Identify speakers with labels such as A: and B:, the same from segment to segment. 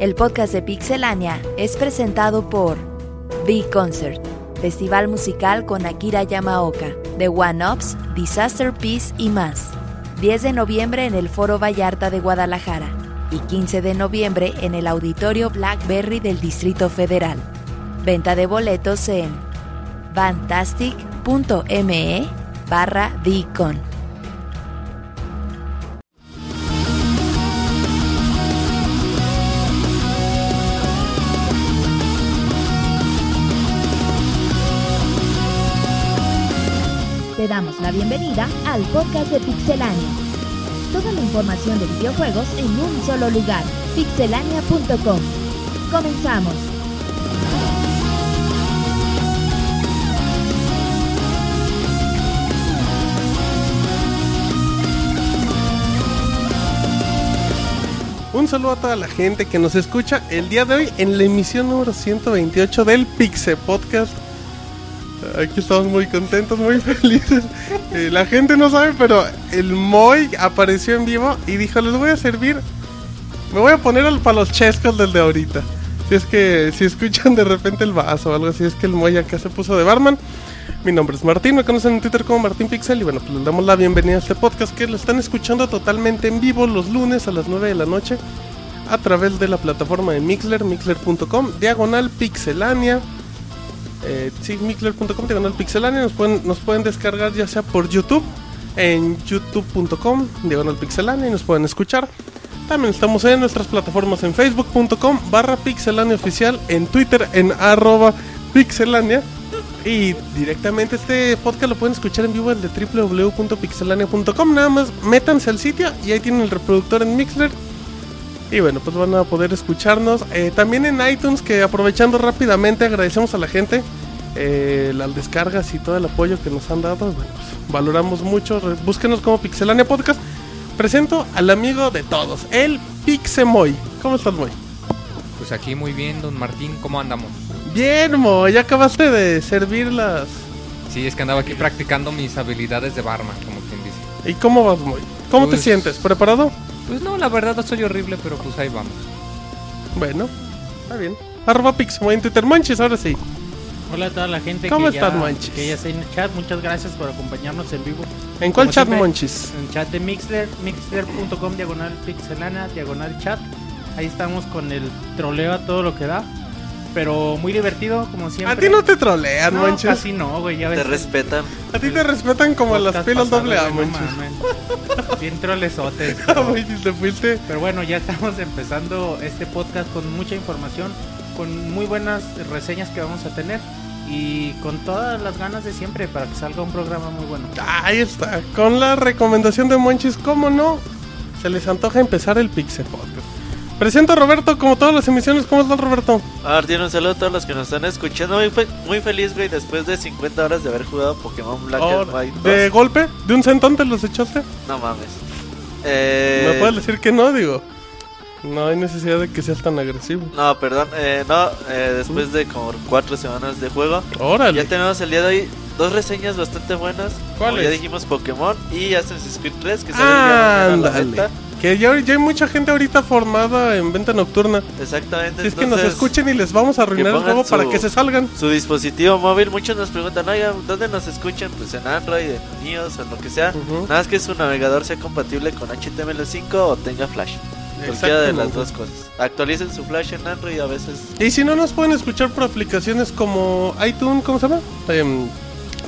A: El podcast de Pixelania es presentado por Big Concert, festival musical con Akira Yamaoka, The One Ups, Disaster Peace y más. 10 de noviembre en el Foro Vallarta de Guadalajara y 15 de noviembre en el Auditorio Blackberry del Distrito Federal. Venta de boletos en fantastic.me barra Vicon.
B: Te damos la bienvenida al podcast de Pixelania. Toda la información de videojuegos en un solo lugar, pixelania.com. Comenzamos.
C: Un saludo a toda la gente que nos escucha el día de hoy en la emisión número 128 del Pixe Podcast. Aquí estamos muy contentos, muy felices. Eh, la gente no sabe, pero el Moy apareció en vivo y dijo, les voy a servir, me voy a poner al, para los chescos del de ahorita. Si es que, si escuchan de repente el vaso o algo así, es que el Moy acá se puso de barman. Mi nombre es Martín, me conocen en Twitter como Martín Pixel y bueno, pues les damos la bienvenida a este podcast que lo están escuchando totalmente en vivo los lunes a las 9 de la noche a través de la plataforma de Mixler, mixler.com, diagonal pixelania. Eh, sí, mixler.com, diagonal pixelania. Nos pueden, nos pueden descargar ya sea por YouTube, en youtube.com, diagonal pixelania, y nos pueden escuchar. También estamos en nuestras plataformas en facebook.com, barra pixelania oficial, en Twitter, en arroba pixelania. Y directamente este podcast lo pueden escuchar en vivo el de www.pixelania.com. Nada más métanse al sitio y ahí tienen el reproductor en Mixler. Y bueno, pues van a poder escucharnos. Eh, también en iTunes, que aprovechando rápidamente, agradecemos a la gente eh, las descargas y todo el apoyo que nos han dado. Bueno, pues, valoramos mucho. Re- Búsquenos como Pixelania Podcast. Presento al amigo de todos, el Pixemoy. ¿Cómo estás, Moy?
D: Pues aquí muy bien, don Martín, ¿cómo andamos?
C: Bien, Moy, ya acabaste de servir las.
D: Sí, es que andaba aquí practicando mis habilidades de barman, como quien dice.
C: ¿Y cómo vas, Moy? ¿Cómo
D: Pues-
C: te sientes? ¿Preparado?
D: Pues no, la verdad no soy horrible, pero pues ahí vamos.
C: Bueno, está bien. Arroba Pixemoy en Twitter. Manches, ahora sí.
E: Hola a toda la gente
C: ¿Cómo
E: que,
C: están,
E: ya,
C: manches?
E: que ya está en el chat. Muchas gracias por acompañarnos en vivo.
C: ¿En cuál
E: Como
C: chat,
E: siempre,
C: Monchis?
E: En chat de Mixler, mixler.com, diagonal pixelana, diagonal chat. Ahí estamos con el troleo a todo lo que da. Pero muy divertido, como siempre.
C: A ti no te trolean,
E: No,
C: Monchis.
E: casi no, güey. Ya ves.
F: Te respetan.
C: A ti te respetan como las pilas doble A, Monchis.
E: manches. Bien trolesotes.
C: Ah,
E: pero-
C: Monchis, te fuiste.
E: Pero bueno, ya estamos empezando este podcast con mucha información, con muy buenas reseñas que vamos a tener y con todas las ganas de siempre para que salga un programa muy bueno.
C: Ahí está. Con la recomendación de Monchis, ¿cómo no? Se les antoja empezar el Pixel Podcast. Presento a Roberto, como todas las emisiones. ¿Cómo estás, Roberto?
F: Martín, un saludo a todos los que nos están escuchando. Muy, fe- muy feliz, güey, después de 50 horas de haber jugado Pokémon Black
C: Oh,
F: and White 2.
C: ¿De golpe? ¿De un centón te los echaste?
F: No mames. Eh,
C: ¿Me puedes decir que no? Digo, no hay necesidad de que seas tan agresivo.
F: No, perdón. eh, no, eh, después de como 4 semanas de juego.
C: Órale.
F: Ya tenemos el día de hoy dos reseñas bastante buenas. Como
C: ¿Cuáles?
F: Ya dijimos Pokémon y Assassin's Creed 3, que sale el día de mañana a la
C: Ándale.
F: venta.
C: Que ya, ya hay mucha gente ahorita formada en venta nocturna.
F: Exactamente.
C: Si es que nos
F: entonces,
C: escuchen y les vamos a arruinar el
F: pongan
C: juego para
F: su-
C: que se salgan.
F: Su dispositivo móvil, muchos nos preguntan, oiga, ¿dónde nos escuchan? Pues en Android, en iOS o en lo que sea.
C: Ujú.
F: Nada más que su navegador sea compatible con HTML5 o tenga Flash. Cualquiera de las
C: Exactamente.
F: dos cosas. Actualicen su Flash en Android a veces.
C: Y si no nos pueden escuchar por aplicaciones como iTunes, ¿cómo se llama? Em,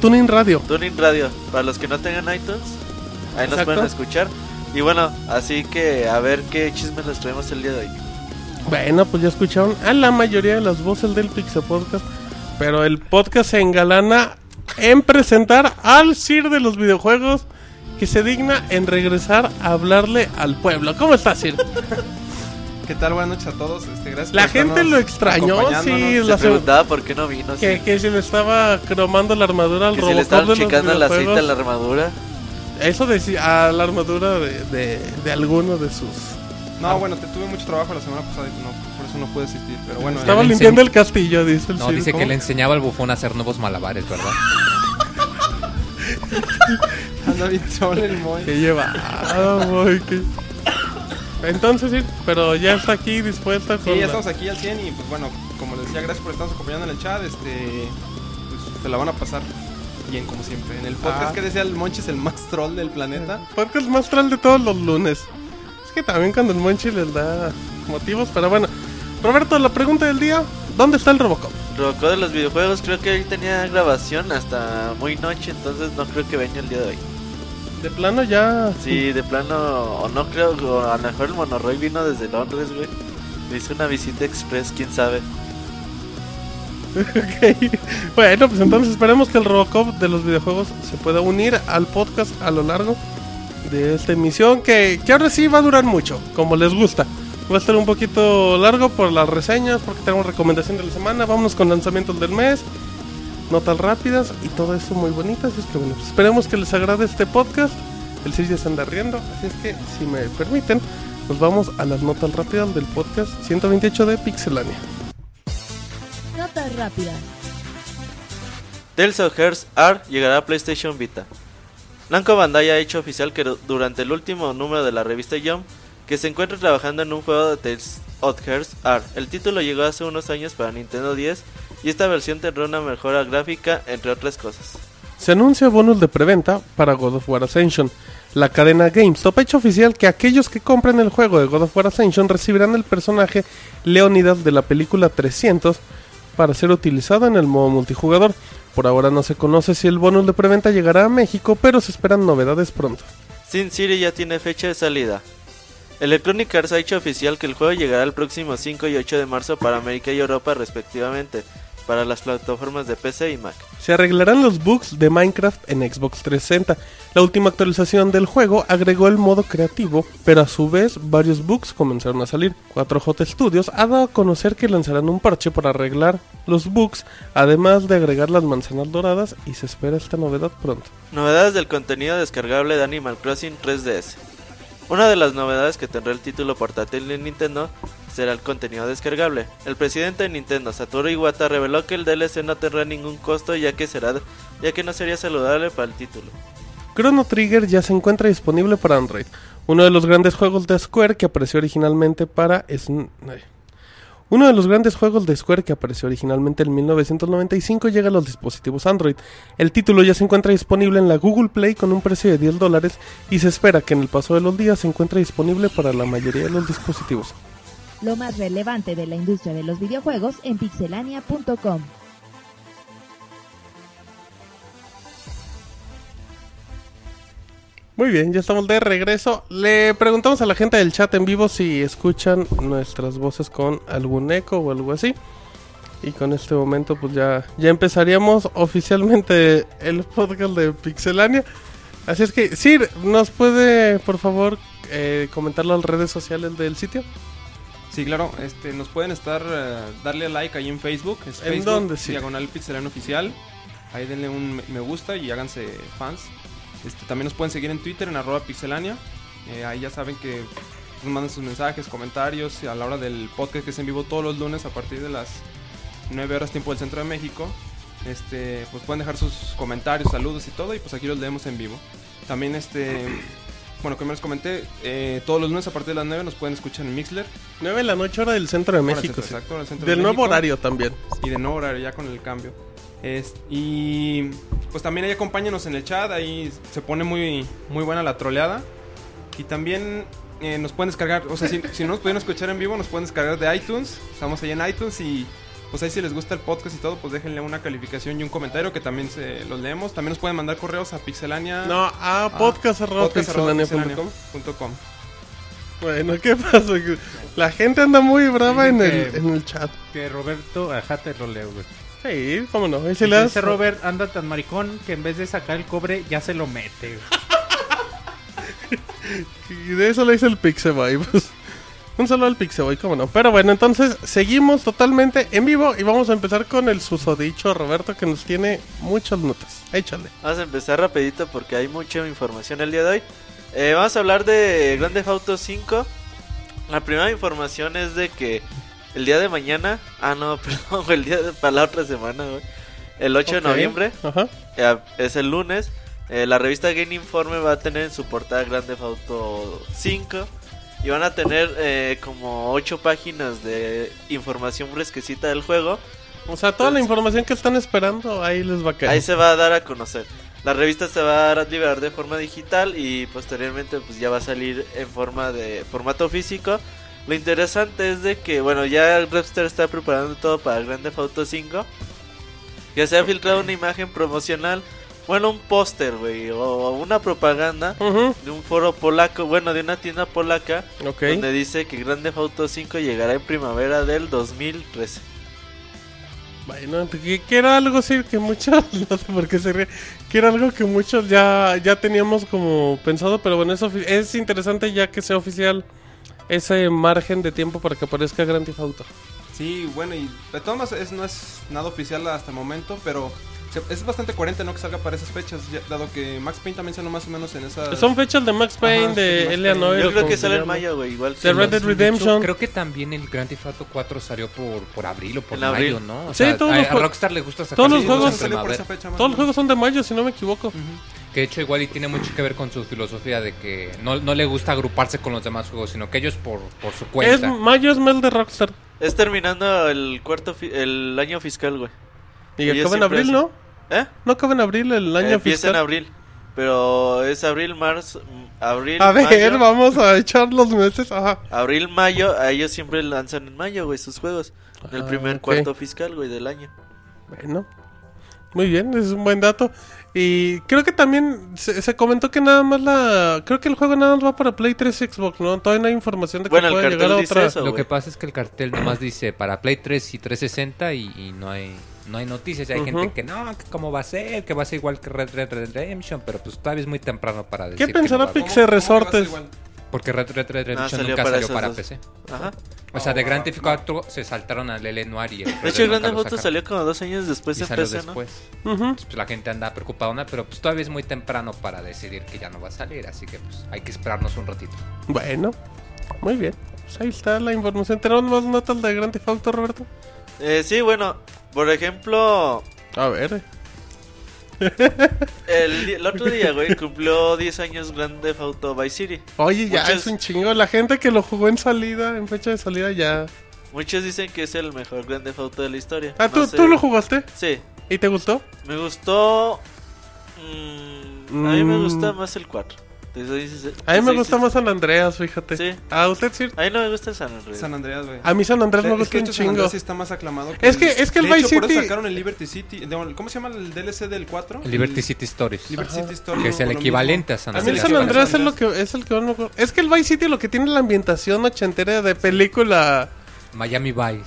C: Tuning Radio.
F: Tuning Radio, para los que no tengan iTunes, ahí nos
C: Exacto.
F: pueden escuchar. Y bueno, así que a ver qué chismes les traemos el día de hoy.
C: Bueno, pues ya escucharon a la mayoría de las voces del Pixel Podcast. Pero el podcast se engalana en presentar al Sir de los videojuegos que se digna en regresar a hablarle al pueblo. ¿Cómo estás, Sir?
F: Pues
G: ¿Qué tal? Buenas noches a todos. Este, gracias
C: La
G: por
C: gente
G: estarnos
C: lo extrañó, sí, la
G: acompañándonos.
F: Se
C: seg-
F: preguntaba por qué no vino.
C: que,
F: sí,
C: que se le estaba cromando la armadura al
F: que si
C: Robocop
F: le estaban
C: de los
F: checando el aceite a
C: videojuegos.
F: la armadura.
C: Eso decía a la armadura de, de, de alguno de sus
G: No, bueno, te tuve mucho trabajo la semana pasada y no, por eso no pude asistir. Pero bueno,
C: Estaba
D: el
C: limpiando
D: incendio.
C: el castillo, dice el
D: No,
C: Sir.
D: dice
C: ¿Cómo?
D: que le enseñaba al bufón a hacer nuevos malabares, ¿verdad?
G: eh, anda bien solo el Moy.
C: Qué llevado, boy, qué- Entonces sí, pero ya está aquí dispuesta
G: Sí,
C: con
G: ya
C: la-
G: estamos aquí al 100 y pues bueno, como les decía, gracias por estarnos acompañando en el chat. Este, pues se la van a pasar bien como siempre. En el podcast
C: Ah.
G: que decía el Monchis, el más troll del planeta.
C: podcast más troll de todos los lunes. Es que también cuando el Monchi les da motivos, pero bueno. Roberto, la pregunta del día, ¿dónde está el Robocop?
F: Robocop de los videojuegos, creo que hoy tenía grabación hasta muy noche, entonces no creo que venga el día de hoy.
C: De plano ya...
F: Sí, de plano, o no creo, o a lo mejor el monorroy vino desde Londres, güey. Le hizo una visita express, quién sabe.
C: Ok. Bueno, pues entonces esperemos que el Robocop de los videojuegos se pueda unir al podcast a lo largo de esta emisión, que, que ahora sí va a durar mucho, como les gusta. Va a estar un poquito largo por las reseñas, porque tenemos recomendación de la semana, vámonos con lanzamientos del mes, notas rápidas y todo eso muy bonito. Así es que bueno, pues esperemos que les agrade este podcast. El Sir ya se anda riendo, así es que si me permiten, nos vamos a las notas rápidas del podcast 128 de Pixelania.
B: Notas rápidas.
F: Tales of Hearts R llegará a PlayStation Vita. Namco Bandai ha hecho oficial que du- durante el último número de la revista Jump que se encuentra trabajando en un juego de Tales of Hearts R. El título llegó hace unos años para Nintendo 10 y esta versión tendrá una mejora gráfica entre otras cosas.
C: Se anuncia bonus de preventa para God of War Ascension. La cadena GameStop ha hecho oficial que aquellos que compren el juego de God of War Ascension recibirán el personaje Leonidas de la película 300 para ser utilizado en el modo multijugador. Por ahora no se conoce si el bonus de preventa llegará a México, pero se esperan novedades pronto.
F: Sin City ya tiene fecha de salida. Electronic Arts ha hecho oficial que el juego llegará el próximo 5 y 8 de marzo para América y Europa respectivamente, para las plataformas de PC y Mac.
C: Se arreglarán los bugs de Minecraft en Xbox 360. La última actualización del juego agregó el modo creativo, pero a su vez varios bugs comenzaron a salir. 4J Studios ha dado a conocer que lanzarán un parche para arreglar los bugs, además de agregar las manzanas doradas y se espera esta novedad pronto.
F: Novedades del contenido descargable de Animal Crossing 3DS. Una de las novedades que tendrá el título portátil de Nintendo será el contenido descargable. El presidente de Nintendo, Satoru Iwata, reveló que el DLC no tendrá ningún costo ya que será ya que no sería saludable para el título.
C: Chrono Trigger ya se encuentra disponible para Android, uno de los grandes juegos de Square que apareció originalmente para Sn- ay. Uno de los grandes juegos de Square que apareció originalmente en 1995 llega a los dispositivos Android. El título ya se encuentra disponible en la Google Play con un precio de 10 dólares y se espera que en el paso de los días se encuentre disponible para la mayoría de los dispositivos.
B: Lo más relevante de la industria de los videojuegos en pixelania.com.
C: Muy bien, ya estamos de regreso. Le preguntamos a la gente del chat en vivo si escuchan nuestras voces con algún eco o algo así. Y con este momento pues ya, ya empezaríamos oficialmente el podcast de Pixelania. Así es que, Sir, ¿nos puede por favor eh, comentar las redes sociales del sitio?
G: Sí, claro, este, nos pueden estar, eh, darle like ahí en Facebook. Es
C: ¿En
G: Facebook,
C: dónde, sí?
G: Diagonal Pixelano Oficial. Ahí denle un me- me gusta y háganse fans. Este, también nos pueden seguir en Twitter, en arroba pixelania. Eh, ahí ya saben que nos mandan sus mensajes, comentarios a la hora del podcast que es en vivo todos los lunes a partir de las 9 horas tiempo del centro de México. Este, pues pueden dejar sus comentarios, saludos y todo y pues aquí los leemos en vivo. También este, bueno, como les comenté, eh, todos los lunes a partir de las 9 nos pueden escuchar en Mixler.
C: 9 de la noche hora del centro de
G: Ahora
C: México.
G: sí,
C: sí.
G: exacto, ahora el centro de
C: Del nuevo
G: México.
C: horario también.
G: Y de nuevo horario, ya con el cambio. Es- y pues también ahí acompáñenos en el chat, ahí se pone muy, muy buena la troleada. Y también eh, nos pueden descargar, o sea, si, si no nos pudieron escuchar en vivo, nos pueden descargar de iTunes. Estamos ahí en iTunes y pues ahí si les gusta el podcast y todo, pues déjenle una calificación y un comentario que también se, los leemos. También nos pueden mandar correos a pixelania.
C: No, a
G: Ah,
C: podcast arroba
G: podcast arroba
C: pixelania punto com.
G: pixelania.com.
C: Bueno, ¿qué pasa? La gente anda muy brava en
E: Dicen
C: el,
E: que-
C: en el chat.
E: Que Roberto, ajá, te roleo, güey.
C: Sí, cómo no. Ahí se le
E: Dice
C: das-
E: Robert anda tan maricón que en vez de sacar el cobre ya se lo mete, güey.
C: Y de eso le hice el Pixeboy. Pues. Un saludo al Pixeboy, cómo no. Pero bueno, entonces seguimos totalmente en vivo y vamos a empezar con el susodicho Roberto que nos tiene muchas notas. Échale.
F: Vamos a empezar rapidito porque hay mucha información el día de hoy. Eh, vamos a hablar de Grand Theft Auto 5. La primera información es de que el día de mañana, ah no, perdón, el día de, para la otra semana, güey, el 8 de
C: Ok.
F: noviembre,
C: Ajá.
F: eh, es el lunes, eh, la revista Game Informe va a tener en su portada Grand Theft Auto 5. Y van a tener eh, como 8 páginas de información fresquecita del juego.
C: O sea, toda la información que están esperando, ahí les va a caer.
F: Ahí se va a dar a conocer. La revista se va a liberar de forma digital y posteriormente pues ya va a salir en forma de formato físico. Lo interesante es de que, bueno, ya Rockstar está preparando todo para Grande Auto 5. Ya se ha filtrado una imagen promocional, bueno, un póster, güey, o una propaganda
C: Ujú,
F: de un foro polaco, bueno, de una tienda polaca,
C: Ok.
F: donde dice que Grande Auto 5 llegará en primavera del 2013.
C: Bueno, que, que era algo sí que muchos, no sé por qué se ríe, que era algo que muchos ya, ya teníamos como pensado, pero bueno, es, ofi- es interesante ya que sea oficial ese margen de tiempo para que aparezca Grand Theft Auto.
G: Sí, bueno, y de todas maneras es- no es nada oficial hasta el momento, pero se- es bastante coherente no que salga para esas fechas, ya- dado que Max Payne también salió más o menos en
F: Ah.
G: esa...
C: Son fechas de Max Payne,
G: Ajá,
C: de
G: sí, Max
C: L.A.
G: Payne.
C: Noire,
F: Yo creo
C: como
F: que
C: se
F: sale en
C: llama.
F: mayo, güey, igual que
C: The Red
F: los-
C: Dead
D: Sí, de hecho,
C: Redemption.
D: creo que también el Grand Theft Auto 4 salió por, por abril o por
F: En
D: mayo,
F: abril.
D: ¿no? O
C: Sí,
D: sea,
C: todos
D: a,
C: los
D: a
C: jue-
D: Rockstar le gusta sacar
C: todos
D: sus
C: los
G: Sí,
D: juegos
C: juegos-
D: en
G: salió por
D: primavera.
G: esa fecha más o
C: Todos los
G: menos.
C: juegos son de mayo, si no me equivoco.
D: Que de hecho igual y tiene mucho que ver con su filosofía de que no, no le gusta agruparse con los demás juegos, sino que ellos por, por su
C: Es,
D: cuenta.
C: mayo es mes de Rockstar.
F: Es terminando el cuarto fi- el año fiscal, güey.
C: Y
F: Ellos
C: acaba en
F: siempre
C: abril,
F: hacen-
C: ¿no?
F: ¿Eh?
C: No acaba en abril el año
F: Empieza en
C: fiscal.
F: abril. Pero es abril, marzo, mm, abril,
C: A ver,
F: mayo.
C: vamos a echar los meses. Ajá.
F: Abril, mayo, a ellos siempre lanzan en mayo, güey, sus juegos. En el
C: Ah,
F: primer
C: ok.
F: cuarto fiscal, güey, del año.
C: Bueno, muy bien, es un buen dato. Y creo que también se, se comentó que nada más la. Creo que el juego nada más va para Play 3 y Xbox, ¿no? Todavía no hay información de que
F: Bueno, el
C: pueda
F: cartel
C: llegar a
F: dice
C: otra.
F: eso,
D: Lo
F: güey.
D: que pasa es que el cartel nomás dice para Play 3 y 360 y, y no hay no hay noticias. Hay
C: Ujú.
D: gente que no, que cómo va a ser, que va a ser igual que Red Red Redemption, pero pues todavía es muy temprano para decir. que
C: pensará
D: no va a-
C: Pix?
G: ¿Cómo- cómo que va a ser
C: Resortes.
G: igual?
D: Porque Red Red Red Redemption
F: Ah, salió
D: nunca
F: para
D: salió
F: esas
D: para
F: dos.
D: PC.
F: Ajá.
D: O sea,
G: No,
D: de
G: no,
D: Grand Theft
G: no.
D: Auto se saltaron al L Noir y el Red
F: De hecho,
D: Dead
F: el Grande
D: nunca lo
F: Foto
D: sacaron.
F: salió como dos años
D: Y
F: después en
D: salió
F: PC,
D: después.
C: Ujú.
D: Pues la gente anda preocupada, pero pues todavía es muy temprano para decidir que ya no va a salir, así que pues hay que esperarnos un ratito.
C: Bueno, muy bien. Pues ahí está la información. ¿Tenemos más notas de Grand Theft Auto, Roberto?
F: ¿no? Eh, sí, bueno, por ejemplo,
C: A ver.
F: el, di- el otro día, güey, cumplió 10 años Grande Foto Vice City.
C: Oye, ya
F: Muchas-
C: es un chingo. La gente que lo jugó en salida, en fecha de salida, ya.
F: Muchos dicen que es el mejor Grande Foto de la historia.
C: Ah,
F: No
C: ¿tú,
F: sé.
C: tú lo jugaste?
F: Sí,
C: ¿Y te gustó?
F: me gustó. mm, a mí me
C: Mm.
F: gusta más el 4. Te soy sincer-
C: A mí
F: te
C: me
F: soy
C: gusta
F: sincer-
C: más San Andreas, fíjate.
F: Sí.
C: ¿A usted sí?
F: A mí no me gusta el San Andreas.
G: San Andreas, güey.
C: A mí San
F: Eh,
C: Andreas me
G: Es que
C: gusta
G: de
C: un
G: hecho San Andreas
C: chingo.
G: sí está más aclamado
C: Es que- es que el
G: De
C: Vice
G: hecho, por eso
C: City-
G: sacaron el Liberty City. no, ¿Cómo se llama el DLC del 4?
D: El Liberty City Stories,
G: Liberty City Story.
D: que es el
G: por lo
D: equivalente a
G: mismo.
D: San
C: A mí el
D: Andreas.
C: San
G: San
C: Andreas es
G: Andreas.
C: lo que es el que más me acuerdo. Es que el Vice City lo que tiene la ambientación ochentera de película.
D: Miami Vice.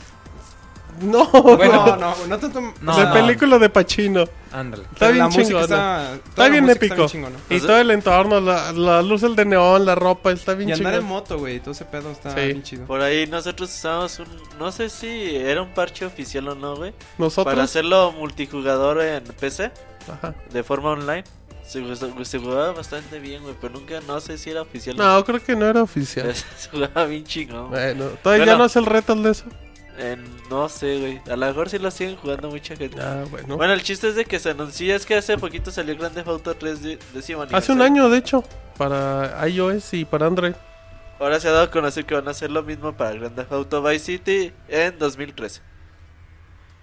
C: No,
D: Bueno,
G: No, no, no tanto.
D: No,
C: de
D: no.
C: película de Pachino.
D: Ándale.
C: Está bien chingona.
G: Está,
C: Está
G: toda la
C: bien
G: música
C: épico.
G: Está bien chingona.
C: Y todo el entorno, la, la luz el de neón, la ropa, está bien
G: Y andar en
C: chingona.
G: moto, güey, todo ese pedo está
C: Sí.
G: bien chido.
F: Por ahí nosotros usábamos un. No sé si era un parche oficial o no, güey. Para
C: Nosotros.
F: hacerlo multijugador en PC,
C: Ajá.
F: de forma online. Se, gus- se jugaba bastante bien, güey. Pero nunca, no sé si era oficial. o
C: No, creo que no era
F: pero
C: oficial.
F: Se jugaba bien chingón.
C: Bueno, todavía
F: Bueno.
C: no es el reto el de eso.
F: En- no sé, güey. A lo mejor sí lo siguen jugando mucha gente.
C: Ah, bueno.
F: Bueno, el chiste es de que se anunció. Es que hace poquito salió Grande Auto 3 de, décimo
C: Hace un
F: aniversario.
C: año, de hecho, para iOS y para Android.
F: Ahora se ha dado a conocer que van a hacer lo mismo para Grande Auto Vice City en 2013.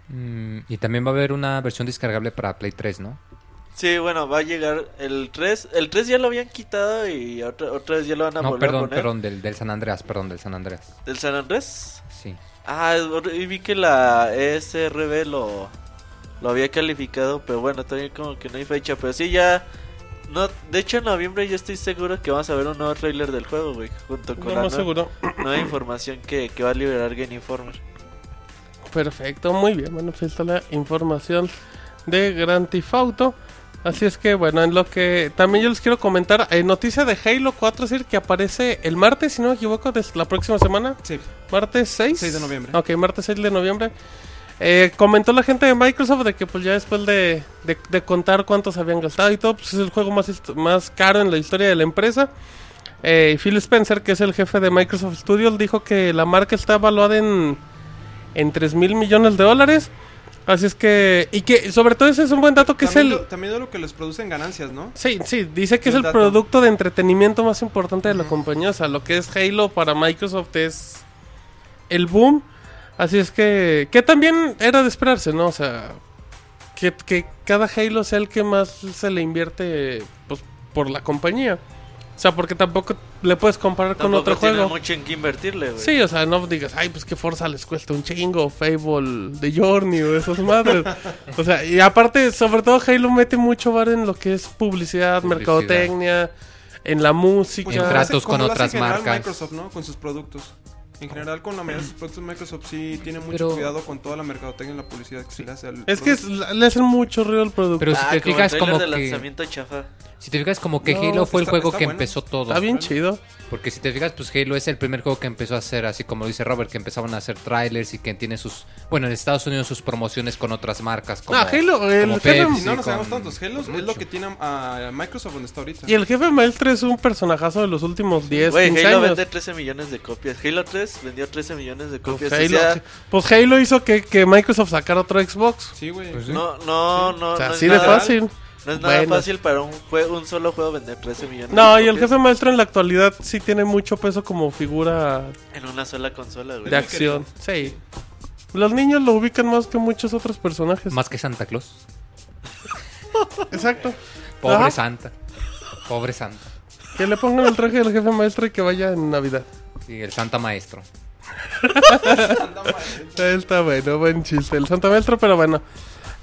D: Mm, y también va a haber una versión descargable para Play 3, ¿no?
F: Sí, bueno, va a llegar el 3. El 3 ya lo habían quitado y otra, otra vez ya lo van a
D: No,
F: volver a
D: perdón,
F: poner.
D: perdón, del, del San Andreas, perdón, del San Andreas.
F: ¿Del San Andrés?
D: Sí.
F: Ah, y vi que la SRB lo, lo había calificado, pero bueno, todavía como que no hay fecha. Pero sí, ya. No, de hecho, en noviembre yo estoy seguro que vamos a ver un nuevo trailer del juego, güey. Junto con
C: No
F: la
C: más
F: nue-
C: seguro.
F: nueva información que, que va a liberar Game Informer.
C: Perfecto, muy bien. Bueno, pues ahí está la información de Grand Theft Auto. Así es que, bueno, en lo que también yo les quiero comentar, eh, noticia de Halo 4, es decir, que aparece el martes, si no me equivoco, de la próxima semana,
G: Sí,
C: martes 6.
G: 6 de noviembre.
C: Ok, martes 6 de noviembre. Eh, comentó la gente de Microsoft de que pues ya después de, de- de contar cuántos habían gastado y todo, pues es el juego más, hist- más caro en la historia de la empresa. Eh, Phil Spencer, que es el jefe de Microsoft Studios, dijo que la marca está evaluada en, en 3 mil millones de dólares. Así es que. Y que, sobre todo, ese es un buen dato que
G: también,
C: es el.
G: lo- también de lo que les producen ganancias, ¿no?
C: Sí, sí, dice que es
G: El
C: el
G: dato.
C: producto de entretenimiento más importante de la compañía. O sea, lo que es Halo para Microsoft es el boom. Así es que. Que también era de esperarse, ¿no? O sea. Que, que cada Halo sea el que más se le invierte pues, por la compañía. O sea, porque tampoco le puedes comparar con
F: Tampoco
C: otro
F: tienen
C: juego.
F: mucho en qué invertirle, güey.
C: Sí, o sea, no digas, ay, pues que Forza les cuesta un chingo, Fable, The Journey o esas madres. o sea, y aparte, sobre todo Halo mete mucho bar en lo que es publicidad,
D: Publicidad.
C: mercadotecnia, en la música.
D: En
G: como Pues, lo hace-
D: tratos
G: como
D: con
G: lo hace en
D: otras
G: general
D: marcas.
G: Microsoft, ¿no? Con sus productos. En general, con la mayoría de sus productos, Microsoft sí tiene mucho
D: Pero-
G: cuidado con toda la mercadotecnia y la publicidad que se le hace al
C: Es que es- le hacen mucho ruido al producto.
D: Pero si
F: Ah,
D: te
F: como el
D: fijas
F: trailer
D: como
F: de
D: que-
F: lanzamiento chafa.
D: Si te fijas, como que
G: No,
D: Halo fue
G: está-
D: el juego
G: está
D: que
G: bueno.
D: empezó todo.
C: Está bien chido.
D: Porque si te fijas, pues Halo es el primer juego que empezó a hacer, así como dice Robert, que empezaban a hacer trailers y que tiene sus. Bueno, en Estados Unidos sus promociones con otras marcas. Como,
C: Ah, Halo, el
D: como
C: Halo-
G: Y
D: Pepsi,
G: no nos
D: con-
G: sabemos tantos. Halo es lo
D: mucho.
G: que tiene a, a Microsoft donde está ahorita.
C: Y el jefe maestro es un personajazo de los últimos 10,
F: Güey,
C: 15
F: Halo
C: años.
F: vende 13 millones de copias. Halo 3 vendió 13 millones de copias.
C: Pues
F: o
C: Halo,
F: sea,
C: pues Halo hizo que, que Microsoft sacara otro Xbox.
G: Sí, güey.
D: Pues sí.
F: no, no, no.
C: o sea,
F: no es
C: así de
F: nada-
C: fácil.
F: No es nada
C: Bueno.
F: fácil para un, jue- un solo juego vender 13 millones.
C: No,
F: de
C: y el
F: copias
C: jefe maestro en la actualidad sí tiene mucho peso como figura
F: En una sola consola, güey.
C: de acción. Sí. Los niños lo ubican más que muchos otros personajes.
D: Más que Santa Claus.
C: Exacto.
D: Pobre
C: Ajá.
D: Santa. Pobre Santa.
C: Que le pongan el traje del jefe maestro y que vaya en Navidad.
D: Sí, el Santa Maestro.
C: Ahí Está bueno, buen chiste. El Santa Maestro, pero bueno.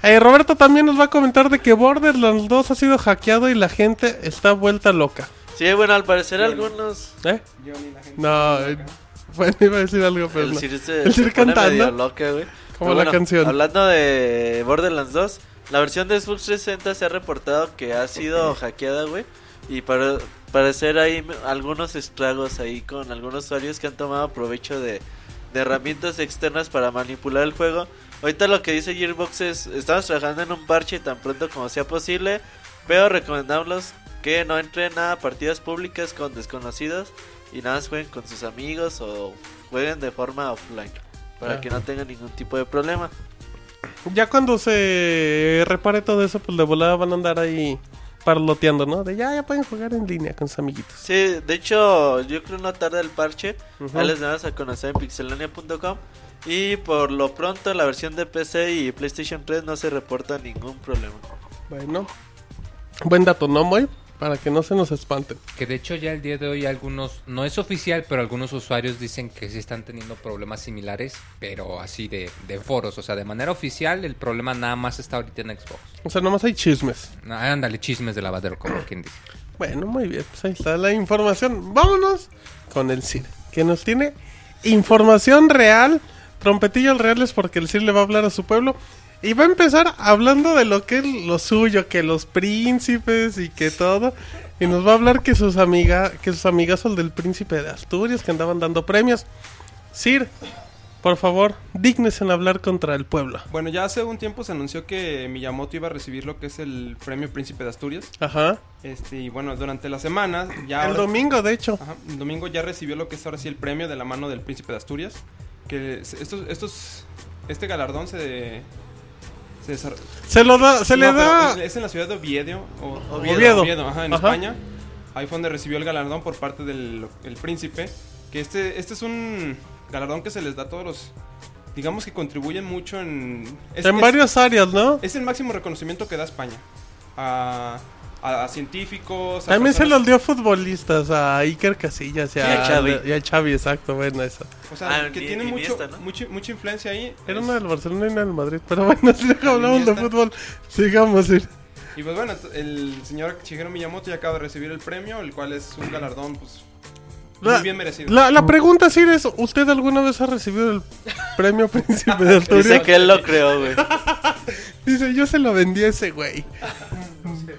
C: Eh, Roberto también nos va a comentar de que Borderlands 2 ha sido hackeado y la gente está vuelta loca.
F: Sí, bueno, al parecer algunos.
C: ¿Eh? No, eh, bueno, iba a decir algo, pero
F: el
C: no.
F: Sir se,
C: El
F: se
C: Sir
F: pone
C: cantando.
F: medio loca, güey.
C: Como
F: Pero
C: la canción.
F: Hablando de Borderlands 2, la versión de Xbox 360 se ha reportado que ha sido hackeada, güey. Y para parecer hay algunos estragos ahí con algunos usuarios que han tomado provecho de, de herramientas externas para manipular el juego. Ahorita lo que dice Gearbox es, estamos trabajando en un parche tan pronto como sea posible, pero recomendamos que no entren a partidas públicas con desconocidos y nada más jueguen con sus amigos o jueguen de forma offline para
C: Ah.
F: que no tengan ningún tipo de problema.
C: Ya cuando se repare todo eso, pues de volada van a andar ahí parloteando, ¿no? De ya, ya pueden jugar en línea con sus amiguitos.
F: Sí, de hecho, yo creo no tarda el parche.
C: Ujú.
F: Ya les damos a conocer en pixelania.com. Y por lo pronto, la versión de PC y PlayStation 3 no se reporta ningún problema.
C: Bueno, buen dato, ¿no, Moy? Para que no se nos espanten.
D: Que de hecho ya el día de hoy algunos, no es oficial, pero algunos usuarios dicen que sí están teniendo problemas similares, pero así de, de foros. O sea, de manera oficial el problema nada más está ahorita en Xbox.
C: O sea, nomás hay chismes.
D: Ah, Ándale, chismes de lavadero, como quien dice.
C: Bueno, muy bien, pues ahí está la información. Vámonos con el CIR, que nos tiene información real, trompetillos reales, porque el CIR le va a hablar a su pueblo. Y va a empezar hablando de lo que es lo suyo, que los príncipes y que todo. Y nos va a hablar que sus amigas, que sus amigazos del príncipe de Asturias que andaban dando premios. Sir, por favor, dignes en hablar contra el pueblo.
G: Bueno, ya hace un tiempo se anunció que Miyamoto iba a recibir lo que es el premio Príncipe de Asturias.
C: Ajá.
G: Este, y bueno, durante la semana, ya
C: El
G: ahora-
C: domingo, de hecho.
G: Ajá, el domingo ya recibió lo que es ahora sí el premio de la mano del Príncipe de Asturias. Que se- estos, estos, este galardón se, se desar-
C: Se lo da, se
G: No,
C: le
G: pero
C: da.
G: Es, es en la ciudad de Oviedo. o-
F: Oviedo.
G: ajá, en
C: Ajá.
G: España. Ahí fue donde recibió el galardón por parte del el príncipe. Que este, este es un galardón que se les da a todos los. Digamos que contribuyen mucho en. es-
C: en
G: es-
C: varias áreas, ¿no?
G: Es el máximo reconocimiento que da España. A, a- a científicos. a
C: También se
G: personas-
C: los dio futbolistas a Iker Casillas y a,
F: Y a Xavi.
C: y a Xavi, exacto, bueno, eso.
G: O sea,
F: Ah,
G: que
F: ni-
G: tienen
F: ni
G: mucho,
F: Iniesta, ¿no?
G: mucho- mucha influencia ahí.
C: Era
G: Es-
C: uno del Barcelona y uno del Madrid, pero bueno, si ya hablamos de
G: Iniesta.
C: fútbol, sigamos. ir.
G: Y pues bueno, el señor Shigeru Miyamoto ya acaba de recibir el premio, el cual es un galardón, pues.
C: La-
G: Muy bien merecido.
C: La, la pregunta, Sir, es, ¿usted alguna vez ha recibido el premio Príncipe de Asturias?
F: Dice que él lo creó, güey.
C: Dice, yo se lo vendí a ese güey.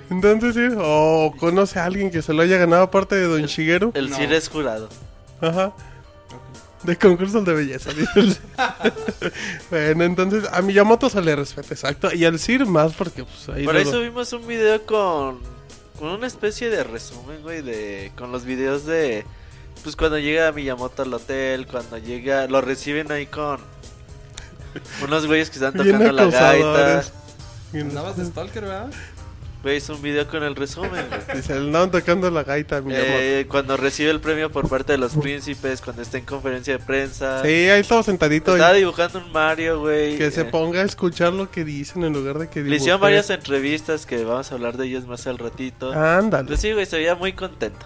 C: Entonces, Sir, o conoce a alguien que se lo haya ganado aparte de Don Shigeru.
F: El
G: No.
F: Sir es jurado.
C: Ajá. De concursos de belleza, dice el- Bueno, entonces a Miyamoto se le respeta, exacto. Y al Sir más porque pues ahí
F: Por ahí
C: luego-
F: subimos un video con, con una especie de resumen, güey, de con los videos de pues cuando llega Miyamoto al hotel, cuando llega, lo reciben ahí con Unos güeyes que están
C: Bien
F: tocando la gaita.
C: acosadores. Bien-
G: Andabas de Stalker, ¿verdad?
F: Güey, hizo un video con el resumen. güey.
C: Dice, andaban tocando la gaita, mi amor.
F: Eh, cuando recibe el premio por parte de los príncipes, cuando está en conferencia de prensa.
C: Sí, ahí estaba sentadito. y
F: Estaba dibujando un Mario, güey.
C: Que se
F: Eh,
C: ponga a escuchar lo que dicen en lugar de que
F: Le hicieron
C: dibuje.
F: varias entrevistas que vamos a hablar de ellas más al ratito.
C: Ah, Ándale,
F: Pero sí, güey, se veía muy contento.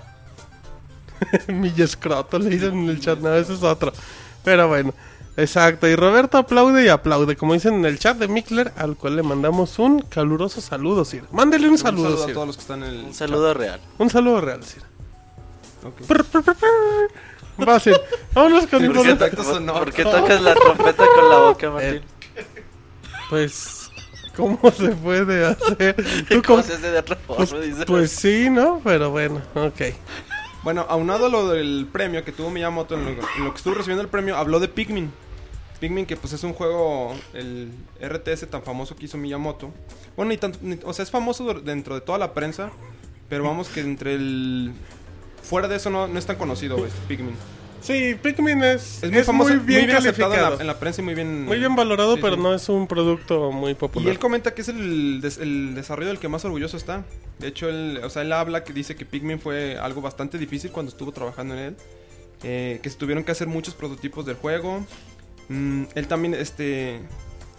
C: mi escroto le dicen en el chat, no, ese es otro. Pero bueno, exacto. Y Roberto aplaude y aplaude, como dicen en el chat de Mikler, al cual le mandamos un caluroso saludo, Sir. Mándele un
G: un
C: saludo,
G: saludo a
C: Sir.
G: todos los que están en el.
F: Un saludo real.
C: Un saludo real, Sir.
G: Ok.
C: Prr, prr, prr, prr. Va, Sir. Vámonos con
G: Sí,
C: el
G: ¿Por qué
C: boleto.
G: tacto sonoro?
F: por qué tocas la trompeta con la
C: Eh,
F: boca, Martín?
C: Pues, ¿cómo se puede hacer? ¿Tú
F: ¿Cómo
C: cómo-
F: se hace de otra forma?
C: Pues,
F: Dice.
C: pues sí, ¿no? Pero bueno, ok.
G: Bueno, aunado a lo del premio que tuvo Miyamoto, en lo, en lo que estuvo recibiendo el premio, habló de Pikmin. Pikmin que pues es un juego, el RTS tan famoso que hizo Miyamoto. Bueno, ni tanto, ni- o sea, es famoso dur- dentro de toda la prensa, pero vamos que entre el... Fuera de eso no, no es tan conocido este Pikmin.
C: Sí, Pikmin es,
G: Es muy famoso, muy
C: bien
G: bien, aceptado en
C: calificado.
G: la, en la prensa y muy bien...
C: Muy bien valorado,
G: Sí,
C: pero
G: sí.
C: no es un producto muy
G: Y
C: popular.
G: él comenta que es el, des- el desarrollo del que más orgulloso está. De hecho, él, o sea, él habla que dice que Pikmin fue algo bastante difícil cuando estuvo trabajando en él. Eh, que se tuvieron que hacer muchos prototipos del juego. Mm, él también, este.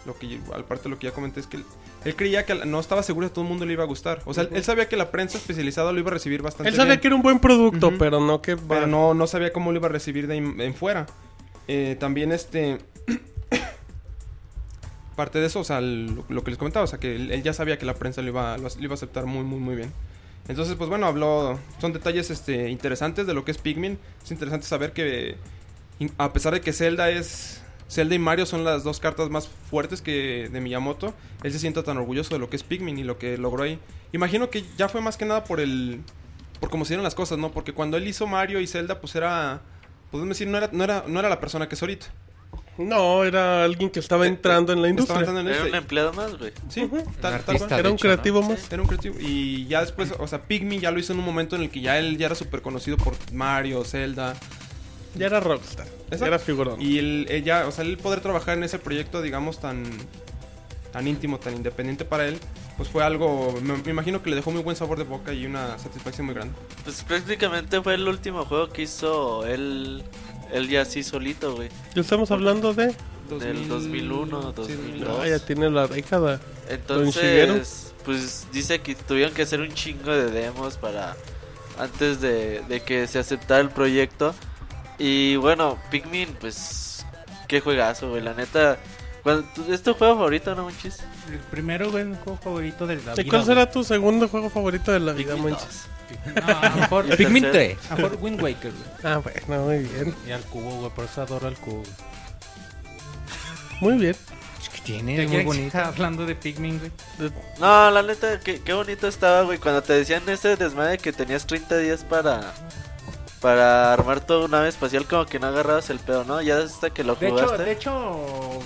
G: Lo que, al parte de lo que ya comenté, es que él, él creía que al- no estaba seguro de que todo el mundo le iba a gustar. O sea, él, él sabía que la prensa especializada lo iba a recibir bastante
C: Él sabía
G: bien,
C: que era un buen producto,
G: Ujú.
C: pero no que... va-
G: Pero no, no sabía cómo lo iba a recibir de en, en fuera. Eh, también, este. parte de eso, o sea, lo, lo que les comentaba, o sea, que él, él ya sabía que la prensa lo iba, lo ac- lo iba a aceptar muy, muy, muy bien. Entonces, pues bueno, habló. Son detalles este, interesantes de lo que es Pikmin. Es interesante saber que, in- a pesar de que Zelda es. Zelda y Mario son las dos cartas más fuertes que de Miyamoto. Él se sienta tan orgulloso de lo que es Pikmin y lo que logró ahí. Imagino que ya fue más que nada por el. por cómo se dieron las cosas, ¿no? Porque cuando él hizo Mario y Zelda, pues era. Podemos decir, no era, no era, no era la persona que es ahorita.
C: No, era alguien que estaba entrando en la industria.
G: Eh, Estaba entrando en
F: Era un
G: este-
F: empleado más, güey.
G: Sí,
C: Ujú.
G: tal- tal
D: Artista.
G: cual.
C: Era
D: de
C: un
D: hecho,
C: creativo más.
G: Era un creativo. Y ya después, o sea, Pikmin ya lo hizo en un momento en el que ya él ya era súper conocido por Mario, Zelda.
C: Ya era rockstar.
G: Exacto.
C: Era figurón.
G: Y él, ella, o sea, el poder trabajar en ese proyecto, digamos, tan, tan íntimo, tan independiente para él, pues fue algo, me, me imagino que le dejó muy buen sabor de boca y una satisfacción muy grande.
F: Pues prácticamente fue el último juego que hizo él, él ya así solito, güey.
C: Ya estamos hablando de...
F: Del 2001,
G: Sí,
F: 2002.
C: No, ya tiene la década. Shigeru.
F: Entonces, pues dice que tuvieron que hacer un chingo de demos para antes de, de que se aceptara el proyecto. Y bueno, Pikmin, pues qué juegazo, güey. La neta, cuando, tu- es tu juego favorito, ¿no, Monchis?
E: El primero, güey, mi juego favorito del David.
C: ¿Y cuál será tu segundo juego favorito de la vida,
F: Pikmin
C: Monchis?
F: 2.
E: a lo mejor,
F: Y el
D: Pikmin
F: tercero.
D: 3.
E: a lo mejor Wind Waker, güey.
C: Ah, bueno, muy bien.
E: Y al cubo, güey, por eso adoro al cubo. güey.
C: Muy bien.
D: que
E: ¿Te
D: tiene, muy
E: quieres
D: bonito.
E: estar hablando de Pikmin, güey.
F: No, la neta, qué, qué bonito estaba, güey. Cuando te decían ese desmadre que tenías 30 días para para armar toda una nave espacial, como que no agarrabas el pedo, ¿no? Ya hasta que lo
E: De hecho,
F: jugaste.
E: de hecho,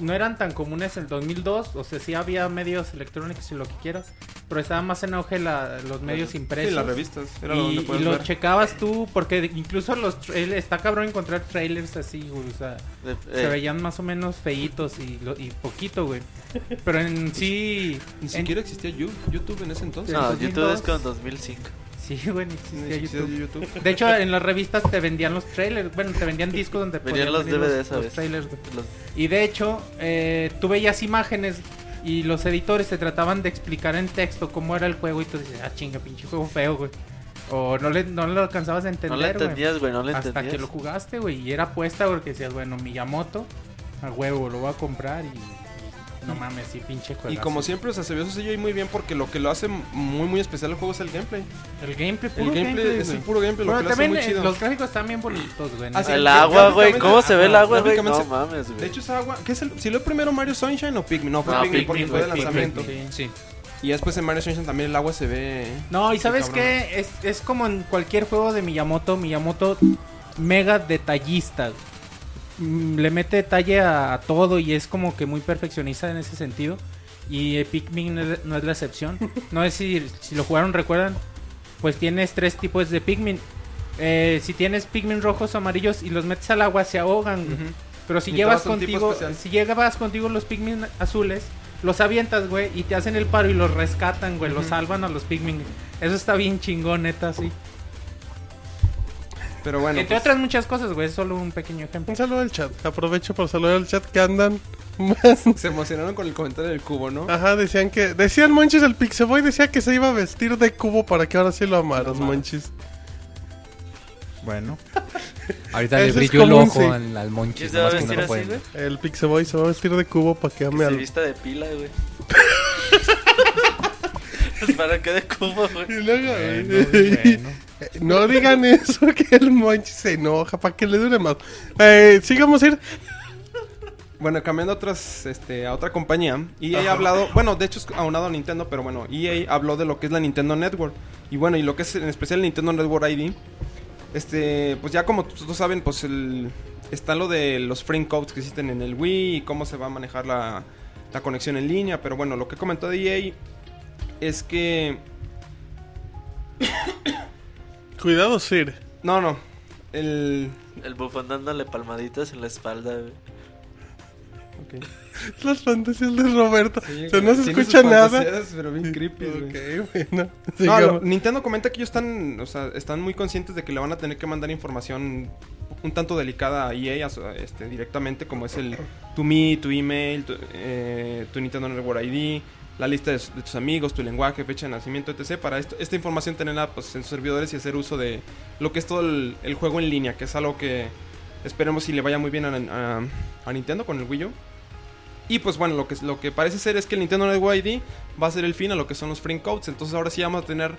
E: no eran tan comunes el 2002. O sea, sí había medios electrónicos y lo que quieras. Pero estaba más en auge la- los medios impresos.
G: Sí, las revistas, era
E: y,
G: donde
E: y
G: puedes
E: lo
G: ver.
E: checabas tú, porque de- incluso los trailers, está cabrón encontrar trailers así, güey, o sea,
F: De-
E: se
F: eh,
E: veían más o menos feitos y, lo- y poquito, güey. Pero en sí,
G: Ni
E: en-
G: siquiera existía Yu- YouTube en ese entonces.
E: No,
F: no,
E: 2002.
F: YouTube es con 2005.
E: sí, güey, ni
G: Ni
E: existía
G: existía
E: YouTube.
G: YouTube.
E: De hecho, en las revistas te vendían los trailers, bueno, te vendían discos donde
F: Venían
E: podían
F: los
E: venir
F: DVDs a
E: los
F: veces.
E: trailers, güey.
F: Los-
E: Y de hecho, eh, tú veías imágenes y los editores se trataban de explicar en texto cómo era el juego y tú dices, ah, chinga, pinche juego feo, güey. O no, le, no lo alcanzabas a entender,
F: no le
E: güey.
F: entendías, güey, no le
E: hasta
F: entendías.
E: que lo jugaste, güey, y era apuesta porque decías, bueno, Miyamoto, a huevo, lo voy a comprar y, y no mames, sí, pinche juego.
G: Y como siempre, o sea, se vio su sello ahí muy bien porque lo que lo hace muy, muy especial al juego es el gameplay.
E: el gameplay,
G: El
E: puro
G: gameplay,
E: gameplay,
G: es
E: güey.
G: el puro gameplay,
E: Bueno,
G: lo que lo hace
E: también
G: muy
E: eh,
G: chido.
E: los gráficos están bien bonitos, güey. ¿no?
G: Ah, sí,
F: El
G: que
F: agua, güey,
G: gráficamente-
F: ¿cómo se ve el
G: ajá,
F: agua, güey? No
G: gráficamente-
F: mames, güey.
G: De hecho, esa agua, ¿qué es el, si lo primero Mario Sunshine o Pikmin? No, fue
F: No,
G: Pikmin,
F: Pikmin,
G: porque fue de
F: güey,
G: lanzamiento.
E: Pikmin,
D: Sí.
G: Y después en Mario Sunshine también el agua se ve.
E: No, y sabes
G: Sí,
E: qué, es, es como en cualquier juego de Miyamoto, Miyamoto mega detallista. Mm, Le mete detalle a, a todo y es como que muy perfeccionista en ese sentido. Y eh, Pikmin no es- no es la excepción. No sé si, si lo jugaron, recuerdan. Pues tienes tres tipos de Pikmin. Eh, si tienes Pikmin rojos o amarillos y los metes al agua, se ahogan. güey. Pero si
G: Ni
E: llevas
G: todas son tipo
E: contigo,
G: especial.
E: si llevas contigo los Pikmin azules, los avientas, güey, y te hacen el paro y los rescatan, güey, los
G: Ujú.
E: salvan a los Pikmin. Eso está bien chingón, neta, sí.
G: Pero bueno.
E: Entre
G: pues,
E: otras muchas cosas, güey, es solo un pequeño ejemplo.
C: Un saludo al chat. Aprovecho para saludar al chat que andan más.
G: Se emocionaron con el comentario del cubo, ¿no?
C: Ajá, decían que. Decían Monchis el Pixeboy, decía que se iba a vestir de cubo para que ahora sí lo amaras, Monchis.
H: Bueno,
D: Ahorita le
C: Eso es
D: brillo el
C: común,
D: ojo
C: sí.
D: al, al
F: ¿Quién
D: monchis,
F: se va a
D: nomás que no
F: vestir
D: lo
F: así,
D: pueden
F: güey?
D: ver.
C: El Pixeboy se va a vestir de cubo para que
F: Que
C: ame
F: se
C: al.
F: vista de pila, güey. Para que de cubo, güey.
C: Y luego,
H: bueno,
C: eh,
H: bueno.
C: No digan eso, que el Monchis se enoja para que le dure más. Eh, sigamos a ir.
G: Bueno, cambiando a, otras, este, a otra compañía, EA ha hablado, bueno, de hecho es aunado a Nintendo, pero bueno, EA habló de lo que es la Nintendo Network. Y bueno, y lo que es en especial el Nintendo Network ID. Este, pues ya como todos saben, pues el, está lo de los frame codes que existen en el Wii y cómo se va a manejar la, la conexión en línea. Pero bueno, lo que comentó de EA es que...
C: Cuidado, Sir.
G: No, no, el...
F: El bufón dándole palmaditas en la espalda, güey.
G: ok.
C: Las fantasías de Roberto.
G: Sí,
C: o sea, no se
G: tiene
C: escucha
G: sus
C: nada.
G: fantasías, Pero bien creepy, güey.
C: Ok, bueno.
G: No,
C: sigamos.
G: lo- Nintendo comenta que ellos están, o sea, están muy conscientes de que le van a tener que mandar información un tanto delicada a EA a su- a este, directamente, como es el tu me, tu email, tu, eh, tu Nintendo Network ID, la lista de, de tus amigos, tu lenguaje, fecha de nacimiento, etc. Para esto- esta información tenerla pues, en sus servidores y hacer uso de lo que es todo el, el juego en línea, que es algo que esperemos si le vaya muy bien a, a- a Nintendo con el Wii U. Y pues bueno, lo que, lo que parece ser es que el Nintendo Network ID va a ser el fin a lo que son los frame codes. Entonces ahora sí vamos a tener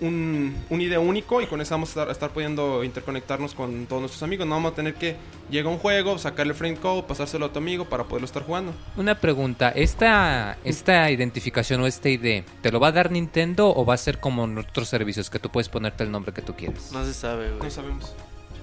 G: un, un ID único y con eso vamos a estar, a estar pudiendo interconectarnos con todos nuestros amigos. No vamos a tener que llegar a un juego, sacarle el frame code, pasárselo a tu amigo para poderlo estar jugando.
D: Una pregunta, ¿esta, esta identificación o este ID, ¿te lo va a dar Nintendo o va a ser como en otros servicios que tú puedes ponerte el nombre que tú quieras?
F: No se sabe,
G: No
F: güey.
G: sabemos.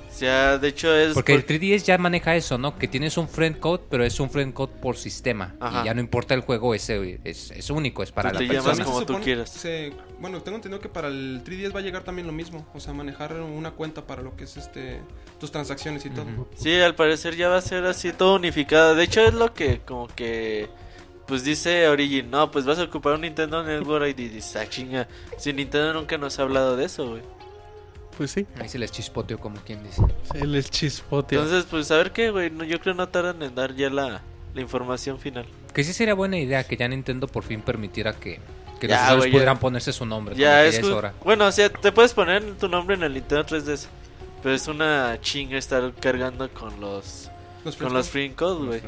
F: O sea, de hecho es.
D: Porque el
F: por-
D: 3DS ya maneja eso, ¿no? Que tienes un friend code, pero es un friend code por sistema.
F: Ajá.
D: Y ya no importa el juego, ese es, es único, es para
F: Tú
D: la
F: te llamas
D: persona.
F: como
G: Se
F: tú
G: supone-
F: quieras.
G: se- bueno, tengo entendido que para el 3DS va a llegar también lo mismo. O sea, manejar una cuenta para lo que es este tus transacciones y todo.
F: Sí, al parecer ya va a ser así todo unificado. De hecho, es lo que, como que. Pues dice Origin, no, pues vas a ocupar un Nintendo Network ID. Dice, ah, chinga. Si Nintendo nunca nos ha hablado de eso, güey.
C: Pues sí,
D: Ahí se les chispoteo como quien dice.
C: el es chispote.
F: Entonces, pues a ver qué, güey. No, yo creo no tardan en dar ya la, la información final.
D: Que sí sería buena idea que ya Nintendo por fin permitiera que, que
F: Ya,
D: los usuarios
F: güey, ya.
D: pudieran ponerse su nombre. como
F: ya
D: que
F: es. ju-
D: hora.
F: Bueno, o sea, te puedes poner tu nombre en el Nintendo 3DS. Pero es una chinga estar cargando con los.
G: Los frame
F: Con los
G: codes-
F: free codes, güey.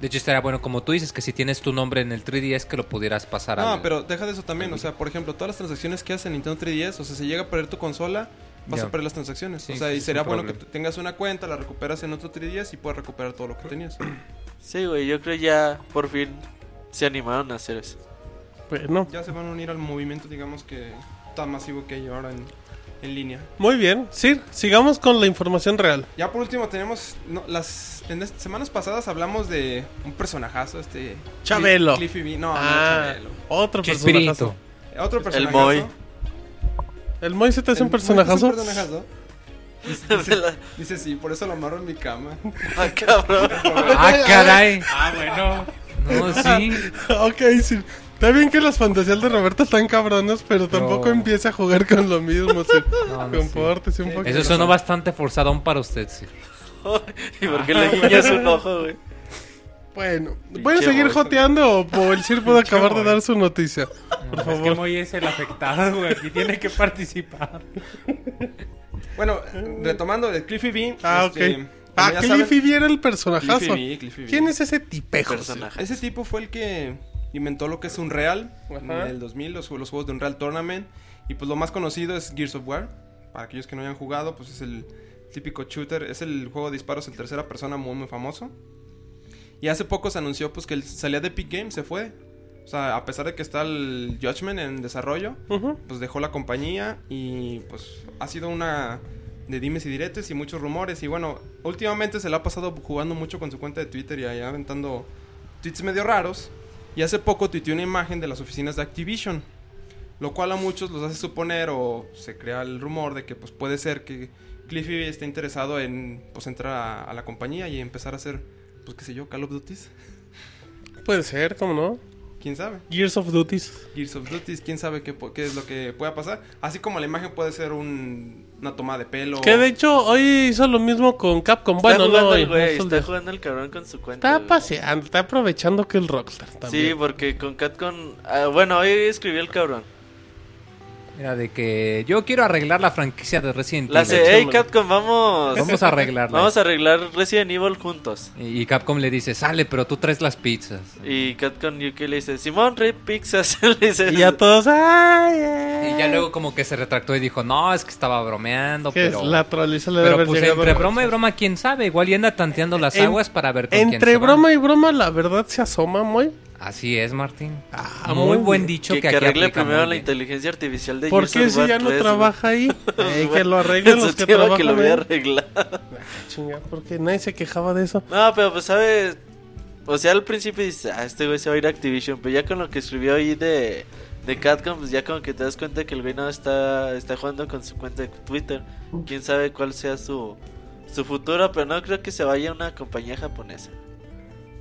D: De hecho, estaría bueno, como tú dices, que si tienes tu nombre en el 3DS, que lo pudieras pasar
G: No,
D: al-
G: pero deja de eso también. O sea, por ejemplo, todas las transacciones que haces en Nintendo 3DS, o sea, si llega a perder tu consola, vas
D: Ya.
G: a perder las transacciones.
D: Sí,
G: o sea,
D: sí,
G: y
D: es un
G: sería bueno que
D: problema.
G: te- tengas una cuenta, la recuperas en otro 3DS y puedes recuperar todo lo que tenías.
F: Sí, güey, yo creo ya por fin se animaron a hacer eso.
C: Bueno,
G: ya se van a unir al movimiento, digamos que tan masivo que hay ahora en, en línea.
C: muy bien. Sir, sigamos con la información real.
G: Ya por último tenemos no, las en las semanas pasadas hablamos de un personajazo este
C: Chabelo.
G: Cliffy B. No, no
C: Ah,
G: Chabelo.
C: otro
G: pues,
D: Chespirito.
C: personajazo.
G: Otro personajazo.
F: Moy.
C: El Moy se te hace un
G: El- ¿Es
C: personajazo.
G: un personajazo?
F: Me la-
G: Dice sí, por eso lo amarro en mi cama.
F: Ah, cabrón.
D: ¡Ah, caray!
E: Ah, bueno.
D: No, sí.
C: ok, Sir. Está bien que las fantasías de Roberto están cabronas, pero tampoco
D: No.
C: empiece a jugar con lo mismo, Sir.
D: No, no,
C: Compórtese un
G: Sí.
C: poquito.
D: Eso sonó bastante forzadón para usted, sí.
F: ¿Y por qué le guiñas un ojo, güey?
C: Bueno,
F: Pinche
C: ¿voy a seguir
F: Moy.
C: joteando o, o el Sir puede acabar de dar su noticia? Por
E: Es que
C: favor.
E: Moy es el afectado, güey. Aquí tiene que participar.
G: Bueno, retomando de Cliffy B.
C: Mm. Ah, ok.
G: este,
C: Ah,
G: como ya saben-
C: Cliffy viera el personajazo.
G: Cliffy B, Cliffy B.
C: ¿Quién es ese tipejo? Sir?
F: Personaje.
G: Ese tipo fue el que inventó lo que es Unreal en
C: Ajá.
G: el 2000, los, los juegos de Unreal Tournament. Y pues lo más conocido es Gears of War. Para aquellos que no hayan jugado, pues es el típico shooter. Es el juego de disparos en tercera persona muy, muy famoso. Y hace poco se anunció pues que él salía de Epic Games, se fue. O sea, a pesar de que está el Judgment en desarrollo,
C: Ujú.
G: pues dejó la compañía y pues ha sido una de dimes y diretes y muchos rumores y bueno, últimamente se la ha pasado jugando mucho con su cuenta de Twitter y ahí aventando tweets medio raros y hace poco tuiteó una imagen de las oficinas de Activision Lo cual a muchos los hace suponer o se crea el rumor de que pues puede ser que Cliffy esté interesado en pues entrar a, a la compañía y empezar a hacer pues qué sé yo, Call of Duties.
C: Puede ser, ¿cómo no?
G: ¿Quién sabe?
C: Gears of Duties.
G: Gears of Duties, quién sabe qué, po- qué es lo que pueda pasar. Así como la imagen puede ser un- una toma de pelo.
C: Que de hecho hoy hizo lo mismo con Capcom. bueno,
F: jugando
C: no, hoy,
F: el güey,
C: no,
F: está jugando el cabrón con su cuenta.
C: está
F: güey.
C: paseando, está aprovechando que el Rockstar también.
F: Sí, porque con Catcon. ah, bueno, hoy escribió el cabrón.
D: Era de que yo quiero arreglar la franquicia de Resident
F: La
D: Evil.
F: hace, hey Catcon, vamos.
D: Vamos a arreglarla.
F: Vamos a arreglar Resident Evil juntos.
D: Y y Capcom le dice, sale, pero tú traes las pizzas.
F: Y Catcon UK le dice, Simón, Red Pizzas. le dice,
C: Y ya todos, ay, eh". ay.
D: Y ya luego como que se retractó y dijo, no, es que estaba bromeando,
C: ¿Qué
D: pero...
C: es? La troliza le debe
D: Pero
C: haber
D: pues
C: llegado
D: entre
C: a-
D: broma y broma, quién sabe, igual y anda tanteando las
C: En-
D: aguas para ver con quién
C: Entre
D: se va.
C: broma y broma, la verdad se asoma, muy.
D: Así es, Martín.
C: Ah, muy
D: muy
C: bien.
D: buen dicho
F: que,
D: que,
F: que
D: aquí
F: arregle
D: aplica
F: primero
D: muy
F: la
D: bien.
F: inteligencia artificial de
C: ¿Por
F: Gears
C: qué
F: of
C: si
F: War
C: ya no
F: 3, güey.
C: trabaja ahí? Eh, que lo arreglen
F: Eso
C: los que
F: te iba
C: trabajan.
F: que lo voy
C: ahí.
F: a arreglar.
C: Chinga, porque nadie se quejaba de eso.
F: No, pero pues sabes. O sea, al principio dices, ah, este güey se va a ir a Activision. Pero ya con lo que escribió ahí de, de Catcom, pues ya como que te das cuenta que el güey no está, está jugando con su cuenta de Twitter. Quién sabe cuál sea su, su futuro, pero no creo que se vaya a una compañía japonesa.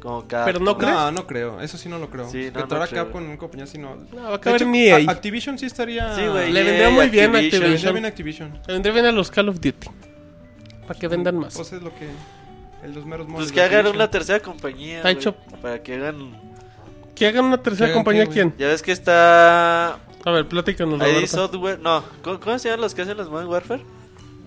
F: Como Capcom.
C: Pero no creo.
G: No, no creo. Eso sí no lo creo.
F: Sí, no,
G: que
F: no
G: entrara
F: creo.
G: Capcom en una compañía si no.
C: No, va a
G: De
C: caber
G: hecho,
C: mi
G: a-
C: EA.
G: Activision sí estaría.
F: Sí, güey.
C: Le
F: EA,
C: vendió muy bien a
F: Activision.
G: Vendría
C: Activision.
G: bien Activision.
C: Le vendrían a los Call of Duty. Para que vendan más.
G: Pues es lo que. el- Los meros monos
F: Pues
G: de
F: que hagan
G: Activision.
F: una tercera compañía.
C: Está
F: güey,
C: hecho.
F: para que hagan.
C: que hagan una tercera
G: ¿Qué hagan
C: compañía,
G: qué, güey?
C: ¿quién?
F: Ya ves que está.
C: A ver, platícanos,
F: ID
C: Roberto.
F: Software. No, ¿cómo, cómo se llaman los que hacen los Modern Warfare?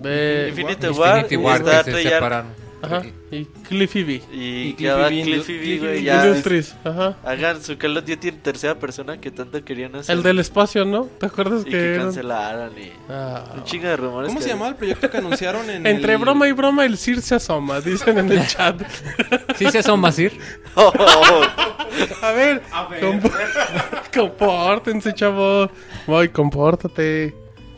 C: De...
F: Infinite War.
D: Infinity
F: y
D: War,
F: está
D: que se
F: Treyarch.
D: separaron.
C: Ajá. Y Cliffy B.
F: Y,
G: Y
F: que haga
G: Cliffy B,
F: Cliffy B,
G: Cliffy
F: güey.
G: B.
F: ya.
C: Industries. Ajá.
F: Hagan su Call of Duty en tercera persona que tanto querían hacer.
C: El del espacio, ¿no? ¿Te acuerdas
F: Y
C: que
F: que
C: eran?
F: cancelaron. Y...
C: Ah.
F: Un chingo de rumores.
G: ¿Cómo
F: que
G: se llamaba el proyecto que anunciaron en.
C: Entre
G: el-
C: broma y broma, el Sir se asoma, dicen en el chat.
D: ¿Sí se asoma, Sir?
F: Oh, oh, oh.
C: A ver, compo- compórtense, chavo. Voy, compórtate.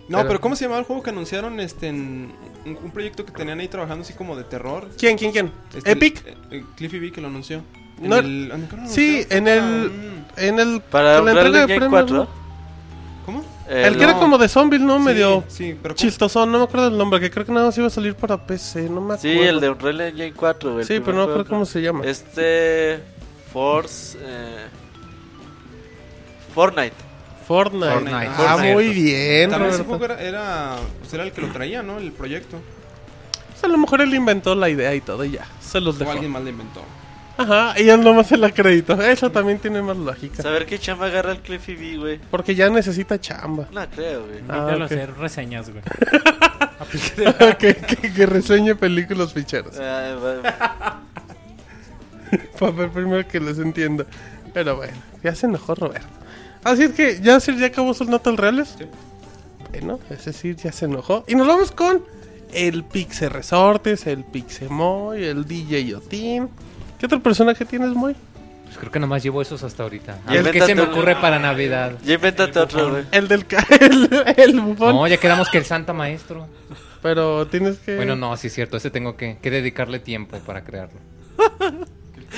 G: No, pero ¿cómo se llamaba el juego que anunciaron este, en un, un proyecto que tenían ahí trabajando así como de terror?
C: ¿Quién, quién, quién?
G: Este,
C: ¿Epic?
G: eh, eh, Cliffy B que lo anunció. En
C: No,
G: el- ¿en qué lo
C: Sí,
G: anunció?
C: en el.
G: Ah,
C: En el.
F: Para
C: con la entrega
F: Rally
C: de
F: Gen
C: premios,
F: 4.
C: ¿no?
G: mm. ¿Cómo?
F: eh,
C: El que era
G: no.
C: como de zombies, ¿no? Medio
G: Sí, sí, pero ¿cómo?
C: chistosón, no me acuerdo del nombre, que creo que nada más iba a salir para PC, no me acuerdo.
F: Sí, el de Unreal Engine 4, güey. el
C: Sí, pero
F: primer
C: no me
F: juego
C: acuerdo cómo se llama.
F: Este. Force. eh, Fortnite.
C: Fortnite.
D: Fortnite,
C: Ah,
D: Fortnite.
C: muy bien,
G: También ese
C: Roberto.
G: juego era, era, pues, era el que lo traía, ¿no? El proyecto.
C: Pues a lo mejor él inventó la idea y todo, y ya. Se
D: Pues
C: los
G: O
C: dejó.
G: alguien más lo inventó.
C: Ajá, y él nomás se la acreditó. Eso también tiene más lógica.
F: Saber qué chamba agarra el Cliffy B, güey.
C: Porque ya necesita chamba.
F: No creo, güey.
C: Ah,
E: Invítalo a
C: ok.
E: hacer reseñas, güey.
C: que, que, que reseñe películas ficheras.
F: Ah, va-
C: Para ver primero que les entienda. Pero bueno, ya se enojó Roberto. Así es que ya, se- ya acabó sus notas reales.
G: Sí.
C: Bueno, es decir, ya se enojó. Y nos vamos con el Pixe Resortes, el Pixemoy, el DJ Yotin. ¿Qué otro personaje tienes, Moy?
D: Pues creo que nomás llevo esos hasta ahorita.
F: Y
D: A ver qué
F: invéntate
D: se me
F: uno.
D: ocurre para Navidad.
F: Ya invéntate otro, güey.
C: El del ca- el, el bufón.
D: No, ya quedamos que el Santa Maestro.
C: Pero tienes que.
D: Bueno, no, sí es cierto. Ese tengo que, que dedicarle tiempo para crearlo.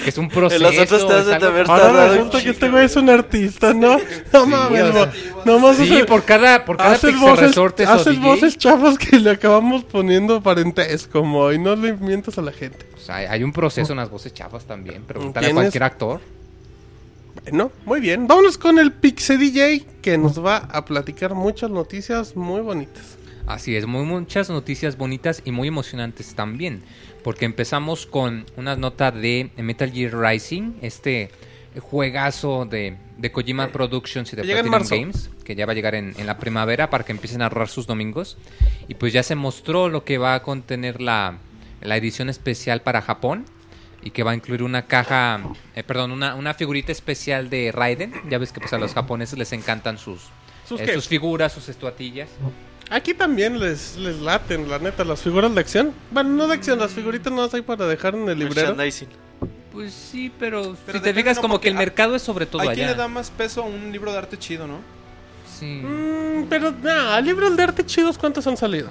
D: Que es un proceso.
F: En los otros te
D: es
F: has de
D: algo-
F: tener
C: Ahora
F: tardado
C: resulta
F: un
C: que
F: chingo.
C: este güey es un artista, ¿no? No mames,
D: o sea,
C: Mo. Nomás
D: Sí,
C: hace-
D: por cada, por cada
C: Haces
D: pixel
C: voces,
D: resortes o
C: haces
D: DJ,
C: voces chafas que le acabamos poniendo parentesco, Moy. No le mientas a la gente.
D: pues hay, hay un proceso en las voces chavas también. Preguntarle a
C: ¿Tienes?
D: cualquier actor.
C: Bueno, muy bien. Vámonos con el Pixe DJ que nos va a platicar muchas noticias muy bonitas.
D: Así es, muy muchas noticias bonitas y muy emocionantes también, porque empezamos con una nota de Metal Gear Rising, este juegazo de, de Kojima Productions y de
C: Que Eh, llega en
D: Platinum
C: marzo.
D: Games, que ya va a llegar en, en la primavera para que empiecen a ahorrar sus domingos. Y pues ya se mostró lo que va a contener la, la edición especial para Japón y que va a incluir una caja, eh, perdón, una, una figurita especial de Raiden. Ya ves que pues a los japoneses les encantan sus,
C: ¿Sus
D: eh,
C: qué?
D: sus figuras, sus estatuillas.
C: Aquí también les, les laten, la neta, las figuras de acción. Bueno, no de acción, las figuritas no las hay para dejar en el librero.
F: Merchandising.
D: Pues sí, pero,
G: Pero
D: si te
G: depende,
D: fijas
G: ¿no?
D: como
G: Porque
D: que el
G: a-
D: mercado es sobre todo
G: ¿A quién
D: allá.
G: le da más peso a un libro de arte chido, no?
D: Sí.
C: Mm, pero nada, libros de arte chidos, ¿cuántos han salido?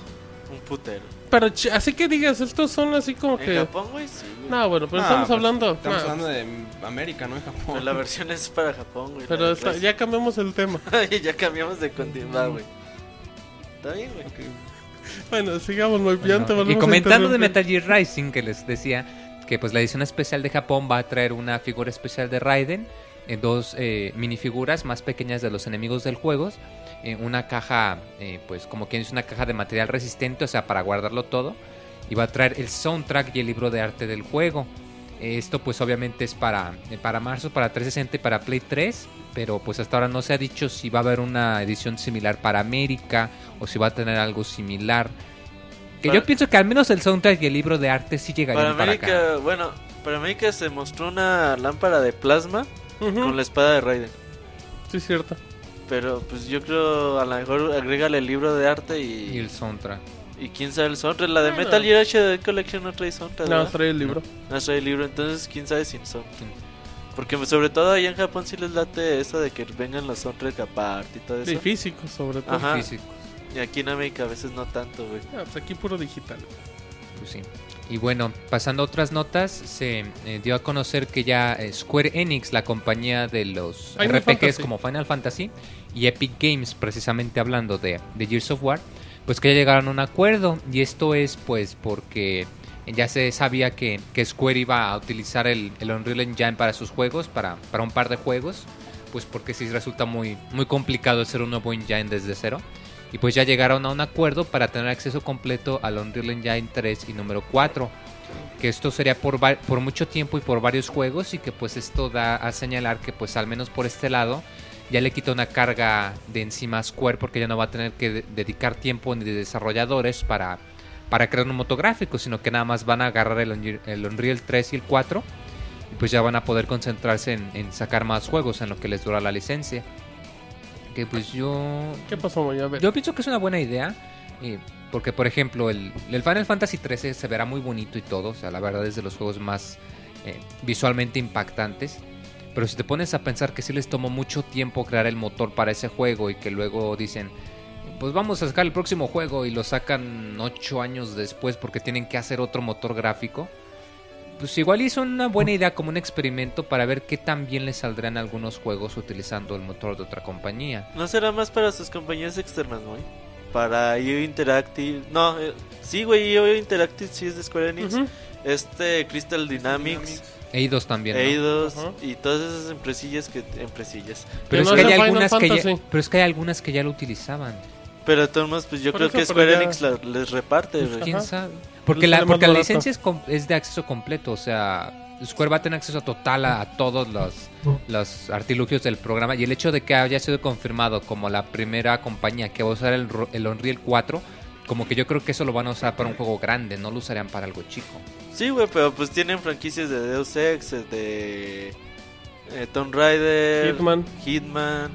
F: Un putero.
C: Pero ch- así que digas, estos son así como
F: En
C: que.
F: Japón, güey, sí. güey.
C: No, bueno, pero
G: Ah,
C: estamos
G: pues,
C: hablando.
G: Estamos
C: ah,
G: hablando de América, no de
F: Pero
G: Japón.
F: la versión es para Japón, güey.
C: Pero está- ya cambiamos el tema.
F: ya... ya cambiamos de continuidad, güey. Está bien, güey.
G: Ok.
C: Bueno, sigamos, muy bien,
D: Bueno,
C: te volvemos
D: y
C: a
D: comentando de
C: interrumpir.
D: Metal Gear Rising, que les decía que pues la edición especial de Japón va a traer una figura especial de Raiden, eh, dos eh, minifiguras más pequeñas de los enemigos del juego, eh, una caja, eh, pues como quien dice, una caja de material resistente, o sea, para guardarlo todo, y va a traer el soundtrack y el libro de arte del juego. Eh, Esto pues obviamente es para, eh, para marzo, para 360 y para Play 3, pero pues hasta ahora no se ha dicho si va a haber una edición similar para América o si va a tener algo similar. Que
F: Para-
D: yo pienso que al menos el soundtrack y el libro de arte sí
F: Para
D: llegarían para,
F: América, bueno, para América se mostró una lámpara de plasma
C: Ujú,
F: con la espada de Raiden.
C: Sí, es cierto.
F: Pero pues yo creo, a lo mejor agrégale el libro de arte
D: acá. Y el soundtrack.
F: ¿Y quién sabe el soundtrack? La de
C: Bueno.
F: Metal Gear HD Collection no trae soundtrack,
C: No,
F: ¿verdad?
C: trae el libro.
F: No trae el libro, entonces quién sabe sin soundtrack. Porque pues, sobre todo allá en Japón sí les late eso de que vengan los soundtracks aparte y todo eso.
C: Sí, físico, sobre todo.
F: Ajá.
D: Físico.
F: Y aquí en América a veces no tanto, güey.
C: Ah, pues aquí puro digital.
D: Pues sí. Y bueno, pasando a otras notas, se eh, dio a conocer que ya eh, Square Enix, la compañía de los
C: Final
D: RPGs
C: Fantasy.
D: como Final Fantasy y Epic Games, precisamente hablando de, de Gears of War, pues que ya llegaron a un acuerdo. Y esto es pues porque ya se sabía que, que Square iba a utilizar el, el Unreal Engine para sus juegos, para, para un par de juegos, pues porque sí resulta muy, muy complicado hacer un nuevo engine desde cero. Y pues ya llegaron a un acuerdo para tener acceso completo al Unreal Engine 3 y número 4. Que esto sería por, va- por mucho tiempo y por varios juegos y que pues esto da a señalar que pues al menos por este lado ya le quita una carga de encima a Square porque ya no va a tener que de- dedicar tiempo ni de desarrolladores para, para crear un motográfico, sino que nada más van a agarrar el, Unreal- el Unreal 3 y el 4 y pues ya van a poder concentrarse en, en sacar más juegos en lo que les dura la licencia. Que pues yo
C: ¿Qué pasó, Moy? A ver.
D: yo pienso que es una buena idea. eh, porque, por ejemplo, el, el Final Fantasy XIII se verá muy bonito y todo. O sea, la verdad es de los juegos más eh, visualmente impactantes. Pero si te pones a pensar que sí les tomó mucho tiempo crear el motor para ese juego y que luego dicen, pues vamos a sacar el próximo juego y lo sacan ocho años después porque tienen que hacer otro motor gráfico. Pues igual hizo una buena idea como un experimento para ver qué tan bien les saldrán algunos juegos utilizando el motor de otra compañía.
F: ¿No será más para sus compañías externas, güey? Para IO Interactive. No, eh, sí, güey, IO Interactive sí es de Square Enix.
C: Ujú.
F: Este Crystal Dynamics,
D: Eidos E también.
F: E
D: ¿no?
F: Eidos
C: Ajá.
F: y todas esas empresillas que... Empresillas.
D: Pero,
C: Que
D: es
C: no
D: que
C: sea
D: hay
C: Final
D: algunas que ya,
C: Fantasy.
D: pero es que hay algunas que ya lo utilizaban.
F: Pero de todos modos, pues yo
C: Por
F: creo
C: eso,
F: que
C: pero
F: Square
C: ya-
F: Enix la- les reparte,
C: Pues,
F: güey.
D: ¿Quién
C: Ajá.
D: sabe?
C: Le
D: Porque la,
C: sale
D: porque
C: más
D: la
C: barato.
D: licencia es, com- es de acceso completo. O sea, Square va a tener acceso total a, a todos los, los artilugios del programa. Y el hecho de que haya sido confirmado como la primera compañía que va a usar el, ro- el Unreal 4, como que yo creo que eso lo van a usar para un juego grande, no lo usarían para algo chico.
F: Sí, güey, pero pues tienen franquicias de Deus Ex, eh, de eh, Tomb Raider,
C: Hitman.
F: Hitman.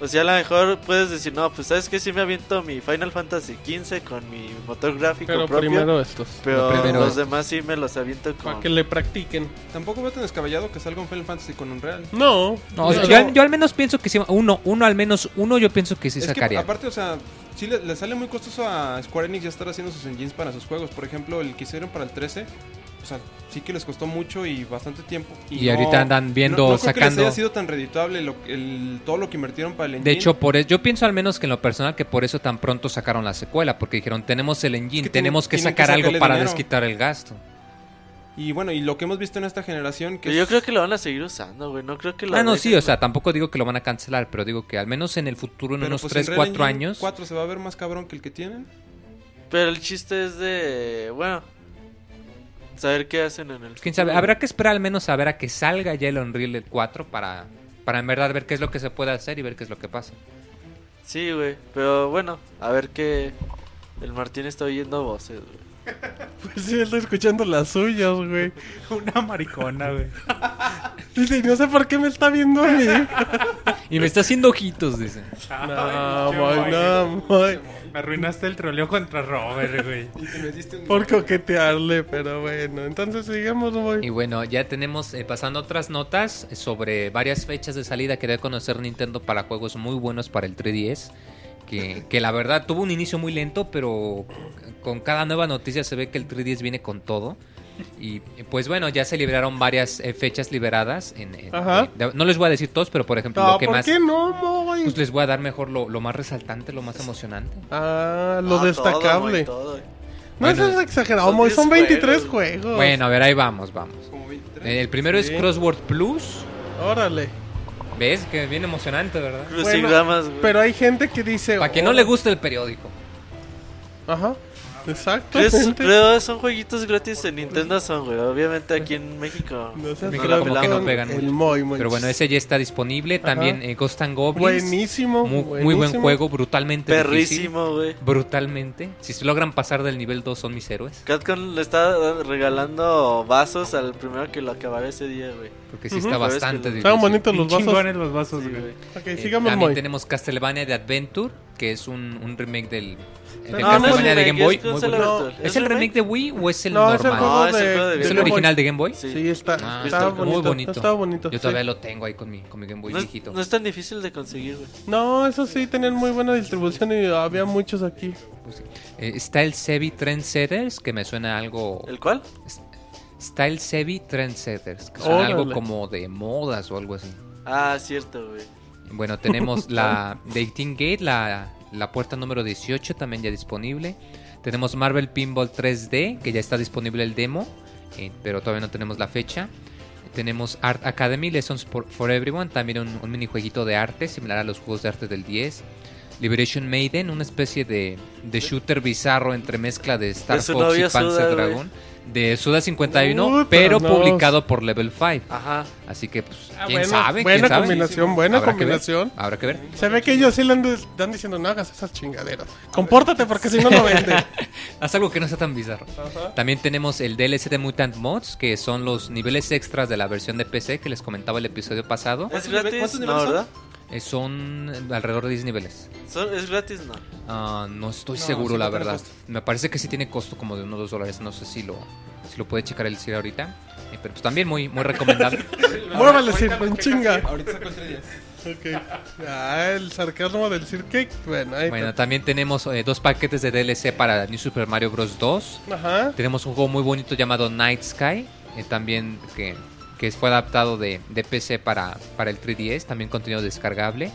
F: O sea, a lo mejor puedes decir, no, pues sabes que sí me aviento mi Final Fantasy XV con mi motor gráfico
C: Pero
F: propio.
C: primero estos.
F: Pero
D: Lo primero
F: los
D: es-
F: demás sí me los aviento con...
C: Para que le practiquen.
G: Tampoco veo tan descabellado que salga un Final Fantasy con un real.
C: No.
D: No, o sea,
C: no.
D: yo, al- yo al menos pienso que sí, uno, uno al menos, uno yo pienso que sí
G: es que
D: sacaría.
G: aparte, o sea, sí le, le sale muy costoso a Square Enix ya estar haciendo sus engines para sus juegos. Por ejemplo, el que hicieron para el 13, o sea, sí que les costó mucho y bastante tiempo.
D: Y ahorita andan viendo,
G: no, no creo que
D: sacando-
G: les haya sido tan redituable lo- el- todo lo que invirtieron para el
D: De
G: engine.
D: hecho, por e- yo pienso al menos que en lo personal que por eso tan pronto sacaron la secuela, porque dijeron, tenemos el engine,
G: que tienen-
D: tenemos que
G: tienen que
D: sacar algo
G: sacarle
D: para
G: dinero".
D: desquitar el gasto.
G: y bueno, y lo que hemos visto en esta generación, que
F: Pero yo
G: es-
F: creo que lo van a seguir usando, güey. No creo que lo
D: Ah, no,
F: dejen,
D: sí, o
F: güey.
D: sea, tampoco digo que lo van a cancelar, pero digo que al menos en el futuro, en
G: pero,
D: unos
G: pues,
D: 3,
G: en Real
D: 4
G: Engine
D: años,
G: 4 se va a ver más cabrón que el que tienen.
F: Pero el chiste es de... Bueno. Saber qué hacen en el...
D: quién sabe,
F: futuro.
D: habrá que esperar al menos a ver a que salga ya el Unreal 4 para, para en verdad ver qué es lo que se puede hacer y ver qué es lo que pasa.
F: Sí, güey. Pero bueno, a ver qué... El Martín está oyendo voces, güey.
C: Pues sí, él está escuchando las suyas, güey.
E: Una maricona, güey.
C: Dice, no sé por qué me está viendo a mí.
D: Y me está haciendo ojitos, dice.
C: No,
E: Ay,
C: boy, no, boy.
E: Me arruinaste el troleo contra Robert, güey.
C: Por coquetearle, pero bueno. Entonces sigamos,
D: Y
C: boy.
D: bueno, ya tenemos eh, pasando otras notas sobre varias fechas de salida que debe conocer Nintendo para juegos muy buenos para el 3DS. Que que, que la verdad tuvo un inicio muy lento, pero con cada nueva noticia se ve que el 3DS viene con todo. Y pues bueno, ya se liberaron varias eh, fechas liberadas. En, en- eh,
C: Ajá.
D: de- no les voy a decir todos, pero por ejemplo,
C: Ah,
D: lo que
C: ¿por
D: más.
C: qué no, Moy?
D: Pues les voy a dar mejor lo, lo más resaltante, lo más emocionante.
C: Ah, lo
F: No, todo,
C: destacable.
F: güey, todo.
C: No, eso
D: Bueno,
C: es exagerado,
F: son
C: Moy. Son
F: 10
C: 23
F: juegos.
C: juegos.
D: Bueno, a ver, ahí vamos, vamos.
G: Como 23.
D: El primero es
C: Sí.
D: Crossword Plus.
C: Órale.
D: ¿Ves? Que bien emocionante, ¿verdad?
F: Crucigramas, güey.
C: Pero hay gente que dice.
D: Para que
C: oh,
D: no le guste el periódico.
C: Ajá. Exacto.
F: Es- creo son jueguitos gratis en Nintendo son, güey. Obviamente aquí en México.
C: No seas
D: Como
F: la
C: crabón,
D: que no
F: pelamos.
D: pegan
C: el
D: mucho.
C: Moy, Moy.
D: Pero bueno, ese ya está disponible. También
C: Ajá.
D: eh, Ghost and Goblins.
C: Buenísimo.
D: Muy, muy
C: buenísimo.
D: buen juego, brutalmente difícil.
F: Perrísimo, güey.
D: Brutalmente. Si se logran pasar del nivel 2 son mis héroes.
F: Catcon le está regalando vasos al primero que lo acabara ese día, güey.
D: Porque sí
C: Ujú.
D: está
F: Pero es que
D: bastante
F: no.
D: difícil.
C: Estaban bonitos
E: Bien
C: los vasos.
E: chingones los vasos,
F: Sí,
E: güey.
F: güey.
C: Ok,
D: Eh,
C: sigamos,
D: también
C: Moy.
D: tenemos Castlevania de Adventure, que es un, un remake del de
C: No, no es
D: Castlevania de
F: remake,
D: Game Boy.
F: es
D: Muy
F: un
D: bueno.
F: solo-
D: ¿Es, el remake de Wii o es el
C: No, es el
D: normal?
C: juego
F: No, Ah, es el
C: de-
F: juego de
C: de
D: ¿Es el
F: Game Boy.
D: original de Game Boy?
F: Sí.
C: Sí, está,
D: Ah,
C: estaba
F: está
D: muy
C: bonito.
D: bonito.
C: Estaba bonito.
D: Yo
C: sí.
D: todavía lo tengo ahí con mi, con mi Game Boy
F: No es,
D: viejito.
F: no es tan difícil de conseguir, güey.
C: No, eso sí, tenían muy buena distribución y había muchos aquí.
D: Eh, está el Sebi Trendsetters, que me suena algo...
F: ¿El cual?
D: Está el Sebi Trendsetters, que suena algo
C: Órale.
D: como de modas o algo así.
F: Ah, cierto, güey.
D: Bueno, tenemos la de 18 Gate, la, la puerta número 18 también ya disponible. Tenemos Marvel Pinball 3D, que ya está disponible el demo, eh, pero todavía no tenemos la fecha. Tenemos Art Academy, Lessons for, for Everyone, también un, un minijueguito de arte, similar a los juegos de arte del 10. Liberation Maiden, una especie de, de shooter bizarro entre mezcla de Star
F: De su
D: Fox y
F: novio
D: Panzer
F: Suda, güey.
D: Dragon. De Suda 51,
C: Puta,
D: pero
C: no.
D: publicado por Level 5.
F: Ajá.
D: Así que, pues,
C: Ah,
D: quién
C: bueno,
D: sabe.
C: buena
D: ¿Quién sabe?
C: combinación, buena
D: Habrá que ver,
C: combinación.
D: Habrá que ver.
C: Se ve que ellos sí le andan- están diciendo, no hagas esas chingaderas. Compórtate porque si no, no vende.
D: Haz algo que no sea tan bizarro. También tenemos el DLC de Mutant Mods, que son los niveles extras de la versión de PC que les comentaba el episodio pasado.
F: ¿Es
G: ¿Cuántos nive-
F: gratis?
G: cuántos
F: No,
G: niveles son?
F: ¿verdad?
D: Eh, son alrededor de 10 niveles.
F: Son- ¿Es gratis? No.
D: Ah, no estoy
G: No,
D: seguro,
G: sí
D: la
G: no tiene
D: verdad.
G: costo.
D: Me parece que sí tiene costo como de unos 2 dólares. No sé si lo, si lo puede checar el CIR ahorita. Eh, pero pues también muy, muy recomendable.
C: Muévale, Sir, con chinga.
G: Ahorita sacó el 3DS.
C: Ok. Ah, el sarcasmo del Sir Cake. Bueno, ahí
D: bueno,
C: está.
D: también tenemos eh, dos paquetes de DLC para New Super Mario Bros. 2.
C: Ajá.
D: Tenemos un juego muy bonito llamado Night Sky, eh, también que, que fue adaptado de, de PC para, para el 3DS, también contenido descargable.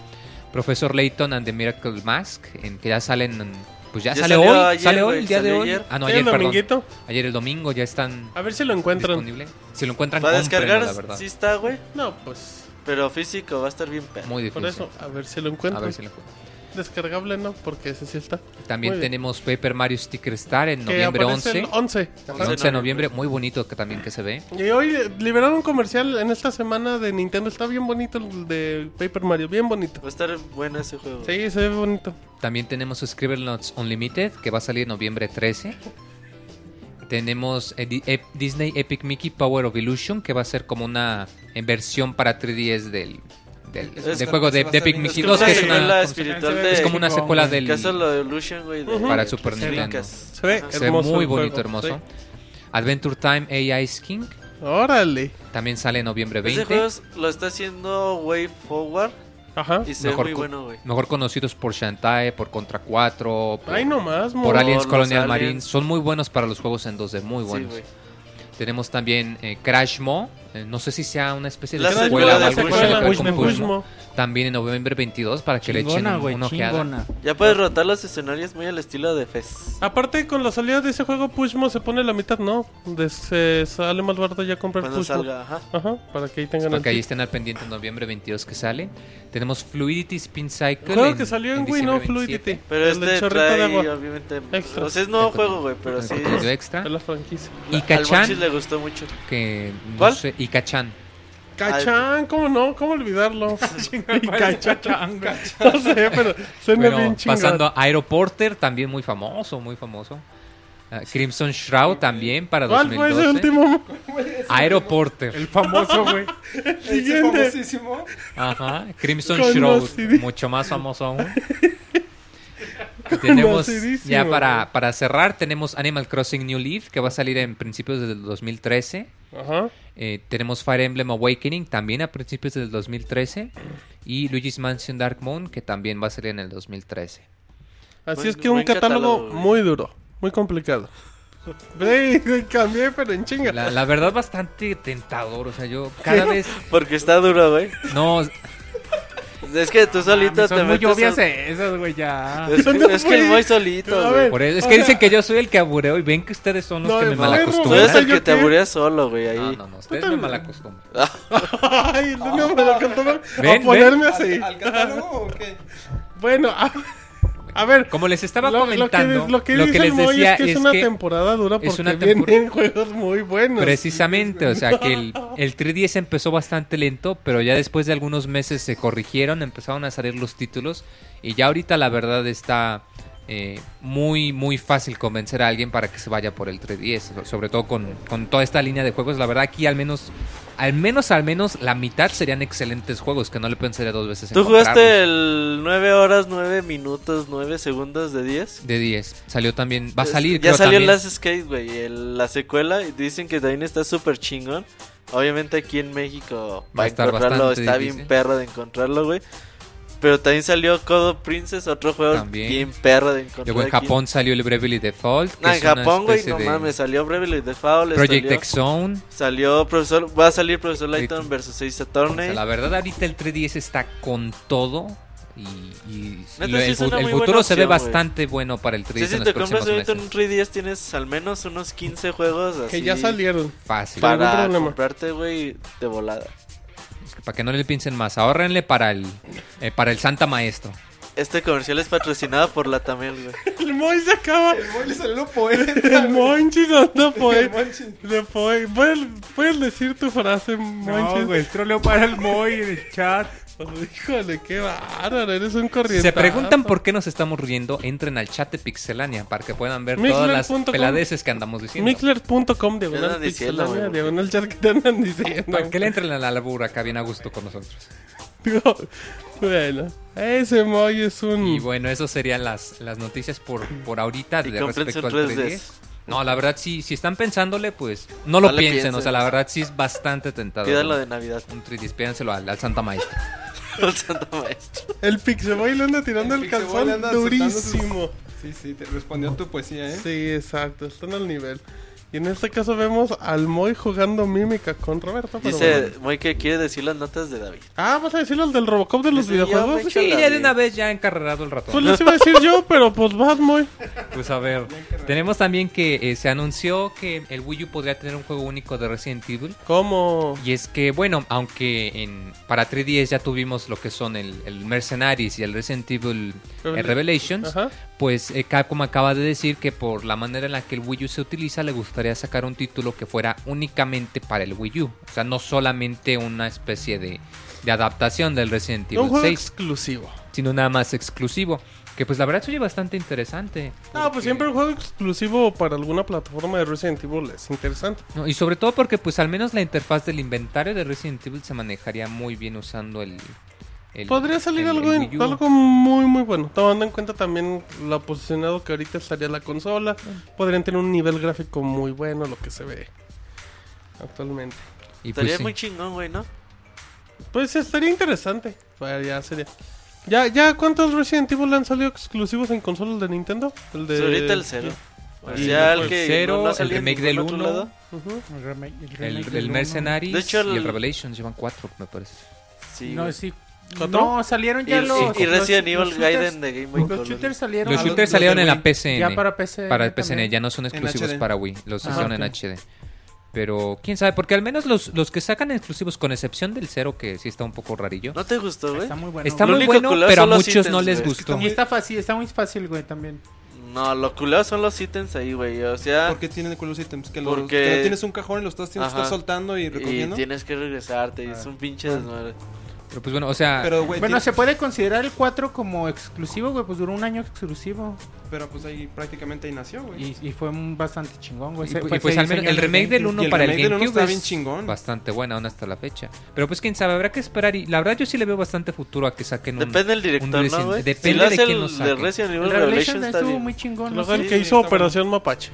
D: Profesor Layton and the Miracle Mask, en que ya salen, en- pues ya,
F: Ya
D: sale
F: salió
D: hoy,
F: ayer,
D: sale hoy
F: güey,
D: el día de
F: salió
D: hoy.
F: ayer.
D: Ah, no,
C: Sí,
D: ayer,
C: el
D: perdón.
C: dominguito. Ah,
D: Ayer el domingo ya están
C: A ver si lo encuentran.
D: disponibles. Si lo encuentran,
F: Para
D: cómprenlo,
F: descargar,
D: la verdad.
F: sí está, güey.
C: No, pues.
F: Pero físico va a estar bien perro.
D: Muy difícil.
C: Por eso, a ver si lo
D: A
C: encuentran.
D: ver si lo encuentran.
C: Descargable no, porque ese sí está.
D: También
C: Muy bien.
D: tenemos Paper Mario Sticker Star en
C: Que
D: noviembre
C: aparece
D: 11.
C: el 11.
D: El 11 de noviembre, muy bonito que también que se ve.
C: Y hoy eh, liberaron un comercial en esta semana de Nintendo. Está bien bonito el de Paper Mario, bien bonito.
F: Va a estar bueno ese juego.
C: Sí, se ve bonito.
D: También tenemos Scribblenauts Unlimited, que va a salir noviembre 13. Tenemos eh, Di- Ep- Disney Epic Mickey Power of Illusion, que va a ser como una eh, versión para 3DS del, del,
G: Es
D: del
G: que
D: juego de,
G: se va a
D: de
G: hacer
D: Epic
G: bien.
D: Mickey
F: Es
D: 2,
F: como
D: que es
F: una secuela
D: una,
F: espiritual
E: se ve-
F: de...
D: es como una
E: Capcom,
D: secuela
E: que
D: del...
F: Caso lo de Illusion, güey. de-
D: Para Super
F: Lucas.
D: Nintendo.
C: Se ve
D: Se ve
C: hermoso.
D: muy
C: el juego,
D: bonito, hermoso.
C: sí.
D: Adventure Time AI King,
C: Órale.
D: también sale noviembre
F: Ese
D: 20.
F: juego es- lo está haciendo Way Forward
C: Ajá.
F: y se
D: Mejor
F: ve muy
D: co-
F: bueno, güey.
D: Mejor conocidos por Shantae, por Contra 4, por,
C: Ay, nomás, mo.
D: por Aliens
F: los
D: Colonial
F: aliens.
D: Marines. Son muy buenos para los juegos en 2D, muy
F: Sí,
D: buenos.
F: güey.
D: Tenemos también eh, Crash Mo. eh, no sé si sea una especie de
F: La
C: secuela
F: de
D: o algo que
F: Pushmo,
D: tenga que ver
C: Pushmo,
D: con Pushmo.
C: Pushmo.
D: También en noviembre 22 para que le
E: Chingona,
D: echen un-
E: güey,
D: una ojeada.
E: chingona.
F: Ya puedes rotar los escenarios muy al estilo de Fez.
C: Aparte, con la salida de ese juego, Pushmo se pone la mitad, ¿no? Des- se sale más barato ya comprar
F: Cuando
C: Pushmo.
F: salga, ajá.
C: Ajá, para que ahí tengan
D: Para que ahí
C: el...
D: estén al pendiente en noviembre 22 que sale. Tenemos Fluidity Spin Cycle.
C: Juego
D: en-
C: que salió en Wii,
D: diciembre
C: ¿no?
D: 27,
C: Fluidity.
F: Pero
C: el del
F: este
C: chorrito de
F: trae,
C: agua.
F: obviamente.
C: Extra.
F: O sea, es nuevo
D: Con-
F: julo, güey, pero
D: con
F: sí.
D: contenido extra.
C: Es la franquicia.
D: Y
F: Al Monchis
D: Kachan,
F: le gustó mucho.
D: que no
F: ¿Cuál?
D: sé, y Kachan.
C: Cachán, ¿cómo no? ¿Cómo olvidarlo?
E: Me parece chachán, güey.
C: no sé, pero suena
D: Bueno,
C: bien chingón.
D: pasando a Aeroporter, también muy famoso, muy famoso. Ah, Crimson Shroud también para
C: ¿Cuál
D: 2012.
C: fue ese último?
D: Aeroporter.
E: El famoso, güey.
G: Ese
C: Siguiente.
G: famosísimo.
D: Ajá, Crimson
C: Conocidí-
D: Shroud, mucho más famoso aún. Y tenemos
C: Conocidísimo,
D: ya
C: güey.
D: para, para cerrar tenemos Animal Crossing New Leaf que va a salir en principios del 2013.
C: Ajá.
D: Eh, tenemos Fire Emblem Awakening también a principios del 2013 y Luigi's Mansion Dark Moon que también va a salir en el 2013.
C: Así
F: Buen-
C: es que un
F: buen
C: catálogo,
F: catálogo, güey.
C: muy duro, muy complicado. Güey, güey, cambié, pero en chinga.
D: La, la verdad, bastante tentador. O sea, yo cada vez.
F: Porque está duro, güey.
D: No,
F: Es que
D: Ah,
F: tú solito
E: Son
F: Ah, te
E: muy
F: metes.
E: obvias
F: a-
D: eh.
E: esas, güey, ya.
F: Es,
C: Yo no
F: que- es que el
C: fui.
F: muy solito,
C: A
F: güey.
C: ver,
D: por eso. Es
C: o
D: que
C: sea,
D: dicen que yo soy el que abureo y ven que ustedes son los
C: No,
D: que
C: de
D: me
C: perro,
F: Tú eres
D: malacostumbran. Ah,
F: el
C: ¿Yo
F: que te
C: qué?
F: aburreas solo, güey, ahí.
D: No, no, no. Ustedes
C: Tú
D: me
C: también.
D: malacostumbran.
C: Ay, no me lo acostumbro
D: Ven,
C: a ponerme así.
G: ¿Al, al catálogo o qué?
C: Bueno, a, a ver.
D: Como les estaba
C: lo- lo que
D: comentando,
C: des- lo que, les decía es que es, una temporada dura
D: es
C: porque
D: una tempor-
C: vienen juegos muy buenos.
D: Precisamente, o sea que el, el 3DS empezó bastante lento, pero ya después de algunos meses se corrigieron, empezaron a salir los títulos y ya ahorita la verdad está eh, muy muy fácil convencer a alguien para que se vaya por el 3DS, so- sobre todo con, con toda esta línea de juegos. La verdad aquí al menos, al menos, al menos la mitad serían excelentes juegos que no le pensaría dos veces. en
F: ¿Tú jugaste
D: comprarlos.
F: el 9 horas, 9 minutos, 9 segundos de 10?
D: pues, de 10? Salió también, va a
F: Es-
D: salir.
F: Eh, Ya
D: creo,
F: salió el
D: también.
F: Last Skate, güey, el- la secuela. Y dicen que también está súper chingón. Obviamente aquí en
D: Va
F: México
D: a
F: para
D: estar
F: encontrarlo
D: bastante
F: está
D: difícil.
F: bien perro de encontrarlo, güey. Pero también salió Codo Princess, otro juego
D: También.
F: bien perro de encontrar.
D: Luego en
F: aquí.
D: Japón salió el Bravely Default. que
F: No, en
D: es una
F: Japón, güey,
D: especie
F: no
D: de
F: mames, salió Bravely Default,
D: Project
F: salió,
D: X Zone.
F: salió profesor, va a salir Profesor Layton
D: Layton.
F: versus 6
D: O sea,
F: Attorney.
D: la verdad, ahorita el 3DS está con todo. Y, y
F: Neta,
D: lo-
F: sí
D: el,
F: es
D: fu-
F: una
D: el
F: muy buena
D: futuro se ve
F: opción, güey.
D: bastante bueno para el 3DS
F: Sí, si
D: en
F: te
D: los
F: compras
D: próximos
F: ahorita un
D: meses.
F: 3DS tienes al menos unos 15 juegos así.
C: que ya salieron.
D: Fácil.
C: ningún
F: Para
C: problema.
F: comprarte, güey, de volada.
D: Es que Para que no le piensen más. Ahorrenle para el, eh, para el Santa Maestro.
F: Este comercial es patrocinado por la Tamel, güey.
C: El Moy se acaba.
G: El boy le salió poeta.
C: El Monchis anda
G: El
C: poeta.
G: Monchis.
C: De poe- ¿Puedes, puedes decir tu frase, Monchis?
E: No, güey, es troleo para el Moy en el chat.
C: Híjole, qué bárbaro, eres un corriente.
D: Se preguntan por qué nos estamos riendo. Entren al chat de Pixelania para que puedan ver todas las
C: Mixler.com.
D: peladeces que andamos diciendo.
C: Mixler.com diagonal
F: andan diciendo,
C: pixelania,
F: güey?
C: diagonal chat que te andan diciendo.
D: Para que le entren a la labura acá bien a gusto con nosotros.
C: Digo, bueno, ese Moy es un.
D: Y bueno, eso serían las, las noticias por, por ahorita
F: Mm. Y
D: de
F: cómprense
D: respecto
F: un
D: al
F: 3DS.
D: 3DS. No, la verdad, sí, si están pensándole, pues no lo
F: No le
D: piensen. O
F: piensen.
D: sea, la verdad, sí es bastante tentador.
F: Pídalo de Navidad.
D: Un 3DS, pídanselo al, al Santa Maestro.
F: Al Santo Maestro.
C: El Pixelboy le anda tirando el,
G: Pixel Boy le
C: calzón
G: anda
C: durísimo.
G: soltando sus- Sí, sí, te respondió tu poesía, ¿eh?
C: Sí, exacto, están al nivel. Y en este caso vemos al Moy jugando mímica con Roberto. pero
F: Dice
C: bueno.
F: Moy que quiere decir las notas de David.
C: Ah, ¿vas a decir los del Robocop de los
F: Dice, Pues "Yo
C: videojuegos?
F: me
D: Pues Sí,
F: Échala,
D: ya de una
F: güey.
D: vez ya encarrerado el ratón.
C: Pues les iba a decir yo, pero pues vas, Moy.
D: Pues a ver. Tenemos también que eh, se anunció que el Wii U podría tener un juego único de Resident Evil.
C: ¿Cómo?
D: Y es que, bueno, aunque en, para 3DS ya tuvimos lo que son el, el Mercenaries y el Resident Evil eh,
C: Revela-
D: Revelations,
C: Ajá.
D: pues eh, Capcom acaba de decir que por la manera en la que el Wii U se utiliza, le gustaría sacar un título que fuera únicamente para el Wii U. O sea, no solamente una especie de, de adaptación del Resident Evil
C: Un juego
D: 6,
C: exclusivo.
D: sino nada más exclusivo. Que pues la verdad se oye bastante interesante.
C: Ah,
D: porque-
C: pues siempre un juego exclusivo para alguna plataforma de Resident Evil es interesante.
D: No, y sobre todo porque pues al menos la interfaz del inventario de Resident Evil se manejaría muy bien usando el... el-
C: Podría salir
D: el- el
C: algo, en-
D: Wii U.
C: algo muy, muy bueno. Tomando en cuenta también lo posicionado que ahorita estaría la consola.
D: Mm.
C: Podrían tener un nivel gráfico muy bueno, lo que se ve actualmente.
D: Y pues,
F: Estaría
D: sí.
F: muy chingón, güey, ¿no?
C: Pues estaría interesante. Bueno, ya sería. ¿Ya, ya cuántos Resident Evil han salido exclusivos en consolas de Nintendo? El de...
F: Ahorita el 0. O
C: Y pues
F: sea,
C: el
F: el que
D: cero,
F: no, no
D: el
F: salió en
D: remake del
F: ningún otro
D: uno.
F: lado.
C: Ujú.
E: El, remake- el
D: El,
E: remake
D: el
E: del uno.
D: Mercenaries
F: De hecho, el-
D: y el Revelations llevan cuatro, me parece.
F: Sí,
E: No,
F: güey.
E: sí.
C: ¿Cuatro?
E: No, salieron
F: Y,
E: ya
F: y-
E: los.
F: y Resident
E: los- los
F: Evil Gaiden
E: shooters-
F: de Game Boy
E: Los
F: Color.
E: shooters salieron.
D: Los
E: Ah,
D: shooters
E: de
D: salieron en la
E: Wii.
D: PSN.
E: Ya para PSN.
D: Para el
E: también.
D: PCN ya no son exclusivos
G: HD.
D: para Wii, los
E: Ah,
D: hicieron
E: ok.
D: en HD. Pero quién sabe, porque al menos los, los que sacan exclusivos, con excepción del cero, que sí está un poco rarillo,
F: ¿No te gustó, güey?
E: Está muy bueno.
D: está
E: güey.
F: Lo
D: muy
F: único
D: bueno,
F: culero
D: pero a
F: son los
D: muchos no
F: ítems,
D: les
F: güey. Es que
D: gustó.
E: Y está fácil, está muy fácil, güey, también.
F: No, lo culero son los ítems ahí, güey. O sea,
G: ¿Por qué tienen con los ítems? Que, los,
F: Ah. Porque-
G: que no tienes un cajón y los estás, tienes que
F: Ajá.
G: estar soltando y
F: y
G: recogiendo.
F: tienes que regresarte. Y es un pinche desmadre.
D: Pero pues bueno, o sea,
G: Pero, güey,
E: Bueno,
G: ti-
E: se puede considerar el 4 como exclusivo, güey, pues duró un año exclusivo.
G: pero pues ahí prácticamente ahí nació, güey.
E: Y, y fue un bastante chingón, güey.
D: y,
E: Se-
D: pu- y,
E: fue-
D: pues
E: se
D: al menos
E: diseñó
D: el
E: en
D: remake del
E: GameCube.
D: 1
G: Y el
D: para el
G: remake del uno
D: GameCube
G: está
D: es
G: bien chingón.
D: bastante bueno aún hasta la fecha. Pero pues quién sabe, habrá que esperar y la verdad yo sí le veo bastante futuro a que saquen un...
F: Depende del director,
D: Resident-
F: ¿no, güey?
D: depende
F: si lo
D: de
F: hace
D: quién
F: el
D: lo
F: de
D: saque.
F: Resident
E: El
F: Evil
E: Revelation
F: Revelation está
E: estuvo
F: bien.
E: muy chingón.
C: Luego
E: ¿no?
C: el
E: Sí.
C: que
G: sí,
C: hizo
G: está
C: Operación Mapache.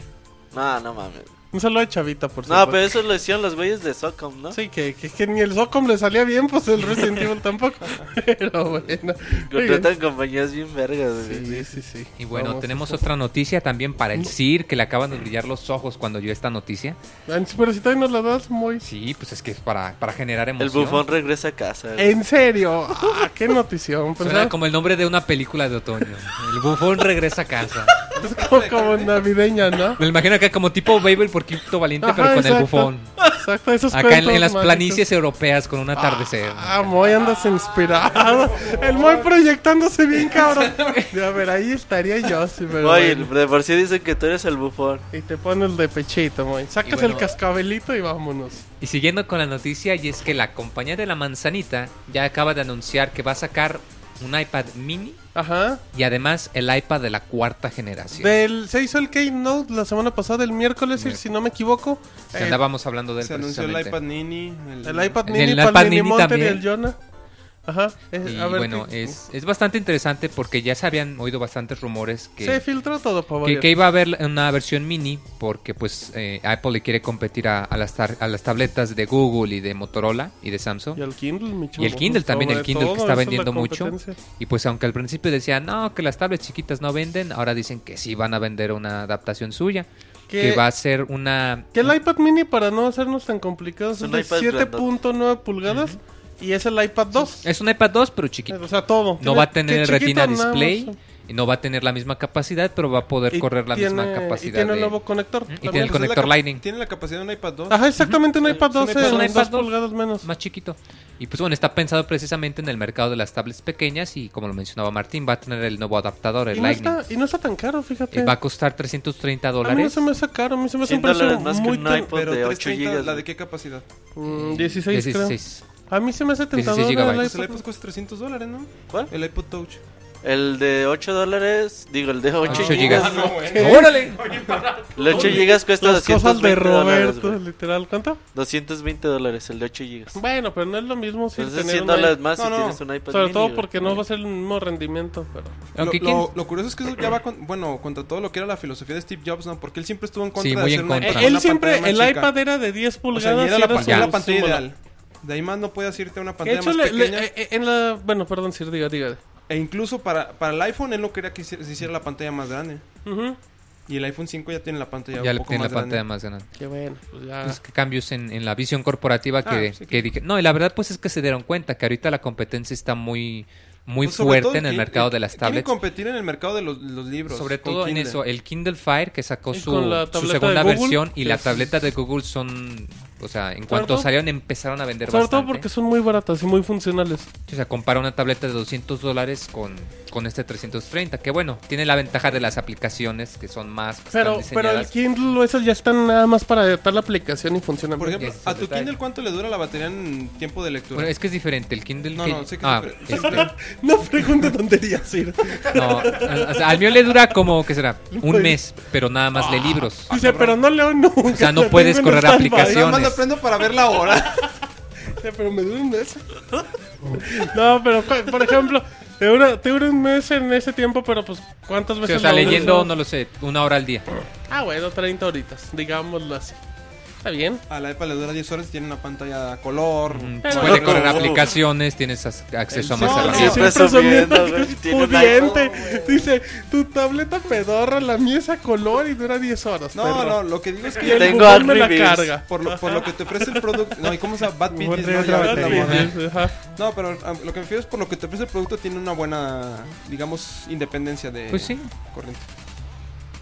F: No, no mames.
C: Un saludo a Chavita, por
F: No,
C: cierto.
F: pero eso lo decían los güeyes de Socom, ¿no?
C: Sí, que, que, que ni el Socom le salía bien, pues el Resident Evil tampoco. Pero bueno. muy bien.
F: Contratan compañías bien vergas,
C: Sí,
F: güey.
C: sí, sí.
D: Y bueno,
C: Vamos.
D: tenemos otra noticia también para el CIR, que le acaban de brillar los ojos cuando yo esta noticia.
C: Ah, Pero si todavía nos la das muy.
D: Sí, pues es que es para, para generar
F: El
D: emoción.
F: bufón regresa a casa. güey.
C: En serio. Ah, qué notición.
D: Suena
C: Pensaba-
D: como el nombre de una película de otoño. El bufón regresa a casa.
C: es como, como navideña, ¿no?
D: Me lo imagino acá como tipo Babel por Quinto Valiente,
C: Ajá,
D: pero con el
C: exacto.
D: bufón.
C: Exacto, esos
D: Acá en,
C: cuentos
D: en las
C: mágicos.
D: planicies europeas con un atardecer.
C: Ah, Moy, andas inspirado. El Moy proyectándose bien, cabrón. A ver, ahí estaría yo, sí, pero.
F: Oye,
C: bueno.
F: de por sí dicen que tú eres el bufón.
C: Y te pones de pechito, Moy. Sacas
D: Y bueno.
C: el cascabelito y vámonos.
D: Y siguiendo con la noticia, y es que la compañía de la manzanita ya acaba de anunciar que va a sacar un iPad mini
C: Ajá.
D: y además el iPad de la cuarta generación.
C: Del, se hizo el keynote la semana pasada, el miércoles,
D: Miércoles.
C: si no me equivoco.
D: Que
C: Eh,
D: andábamos hablando de él
G: Se anunció el
D: precisamente.
G: iPad Nini.
C: el iPad
D: Mm. El
C: mini
D: iPad
C: para el Mini
D: mini
C: Monter y
D: también.
C: el Jonah. Ajá. Es-
D: Y
C: a ver,
D: bueno,
C: ¿qué-
D: es, es bastante interesante porque ya se habían oído bastantes rumores que,
C: Se filtró todo, por
D: que, que iba a haber una versión mini porque pues eh, Apple le quiere competir a, a las tar- a las tabletas de Google y de Motorola y de Samsung.
C: Y el Kindle, mi
D: Y el
C: chavo,
D: Kindle también, el
C: sobre
D: Kindle que
C: todo,
D: está
C: esa es la
D: vendiendo mucho.
C: competencia.
D: Y pues aunque al principio decían, no, que las tablets chiquitas no venden, ahora dicen que sí van a vender una adaptación suya,
C: Que-
D: que va a ser una...
C: Que el iPad mini, para no hacernos tan complicados, es
F: Es un
C: de
F: iPad
C: 7.9 pulgadas y es el iPad 2.
D: Es un iPad 2, pero chiquito.
C: O sea, todo.
D: No
C: Tiene-
D: va a tener
C: que
D: el
C: chiquito nada
D: retina
C: más.
D: display, y no va a tener la misma capacidad, pero va a poder
C: Y
D: correr la misma
C: tiene-
D: capacidad.
C: Y tiene
D: de-
C: un nuevo conector.
D: Ujú, y
C: también.
D: tiene el conector Lightning.
G: Tiene la capacidad de un iPad 2.
C: Ajá, exactamente, un iPad
G: Es un
C: 2
G: iPad
C: en
D: dos.
C: 2 pulgadas menos.
D: más chiquito. Y pues bueno, está pensado precisamente en el mercado de las tablets pequeñas y como lo mencionaba Martín, va a tener el nuevo adaptador, el
C: Y no,
D: Lightning.
C: está, y no está tan caro, fíjate.
D: Eh, va a costar
G: Ah,
D: 330
C: A mí no
D: dólares.
C: se me hace caro, a mí se me hace un
F: 100
C: precio
F: dólares más que
C: muy...
F: un
C: ten-
F: iPod
G: Pero
F: de 8
G: 330,
F: GB.
G: ¿la de qué capacidad?
C: Mm, 16, creo.
D: 16.
C: A mí se me hace
D: 16
C: tentador el
D: gigabytes.
G: Pues el
C: iPod.
G: iPod cuesta 300 dólares, ¿no?
F: ¿Cuál?
G: El iPod Touch.
F: El de 8 dólares, digo, el de
G: Ah,
F: 8,
D: Ocho
F: GB.
D: gigas.
C: ¡Órale!
F: El 8 GB cuesta
C: Las cosas de
F: 220 dólares.
C: Roberto,
F: güey.
C: literal. ¿Cuánto?
F: 220 dólares, el de 8 GB.
C: Bueno, pero no es lo mismo si
F: Entonces
C: tener
F: 100
C: un iPad.
F: Pues dólares más
G: No,
F: si
G: no.
F: tienes un iPad
C: Sobre
F: mini,
C: todo
F: güey.
C: porque no va a ser el mismo rendimiento, pero...
D: Aunque
G: lo, lo- lo curioso es que eso ya va con- bueno, contra todo lo que era la filosofía de Steve Jobs, ¿no? Porque él siempre estuvo en contra
D: Sí,
G: de
D: muy
G: hacer
D: en
G: una-
D: contra.
G: una
C: Eh, él
G: pantalla
C: siempre,
G: más
C: el
G: chica.
C: iPad era de 10
G: O sea,
C: pulgadas.
G: y era
C: y
G: la,
C: era
G: pantalla,
C: su-
G: la
C: su
G: pantalla
C: mono-
G: ideal. De ahí más no puedes irte a una
C: De
G: pantalla
C: hecho,
G: más
C: le-
G: pequeña.
C: le- eh, en la... Bueno, perdón, Sir, diga, diga.
G: E incluso para, para el iPhone él no quería que hiciera- se hiciera la pantalla más grande.
C: Ujú.
G: Y el iPhone 5 ya tiene la pantalla
D: Ya
G: un
D: le
G: poco
D: tiene la
G: más grande.
D: pantalla más grande.
C: Qué bueno, pues ya...
D: Entonces, ¿qué cambios en, en la visión corporativa que,
G: Ah, sí,
D: que
G: claro.
D: dije. No, y la verdad, pues es que se dieron cuenta que ahorita la competencia está muy, muy
G: Pues sobre todo
D: fuerte en el
G: quieren-
D: mercado de las
G: quieren
D: tablets.
G: competir en el mercado de los, los libros.
D: Sobre
G: con
D: todo en
G: Kindle.
D: eso, el Kindle Fire que sacó
C: Y
D: su,
C: con la
D: su
C: tableta de
D: segunda
C: Google,
D: versión y
C: que
D: la
C: es-
D: tableta de Google son, o sea, en cuanto
C: todo-
D: salieron empezaron a vender
C: Sobre todo
D: bastante.
C: porque son muy baratas y muy funcionales.
D: O sea, compara una tableta de 200 dólares con, con este 330, que bueno, tiene la ventaja de las aplicaciones que son más que
C: Pero,
D: están
C: pero el
D: diseñadas.
C: Kindle, esas ya están nada más para adaptar la aplicación y funcionan.
G: Por ejemplo,
D: Ese es el
G: a tu
D: detalle.
G: Kindle cuánto le dura la batería en tiempo de lectura?
D: Bueno, es que es diferente, el Kindle
G: No,
D: que-
G: no, sé que
D: ah,
G: es diferente.
D: este-
C: no pregunte tonterías, Sir.
D: Ah, No, o sea, al mío le dura como, ¿qué será? Un mes, pero nada más
C: Ah,
D: de libros.
C: Dice, pero no leo nunca. O
D: sea, no puedes correr aplicación.
G: Nada más le prendo para ver la hora.
C: Pero me dura un mes. no, pero cu- por ejemplo, te dura, te dura un mes en ese tiempo, pero pues ¿cuántas
D: Sí,
C: veces
D: o sea,
C: la usas?
D: leyendo, no lo sé, una hora al día.
C: Ah, bueno, 30 horitas, digámoslo así. Está bien.
G: A la iPad le dura 10 horas y tiene una pantalla a color.
D: Mm,
C: Pero-
D: Puede correr
G: No.
D: aplicaciones, tienes as- acceso a más
C: Oh, No,
F: herramientas.
D: herramientas.
C: siempre presumiendo
F: Siempre subiendo,
C: que
F: güey,
C: es
F: tiene un
C: pudiente. Dice, tu tableta pedorra, la mía es a color y dura 10 horas.
G: No,
C: perro".
G: no, lo que digo es
C: Y
G: que
C: el
F: Tengo
C: bufón me
F: Angry
C: la
F: Birds.
C: carga.
G: por lo, por lo que te ofrece el producto. No, ¿y cómo se llama? Bad
C: Muy
G: Business,
C: bien,
G: ¿no? Ya ves la
C: otra
G: moda.
C: vez, ajá.
G: No, pero ah, lo que me refiero es por lo que te ofrece el producto tiene una buena, digamos, independencia de
D: Pues sí.
G: corriente.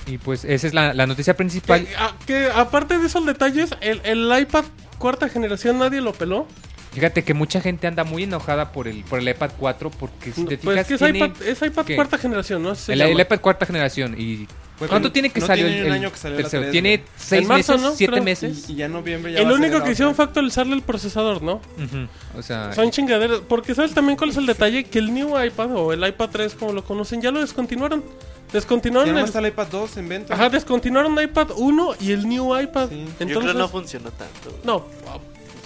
D: Y pues esa es la, la noticia principal.
C: Que, a- que aparte de esos detalles, el, el iPad cuarta generación nadie lo peló.
D: Fíjate que mucha gente anda muy enojada por el, por el iPad 4 porque si te
C: Pues
D: fijas
C: es que es
D: tiene-
C: iPad, es iPad
D: ¿qué?
C: cuarta generación, ¿no? Se
D: el,
C: llama.
D: el iPad cuarta generación y
G: Pues,
D: ¿cuánto
G: no-
D: tiene que
G: no
D: salir
G: tiene ni
D: el,
G: un
D: el
G: año que salió la
D: tercero?
G: tres,
D: Tiene
G: güey.
D: seis
C: En marzo,
D: meses,
C: ¿no?
D: siete
C: Creo.
D: meses.
G: Y ya en noviembre ya
C: el Ah,
G: va a
C: único
G: salir
C: que
G: la
C: hicieron
G: otra.
C: fue actualizarle el procesador, ¿no?
D: Ujú, O sea,
C: Son chingaderas. Porque ¿sabes también cuál es el detalle? Que el New iPad o el iPad 3, como lo conocen, ya lo descontinuaron.
G: Ya
C: Descontinuaron
G: nomás
C: el...
G: está el iPad 2 en venta.
C: Ajá, descontinuaron iPad 1 y el New iPad.
G: Sí. Yo
F: Yo creo
C: Entonces...
F: que no funcionó tanto. güey.
C: no, ah,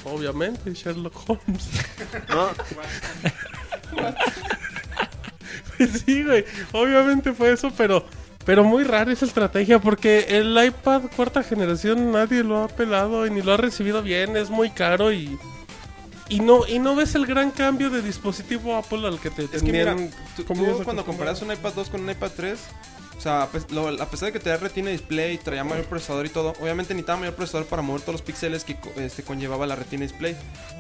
C: pues, obviamente, Sherlock Holmes.
F: No,
C: Pues sí, güey. Obviamente fue eso, pero Pero muy rara esa estrategia porque el iPad cuarta generación nadie lo ha pelado y ni lo ha recibido bien, es muy caro y y no y no ves el gran cambio de dispositivo Apple al que te
G: Es que mira,
C: tenían
G: tú,
C: como
G: tú
C: ellos
G: cuando comparas un iPad 2 con un iPad 3, o sea, a pes- lo- a pesar de que traía retina display, traía mayor procesador y todo, obviamente necesitaba mayor procesador para mover todos los píxeles que co- este, conllevaba la retina display.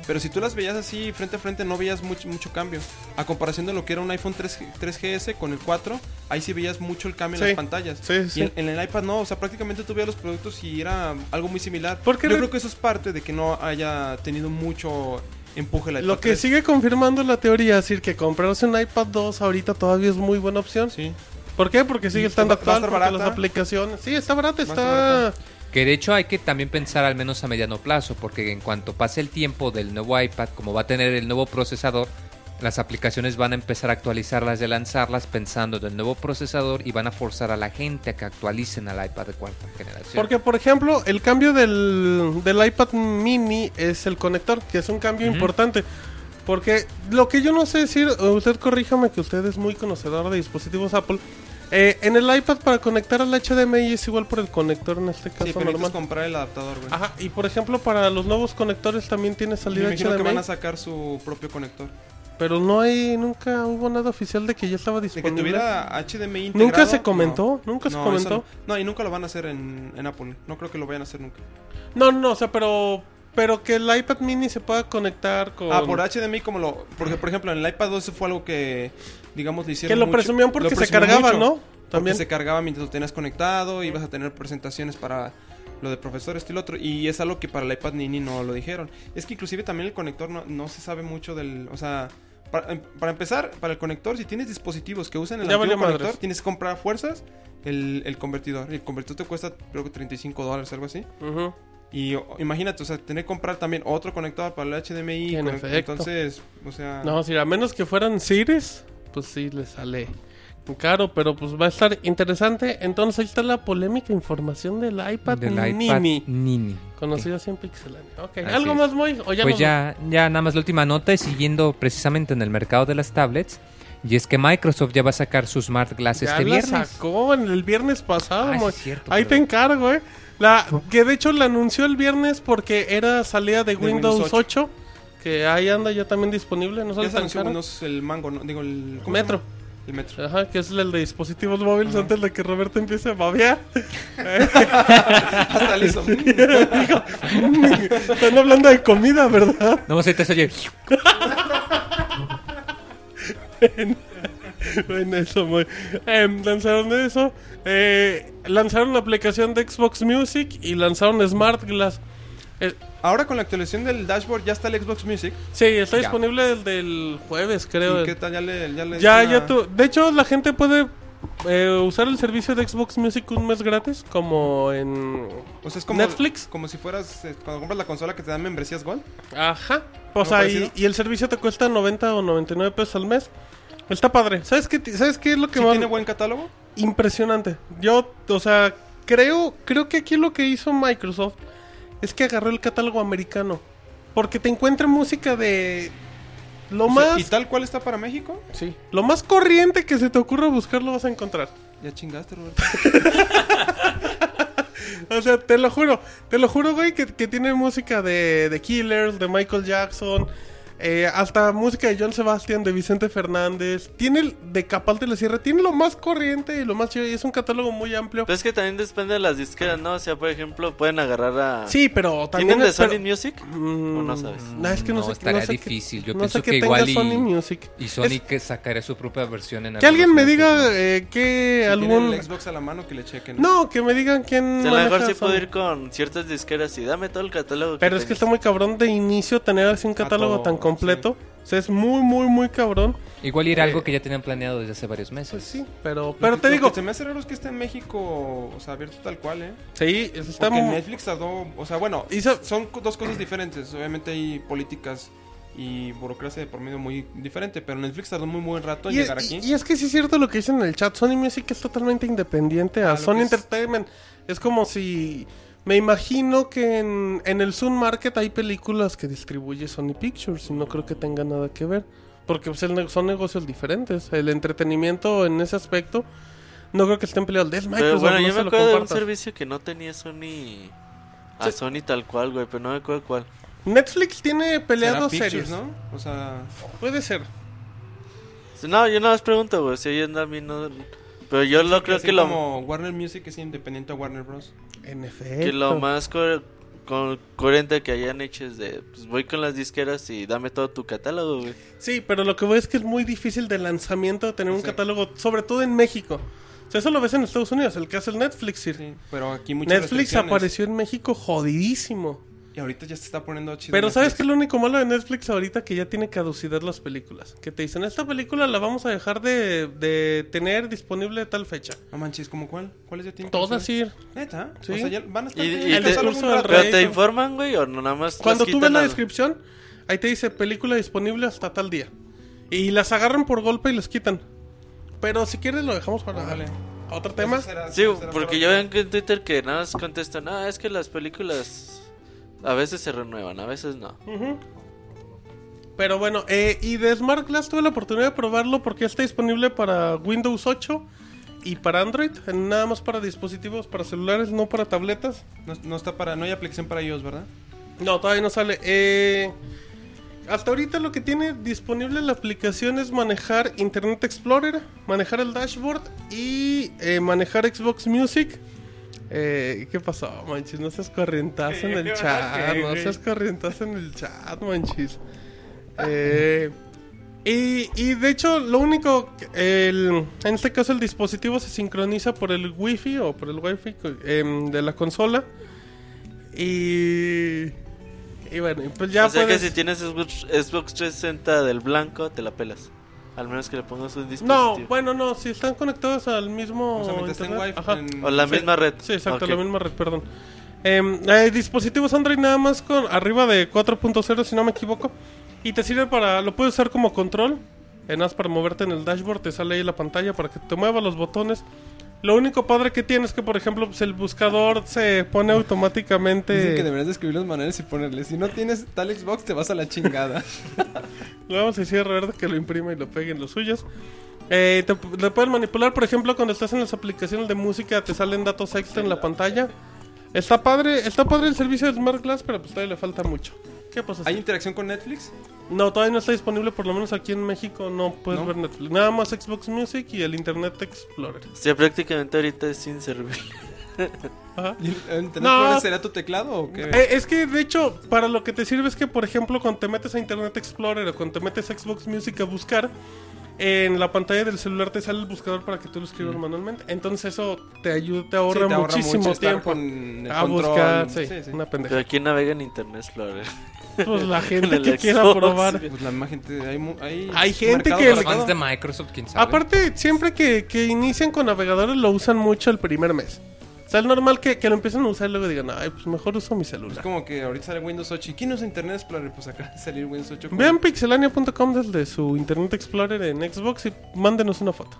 G: Pero si tú las veías así frente a frente, no veías mucho, mucho cambio. A comparación de lo que era un iPhone 3, 3GS con el 4, ahí sí veías mucho el cambio en
C: Sí.
G: las pantallas.
C: Sí,
G: Y
C: sí.
G: en, en el iPad no, o sea, prácticamente tú veías los productos y era algo muy similar.
C: Porque
G: Yo
C: re-
G: creo que eso es parte de que no haya tenido mucho empuje el iPad
C: Lo que
G: 3.
C: sigue confirmando la teoría, es decir, que comprarse un iPad 2 ahorita todavía es muy buena opción.
G: Sí.
C: ¿Por qué? Porque sigue
G: Y
C: estando
G: va- va
C: actual,
G: a estar
C: porque
G: barata.
C: las aplicaciones... Sí, está barata,
G: estar
C: está...
G: barata.
D: Que de hecho hay que también pensar al menos a mediano plazo, porque en cuanto pase el tiempo del nuevo iPad, como va a tener el nuevo procesador, las aplicaciones van a empezar a actualizarlas y a lanzarlas pensando en el nuevo procesador y van a forzar a la gente a que actualicen al iPad de cuarta generación.
C: Porque, por ejemplo, el cambio del, del iPad mini es el conector, que es un cambio
D: Ujú.
C: importante. Porque lo que yo no sé decir, eh, usted corríjame que usted es muy conocedor de dispositivos Apple. eh, en el iPad para conectar al HDMI es igual por el conector en este caso
G: Sí, pero necesitas
C: normal.
G: comprar el adaptador, güey.
C: Ajá, y por ejemplo para los nuevos conectores también tiene
G: Me
C: salida
G: imagino que
C: HDMI,
G: van a sacar su propio conector.
C: pero no hay, nunca hubo nada oficial de que ya estaba
G: De que
C: disponible.
G: tuviera HDMI integrado.
C: Nunca se comentó,
G: no.
C: nunca se
G: No,
C: comentó.
G: eso No, No, y nunca lo van a hacer en, en Apple. No creo que lo vayan a hacer nunca.
C: No, no, o sea, pero, pero que el iPad mini se pueda conectar con...
G: Ah, por HDMI como lo... Porque, por ejemplo, en el iPad 2 fue algo que, digamos, le hicieron
C: Que lo
G: mucho-
C: presumían porque
G: lo
C: se
G: presumían
C: cargaba,
G: mucho,
C: ¿no?
G: Porque
C: También.
G: se cargaba mientras lo tenías conectado, ibas a tener presentaciones para lo de profesor, esto y lo otro. Y es algo que para el iPad mini no lo dijeron. Es que inclusive también el conector no, no se sabe mucho del... O sea... Para, em, para empezar, para el conector, si tienes dispositivos que usan el
C: Ya
G: antiguo
C: valió
G: conector,
C: madres.
G: tienes que comprar a fuerzas el, el convertidor. El convertidor te cuesta creo que 35 dólares, algo así.
C: Ujú.
G: Y o- imagínate, o sea, tener que comprar también otro conector para el HDMI.
C: En
G: con-
C: efecto.
G: Entonces, o sea...
C: No, si a menos que fueran series, pues sí le sale caro, pero pues va a estar interesante. Entonces ahí está la polémica información del iPad
D: Del iPad
C: mini,
D: Nini.
C: conocida así en Pixelania. Ok,
D: Así
C: ¿algo
D: es.
C: más muy? ¿O ya
D: pues
C: nos-
D: ya, ya nada más la última nota y siguiendo precisamente en el mercado de las tablets. Y es que Microsoft ya va a sacar su Smart Glass
C: ya
D: este
C: la
D: viernes.
C: sacó en el viernes pasado,
D: Ah, sí
C: Moy.
D: es cierto,
C: Ahí te
D: perdón.
C: encargo, eh. La, que de hecho la anunció el viernes porque era salida de,
G: De
C: Windows,
G: Windows
C: 8. que ahí anda ya también disponible, no solo
G: Ya se
C: tan
G: anunció
C: cara.
G: Windows, el mango, ¿no? Digo, el... ¿cómo se
C: Metro.
G: llama? El metro.
C: Ajá, que es el de dispositivos móviles antes de que Roberto empiece a babear.
G: Hasta Ah, listo.
C: "Mm, Están hablando de comida, ¿verdad?
D: No, se te se oye.
C: Bueno, eso muy. Em, lanzaron eso. eh, lanzaron la aplicación de Xbox Music y lanzaron Smart Glass. Eh,
G: Ahora con la actualización del dashboard ya está el Xbox Music.
C: sí, está
D: Ya.
C: disponible desde el jueves, creo.
G: ¿Y qué tal? Ya le... Ya, le
C: Ya,
G: hice
C: ya
G: una-
C: tú. De hecho, la gente puede eh, usar el servicio de Xbox Music un mes gratis, como en.
G: O sea, es como...
C: Netflix. Ah,
G: Como si fueras... eh, cuando compras la consola que te dan membresías Gold.
C: Ajá. O
G: ¿Algo
C: sea, y,
G: parecido?
C: y el servicio te cuesta 90 o 99 pesos al mes. Está padre. ¿Sabes qué, ti- ¿sabes qué es lo que
G: ¿Sí
C: más-
G: tiene buen catálogo?
C: Impresionante. Yo, o sea, creo, creo que aquí lo que hizo Microsoft es que agarró el catálogo americano. Porque te encuentra música de lo
G: O sea,
C: más.
G: ¿Y tal cual está para México?
C: sí. Lo más corriente que se te ocurra buscar lo vas a encontrar.
G: Ya chingaste, Roberto.
C: O sea, te lo juro, te lo juro, güey, que, que tiene música de, de Killers, de Michael Jackson, eh, hasta música de John Sebastian, de Vicente Fernández. Tiene el- de Capal de la Sierra, tiene lo más corriente y lo más chido. Y es un catálogo muy amplio.
F: Pero es que también depende de las disqueras, ¿no? O sea, por ejemplo, pueden agarrar a...
C: Sí, pero también.
F: ¿Tienen de
C: es- pero-
F: Sony Music?
C: Mm,
F: ¿O no sabes?
C: no, es que no,
D: No,
C: sé,
D: estaría
C: no sé
D: difícil.
C: Que,
D: Yo
C: no
D: pienso
C: sé qué
D: que
C: tenga
D: igual y-
C: Sony Music.
D: Y Sony
C: Es-
D: que sacará su propia versión en
C: que alguien me
D: algunos meses,
C: diga
D: ¿no?
C: eh, que
G: Si
C: algún.
G: tienen el Xbox a la mano que le chequen.
C: No, que me digan quién.
F: O sea, a lo mejor
C: maneja
F: sí puedo
C: Sony.
F: ir con ciertas disqueras y dame todo el catálogo.
C: Pero es que está muy cabrón de inicio tener así un catálogo
G: todo,
C: tan
G: sí.
C: completo. O sea, es muy, muy, muy cabrón.
D: Igual ir algo que ya tenían planeado desde hace varios meses.
C: eh, Pues sí, pero,
G: Lo
C: pero
G: que-
C: te
G: lo
C: digo,
G: que se me hace raro es que está en México, o sea, abierto tal cual, ¿eh?
C: sí, está
G: Porque
C: mu-
G: Netflix tardó, o sea, bueno,
C: Hizo-
G: son co- dos cosas diferentes. Obviamente hay políticas y burocracia de por medio muy diferente, pero Netflix tardó muy buen rato en
C: y,
G: llegar
C: y-
G: aquí.
C: y es que sí es cierto lo que dicen en el chat. Sony Music es totalmente independiente a
G: Ah, lo
C: Sony
G: que es-
C: Entertainment. Es como si. Me imagino que en, en el Zoom Market hay películas que distribuye Sony Pictures y no creo que tenga nada que ver. Porque pues, el ne- son negocios diferentes. El entretenimiento en ese aspecto No creo que estén peleados. Es Microsoft,
F: Pero bueno,
C: no
F: yo
C: se
F: me
C: lo
F: acuerdo de un
C: compartas.
F: servicio que no tenía Sony. A Sony tal cual, güey, pero no me acuerdo cuál.
C: Netflix tiene
G: Será
C: peleados
G: Pictures,
C: series, ¿no?
G: ¿no? O sea,
C: Puede ser.
F: No, yo nada más pregunto, güey. Si ellos también no. Pero yo lo creo
G: así
F: que lo,
G: como Warner Music es independiente a Warner Bros.
C: En
F: que
C: efecto.
F: lo más co- co- coherente que hayan hecho es de. Pues voy con las disqueras y dame todo tu catálogo, güey.
C: Sí, pero lo que veo es que es muy difícil de lanzamiento tener un
G: Sí.
C: catálogo, sobre todo en México. O sea, eso lo ves en Estados Unidos, el que hace el Netflix. Sir.
G: Sí, pero aquí muchas
C: Netflix
G: restricciones.
C: apareció en México jodidísimo.
G: Y ahorita ya se está poniendo chido.
C: Pero ¿sabes qué
G: que
C: es lo único malo de Netflix ahorita? Que ya tiene caducidad las películas. Que te dicen, esta película la vamos a dejar de, de tener disponible tal fecha.
G: No manches, ¿cómo cuál? ¿Cuáles ya tienen?
C: Todas,
G: sí.
C: Sir.
G: Neta,
C: Sí.
G: o sea, ya van a estar
F: Y-
G: en
F: y
G: el
F: te-
G: catálogo un
C: Curso del
G: rato.
F: Pero
C: Rey,
F: te
C: ¿no?
F: informan, güey, o no, nada más. las
C: Cuando tú ves
F: quitan
C: la
F: al-
C: descripción, ahí te dice película disponible hasta tal día. Y las agarran por golpe y las quitan. Pero si quieres lo dejamos para
G: Órale.
C: otro tema.
G: Eso será-
F: Sí,
G: eso será
F: porque
G: para
F: yo
G: otro.
F: veo en Twitter que nada más contestan, ah, es que las películas a veces se renuevan, a veces no.
C: Ujú. Pero bueno, eh, y de Smart Glass tuve la oportunidad de probarlo porque ya está disponible para Windows 8 y para Android. eh, Nada más para dispositivos, para celulares, no para tabletas.
G: No, no está para, no hay aplicación para ellos, ¿verdad?
C: No, todavía no sale. Eh, hasta ahorita lo que tiene disponible la aplicación es manejar Internet Explorer, manejar el dashboard y eh, manejar Xbox Music. Eh, ¿Qué pasó, manchis? No seas corrientazo en el chat. No seas corrientazo en el chat, manchis. Eh, y, y de hecho, lo único, que- el- en este caso el dispositivo se sincroniza por el Wi-Fi o por el Wi-Fi em, de la consola. Y, y bueno, y pues ya
F: o sea
C: puedes...
F: que si tienes Xbox Xbox 360 del blanco, te la pelas. Al menos que le pongas un
C: No,
F: dispositivo.
C: bueno, no, si están conectados al mismo...
G: O sea, mientras estén
C: internet,
G: wifi
C: ajá.
G: en-
F: O la
C: Sí.
F: misma red.
C: Sí, exacto,
F: Ok.
C: la misma red, perdón. Em, eh, dispositivos Android nada más con arriba de 4.0, si no me equivoco. Y te sirve para. Lo puedes usar como control. eh, Nada más para moverte en el dashboard, te sale ahí la pantalla para que te mueva los botones. Lo único padre que tiene es que, por ejemplo, pues, el buscador se
H: Dicen
C: pone
H: que
C: automáticamente.
H: deberías de escribir los manuales y ponerle. Si no tienes tal Xbox, te vas a la chingada.
C: Le vamos a decir a Roberto que lo imprima y lo pegue en los suyos. Eh, te, lo pueden manipular, por ejemplo, cuando estás en las aplicaciones de música, te salen datos extra en la pantalla. Está padre, está padre el servicio de Smart Glass, pero pues todavía le falta mucho. ¿Qué pasa?
G: ¿Hay
C: Steve?
G: interacción con Netflix?
C: No, todavía no está disponible, por lo menos aquí en México no puedes
G: ¿No?
C: ver Netflix. Nada más Xbox Music y el Internet Explorer.
F: O sea, prácticamente ahorita es sin servir.
C: Ajá.
H: ¿Y eh, el- el internet
C: No.
H: pobre será tu teclado o qué?
C: Eh, es que de hecho, para lo que te sirve es que, por ejemplo, cuando te metes a Internet Explorer o cuando te metes a Xbox Music a buscar, en la pantalla del celular te sale el buscador para que tú lo escribas manualmente. Entonces eso te ayuda, te ahorra
G: Sí, te ahorra
C: muchísimo
G: mucho estar
C: tiempo
G: con el
C: a
G: control.
C: buscar. Sí,
G: Sí, sí.
C: una
F: Pero
C: pendeja.
F: aquí navega en Internet Explorer.
C: Pues la
F: En
C: gente
F: el
C: que quiera
F: Xbox.
C: probar.
G: Pues la imagen te- hay, mu- hay,
C: Hay gente
G: mercado
C: que
G: para
D: Los fans
G: todo.
D: de Microsoft, quién sabe.
C: Aparte, siempre que, que inician con navegadores lo usan mucho el primer mes. O sea, es normal que, que lo empiecen a usar y luego digan, ay, pues mejor uso mi
G: Es
C: celular.
G: como que ahorita sale Windows 8. ¿Y quién usa Internet Explorer? Pues acaba de salir Windows 8. con-
C: Vean pixelania.com desde su Internet Explorer en Xbox y mándenos una foto.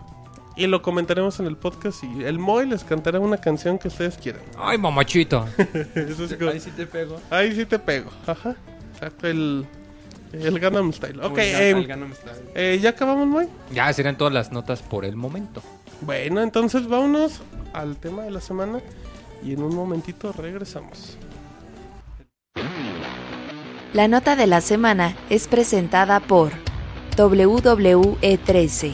C: Y lo comentaremos en el podcast y el Moy les cantará una canción que ustedes quieran.
D: Ay, mamachito.
C: Eso es como,
H: Ahí sí te pego.
C: Ahí sí te pego. Ajá. Exacto, el, el Gangnam Style.
G: con
C: Ok,
G: el ga-
C: em,
G: el Gangnam Style.
C: eh, ¿ya acabamos, Moy?
D: Ya serían todas las notas por el momento.
C: Bueno, entonces vámonos al tema de la semana y en un momentito regresamos.
A: La nota de la semana es presentada por WWE13.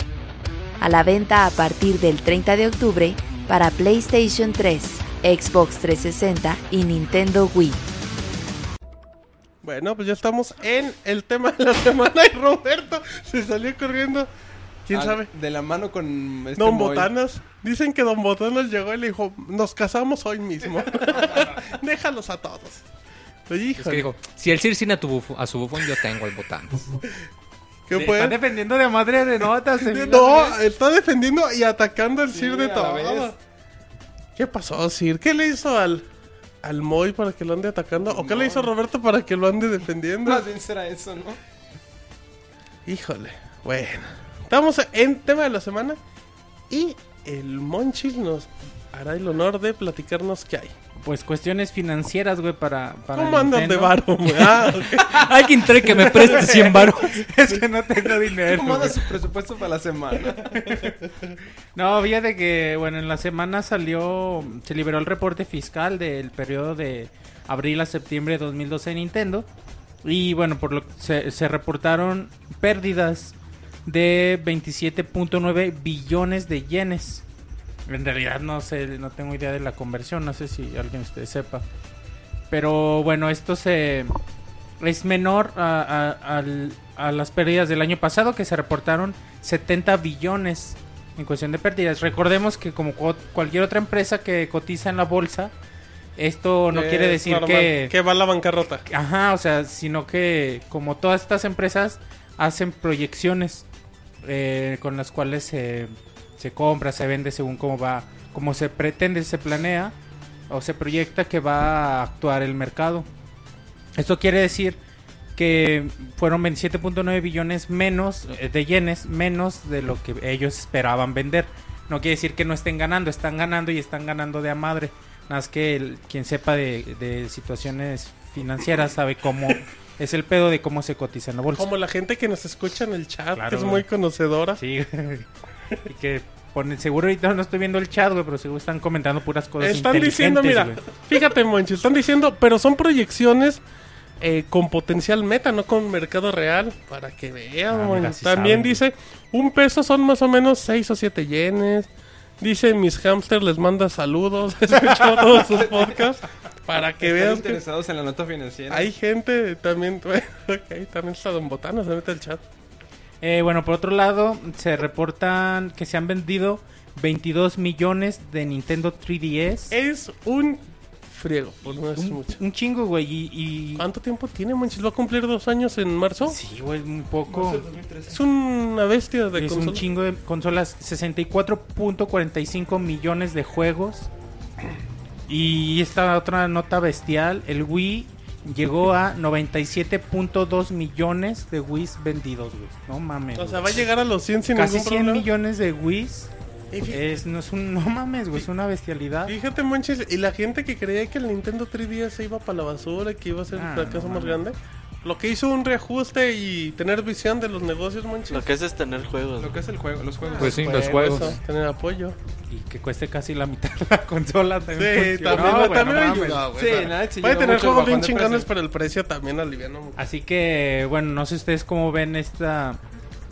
A: A la venta a partir del 30 de octubre para PlayStation 3, Xbox 360 y Nintendo Wii.
C: Bueno, pues ya estamos en el tema de la semana y Roberto se salió corriendo. ¿Quién
H: Ah,
C: sabe?
H: De la mano con este
C: Don
H: Moy.
C: Botanas. Dicen que Don Botanas llegó y le dijo, nos casamos hoy mismo. Déjalos a todos. Oye,
D: Es
C: hijo,
D: que digo, si el Sir tiene a, tu bufo- a su bufón, yo tengo el botán.
C: ¿qué
E: Te
C: puede?
E: Están defendiendo de madre de notas. eh,
C: No, está defendiendo y atacando al Sir de
H: a la vez.
C: todo. ¿Qué pasó, Sir? ¿Qué le hizo al, al Moy para que lo ande atacando? ¿O qué le hizo Roberto para que lo ande defendiendo?
H: Más bien será eso, ¿no?
C: Híjole, bueno. Estamos en tema de la semana y el Monchis nos hará el honor de platicarnos qué hay.
E: pues cuestiones financieras, güey, para, para
C: ¿Cómo andan de
E: Nintendo.
C: varo, güey? Ah, ok.
D: Alguien trae que me preste 100 baros.
E: Es que no tengo dinero.
H: ¿Cómo
E: güey.
H: anda su presupuesto para la semana?
E: No, fíjate que, bueno, en la semana salió, se liberó el reporte fiscal del periodo de abril a septiembre de 2012 de Nintendo. Y bueno, por lo se, se reportaron pérdidas de 27.9 billones de yenes. En realidad no sé, no tengo idea de la conversión, no sé si alguien de ustedes sepa. Pero bueno, esto se es menor a, a- al- a las pérdidas del año pasado que se reportaron 70 billones en cuestión de pérdidas. Recordemos que como co- cualquier otra empresa que cotiza en la bolsa, esto no
C: Eh,
E: quiere decir
C: normal,
E: que...
C: Que va a la bancarrota.
E: Ajá, o sea, sino que como todas estas empresas hacen proyecciones eh, con las cuales se, se compra, se vende según cómo va, cómo se pretende, se planea o se proyecta que va a actuar el mercado. Esto quiere decir que fueron 27.9 billones menos eh, de yenes, menos de lo que ellos esperaban vender. No quiere decir que no estén ganando, están ganando y están ganando de a madre. Nada más que el- quien sepa de, de situaciones financieras sabe cómo es el pedo de cómo se cotiza en la bolsa.
C: Como la gente que nos escucha en el chat,
E: Claro,
C: que es
E: güey.
C: muy conocedora.
E: Sí, güey. y que ponen, seguro ahorita no estoy viendo el chat, güey, pero seguro están comentando puras cosas.
C: Están diciendo, mira,
E: pues, inteligentes,
C: fíjate, Monchi, están diciendo, pero son proyecciones eh, con potencial meta, no con mercado real, para que vean,
E: Ah,
C: Monchi.
E: mira, sí
C: También
E: saben.
C: dice, un peso son más o menos 6 o 7 yenes. Dice, mis hamsters les manda saludos, escucho todos sus podcasts, para que
H: Están
C: veas que
H: interesados en la nota financiera.
C: hay gente también, ok, también está Don Botana, se mete al chat.
E: güey. Eh, bueno, por otro lado, se reportan que se han vendido 22 millones de Nintendo 3DS.
C: Es un friego, por no decir
E: un,
C: Eh, mucho.
E: un chingo, güey. Y. y-
C: ¿Cuánto tiempo tiene, Monchis? ¿Va a cumplir dos años en marzo?
E: Sí, güey, un poco.
C: Es una bestia de
E: es
C: consola.
E: un chingo de consolas. 64.45 millones de juegos. Y esta otra nota bestial, el Wii llegó a 97.2 millones de Wii's vendidos, güey. No mames.
C: O sea, va a
E: güey.
C: llegar a los 100 sin
E: Casi
C: ningún
E: 100
C: problema.
E: millones de Wii's.
C: Y fí-
E: Es, no, es un, no mames, güey, es una bestialidad.
C: Fíjate, Monchis, y la gente que creía que el Nintendo 3DS se iba para la basura, que iba a ser
E: Ah,
C: un fracaso
E: no
C: más
E: mames.
C: grande, lo que hizo un reajuste y tener visión de los negocios, Monchis.
F: Lo que es es tener juegos.
G: Lo que es el juego, los juegos.
D: Pues sí, los juegos.
C: eso, tener apoyo.
E: Y que cueste casi la mitad de la consola también.
C: Sí,
E: funcionó,
C: también,
E: güey, no
C: también
E: mames.
C: ayuda, güey.
H: Sí,
C: o sea,
H: nada, exigió
C: Puede tener
H: mucho el
C: juegos bien
H: bajón de
C: chingones,
H: precios.
C: pero el precio también aliviana mucho.
E: Así que, bueno, no sé ustedes cómo ven esta...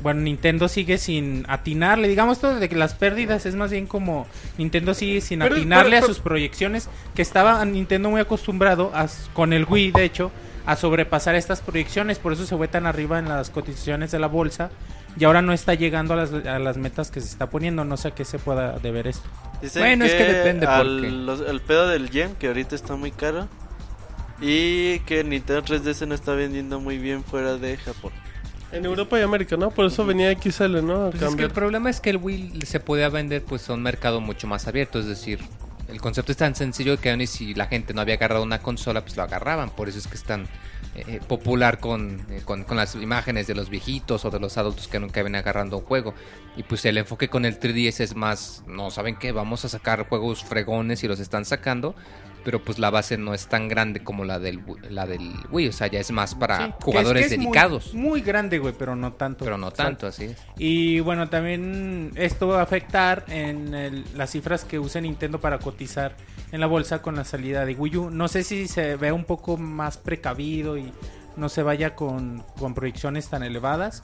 E: Bueno, Nintendo sigue sin atinarle. Digamos todo de que las pérdidas es más bien como Nintendo sigue sin
C: Pero-
E: atinarle
C: pero- pero-
E: a sus proyecciones. Que estaba Nintendo muy acostumbrado, a s- con el Wii de hecho, a sobrepasar estas proyecciones. Por eso se fue tan arriba en las cotizaciones de la bolsa. Y ahora no está llegando a las, a las metas que se está poniendo. No sé a qué se pueda deber esto.
F: Dicen
D: Bueno, es que depende,
F: al,
D: porque-
F: los- al pedo del yen, que ahorita está muy caro. Y que Nintendo 3DS no está vendiendo muy bien fuera de Japón.
C: En Europa y América, ¿no? Por eso venía XL, ¿no? A
D: Pues es que
C: cambiar.
D: el problema es que el Wii se podía vender pues a un mercado mucho más abierto, es decir, el concepto es tan sencillo que aún y si la gente no había agarrado una consola, pues lo agarraban, por eso es que es tan eh, eh, popular con, eh, con, con las imágenes de los viejitos o de los adultos que nunca ven agarrando un juego. Y pues el enfoque con el 3DS es más, no, ¿saben qué? Vamos a sacar juegos fregones y los están sacando. Pero pues la base no es tan grande como la del, Wii- la del Wii, o sea, ya es más para
E: Sí, que es-
D: jugadores
E: que es muy-
D: dedicados,
E: Muy, grande, güey, pero no tanto.
D: pero no
E: O sea,
D: tanto, así es.
E: Y bueno, también esto va a afectar en el- las cifras que usa Nintendo para cotizar en la bolsa con la salida de Wii U. No sé si se ve un poco más precavido y no se vaya con, con proyecciones tan elevadas.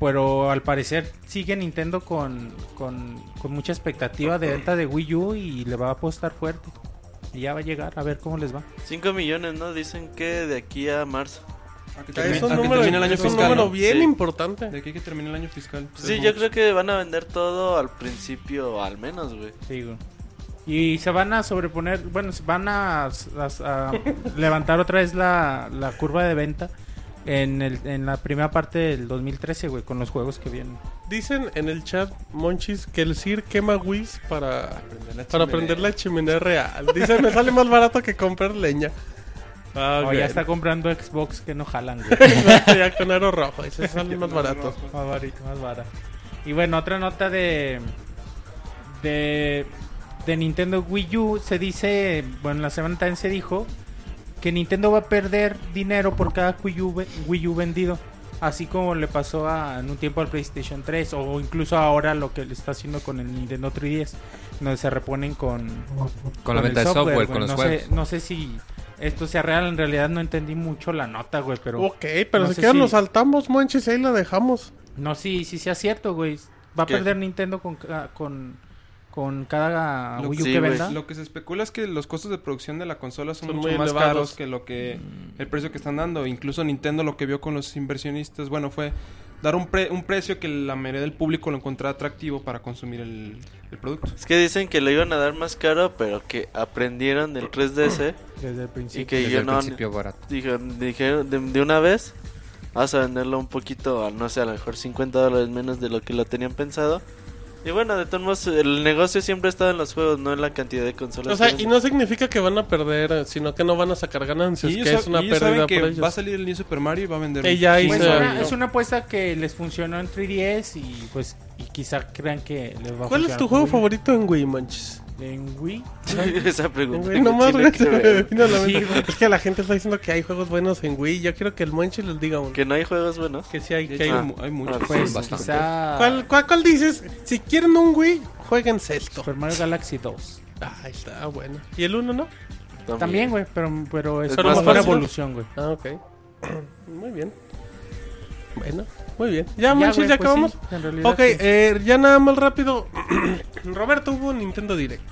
E: Pero al parecer sigue Nintendo con, con, con mucha expectativa de venta de Wii U y le va a apostar fuerte. Y ya va a llegar, a ver cómo les va.
F: 5 millones, ¿no? Dicen que de aquí a marzo.
G: A que
C: O sea, es
G: termine-
C: un
G: a que
C: número,
G: termine el año
C: es un
G: fiscal.
C: número
G: ¿no?
C: bien
F: Sí.
C: importante.
G: De aquí que termine el año fiscal.
F: Pues
G: Pues,
F: Sí, yo creo que van a vender todo al principio, al menos, güey.
E: Sí, güey. Y se van a sobreponer, bueno, se van a, a- a levantar otra vez la, la curva de venta en, el, en la primera parte del 2013, güey, con los juegos que vienen.
C: Dicen en el chat, Monchis, que el Sir quema whiz para, para prender la chimenea real. Dice, me sale más barato que comprar leña. Ah,
E: O
C: güey.
E: ya está comprando Xbox que no jalan, güey.
C: Exacto, ya con aro rojo. Dice, sale más barato.
E: más, bari- más vara. Y bueno, otra nota de. De. de Nintendo Wii U se dice, bueno, la semana también se dijo que Nintendo va a perder dinero por cada Wii U, ve- Wii U vendido. Así como le pasó a- en un tiempo al PlayStation 3 o incluso ahora lo que le está haciendo con el Nintendo 3DS, donde se reponen con,
D: Con la
E: el
D: venta de software,
E: güey.
D: con los
E: no
D: juegos.
E: Sé, no sé si esto sea real, en realidad no entendí mucho la nota, güey, pero
C: Ok, pero
E: no
C: si
E: sé
C: quieren
E: si-
C: nos saltamos, Monchis, ahí la dejamos.
E: no sí, sí sea cierto, güey. Va a
F: ¿Qué?
E: perder Nintendo con, ca- con, con cada
G: Lo
E: Wii
F: que-
E: U
F: sí,
E: que
F: güey,
E: venda.
G: Pues, Lo que se especula es que los costos de producción de la consola son,
C: Son
G: mucho
C: muy
G: más
C: elevados.
G: caros que lo que el precio que están dando. Incluso Nintendo lo que vio con los inversionistas, bueno, fue dar un, pre- un precio que la mayoría del público lo encontraba atractivo para consumir el, el producto.
F: Es que dicen que lo iban a dar más caro, pero que aprendieron del 3DS.
E: Desde el principio.
F: y que
D: Desde
F: yo
D: el
F: no.
D: principio barato.
F: Dijeron, dijeron de, de una vez, vas a venderlo un poquito, a, no sé, a lo mejor 50 dólares menos de lo que lo tenían pensado. Y bueno, de todos modos, el negocio siempre ha estado en los juegos, no en la cantidad de consolas.
C: O sea,
F: que
C: y
F: venden.
C: no significa que van a perder, eh, sino que no van a sacar ganancias, que es
G: sab-
C: una
G: y ellos
C: pérdida
G: saben que
C: para
G: va a
C: ellos.
G: salir el New Super Mario y va a vender.
C: Que ya
E: Pues
C: hizo-
E: es
C: se-
E: una- es una apuesta que les funcionó en 3DS y pues y quizá crean que les va a
C: ¿Cuál es
E: funcionar
C: tu
E: con
C: juego
E: Wii.
C: favorito en Wii, Monchis?
E: En Wii.
F: Esa pregunta.
C: Güey, no más,
F: cochina
C: güey,
F: que
C: se
F: te
C: me
F: veo.
C: vino a la
E: Sí,
C: mente.
E: güey.
C: Es que la gente está diciendo que hay juegos buenos en Wii. Yo quiero que el Monchis les diga uno.
F: Que no hay juegos buenos.
C: Que sí hay.
G: De
C: que hay
G: hecho,
F: Ah.
G: mu- hay muchos.
F: Ah,
E: Pues
D: bastante.
E: quizá
C: ¿Cuál, cuál, cuál dices? Si quieren un Wii, jueguen esto.
E: Super Mario Galaxy 2.
C: Ah, ahí está bueno. ¿Y el uno no?
E: También, güey, pero, pero es
F: Es
E: como
F: más
E: una
C: fácil.
E: evolución, güey.
C: Ah, ok. muy bien. Bueno, muy bien. Ya,
E: Ya,
C: Monchis,
E: güey,
C: ya
E: pues
C: acabamos.
E: sí, en realidad
C: ok,
E: sí.
C: eh, ya nada más rápido. Roberto hubo un Nintendo Direct.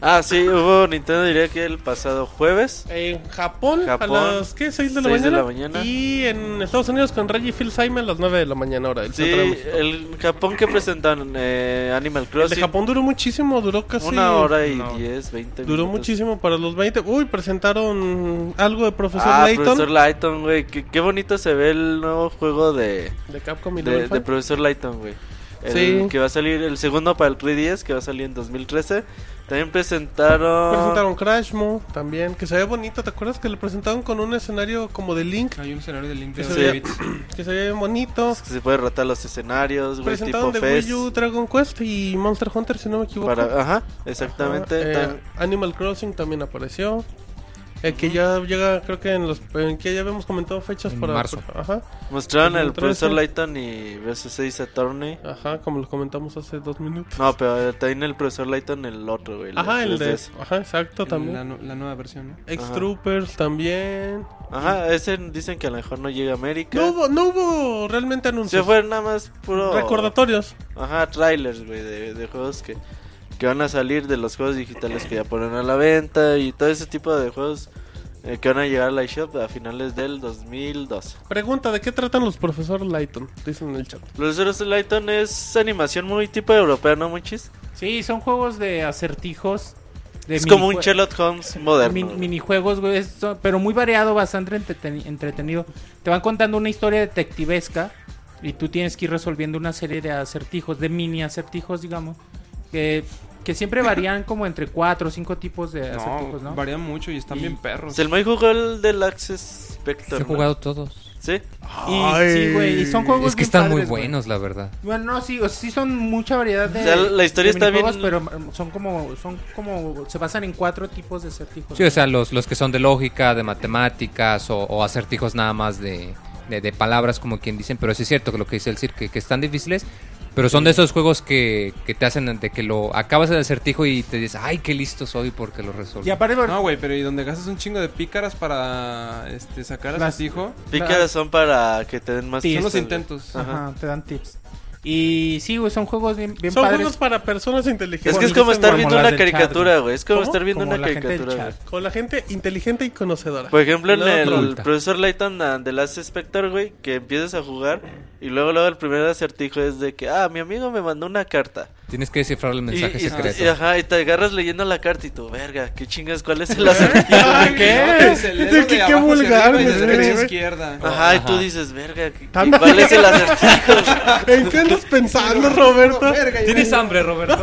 F: Ah, sí, hubo Nintendo Direct el pasado jueves.
C: En Japón,
F: Japón,
C: a las ¿qué? 6 de, la
F: seis de
C: mañana,
F: la mañana.
C: Y en Estados Unidos con Reggie Phil Simon a las 9 de la mañana ahora. El,
F: Sí,
C: centro de México.
F: el Japón que presentaron eh, Animal
C: El de
F: Crossing.
C: Japón duró muchísimo, duró casi...
F: Una hora y
E: no.
F: diez, veinte
C: Duró
F: minutos.
C: muchísimo para los 20. Uy, presentaron algo de Profesor
F: Ah,
C: Layton.
F: Profesor Layton, güey. Qué, qué bonito se ve el nuevo juego de,
C: De Capcom y
F: de,
C: Level
F: de
C: Five.
F: Profesor Layton, güey. El
C: Sí.
F: que va a salir, el segundo para el 3DS, que va a salir en 2013. También presentaron.
C: Presentaron Crashmo también, que se ve bonito. ¿Te acuerdas que lo presentaron con un escenario como de Link?
G: Hay un escenario de Link de
C: Que se,
F: Sí.
G: ocho
C: ve,
G: bits.
C: que se ve bien bonito.
F: Que se puede rotar los escenarios, güey. Tipo
C: Presentaron de
F: Fest.
C: Wii U, Dragon Quest y Monster Hunter, si no me equivoco.
F: Para,
C: Ajá,
F: ajá, exactamente.
C: eh,
F: Ta-
C: Animal Crossing también apareció. El que ya llega, creo que en los en que ya habíamos comentado fechas
D: En
C: para
D: marzo.
C: Ajá,
F: Mostraron
C: el
F: el Profesor
C: 13.
F: Layton y VS6 Attorney.
C: ajá, como lo comentamos hace dos minutos.
F: No, pero también el Profesor Layton, el otro, güey.
C: ajá, el de,
F: 3DS.
C: ajá, exacto también.
G: La, nu- la nueva versión, ¿no?
C: Ex
F: Ajá.
C: Troopers también.
F: Ajá, ese dicen que a lo mejor no llega a América.
C: No hubo, no hubo realmente anuncios.
F: Se fue nada más puro.
C: Recordatorios.
F: Ajá, trailers, güey, de, de juegos que, que van a salir de los juegos digitales que ya ponen a la venta y todo ese tipo de juegos eh, que van a llegar a la eShop a finales del 2012.
C: Pregunta, ¿de qué tratan los profesor Lighton? Dicen en el chat.
F: Los Zeros Lighton es animación muy tipo europea, ¿no, Muchis?
E: Sí, son juegos de acertijos. de
F: Es como un
E: minijue-
F: Sherlock Holmes moderno.
E: min-
F: güey.
E: minijuegos, güey, esto- pero muy variado, bastante entreteni- entretenido. Te van contando una historia detectivesca y tú tienes que ir resolviendo una serie de acertijos, de mini acertijos, digamos, que, que siempre varían como entre cuatro o cinco tipos de
G: No,
C: pues,
E: acertijos, ¿no?
G: varían mucho y están
E: Y-
G: bien perros.
F: Pues el May jugó el del Access Spectre.
D: He
F: ¿no?
D: jugado todos.
F: Sí.
E: Y, sí, güey, y son juegos
D: Es que
E: bien
D: están muy
E: padres, güey.
D: buenos, la verdad.
E: Bueno, no, sí, o sea, sí son mucha variedad de.
F: O sea, la historia
E: de
F: está bien-
E: minijuegos, Pero mm, son como, son como. Se basan en cuatro tipos de acertijos.
D: Sí, o sea, los, los que son de lógica, de matemáticas o, o acertijos nada más de, de- de palabras, como quien dicen. Pero sí es cierto que lo que dice el Cir, que, que están difíciles. Pero son de esos juegos que, que te hacen de que lo acabas el acertijo y te dices, ay, qué listo soy porque lo resolví.
E: Y aparte, por-
G: No, güey, pero y donde gastas un chingo de pícaras para este, sacar a
E: Las-
G: su hijo.
F: Pícaras son para que te den más
E: Sí,
G: Son
F: pistas,
G: los
F: güey.
G: intentos.
E: Ajá, te dan tips. Y sí, güey, son juegos bien, bien
C: Son
E: padres.
C: juegos para personas inteligentes.
F: Es que es
E: Bonitos
F: como estar
E: como
F: viendo
E: las
F: una
E: del chat,
F: caricatura, güey. Es como
C: ¿Cómo?
F: estar viendo
E: Como
F: una
E: la gente del
F: caricatura,
E: chat.
F: güey.
C: Con la gente inteligente y conocedora.
F: Por ejemplo, en
C: Nada
F: el
D: oculta.
F: profesor Layton uh, de Last Spector, güey, que empiezas a jugar y luego luego el primer acertijo es de que, ah, mi amigo me mandó una carta.
D: Tienes que descifrar el
F: Y,
D: mensaje
F: y-
D: secreto.
F: y- ajá, y te agarras leyendo la carta y tú, verga, qué chingas, ¿cuál es el acertijo?
C: Ay,
G: ¿Qué?
C: Es que qué vulgar,
G: y de
C: güey.
G: derecha a izquierda.
F: Ajá, y tú
D: Ajá.
F: dices, verga, ¿qué-
C: Anda.
F: ¿cuál es el acertijo?
C: ¿En qué andas pensando, Roberto?
D: ¿Tienes hambre, Roberto?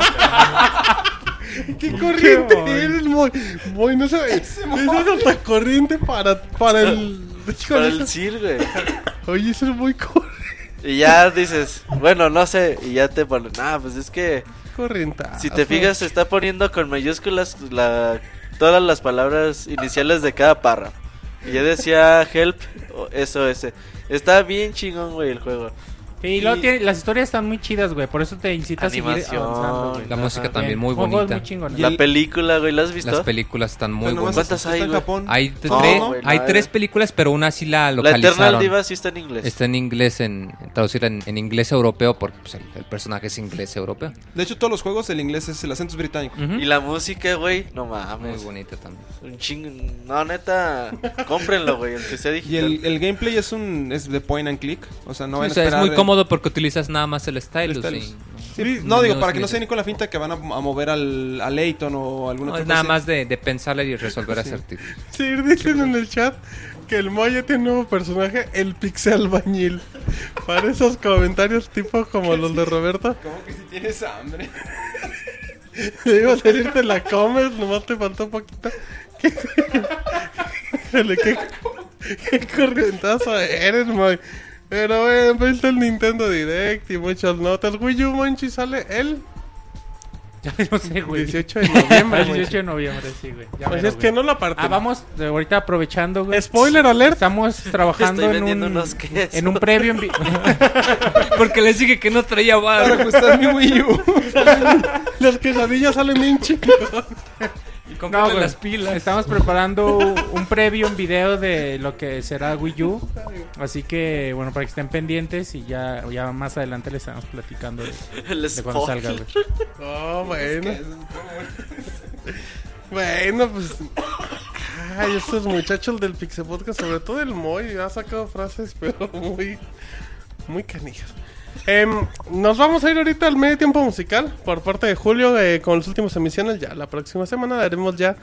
C: ¿Qué corriente
E: Qué boy.
C: eres, Moy? Moy, no sabes. Esa es hasta corriente para, para el... Híjole,
F: Para el CIR, güey.
C: Oye, eso es muy corriente.
F: Y ya dices, bueno, no sé, y ya te ponen, ah, pues es que
C: corrientazo.
F: Si te fijas, se está poniendo con mayúsculas la- todas las palabras iniciales de cada parra. Y ya decía help o SOS. Está bien chingón, güey, el juego.
E: Sí, y luego tiene- las historias están muy chidas, güey. Por eso te incita a seguir
F: Animación.
E: avanzando, güey.
D: La
F: Ajá.
D: música también
E: Bien,
D: muy
E: juegos
D: bonita.
E: muy chingones.
G: Y
F: La
G: el-
F: película, güey, ¿la has visto?
D: Las películas están muy
G: Pero nomás
D: buenas.
F: ¿Cuántas
G: está
F: hay,
G: en
F: güey?
G: Japón.
D: Hay, t-
F: No,
D: tres,
F: güey, no
D: hay
F: hay.
D: tres películas, pero una sí la
F: La Eternal
D: localizaron. Este,
F: Diva sí está en inglés.
D: Está en inglés, en, en traducir en, en inglés europeo, porque pues, el, el personaje es inglés europeo.
G: De hecho, todos los juegos el inglés es el acento es británico.
D: Ujú.
F: Y la música, güey, no
D: Muy
F: mames.
D: bonita también.
F: Un ching... No, neta, cómprenlo, güey, aunque sea
G: Y
F: digital.
G: el, el gameplay es un es de point and click, o sea, no
D: Sí,
G: van
D: o
G: a
D: sea, es
G: esperar
D: muy
G: de-
D: cómodo porque utilizas nada más el stylus.
G: El stylus.
D: y-
G: Sí, no, digo,
D: No,
G: para
D: sí.
G: que no se ni con la finta que van a, a mover al a Leighton o
D: no,
G: alguna otra
D: es nada
G: cosa.
D: más de, de pensarle y resolver acertijos.
C: Sí, dicen en el chat que el Moya tiene un nuevo personaje, el Pixel Bañil. Para esos comentarios tipo como los de Roberto,
G: Como que si tienes hambre.
C: le iba a salir, te la comes, nomás te faltó poquito. Híjole, qué, qué corrientazo eres, Moy. Pero bueno, pues está el Nintendo Direct y muchas notas. Wii U Monchi sale el
E: no sé, güey.
C: 18 de noviembre.
E: El 18
C: Monchi.
E: de noviembre, sí, güey. Ya
C: Pues
E: mero,
C: es que
E: güey.
C: no la parte.
E: Ah, vamos, de ahorita aprovechando, güey.
C: Spoiler alert.
E: Estamos trabajando
F: Estoy
E: en
F: vendiendo
E: un,
F: unos quesos.
E: en un previo en vi-
D: porque les dije que no traía
G: Para
D: bar.
G: ajustar mi Wii U.
C: Las quesadillas salen bien chicos.
E: No, güey. Estamos preparando un previo en video de lo que será Wii U. Así que, bueno, para que estén pendientes y ya, ya más adelante les estamos platicando de,
F: El
E: de cuando
F: spoiler.
E: salga, güey.
C: Oh, bueno. Bueno, pues. Ay, estos muchachos del Pixel Podcast, sobre todo el Moy, ha sacado frases, pero muy. Muy canijas. Em, nos vamos a ir ahorita al medio tiempo musical por parte de Julio eh, con las últimas emisiones. Ya la próxima semana daremos ya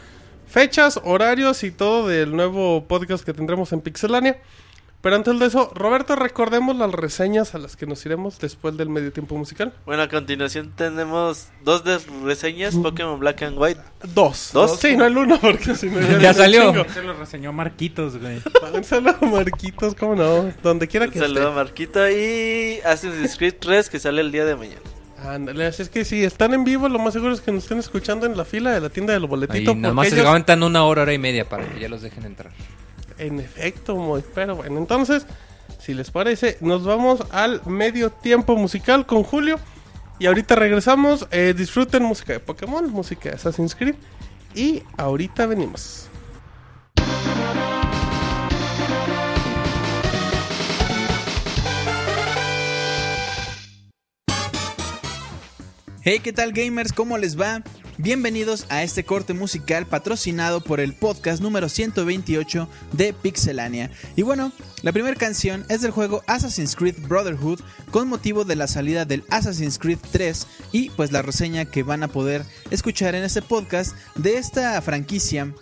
C: fechas, horarios y todo del nuevo podcast que tendremos en Pixelania. Pero antes de eso, Roberto, recordemos las reseñas a las que nos iremos después del medio tiempo musical.
F: Bueno, a continuación tenemos dos de reseñas Pokémon Black and White.
C: Dos.
F: ¿Dos?
C: Sí, no el uno, porque si no
D: Ya
C: viene un
D: salió.
C: chingo.
E: Se lo reseñó Marquitos, güey.
C: Un saludo a Marquitos, cómo no. Donde quiera
F: Un
C: que
F: saludo a Marquito y Assassin's Creed 3 que sale el día de mañana.
C: esté. Ándale, así es que si están en vivo, lo más seguro es que nos estén escuchando en la fila de la tienda del
D: Y
C: boletito.
D: nada
C: porque
D: más se
C: ellos-
D: aguantan una hora, hora y media para que ya los dejen entrar.
C: En efecto, muy. Pero bueno, entonces, si les parece, nos vamos al medio tiempo musical con Julio. Y ahorita regresamos. eh, disfruten música de Pokémon, música de Assassin's Creed. Y ahorita venimos.
I: Hey, ¿qué tal gamers? ¿Cómo les va? Bienvenidos a este corte musical patrocinado por el podcast número 128 de Pixelania. Y bueno, la primera canción es del juego Assassin's Creed Brotherhood con motivo de la salida del Assassin's Creed 3 y pues la reseña que van a poder escuchar en este podcast de esta franquicia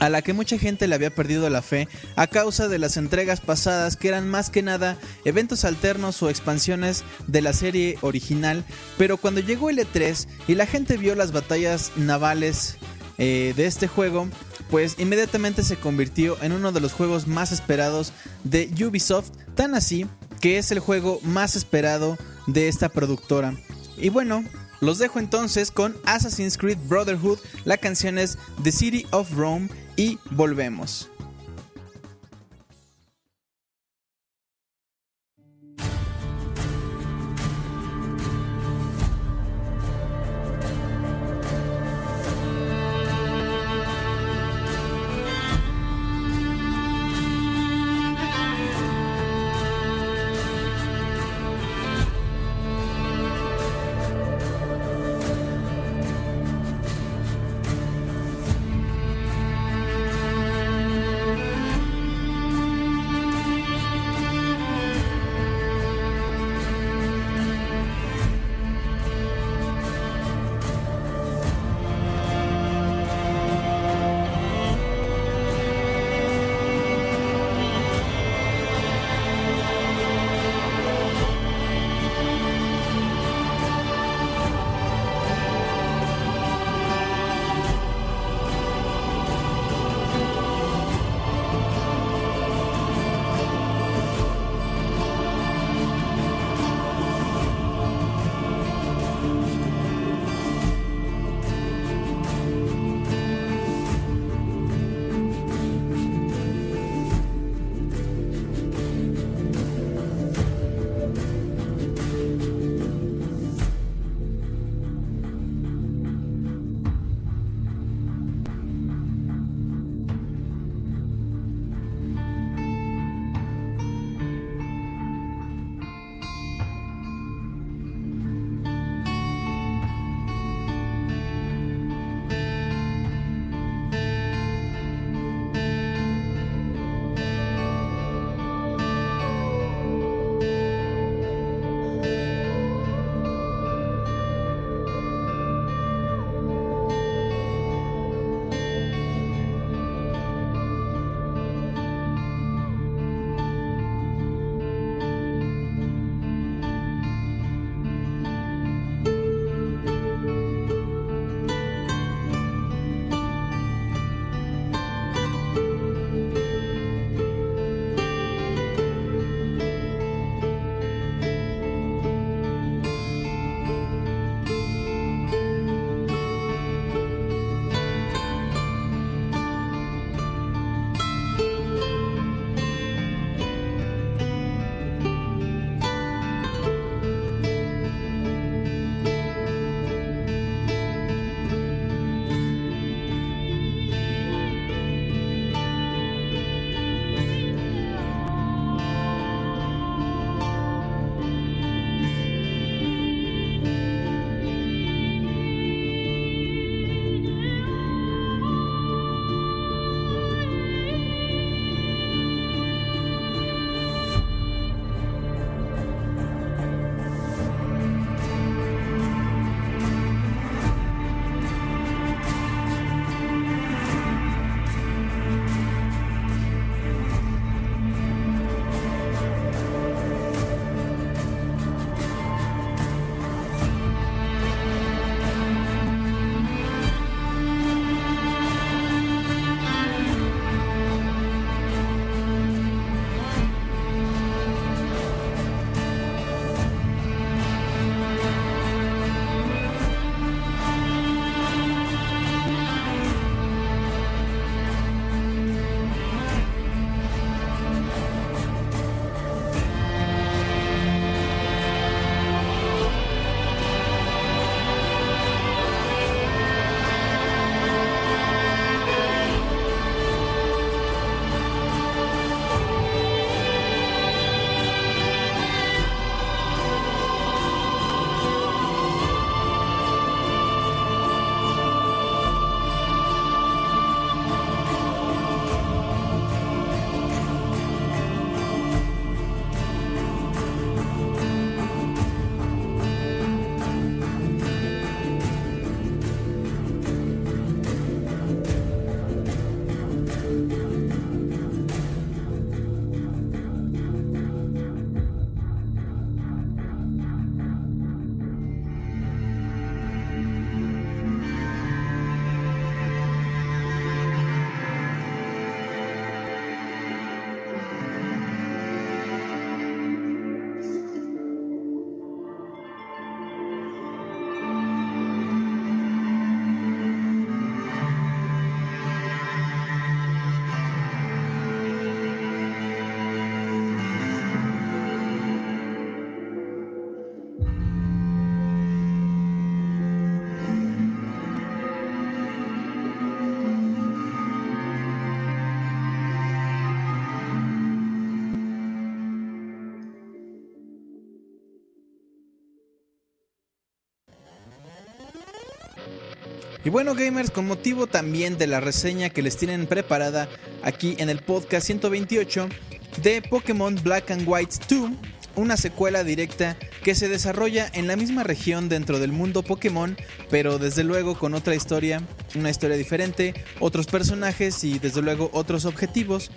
I: a la que mucha gente le había perdido la fe a causa de las entregas pasadas que eran más que nada eventos alternos o expansiones de la serie original, pero cuando llegó el E3 y la gente vio las batallas navales eh, de este juego, pues inmediatamente se convirtió en uno de los juegos más esperados de Ubisoft, tan así que es el juego más esperado de esta productora. Y bueno, los dejo entonces con Assassin's Creed Brotherhood, la canción es The City of Rome y volvemos. Y bueno, gamers, con motivo también de la reseña que les tienen preparada aquí en el podcast 128 de Pokémon Black and White 2, una secuela directa que se desarrolla en la misma región dentro del mundo Pokémon, pero desde luego con otra historia, una historia diferente, otros personajes y desde luego otros objetivos.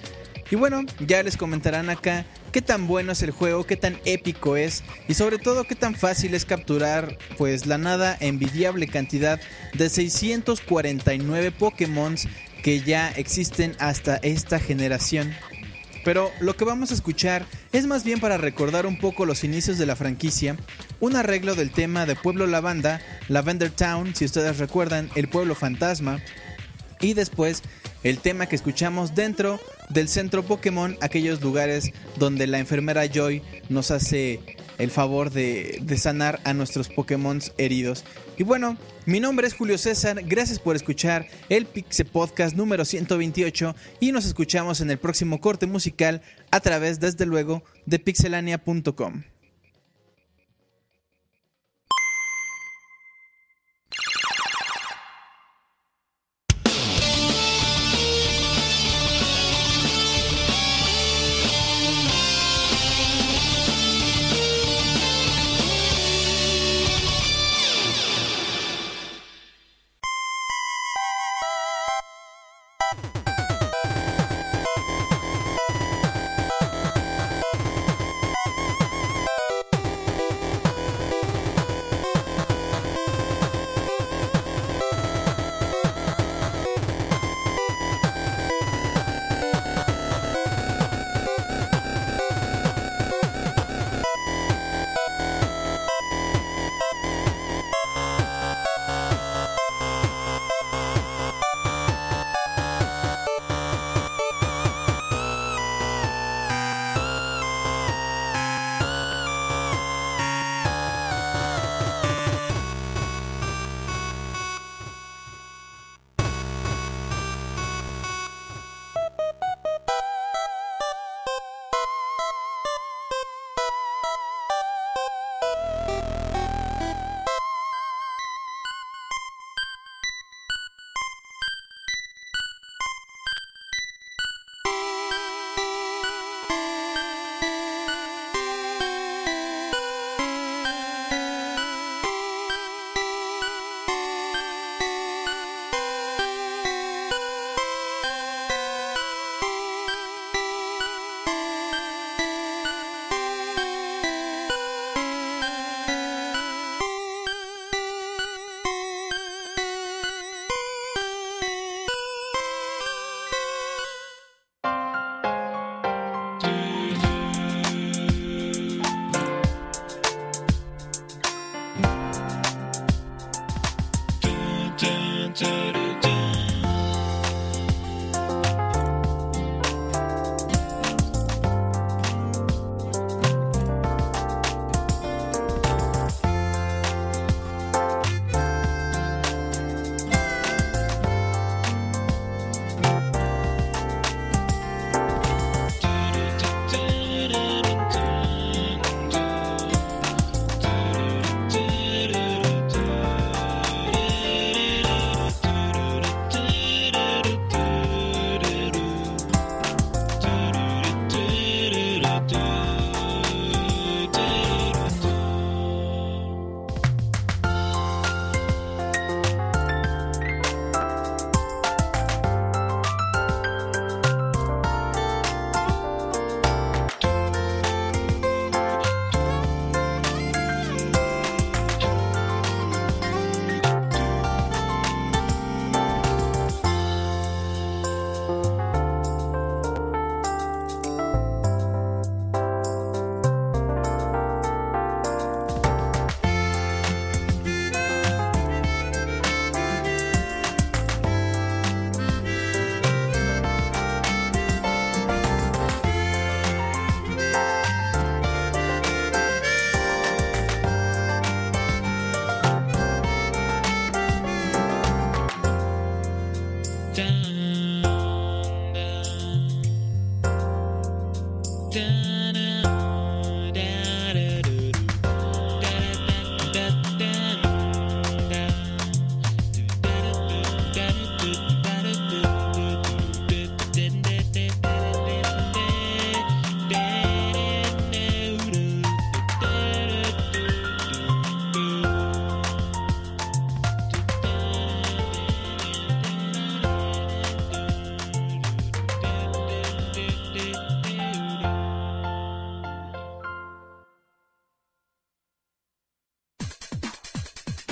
I: Y bueno, ya les comentarán acá qué tan bueno es el juego, qué tan épico es y sobre todo qué tan fácil es capturar pues la nada envidiable cantidad de 649 Pokémon que ya existen hasta esta generación. Pero lo que vamos a escuchar es más bien para recordar un poco los inicios de la franquicia, un arreglo del tema de Pueblo Lavanda, Lavender Town, si ustedes recuerdan, el pueblo fantasma, y después el tema que escuchamos dentro del centro Pokémon, aquellos lugares donde la enfermera Joy nos hace el favor de, de sanar a nuestros Pokémon heridos. Y bueno, mi nombre es Julio César, gracias por escuchar el Pixe Podcast número 128 y nos escuchamos en el próximo corte musical a través, desde luego, de pixelania.com.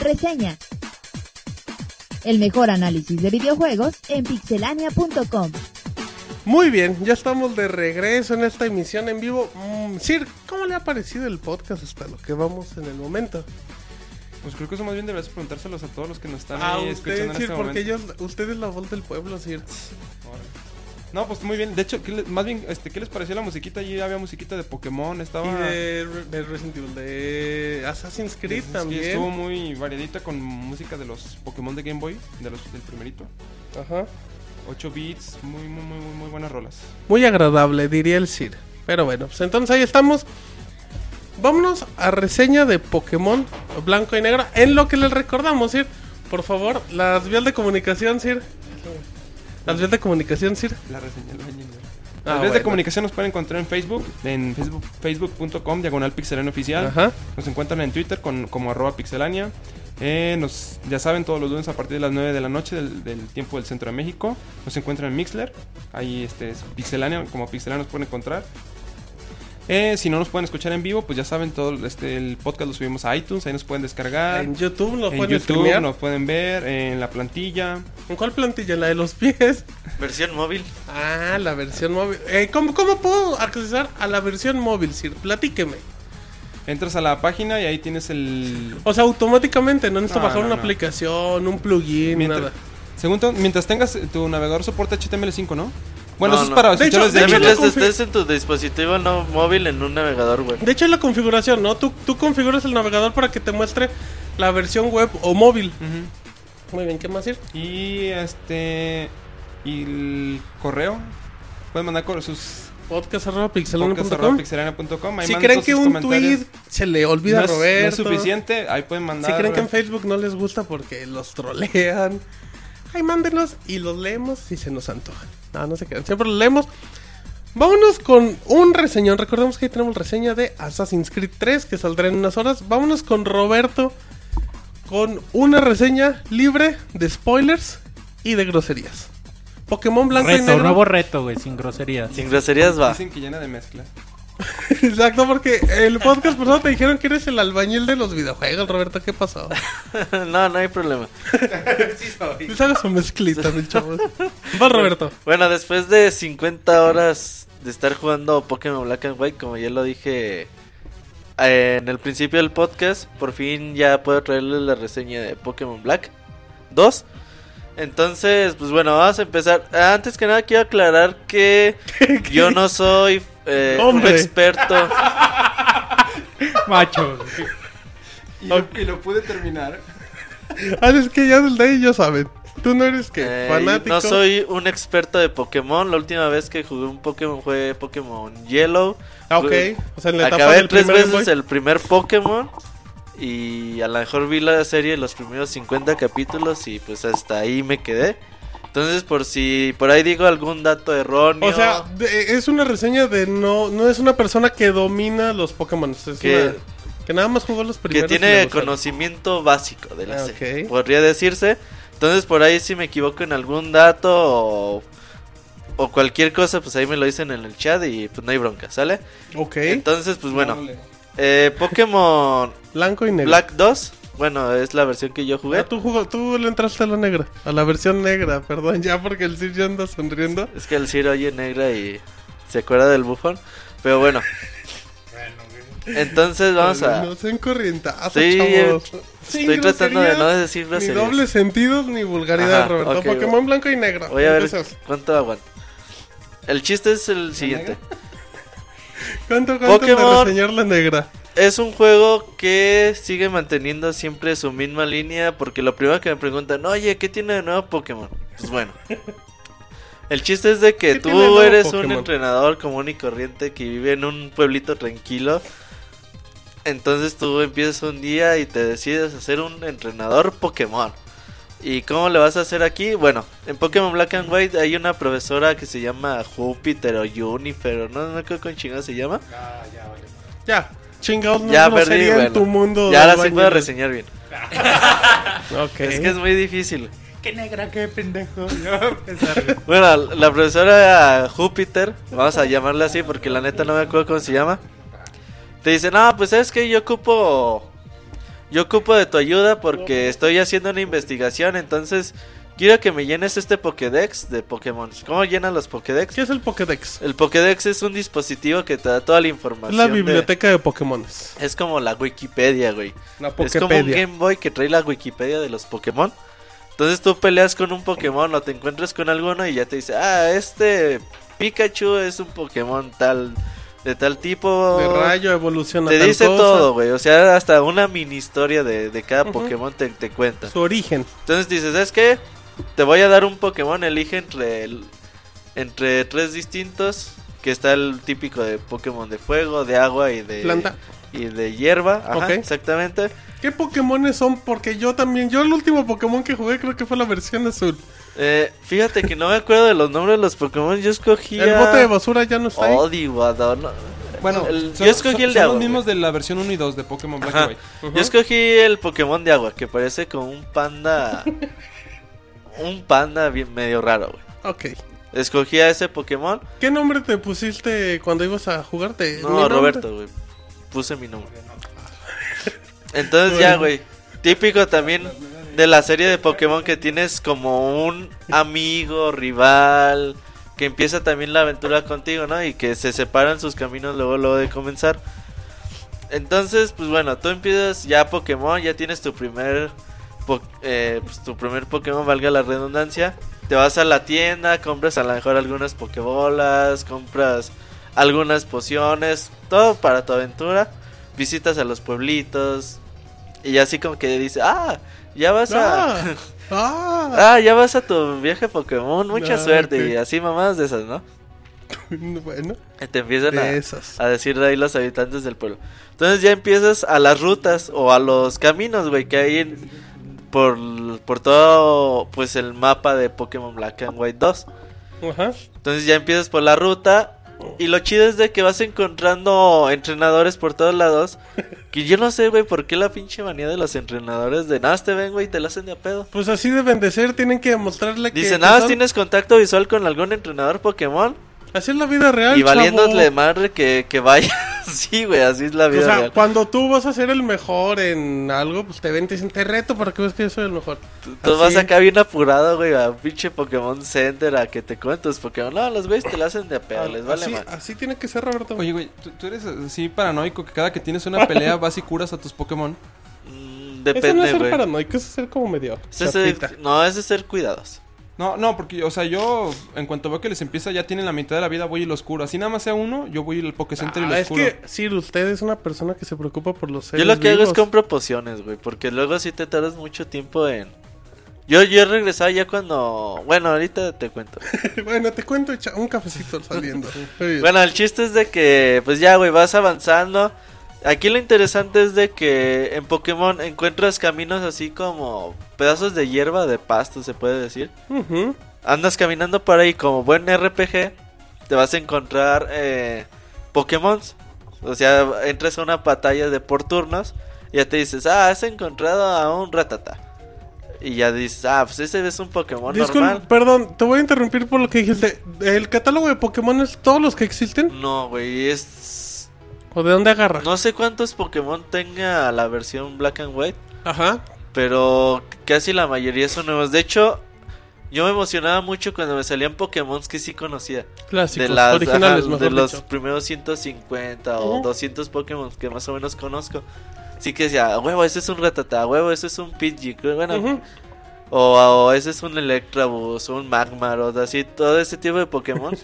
B: reseña. El mejor análisis de videojuegos en pixelania.com.
C: Muy bien, ya estamos de regreso en esta emisión en vivo. Mm, Sir, ¿cómo le ha parecido el podcast hasta lo que vamos en el momento?
G: Pues creo que eso más bien deberías preguntárselos a todos los que nos están
C: Ah,
G: ahí escuchando
C: usted,
G: en
C: Sir,
G: este
C: porque
G: momento.
C: ellos, usted es la voz del pueblo, Sir.
G: Ahora. No, pues muy bien. De hecho, ¿qué le- más bien, este, ¿qué les pareció la musiquita? Allí había musiquita de Pokémon, estaba...
C: Y de, Re- de Resident Evil, de Assassin's
G: Sí,
C: Creed
G: sí,
C: también.
G: Estuvo muy variadita con música de los Pokémon de Game Boy, de los, del primerito.
C: Ajá.
G: 8 bits, muy, muy, muy, muy, muy buenas rolas.
C: Muy agradable, diría el Sir. Pero bueno, pues entonces ahí estamos. Vámonos a reseña de Pokémon Blanco y Negro. En lo que les recordamos, Sir. Por favor, las vías de comunicación, Sir. Las vías de comunicación, Sir.
G: La reseña la reseña.
C: Ah,
G: Las redes
C: bueno.
G: de comunicación nos pueden encontrar en Facebook, en facebook- facebook.com, diagonal pixelania oficial.
C: Ajá.
G: Nos encuentran en Twitter con, como arroba pixelania. Eh, nos, ya saben, todos los lunes a partir de las 9 de la noche del, del tiempo del centro de México. Nos encuentran en Mixler. Ahí este es pixelania, como pixelania nos pueden encontrar. Eh, si no nos pueden escuchar en vivo, pues ya saben, todo este, el podcast lo subimos a iTunes, ahí nos pueden descargar.
C: En YouTube lo
G: ah, en
C: pueden
G: YouTube
C: streamear.
G: nos pueden ver, en la plantilla.
C: ¿En cuál plantilla? ¿La de los pies?
F: Versión móvil.
C: Ah, la versión móvil. Eh, ¿cómo, cómo puedo accesar a la versión móvil, Sir? Platíqueme.
G: Entras a la página y ahí tienes el...
C: O sea, automáticamente, no necesito
G: No,
C: bajar
G: no,
C: una
G: no.
C: aplicación, un plugin,
G: Mientras,
C: nada.
G: Según tú, mientras tengas tu navegador soporte HTML5, ¿no? Bueno,
F: No,
G: eso es
F: no.
C: De
G: para escucharlos
C: hecho,
G: de
C: Pues de hecho,
F: Ya
G: Mixler.
C: la
F: mientras
C: confi-
F: estés en tu dispositivo no móvil en un navegador, güey.
C: De hecho, es la configuración, ¿no? Tú, tú configuras el navegador para que te muestre la versión web o móvil.
G: Ujú.
C: Muy bien, ¿qué más ir?
G: Y este. Y el correo. Pueden mandar cor- sus
C: Podcast.pixelano.com
G: podcast.pixelania.com. Ahí
C: Si
G: mandan
C: creen
G: todos
C: que
G: sus
C: un
G: comentarios.
C: tweet se le
G: no
C: olvida
G: es,
C: a
G: no es
C: Roberto.
G: suficiente, ahí pueden mandar.
C: Si creen que en Facebook no les gusta porque los trolean, ahí mándenos y los leemos si se nos antoja. No, no se quedan, siempre los leemos. Vámonos con un reseñón. Recordemos que ahí tenemos reseña de Assassin's Creed 3 que saldrá en unas horas. Vámonos con Roberto con una reseña libre de spoilers y de groserías. Pokémon blanco y
E: Reto,
C: negro.
E: nuevo reto, güey, sin groserías.
F: Sin groserías va.
G: Dicen que llena de mezcla.
C: Exacto, porque el podcast pasado te dijeron que eres el albañil de los videojuegos, Roberto. ¿Qué pasó?
F: no, no hay problema.
C: Les hago su mezclita, mi chavo. Va, Roberto.
F: Bueno, después de 50 horas de estar jugando Pokémon Black and White, como ya lo dije eh, en el principio del podcast, por fin ya puedo traerles la reseña de Pokémon Black 2. Entonces, pues bueno, vamos a empezar. Antes que nada, quiero aclarar que yo no soy eh, un
C: Hombre.
F: experto.
E: Macho. güey.
G: Y lo, y lo pude terminar.
C: Ah, es que ya desde ahí ya saben. Tú no eres que
F: eh,
C: fanático.
F: no soy un experto de Pokémon. La última vez que jugué un Pokémon fue Pokémon Yellow.
C: Ah, ok. O sea, en la etapa
F: Acabé
C: del
F: tres
C: primer Game
F: veces
C: Boy.
F: el primer Pokémon y a lo mejor vi la serie los primeros 50 capítulos y pues hasta ahí me quedé. Entonces por si por ahí digo algún dato erróneo
C: O sea, de- es una reseña de no no es una persona que domina los Pokémon. Es una-
F: Que-
C: que nada más jugó los
F: que
C: primeros. y le
F: tiene
C: gustaron.
F: conocimiento básico de la
C: Ah,
F: serie,
C: ok.
F: podría decirse. Entonces por ahí si me equivoco en algún dato o, o cualquier cosa, pues ahí me lo dicen en el chat y pues no hay bronca, ¿sale?
C: Ok.
F: Entonces pues bueno, eh, Pokémon
C: Blanco y negro.
F: Black 2, bueno, es la versión que yo jugué.
C: Ah, tú, jugó- tú le entraste a la negra. A la versión negra, perdón, ya porque el Sir ya anda sonriendo.
F: Es que el Ciro oye negra y se acuerda del bufón. Pero bueno. Entonces vamos a.
C: No sean corrientazos,
F: Sí,
C: chavos. Sin
F: Estoy tratando de no
C: groserías,
F: decir
C: Ni
F: groserías.
C: dobles sentidos ni vulgaridad,
F: Ajá,
C: Roberto.
F: ok,
C: Pokémon
F: bueno.
C: blanco y negro.
F: Voy a ver
C: Empezamos.
F: cuánto aguanto. El chiste es el siguiente.
C: ¿Cuánto, cuánto
F: Pokémon.
C: Pokémon... reseñar la negra?
F: Es un juego que sigue manteniendo siempre su misma línea. Porque lo primero que me preguntan, oye, ¿qué tiene de nuevo Pokémon? Pues bueno. El chiste es de que
C: ¿Qué tiene de
F: tú
C: nuevo
F: eres un
C: Pokémon?
F: entrenador común y corriente que vive en un pueblito tranquilo. Entonces tú empiezas un día y te decides a ser un entrenador Pokémon. ¿Y cómo le vas a hacer aquí? Bueno, en Pokémon Black and White hay una profesora que se llama Júpiter o Juniper, o no, no creo con chingada se llama.
C: Ya, chingados, no
F: Ya
C: ya
F: perdí,
C: sería
F: bueno.
C: en tu mundo.
F: Ya
C: de
F: ahora sí puedo
C: albañiles.
F: reseñar bien.
C: Ok.
F: Es que es muy difícil.
E: Qué negra, qué pendejo. Ya va a empezar, güey.
F: Bueno, la profesora Júpiter, vamos a llamarla así porque la neta no me acuerdo cómo se llama. Te dice, no, pues sabes que yo ocupo Yo ocupo de tu ayuda porque estoy haciendo una investigación, entonces quiero que me llenes este Pokédex de Pokémon. ¿Cómo llenan los Pokédex?
C: ¿Qué es el Pokédex?
F: El Pokédex es un dispositivo que te da toda la
C: Es
F: información.
C: la
F: de-
C: biblioteca de Pokémones.
F: Es como la Wikipedia, güey.
C: La
F: Es como un
C: Poképedia.
F: Game Boy que trae la Wikipedia de los Pokémon. Entonces tú peleas con un Pokémon o te encuentras con alguno y ya te dice, ah, este Pikachu es un Pokémon tal, de tal tipo.
C: De rayo evoluciona
F: Te
C: tal
F: dice
C: cosa.
F: todo, güey. O sea, hasta una mini historia de, de cada Pokémon te, te cuenta.
C: Su origen.
F: Entonces dices, ¿sabes qué? Te voy a dar un Pokémon, elige entre, el- entre tres distintos. Que está el típico de Pokémon de fuego, de agua y de,
C: Planta.
F: y de hierba. Ajá,
C: Ok.
F: exactamente.
C: ¿Qué Pokémones son? Porque yo también, yo el último Pokémon que jugué creo que fue la versión azul.
F: Eh, fíjate que no me acuerdo de los nombres de los Pokémon. Yo escogía.
C: El bote de basura ya no está ahí.
F: Oh. Oddiwado, no.
H: Bueno,
F: El-
H: son-
F: yo escogí
H: son-
F: el de
H: son
F: agua.
H: los
F: güey.
H: mismos de la versión 1 y 2 de Pokémon Black
F: Ajá.
H: y White.
F: Yo escogí el Pokémon de agua, que parece como un panda. un panda bien, medio raro, güey.
C: Ok.
F: Escogí a ese Pokémon.
C: ¿Qué nombre te pusiste cuando ibas a jugarte?
F: No, Roberto, güey. Puse mi nombre. Entonces ya, güey. Típico también de la serie de Pokémon que tienes como un amigo, rival, que empieza también la aventura contigo, ¿no? Y que se separan sus caminos luego, luego de comenzar. Entonces, pues bueno, tú empiezas ya Pokémon, ya tienes tu primer, po- eh, pues, tu primer Pokémon, valga la redundancia. Te vas a la tienda, compras a lo mejor algunas Pokébolas, compras algunas pociones, todo para tu aventura. Visitas a los pueblitos y así como que dice, ah, ya vas a...
C: Ah, ah.
F: Ah, ya vas a tu viaje Pokémon, mucha
C: Ah,
F: suerte.
C: ok.
F: Y así mamadas de esas, ¿no?
C: Bueno,
F: Y Te empiezan
C: de
F: a,
C: esas.
F: a decir de ahí los habitantes del pueblo. Entonces ya empiezas a las rutas o a los caminos, güey, que hay en- por, por todo pues el mapa de Pokémon Black and White 2.
C: Ajá.
F: Entonces ya empiezas por la ruta. Y lo chido es de que vas encontrando entrenadores por todos lados. Que yo no sé, güey, por qué la pinche manía de los entrenadores de nada, te ven, güey, y te la hacen de a pedo.
C: Pues así deben de ser, tienen que demostrarle que... pues,
F: Dice,
C: que
F: nada, más
C: son-
F: tienes contacto visual con algún entrenador Pokémon.
C: Así es la vida real,
F: Y valiéndole
C: chavo.
F: madre que, que vaya. sí, güey, así es la vida
C: O sea,
F: real.
C: cuando tú vas a ser el mejor en algo, pues te ven y te dicen, te reto para que veas que yo soy el mejor.
F: Tú, tú
C: así.
F: vas acá bien apurado, güey, a un pinche Pokémon Center a que te cuenten tus Pokémon. No, los güeyes te la hacen de a pedo, les vale
C: Ah, así,
F: madre.
C: así tiene que ser, Roberto.
H: Oye, güey, ¿tú, tú eres así paranoico que cada que tienes una pelea vas y curas a tus Pokémon.
F: Mm,
C: eso no es
F: Depende,
C: ser
F: güey.
C: paranoico, eso es ser como medio
F: Ese es el-
C: chapita.
F: no, es de ser cuidados.
H: No, no, porque, o sea, yo en cuanto veo que les empieza, ya tienen la mitad de la vida, voy y los curo. Así nada más sea uno, yo voy al Pokécenter y
C: Ah,
H: los
C: es
H: curo.
C: que, Sir, usted es una persona que se preocupa por los seres
F: Yo lo que hago es
C: vivos.
F: compro pociones, güey, porque luego sí te tardas mucho tiempo en... Yo, yo he regresado ya cuando... Bueno, ahorita te cuento.
C: Bueno, te cuento echa un cafecito saliendo. Muy bien.
F: Bueno, el chiste es de que, pues ya, güey, vas avanzando. Aquí lo interesante es de que en Pokémon encuentras caminos así como pedazos de hierba, de pasto, se puede decir.
C: Ujú.
F: Andas caminando por ahí como buen RPG, te vas a encontrar eh, Pokémon. O sea, entras a una batalla de por turnos y ya te dices, ah, has encontrado a un ratata. Y ya dices, ah, pues ese es un Pokémon
C: Disculpa,
F: normal.
C: perdón, te voy a interrumpir por lo que dijiste. ¿El catálogo de Pokémon es todos los que existen?
F: No, güey, es
C: ¿O de dónde agarra?
F: Mm. No sé cuántos Pokémon tenga la versión Black and White,
C: Ajá.
F: pero casi la mayoría son nuevos. De hecho, yo me emocionaba mucho cuando me salían Pokémon que sí conocía.
C: Clásicos,
F: de las,
C: originales,
F: ajá,
C: mejor
F: de los
C: dicho.
F: primeros 150 o
C: Ujú.
F: 200 Pokémon que más o menos conozco. Sí que decía, "A huevo, ese es un Ratata, a huevo, ese es un Pidgey, bueno,
C: Ujú.
F: o, o ese es un Electabuzz, un Magmarot, así, todo ese tipo de Pokémon.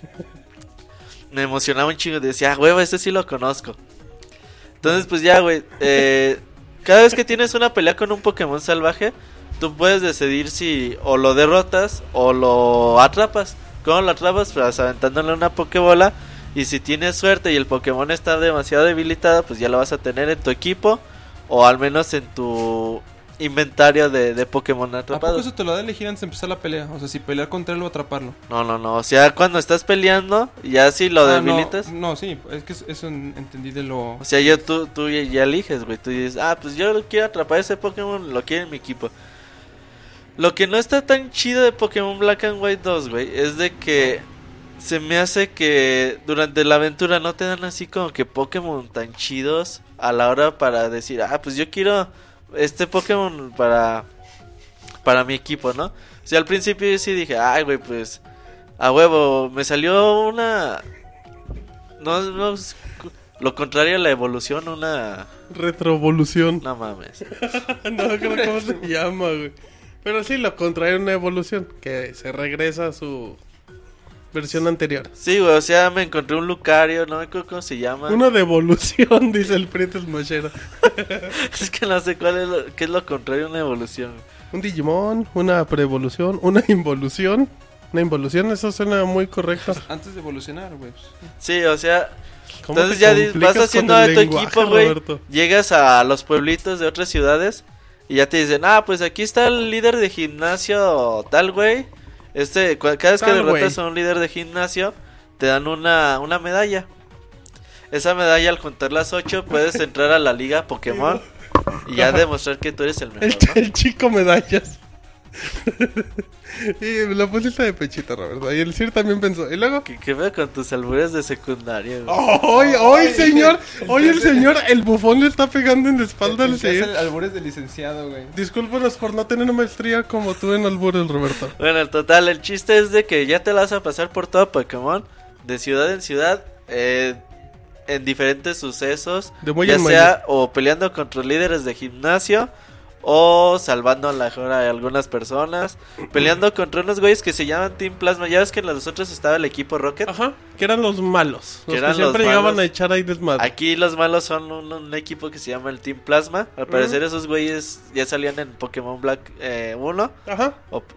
F: me emocionaba un chingo, decía, "Ah, huevo, este sí lo conozco. Entonces, pues ya, güey, eh, cada vez que tienes una pelea con un Pokémon salvaje, tú puedes decidir si o lo derrotas o lo atrapas. ¿Cómo lo atrapas? Pues aventándole una Pokébola. Y si tienes suerte y el Pokémon está demasiado debilitado, pues ya lo vas a tener en tu equipo o al menos en tu inventario de, de Pokémon
H: ¿A poco
F: atrapados.
H: eso te lo da a elegir antes de empezar la pelea? O sea, si pelear contra él o atraparlo.
F: No, no, no. O sea, cuando estás peleando, ya si lo
H: Ah, no,
F: debilitas.
H: No, sí, es que eso en- entendí de lo...
F: O sea, yo, tú, tú ya, ya eliges, güey. Tú dices, ah, pues yo quiero atrapar ese Pokémon, lo quiero en mi equipo. Lo que no está tan chido de Pokémon Black and White 2, güey, es de que se me hace que durante la aventura no te dan así como que Pokémon tan chidos a la hora para decir, ah, pues yo quiero este Pokémon para, para mi equipo, ¿no? O sea, al principio yo sí dije, ay, güey, pues a huevo, me salió una... No, no, es lo contrario a la evolución, una...
C: Retrovolución.
F: No mames.
C: No, creo que cómo se llama, güey. Pero sí, lo contrario, una evolución. Que se regresa a su versión anterior.
F: Sí, güey, o sea, me encontré un Lucario, no me acuerdo cómo se llama.
C: Una devolución, dice el Prieto Mochera.
F: Es que no sé cuál es lo, qué es lo contrario a una evolución.
C: Un Digimon, una preevolución, una involución. Una involución, eso suena muy correcto.
H: Antes de evolucionar, güey. pues,
F: Sí, o sea,
C: ¿Cómo
F: entonces
C: te
F: ya di-
C: complicas
F: vas haciendo
C: con
F: a
C: el
F: tu
C: lenguaje,
F: equipo, güey.
C: Roberto?
F: Llegas a los pueblitos de otras ciudades y ya te dicen, ah, pues aquí está el líder de gimnasio tal, güey. Este, cua- cada vez que
C: Tal
F: derrotas
C: güey.
F: a un líder de gimnasio, te dan una, una medalla. Esa medalla, al contar las 8, puedes entrar a la liga Pokémon y ya demostrar que tú eres el mejor,
C: El,
F: ¿no?
C: el chico medallas. y lo pusiste de pechito, Roberto. Y el Sir también pensó. Y luego.
F: ¿Qué, qué veo con tus albures de secundaria, güey?
C: ¡Hoy, hoy, señor! Hoy el señor, el bufón le está pegando en la espalda al
H: ya es
C: Sir.
H: el albures de licenciado, güey.
C: Discúlpanos por no tener maestría como tú en albures, Roberto.
F: Bueno, el total, el chiste es de que ya te la vas a pasar por todo Pokémon, de ciudad en ciudad, eh, en diferentes sucesos,
C: De muy
F: ya
C: en
F: sea o peleando contra líderes de gimnasio, o salvando a la hora de algunas personas, peleando contra unos güeyes que se llaman Team Plasma, ya ves que en las otras estaba el equipo Rocket,
C: Ajá, que eran los malos. Los
F: Que
C: que
F: eran
C: siempre
F: los
C: llegaban
F: malos.
C: a echar ahí desmadre.
F: aquí los malos son un, un equipo que se llama el Team Plasma,
C: Mm.
F: al parecer esos güeyes ya salían en Pokémon Black eh, 1,
C: Ajá.
F: Op-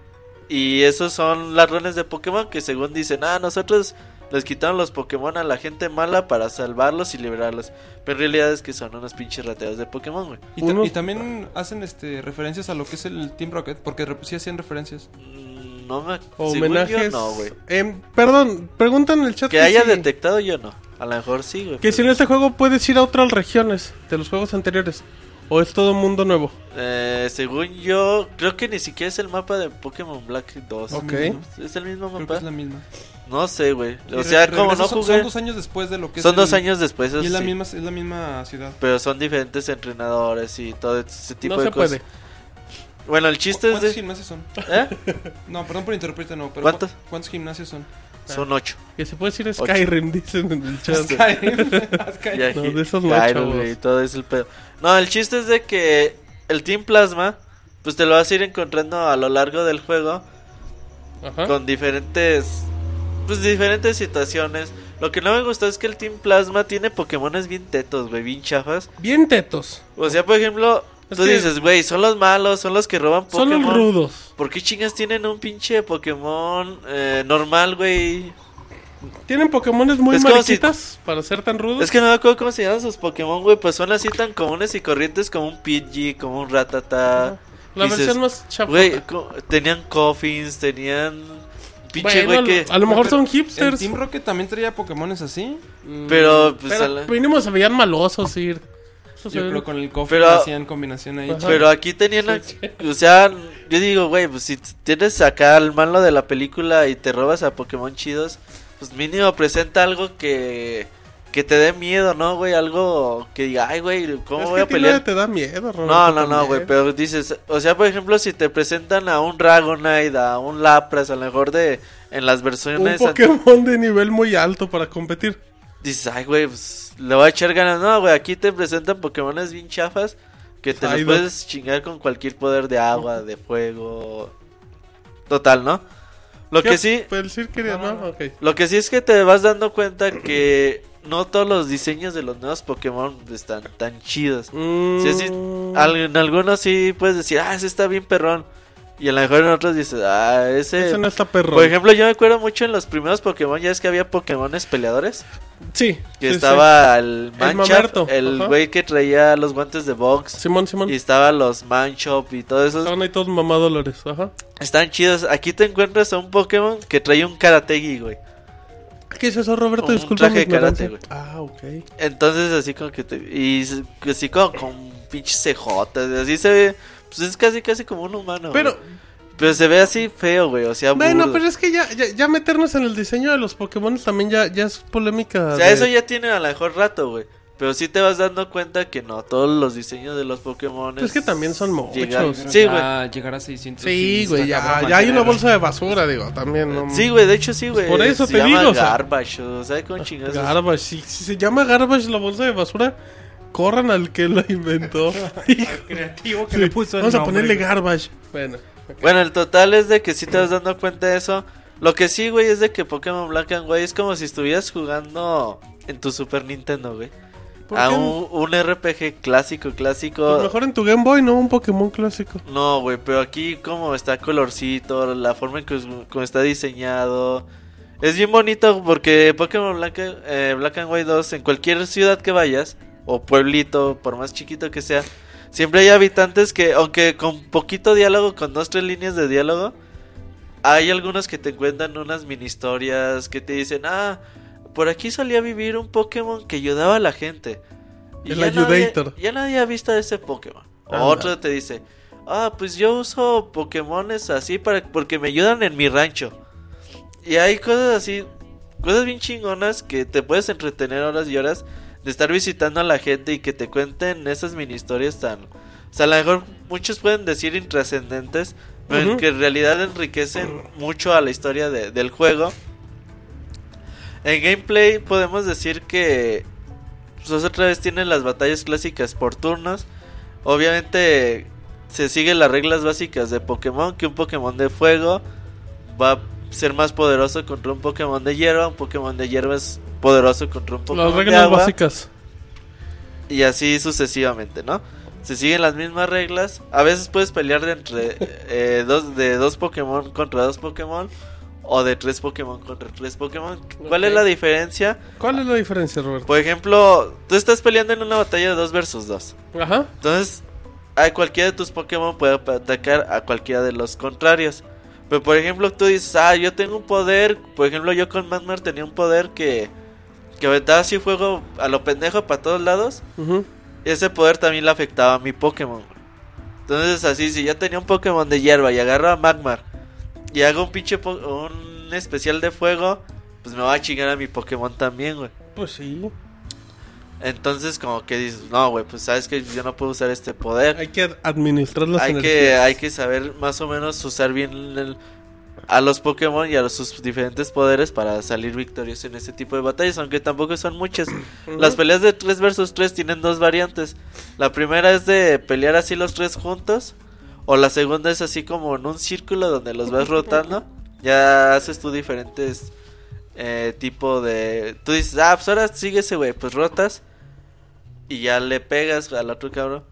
F: Y esos son ladrones de Pokémon que según dicen, ah, nosotros les quitaron los Pokémon a la gente mala para salvarlos y liberarlos. Pero en realidad es que son unos pinches rateados de Pokémon, güey.
H: Y, ta-
C: Unos-
H: y también hacen este referencias a lo que es el Team Rocket, porque re- sí hacían referencias.
F: Mm, No me...
C: O
F: según
C: homenajes.
F: yo, no, güey.
C: Em, perdón, preguntan en el chat.
F: Que haya
C: si-
F: detectado yo no. A lo mejor sí, güey.
C: Que si en
F: pero-
C: este juego puedes ir a otras regiones de los juegos anteriores. O es todo mundo nuevo.
F: Eh, según yo, creo que ni siquiera es el mapa de Pokémon Black 2.
C: Ok.
F: ¿Es el mismo
H: Creo que
F: mapa?
H: es la misma.
F: No sé, güey. O
H: Y
F: sea,
H: re-
F: como
H: regresa-
F: no
H: son-
F: jugué...
H: Son dos años después de lo que es
F: Son dos
H: el-
F: años después, eso
H: Y es la,
F: sí.
H: misma, es la misma ciudad.
F: Pero son diferentes entrenadores y todo ese tipo
C: no
F: de
C: se
F: cosas.
C: puede.
F: Bueno, el chiste Este
H: ¿Cuántos
F: es de...
H: gimnasios son?
F: ¿Eh?
C: Ah.
H: No, perdón por interrumpirte, no. Pero
F: ¿Cuántos?
H: ¿cu- ¿Cuántos gimnasios son?
F: Son ocho.
C: Que si puedes ir a
F: Ocho.
C: Skyrim, dicen en el chat.
F: Y
C: No,
F: aquí-
C: de esos no,
F: Claro,
C: chavos.
F: güey, todo es el pedo. No, el chiste es de que el Team Plasma, pues te lo vas a ir encontrando a lo largo del juego
C: Ajá.
F: con diferentes, pues diferentes situaciones. Lo que no me gustó es que el Team Plasma tiene Pokémones bien tetos, güey, bien chafas.
C: Bien tetos.
F: O sea, por ejemplo,
C: Es
F: tú
C: que-
F: dices, güey, son los malos, son los que roban
C: Son
F: Pokémon.
C: los rudos.
F: ¿Por qué chingas tienen un pinche Pokémon eh, normal, güey?
C: Tienen Pokémones muy
F: Es como
C: mariquitas para ser tan rudos.
F: Es que no me acuerdo cómo se llaman sus Pokémon, güey. Pues son así tan comunes y corrientes como un Pidgey, como un Ratata.
C: La
F: dices,
C: versión más chapa.
F: Güey, co- tenían coffins, tenían. Pinche
C: Bueno,
F: güey que.
C: a lo mejor son
H: El
C: hipsters.
H: Team Rocket también traía Pokémones así.
G: Mm,
F: Pero, pues. a
C: Pero
F: la-
C: mínimo se veían malosos, ir.
H: Yo creo con el cofre
F: Pero-
H: hacían combinación ahí.
C: Ajá.
F: Pero aquí tenían. a- O sea, yo digo, güey, pues si t- tienes acá al malo de la película y te robas a Pokémon chidos, pues mínimo presenta algo que. Que te dé miedo, ¿no, güey? Algo que diga, ay, güey, ¿cómo
C: es
F: voy
C: que
F: a
C: a ti
F: pelear?
C: nadie te ¿eh? da miedo, Roberto.
F: No, no, no,
C: también.
F: güey, pero dices, o sea, por ejemplo, si te presentan a un Dragonite, a un Lapras, a lo mejor de en las
C: Un
F: versiones, ant-
C: Pokémon de nivel muy alto para competir.
F: dices, ay, güey, pues, le voy a echar ganas. No, güey, aquí te presentan Pokémones bien chafas que te los
C: Psyduck.
F: puedes chingar con cualquier poder de agua, de fuego. Total, ¿no? Lo que sí,
C: Pues el Sir quería, ¿no? Ok.
F: lo que sí es que te vas dando cuenta que no todos los diseños de los nuevos Pokémon están tan chidos. Sí, sí,
C: Mm,
F: Al- en algunos sí puedes decir, ah, ese está bien perrón. Y a lo mejor en otros dices, ah, ese.
C: Ese no está perro.
F: Por ejemplo, yo me acuerdo mucho en los primeros Pokémon, ya es que había Pokémones peleadores.
C: sí.
F: Que
C: sí,
F: estaba el Manchap,
C: Mamerto,
F: el
C: ajá.
F: güey que traía los guantes de
C: sí.
F: box.
C: Simón, Simón.
F: Y estaba los Manchop y todo eso.
C: Estaban ahí todos mamadolores, ajá.
F: Están chidos. Aquí te encuentras a un Pokémon que trae un Karategi, güey.
C: ¿Qué es eso, Roberto?
F: Un
C: Disculpa
F: traje
C: mi
F: de karate,
C: ignorancia. Ah, ok.
F: Entonces así como que te... Y s- así como con pinches cejotas. Así se ve... Pues es casi, casi como un humano.
C: Pero,
F: güey. Pero se ve así feo, güey. O sea,
C: bueno,
F: burdo.
C: pero es que ya, ya, ya meternos en el diseño de los Pokémon también ya, ya es polémica.
F: O sea,
C: de-
F: eso ya tiene a lo mejor rato, güey. Pero sí te vas dando cuenta que no, todos los diseños de los Pokémon
C: Pues Es que también son
F: llegan-
C: muchos.
F: Sí, güey.
G: ya llegar a 600.
C: Sí,
G: está
C: güey, ya,
G: cabrón
C: ya hay una
G: mantenerlo.
C: bolsa de basura, digo, también. No,
F: Sí, güey, de hecho sí, güey.
C: Pues Por eso
F: se
C: te
F: llama
C: digo, o sea. Ah,
F: Garbage, o sea, con chingados.
C: Garbage, si, si se llama Garbage la bolsa de basura, corran al que la inventó. Hijo,
E: Creativo que
C: sí.
E: le puso el
C: Vamos a
E: nombre,
C: ponerle
E: güey.
C: Garbage. Bueno,
F: Bueno, el total es de que sí te vas dando cuenta de eso. Lo que sí, güey, es de que Pokémon Black and White es como si estuvieras jugando en tu Super Nintendo, güey.
C: ¿por
F: A
C: qué
F: un, un RPG clásico,
C: no? Pues
F: clásico.
C: mejor en tu Game Boy, no un Pokémon clásico.
F: No, güey, pero aquí como está colorcito, la forma en que es- como está diseñado. Es bien bonito porque Pokémon Black, eh, Black and White 2, en cualquier ciudad que vayas, o pueblito, por más chiquito que sea, siempre hay habitantes que, aunque con poquito diálogo, con dos, tres líneas de diálogo, hay algunos que te cuentan unas mini historias que te dicen, ah, por aquí solía vivir un Pokémon que ayudaba a la gente.
C: El
F: ya nadie-
C: Ayudator.
F: ya nadie ha visto a ese Pokémon.
C: Anda.
F: Otro te dice, ah, pues yo uso Pokémones así para, porque me ayudan en mi rancho. Y hay cosas así, cosas bien chingonas que te puedes entretener horas y horas de estar visitando a la gente y que te cuenten esas mini historias tan... O sea, a lo mejor muchos pueden decir intrascendentes, pero
C: Ujú.
F: que en realidad enriquecen mucho a la historia de- del juego. En gameplay podemos decir que pues otra vez tienen las batallas clásicas por turnos. Obviamente se siguen las reglas básicas de Pokémon, que un Pokémon de fuego va a ser más poderoso contra un Pokémon de hierba, un Pokémon de hierba es poderoso contra un Pokémon
C: Las
F: de
C: reglas
F: agua
C: básicas.
F: y así sucesivamente, ¿no? Se siguen las mismas reglas. A veces puedes pelear de entre eh, dos de dos Pokémon contra dos Pokémon o de tres Pokémon contra tres Pokémon. ¿Cuál es
C: Ok.
F: la diferencia?
C: ¿Cuál es la diferencia, Roberto?
F: Por ejemplo, tú estás peleando en una batalla de dos versus dos.
C: Ajá.
F: Entonces, a cualquiera de tus Pokémon puede atacar a cualquiera de los contrarios. Pero por ejemplo, tú dices, ah, yo tengo un poder. Por ejemplo, yo con Magmar tenía un poder que, que aventaba así fuego a lo pendejo para todos lados.
C: ujú.
F: Ese poder también le afectaba a mi Pokémon. güey. Entonces, así, si yo tenía un Pokémon de hierba y agarro a Magmar y hago un pinche po- un especial de fuego, pues me va a chingar a mi Pokémon también, güey.
C: Pues sí.
F: Entonces, como que dices, no, güey, pues sabes que yo no puedo usar este poder.
C: Hay que administrar las
F: hay que,
C: energías.
F: hay que saber más o menos usar bien el- a los Pokémon y a los- sus diferentes poderes para salir victoriosos en este tipo de batallas, aunque tampoco son muchas. Las peleas de 3 versus 3 tienen dos variantes. La primera es de pelear así los tres juntos, o la segunda es así como en un círculo donde los vas rotando. Ya haces tú diferentes eh, tipo de... Tú dices, ah, pues ahora sigue ese güey, pues rotas y ya le pegas al otro cabrón.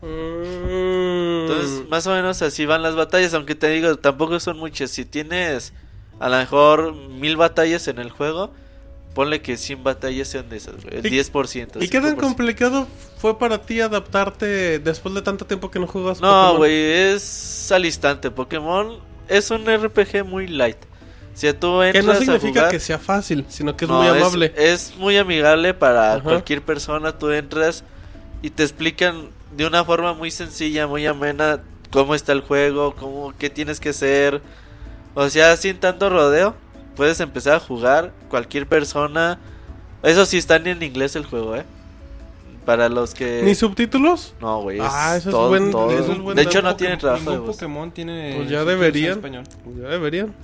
C: Mm.
F: Entonces,
C: Entonces,
F: más o menos así van las batallas, aunque te digo, tampoco son muchas. Si tienes a lo mejor mil batallas en el juego, ponle que 100 batallas sean de esas, güey, el
C: ¿Y-
F: 10%.
C: ¿Y qué tan
F: 5%.
C: complicado fue para ti adaptarte después de tanto tiempo que no jugas?
F: No,
C: Pokémon?
F: güey, es al instante. Pokémon es un RPG muy light. Si tú
C: Que
F: entras
C: no
F: a
C: significa
F: jugar,
C: que sea fácil, sino que es
F: No,
C: muy amable.
F: Es, muy amigable para
C: Ajá.
F: cualquier persona. Tú entras y te explican de una forma muy sencilla, muy amena, cómo está el juego, cómo, qué tienes que hacer. O sea, sin tanto rodeo, puedes empezar a jugar cualquier persona. Eso sí, está en inglés el juego, ¿eh? Para los que...
C: ¿Ni subtítulos?
F: No, güey.
C: Ah, eso es
F: todo-
C: buen-
F: todo.
C: eso es buen
F: de hecho,
C: dato.
F: no tiene trabajo de
G: Ningún
F: voz.
G: Pokémon tiene.
C: Pues ya
G: subtítulos en
C: deberían.
G: español.
C: Ya deberían.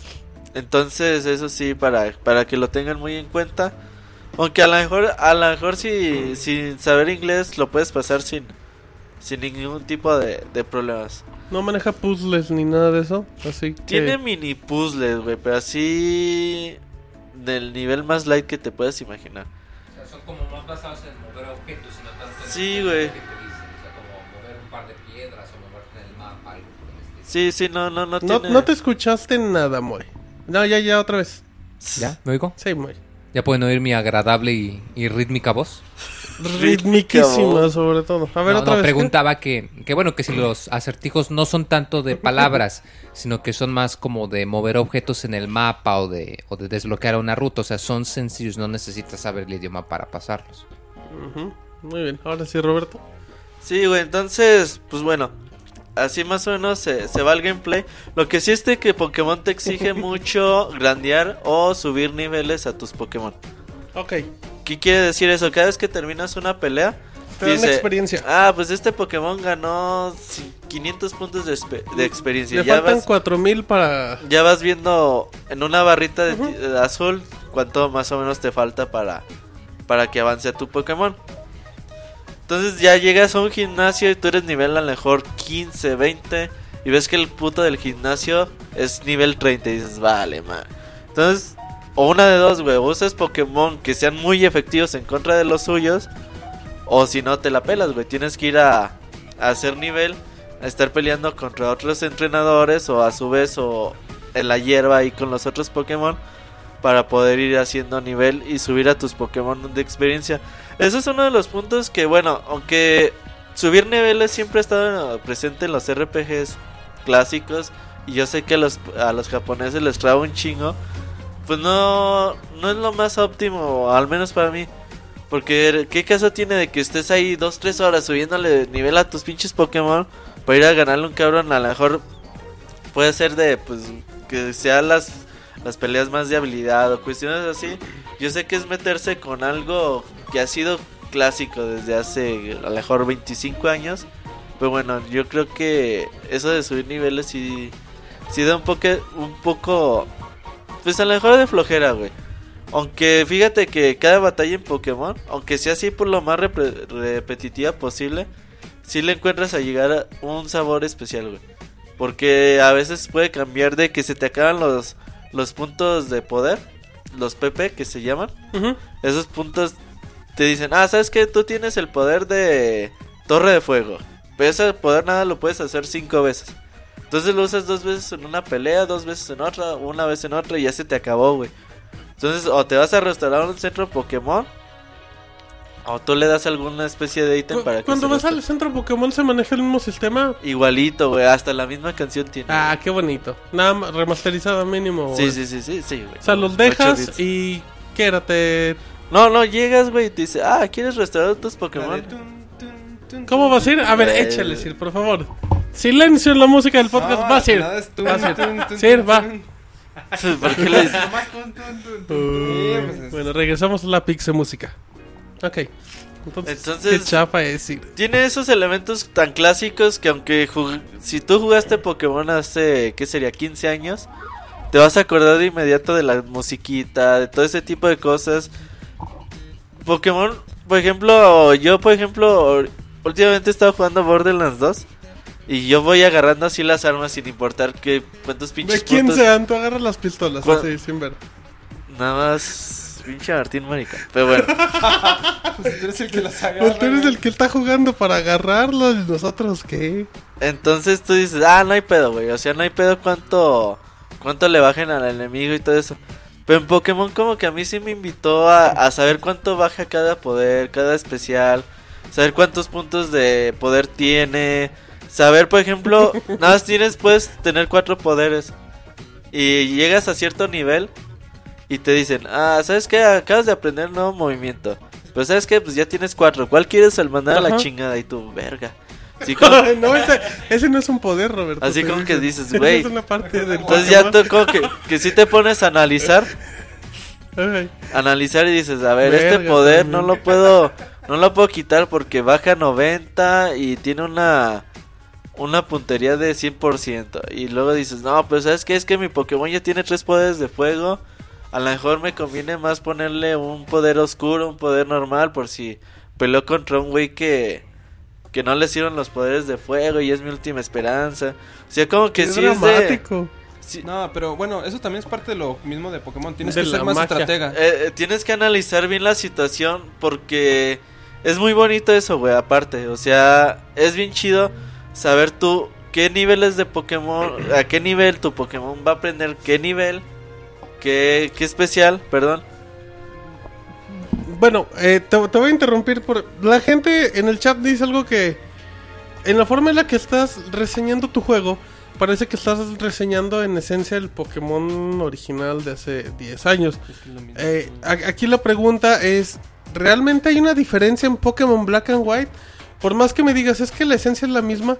F: Entonces, eso sí, para, para que lo tengan muy en cuenta. Aunque a lo mejor, a lo mejor si, sin saber inglés lo puedes pasar sin, sin ningún tipo de, de problemas.
C: No maneja puzzles ni nada de eso. Así que.
F: Tiene mini puzzles, güey, pero así del nivel más light que te puedas imaginar.
D: O sea, son como más basados en mover objetos y no tanto en
F: Sí,
D: el
F: güey.
D: que te dicen. O sea, como mover un par de piedras o moverte en el mapa, algo por el estilo.
F: Sí, sí, no, no, no,
C: No,
F: tiene...
C: no te escuchaste nada, Moy. No, ya, ya, otra vez.
D: ¿Ya? ¿Me oigo?
C: Sí, Moy.
D: ¿Ya pueden oír mi agradable y, y rítmica voz?
C: Ritmiquísima, sobre todo. A ver,
D: no,
C: otra
D: no,
C: vez.
D: preguntaba que, que, bueno, que si los acertijos no son tanto de palabras, sino que son más como de mover objetos en el mapa o de, o de desbloquear una ruta. O sea, son sencillos, no necesitas saber el idioma para pasarlos.
C: Ujú. Muy bien, ahora sí, Roberto.
F: Sí, güey, entonces, pues bueno, así más o menos se, se va el gameplay. Lo que sí es de que Pokémon te exige mucho grandear o subir niveles a tus Pokémon.
C: Ok.
F: ¿Qué quiere decir eso? Cada vez que terminas una pelea,
C: Te da una experiencia.
F: Ah, pues este Pokémon ganó ci- 500 puntos de, espe- de experiencia.
C: Le
F: ya,
C: faltan
F: vas,
C: 4000 para.
F: ya vas viendo en una barrita de, ti- de azul cuánto más o menos te falta para, para que avance tu Pokémon. Entonces ya llegas a un gimnasio y tú eres nivel a lo mejor 15, 20 y ves que el puto del gimnasio es nivel 30 y dices, vale, man. Entonces, o una de dos, güey, usas Pokémon que sean muy efectivos en contra de los suyos o si no te la pelas, güey, tienes que ir a, a hacer nivel, a estar peleando contra otros entrenadores o a su vez o en la hierba y con los otros Pokémon para poder ir haciendo nivel y subir a tus Pokémon de experiencia. Ese es uno de los puntos que, bueno, aunque subir niveles siempre ha estado presente en los RPGs clásicos, y yo sé que a los, a los japoneses les traba un chingo, pues no, no es lo más óptimo, al menos para mí. Porque, ¿qué caso tiene de que estés ahí dos, tres horas subiéndole nivel a tus pinches Pokémon para ir a ganarle un cabrón? A lo mejor puede ser de, pues, que sean las, las peleas más de habilidad o cuestiones así. Yo sé que es meterse con algo que ha sido clásico desde hace a lo mejor 25 años. Pero bueno, yo creo que eso de subir niveles sí, sí da un, poco un poco, pues a lo mejor de flojera, güey. Aunque fíjate que cada batalla en Pokémon, aunque sea así por lo más repre- repetitiva posible, sí le encuentras a llegar a un sabor especial, güey. Porque a veces puede cambiar de que se te acaban los, los puntos de poder, los PP que se llaman.
C: Ujú.
F: Esos puntos te dicen, ah, ¿sabes que Tú tienes el poder de Torre de Fuego. Pero ese poder nada lo puedes hacer cinco veces. Entonces lo usas dos veces en una pelea, dos veces en otra, una vez en otra y ya se te acabó, güey. Entonces, o te vas a restaurar un centro Pokémon, o tú le das alguna especie de ítem
C: Cu-
F: para que
C: Cuando
F: se
C: vas
F: restaure.
C: al centro Pokémon se maneja el mismo sistema.
F: Igualito, güey, hasta la misma canción tiene.
C: Ah, qué bonito. Nada más remasterizada mínimo.
F: sí,
C: güey.
F: sí, sí, sí, sí, güey.
C: O sea, los
F: Ocho
C: dejas
F: bits.
C: y. Quédate.
F: No, no, llegas, güey, y te dice, ah, ¿quieres restaurar tus Pokémon?
C: ¿Cómo vas a ir? A ver,
F: Eh.
C: échale, Sir, por favor. Silencio en la música del podcast. va, Sir.
G: nada, es tun,
C: Va, Sir.
G: tun, tun,
C: Sir,
G: tun,
C: va.
G: tun.
F: ¿Por qué le dices?
C: Uy,
G: Sí, pues es-
C: Bueno, regresamos a la Pixe Música. Ok. Entonces,
F: Entonces-
C: ¿qué chapa es Sir?
F: Tiene esos elementos tan clásicos que aunque jug- si tú jugaste Pokémon hace, ¿qué sería? 15 años, te vas a acordar de inmediato de la musiquita, de todo ese tipo de cosas. Pokémon, por ejemplo, yo por ejemplo, or- últimamente he estado jugando Borderlands 2 y yo voy agarrando así las armas sin importar que cuántos pinches
C: ¿De quién
F: puntos-
C: sean? Tú agarras las pistolas,
F: ¿Cuál?
C: así, sin ver.
F: Nada más pinche Martín Marica. Pero bueno,
G: Pues tú eres el que las agarra.
C: Pues tú eres el que está jugando para agarrarlas y nosotros qué.
F: Entonces tú dices, ah, no hay pedo, güey. O sea, no hay pedo cuánto, cuánto le bajen al enemigo y todo eso. Pero en Pokémon como que a mí sí me invitó a, a saber cuánto baja cada poder, cada especial. Saber cuántos puntos de poder tiene. Saber, por ejemplo, nada más tienes, puedes tener cuatro poderes. Y llegas a cierto nivel y te dicen, ah, ¿sabes qué? Acabas de aprender un nuevo movimiento. Pero ¿sabes qué? Pues ya tienes cuatro. ¿Cuál quieres al mandar a la
C: Ajá.
F: chingada? Y tú, verga. Sí, como-
C: no, ese, ese no es un poder, Roberto.
F: Así
C: te
F: como que
C: dicen.
F: dices,
C: Esa
F: güey.
C: Es una parte del
F: Entonces ya
C: Pokémon.
F: tú como que, que si te pones a analizar,
C: Ay,
F: analizar y dices, a ver, este
C: Verga,
F: poder
C: también.
F: no lo puedo, no lo puedo quitar porque baja 90 y tiene una una puntería de 100% y luego dices, no, pues sabes que es que mi Pokémon ya tiene tres poderes de fuego, a lo mejor me conviene más ponerle un poder oscuro, un poder normal por si peleó contra un güey que que no le sirven los poderes de fuego y es mi última esperanza. O sea, como que
C: qué
F: sí es de...
C: dramático.
F: sí-
G: No, pero bueno, eso también es parte de lo mismo de Pokémon. Tienes
C: De
G: que
C: la
G: ser más
C: magia.
F: Eh,
G: estratega.
F: eh, tienes que analizar bien la situación porque es muy bonito eso, güey, aparte. O sea, es bien chido saber tú qué niveles de Pokémon, a qué nivel tu Pokémon va a aprender, qué nivel, qué, qué especial, perdón.
C: Bueno, eh, te, te voy a interrumpir por... La gente en el chat dice algo que... En la forma en la que estás reseñando tu juego, parece que estás reseñando en esencia el Pokémon original de hace 10 años. Eh, a- aquí la pregunta es, ¿realmente hay una diferencia en Pokémon Black and White? Por más que me digas, ¿es que la esencia es la misma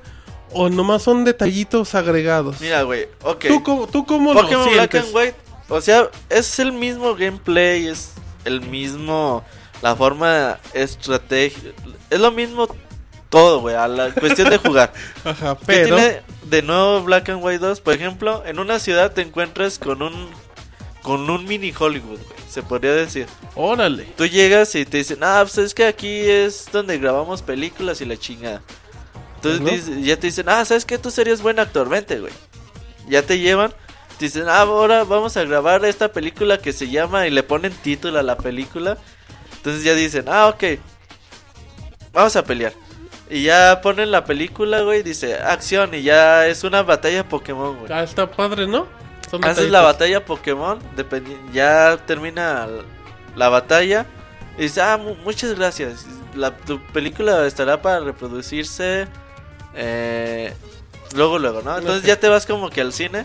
C: o nomás son detallitos agregados?
F: Mira, güey, ok.
C: ¿Tú, cómo, ¿Tú cómo lo
F: Pokémon Black
C: sientes?
F: and White, o sea, es el mismo gameplay, es el mismo la forma estrategia. Es lo mismo todo, güey, a la cuestión de jugar.
C: Ajá,
F: ¿Qué
C: pero.
F: tiene de nuevo Black and White 2? Por ejemplo, en una ciudad te encuentras con un con un mini Hollywood, güey, se podría decir.
C: Órale.
F: Tú llegas y te dicen, ah, pues es que aquí es donde grabamos películas y la chingada. Entonces
C: Ajá.
F: dice- ya te dicen, ah, ¿sabes qué? Tú serías buen actor, vente, güey. Ya te llevan, te dicen, ah, ahora vamos a grabar esta película que se llama y le ponen título a la película. Entonces ya dicen, ah, ok, vamos a pelear. Y ya ponen la película, güey, dice, acción, y ya es una batalla Pokémon, güey.
C: Ah, está padre, ¿no? Son
F: Haces la
C: detallitos.
F: batalla Pokémon, dependi- ya termina l- la batalla. Y dices, ah, mu- muchas gracias. La, tu película estará para reproducirse eh, luego, luego, ¿no? Entonces
C: Ok.
F: ya te vas como que al cine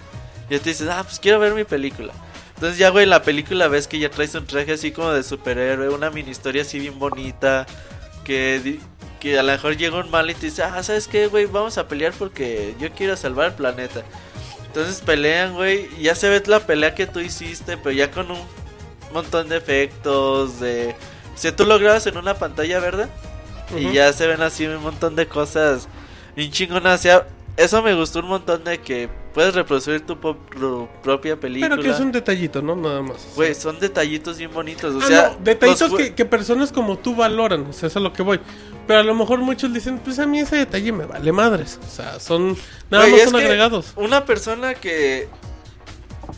F: y te dices, ah, pues quiero ver mi película. Entonces ya, güey, la película ves que ya traes un traje así como de superhéroe, una mini historia así bien bonita, que, di- que a lo mejor llega un mal y te dice, ah, ¿sabes qué, güey? Vamos a pelear porque yo quiero salvar el planeta. Entonces pelean, güey, y ya se ve la pelea que tú hiciste, pero ya con un montón de efectos, de... Si tú lo grabas en una pantalla verde y
C: Ujú.
F: ya se ven así un montón de cosas bien chingonas. ya- Eso me gustó un montón de que puedes reproducir tu, po- tu propia película.
C: Pero que es un detallito, ¿no? Nada más.
F: Güey, son detallitos bien bonitos, o
C: Ah,
F: sea...
C: no, detallitos
F: los jue-
C: que, que personas como tú valoran, o sea, eso es a lo que voy. Pero a lo mejor muchos dicen, pues a mí ese detalle me vale madres. O sea, son nada
F: Güey,
C: más
F: es
C: son
F: que
C: agregados.
F: Una persona que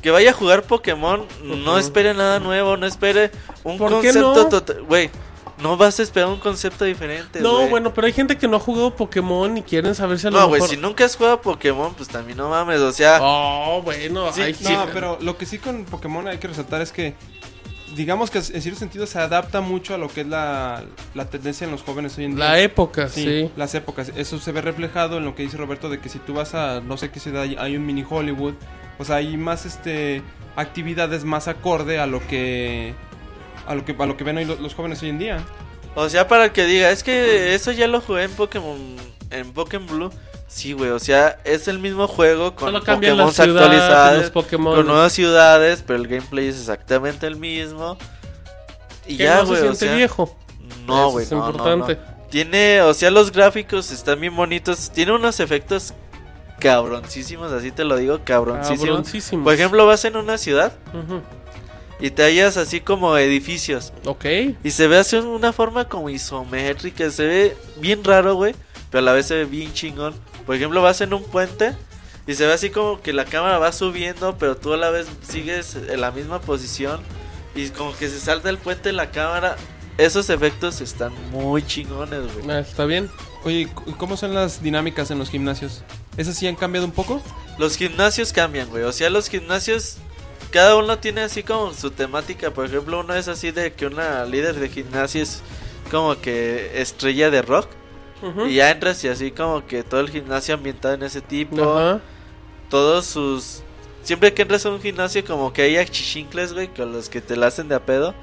F: que vaya a jugar Pokémon no
C: Ujú.
F: espere nada nuevo, no espere un
C: ¿Por qué
F: concepto
C: no?
F: total, güey. No vas a esperar un concepto diferente.
C: No,
F: güey.
C: bueno, pero hay gente que no ha jugado Pokémon y quieren saber si a lo
F: No,
C: mejor.
F: güey, si nunca has jugado Pokémon, pues también no mames, o sea,
C: Oh, bueno,
F: Sí,
C: ahí sí.
G: No, pero lo que sí con Pokémon hay que resaltar es que, digamos que en cierto sentido se adapta mucho a lo que es la, la tendencia en los jóvenes hoy en día.
C: La época, sí.
G: Las épocas. Eso se ve reflejado en lo que dice Roberto de que si tú vas a no sé qué ciudad hay- hay un mini Hollywood, pues hay más este actividades más acorde a lo que a lo que a lo que ven hoy lo- los, jóvenes hoy en día.
C: Oh.
F: o sea, para el que diga, es que eso ya lo jugué en Pokémon en Pokémon Blue. Sí, güey, o sea, es el mismo juego con
C: Solo cambian
F: Pokémon
C: las ciudades,
F: actualizados,
C: los Pokémon.
F: con nuevas ciudades, pero el gameplay es exactamente el mismo. Y
C: que
F: ya,
C: no se
F: güey, o
C: siente
F: sea,
C: viejo.
F: No,
C: Eso
F: güey,
C: es
F: no, no,
C: importante.
F: no. Tiene, o sea, los gráficos están bien bonitos. Tiene unos efectos cabroncísimos, así te lo digo, cabroncísimos.
C: Cabroncísimos.
F: Por ejemplo, vas en una ciudad
C: Ujú.
F: y te hallas así como edificios.
C: Ok.
F: Y se ve así en una forma como isométrica. Se ve bien raro, güey. Pero a la vez se ve bien chingón. Por ejemplo, vas en un puente y se ve así como que la cámara va subiendo, pero tú a la vez sigues en la misma posición. Y como que se salta el puente la cámara. Esos efectos están muy chingones, güey.
C: Ah, está bien.
G: Oye, ¿y ¿cómo son las dinámicas en los gimnasios? ¿Esas sí han cambiado un poco?
F: Los gimnasios cambian, güey. O sea, los gimnasios. Cada uno tiene así como su temática. Por ejemplo, uno es así de que una líder de gimnasio es como que estrella de rock.
C: Ujú.
F: Y ya entras y así como que todo el gimnasio ambientado en ese tipo.
C: Ajá.
F: Todos sus. Siempre que entras a un gimnasio, como que hay achichincles, güey, con los que te la hacen de a pedo.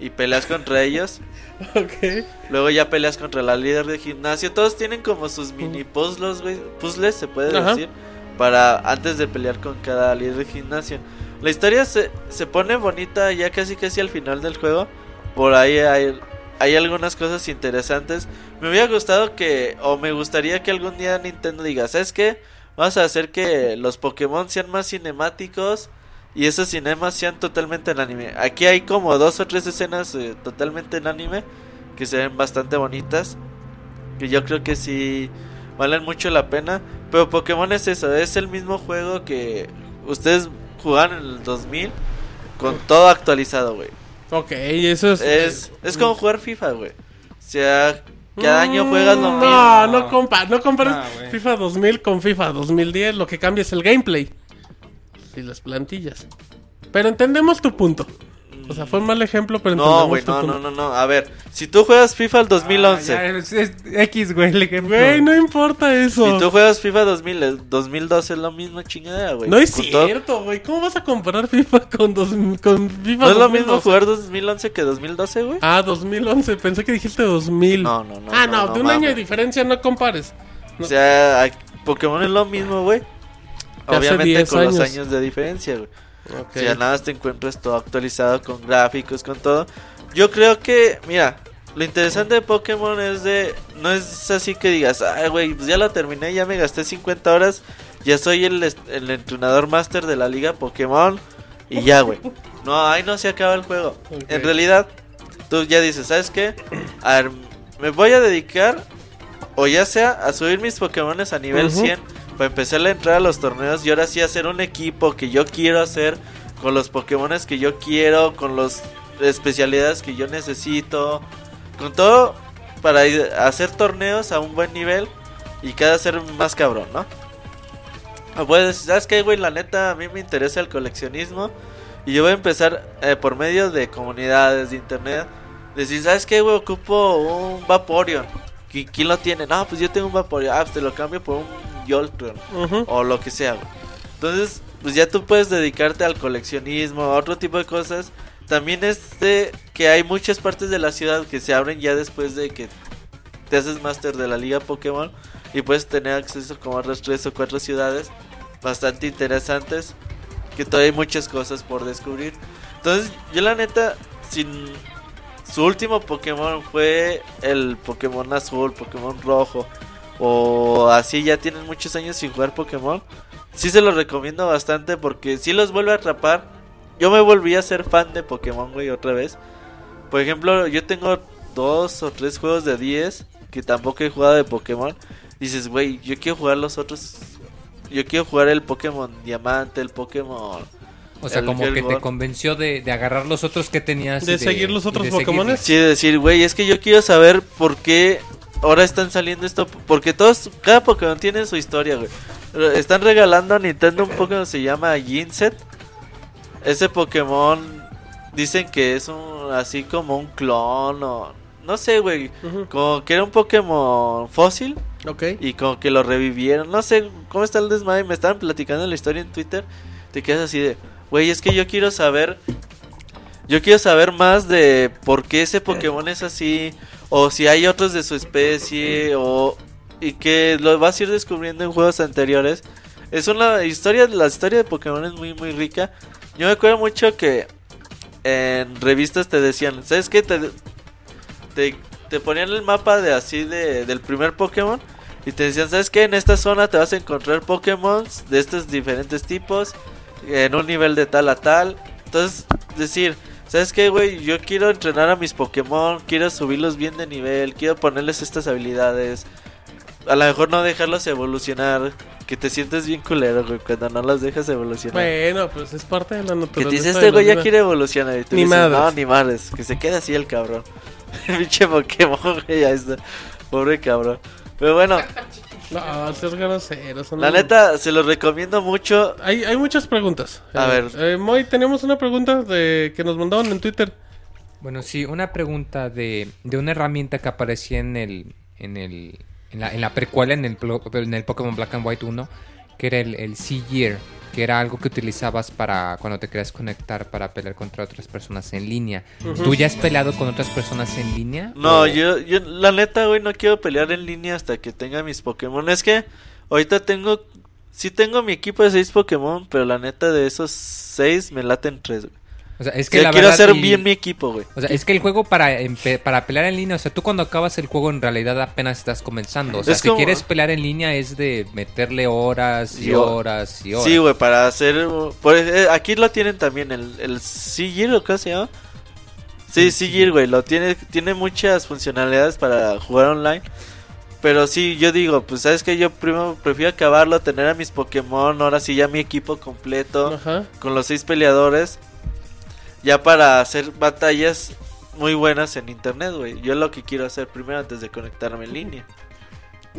F: Y peleas contra ellos.
C: Ok.
F: Luego ya peleas contra la líder de gimnasio. Todos tienen como sus mini puzzles, güey. Puzzles, se puede
C: Ajá.
F: decir. Para antes de pelear con cada líder de gimnasio. La historia se, se pone bonita ya casi casi al final del juego. Por ahí hay, hay algunas cosas interesantes. Me hubiera gustado que, o me gustaría que algún día Nintendo diga, ¿sabes qué? Vamos a hacer que los Pokémon sean más cinemáticos y esos cinemas sean totalmente en anime. Aquí hay como dos o tres escenas eh, totalmente en anime que se ven bastante bonitas. Que yo creo que sí valen mucho la pena. Pero Pokémon es eso, es el mismo juego que ustedes jugaron en el 2000 con todo actualizado, güey.
C: Ok, eso es.
F: Es, es como jugar FIFA, güey. O sea, cada año
C: Mm,
F: juegas lo mismo.
C: No, no, compa, no compares
G: Ah, güey.
C: FIFA 2000 con FIFA 2010. Lo que cambia es el gameplay y las plantillas. Pero entendemos tu punto. O sea, fue un mal ejemplo, pero
F: No,
C: entendemos
F: güey,
C: tu
F: no, no,
C: punto.
F: no, no. A ver, si tú juegas FIFA el 2011,
E: Ah, ya, es, es X, güey, el ejemplo.
C: Güey, no importa eso.
F: si tú juegas FIFA eh, 2000, el 2012 es lo mismo chingadera, güey.
C: No es
F: Con todo-
C: cierto, güey. ¿Cómo vas a comparar FIFA con, dos, con FIFA
F: ¿No es lo
C: 2012?
F: mismo jugar 2011 que 2012, güey?
C: Ah, 2011. Pensé que dijiste 2000.
F: No, no, no,
C: Ah,
F: no,
C: no,
F: no
C: de un año de
F: mames.
C: diferencia no compares.
F: O sea, a- Pokémon es lo mismo, güey.
C: hace
F: Obviamente
C: 10
F: con los
C: años.
F: años de diferencia, güey.
C: Ok.
F: Si ya nada más te encuentras todo actualizado con gráficos, con todo. Yo creo que, mira, lo interesante de Pokémon es de. No es así que digas, ay, güey, pues ya lo terminé, ya me gasté 50 horas, ya soy el, est- el entrenador máster de la liga Pokémon y ya, güey. No, ahí no se acaba el juego. En realidad, tú ya dices, ¿sabes qué? A ver, me voy a dedicar, o ya sea, a subir mis Pokémones a nivel
C: Ujú.
F: 100 para empezar a entrar a los torneos y ahora sí hacer un equipo que yo quiero hacer con los Pokémones que yo quiero, con las especialidades que yo necesito, con todo para ir- hacer torneos a un buen nivel y cada ser más cabrón, ¿no? O Puedes, ¿sabes qué, güey? La neta, a mí me interesa el coleccionismo y yo voy a empezar eh, por medio de comunidades, de internet. Decir, ¿sabes qué, güey? Ocupo un Vaporeon. ¿Qui- ¿Quién lo tiene? No, pues yo tengo un Vaporeon. Ah, pues te lo cambio por un Jolteon
C: Ujú.
F: o lo que sea. güey. Entonces, pues ya tú puedes dedicarte al coleccionismo, a otro tipo de cosas. También es de que hay muchas partes de la ciudad que se abren ya después de que te haces máster de la liga Pokémon y puedes tener acceso como a otras tres o cuatro ciudades bastante interesantes que todavía hay muchas cosas por descubrir. Entonces, yo la neta, sin su último Pokémon fue el Pokémon azul, Pokémon rojo o así ya tienen muchos años sin jugar Pokémon, sí se los recomiendo bastante porque si los vuelve a atrapar. Yo me volví a ser fan de Pokémon, güey, otra vez. Por ejemplo, yo tengo dos o tres juegos de 10 que tampoco he jugado de Pokémon. Dices, güey, yo quiero jugar los otros. Yo quiero jugar el Pokémon Diamante, el Pokémon.
D: O sea,
F: El
D: como que te
F: Hellboy.
D: convenció de, de agarrar los otros que tenías. y
C: ¿De seguir los
D: y
C: otros
D: de seguirle.
C: Pokémones?
F: Sí, decir, güey, es que yo quiero saber por qué ahora están saliendo esto. Porque todos, cada Pokémon tiene su historia, güey. Re- Están regalando a Nintendo un Pokémon que se llama Ginset. Ese Pokémon dicen que es un, así como un clon o... No sé, güey.
C: Ujú.
F: Como que era un Pokémon fósil
C: Ok.
F: y como que lo revivieron. No sé cómo está el desmadre. Me estaban platicando la historia en Twitter. Te quedas así de, güey, es que yo quiero saber. Yo quiero saber más de por qué ese Pokémon es así. O si hay otros de su especie. O. Y que lo vas a ir descubriendo en juegos anteriores. Es una historia. La historia de Pokémon es muy, muy rica. Yo me acuerdo mucho que. En revistas te decían, ¿sabes qué? Te, te, te ponían el mapa de así de, del primer Pokémon y te decían, ¿sabes qué? En esta zona te vas a encontrar Pokémon de estos diferentes tipos en un nivel de tal a tal. Entonces, decir, ¿sabes qué, güey? Yo quiero entrenar a mis Pokémon, quiero subirlos bien de nivel, quiero ponerles estas habilidades. A lo mejor no dejarlos evolucionar, que te sientes bien culero, güey, cuando no los dejas evolucionar.
C: Bueno, pues es parte de la
F: Que
C: naturaleza.
F: te dice
C: de
F: este
C: la
F: güey ya
C: vida.
F: quiere evolucionar y tú
C: Ni
F: dices,
C: madres.
F: no, ni madres, que se quede así el cabrón. Pinche Pokémon, güey, ya está. Pobre cabrón. Pero bueno,
C: No, seas grosero. son
F: la
C: un-
F: neta, se los recomiendo mucho.
C: Hay, hay muchas preguntas.
F: A
C: Eh,
F: ver.
C: eh, Moy, tenemos una pregunta de, que nos mandaron en Twitter.
D: Bueno, sí, una pregunta de, de una herramienta que aparecía en el en el en la, en la precuela en el, plo- en el Pokémon Black and White 1, que era el, el Seer, que era algo que utilizabas para cuando te querías conectar para pelear contra otras personas en línea. ¿Tú ya has peleado con otras personas en línea?
F: No,
D: ¿O-
F: yo, yo, la neta, güey, no quiero pelear en línea hasta que tenga mis Pokémon. Es que ahorita tengo, sí tengo mi equipo de 6 Pokémon, pero la neta de esos 6 me laten 3, güey.
D: o sea, es
F: Es
D: que la
F: quiero
D: verdad
F: hacer
D: y-
F: bien mi equipo, güey.
D: O sea, es que el juego para, empe- para pelear en línea, o sea, tú cuando acabas el juego en realidad apenas estás comenzando. O sea,
F: Es
D: si
F: como-
D: quieres pelear en línea es de meterle horas y
F: Yo-
D: horas y horas.
F: Sí, güey, para hacer. por- eh, aquí lo tienen también, el, el Sigil, ¿o qué se llama? Sí, Sigil, güey, lo tiene, tiene muchas funcionalidades para jugar online. Pero sí, yo digo, pues sabes que yo primero prefiero acabarlo, tener a mis Pokémon, ahora sí ya mi equipo completo
C: Ajá.
F: con los seis peleadores. Ya para hacer batallas muy buenas en internet, güey. Yo lo que quiero hacer primero antes de conectarme en línea.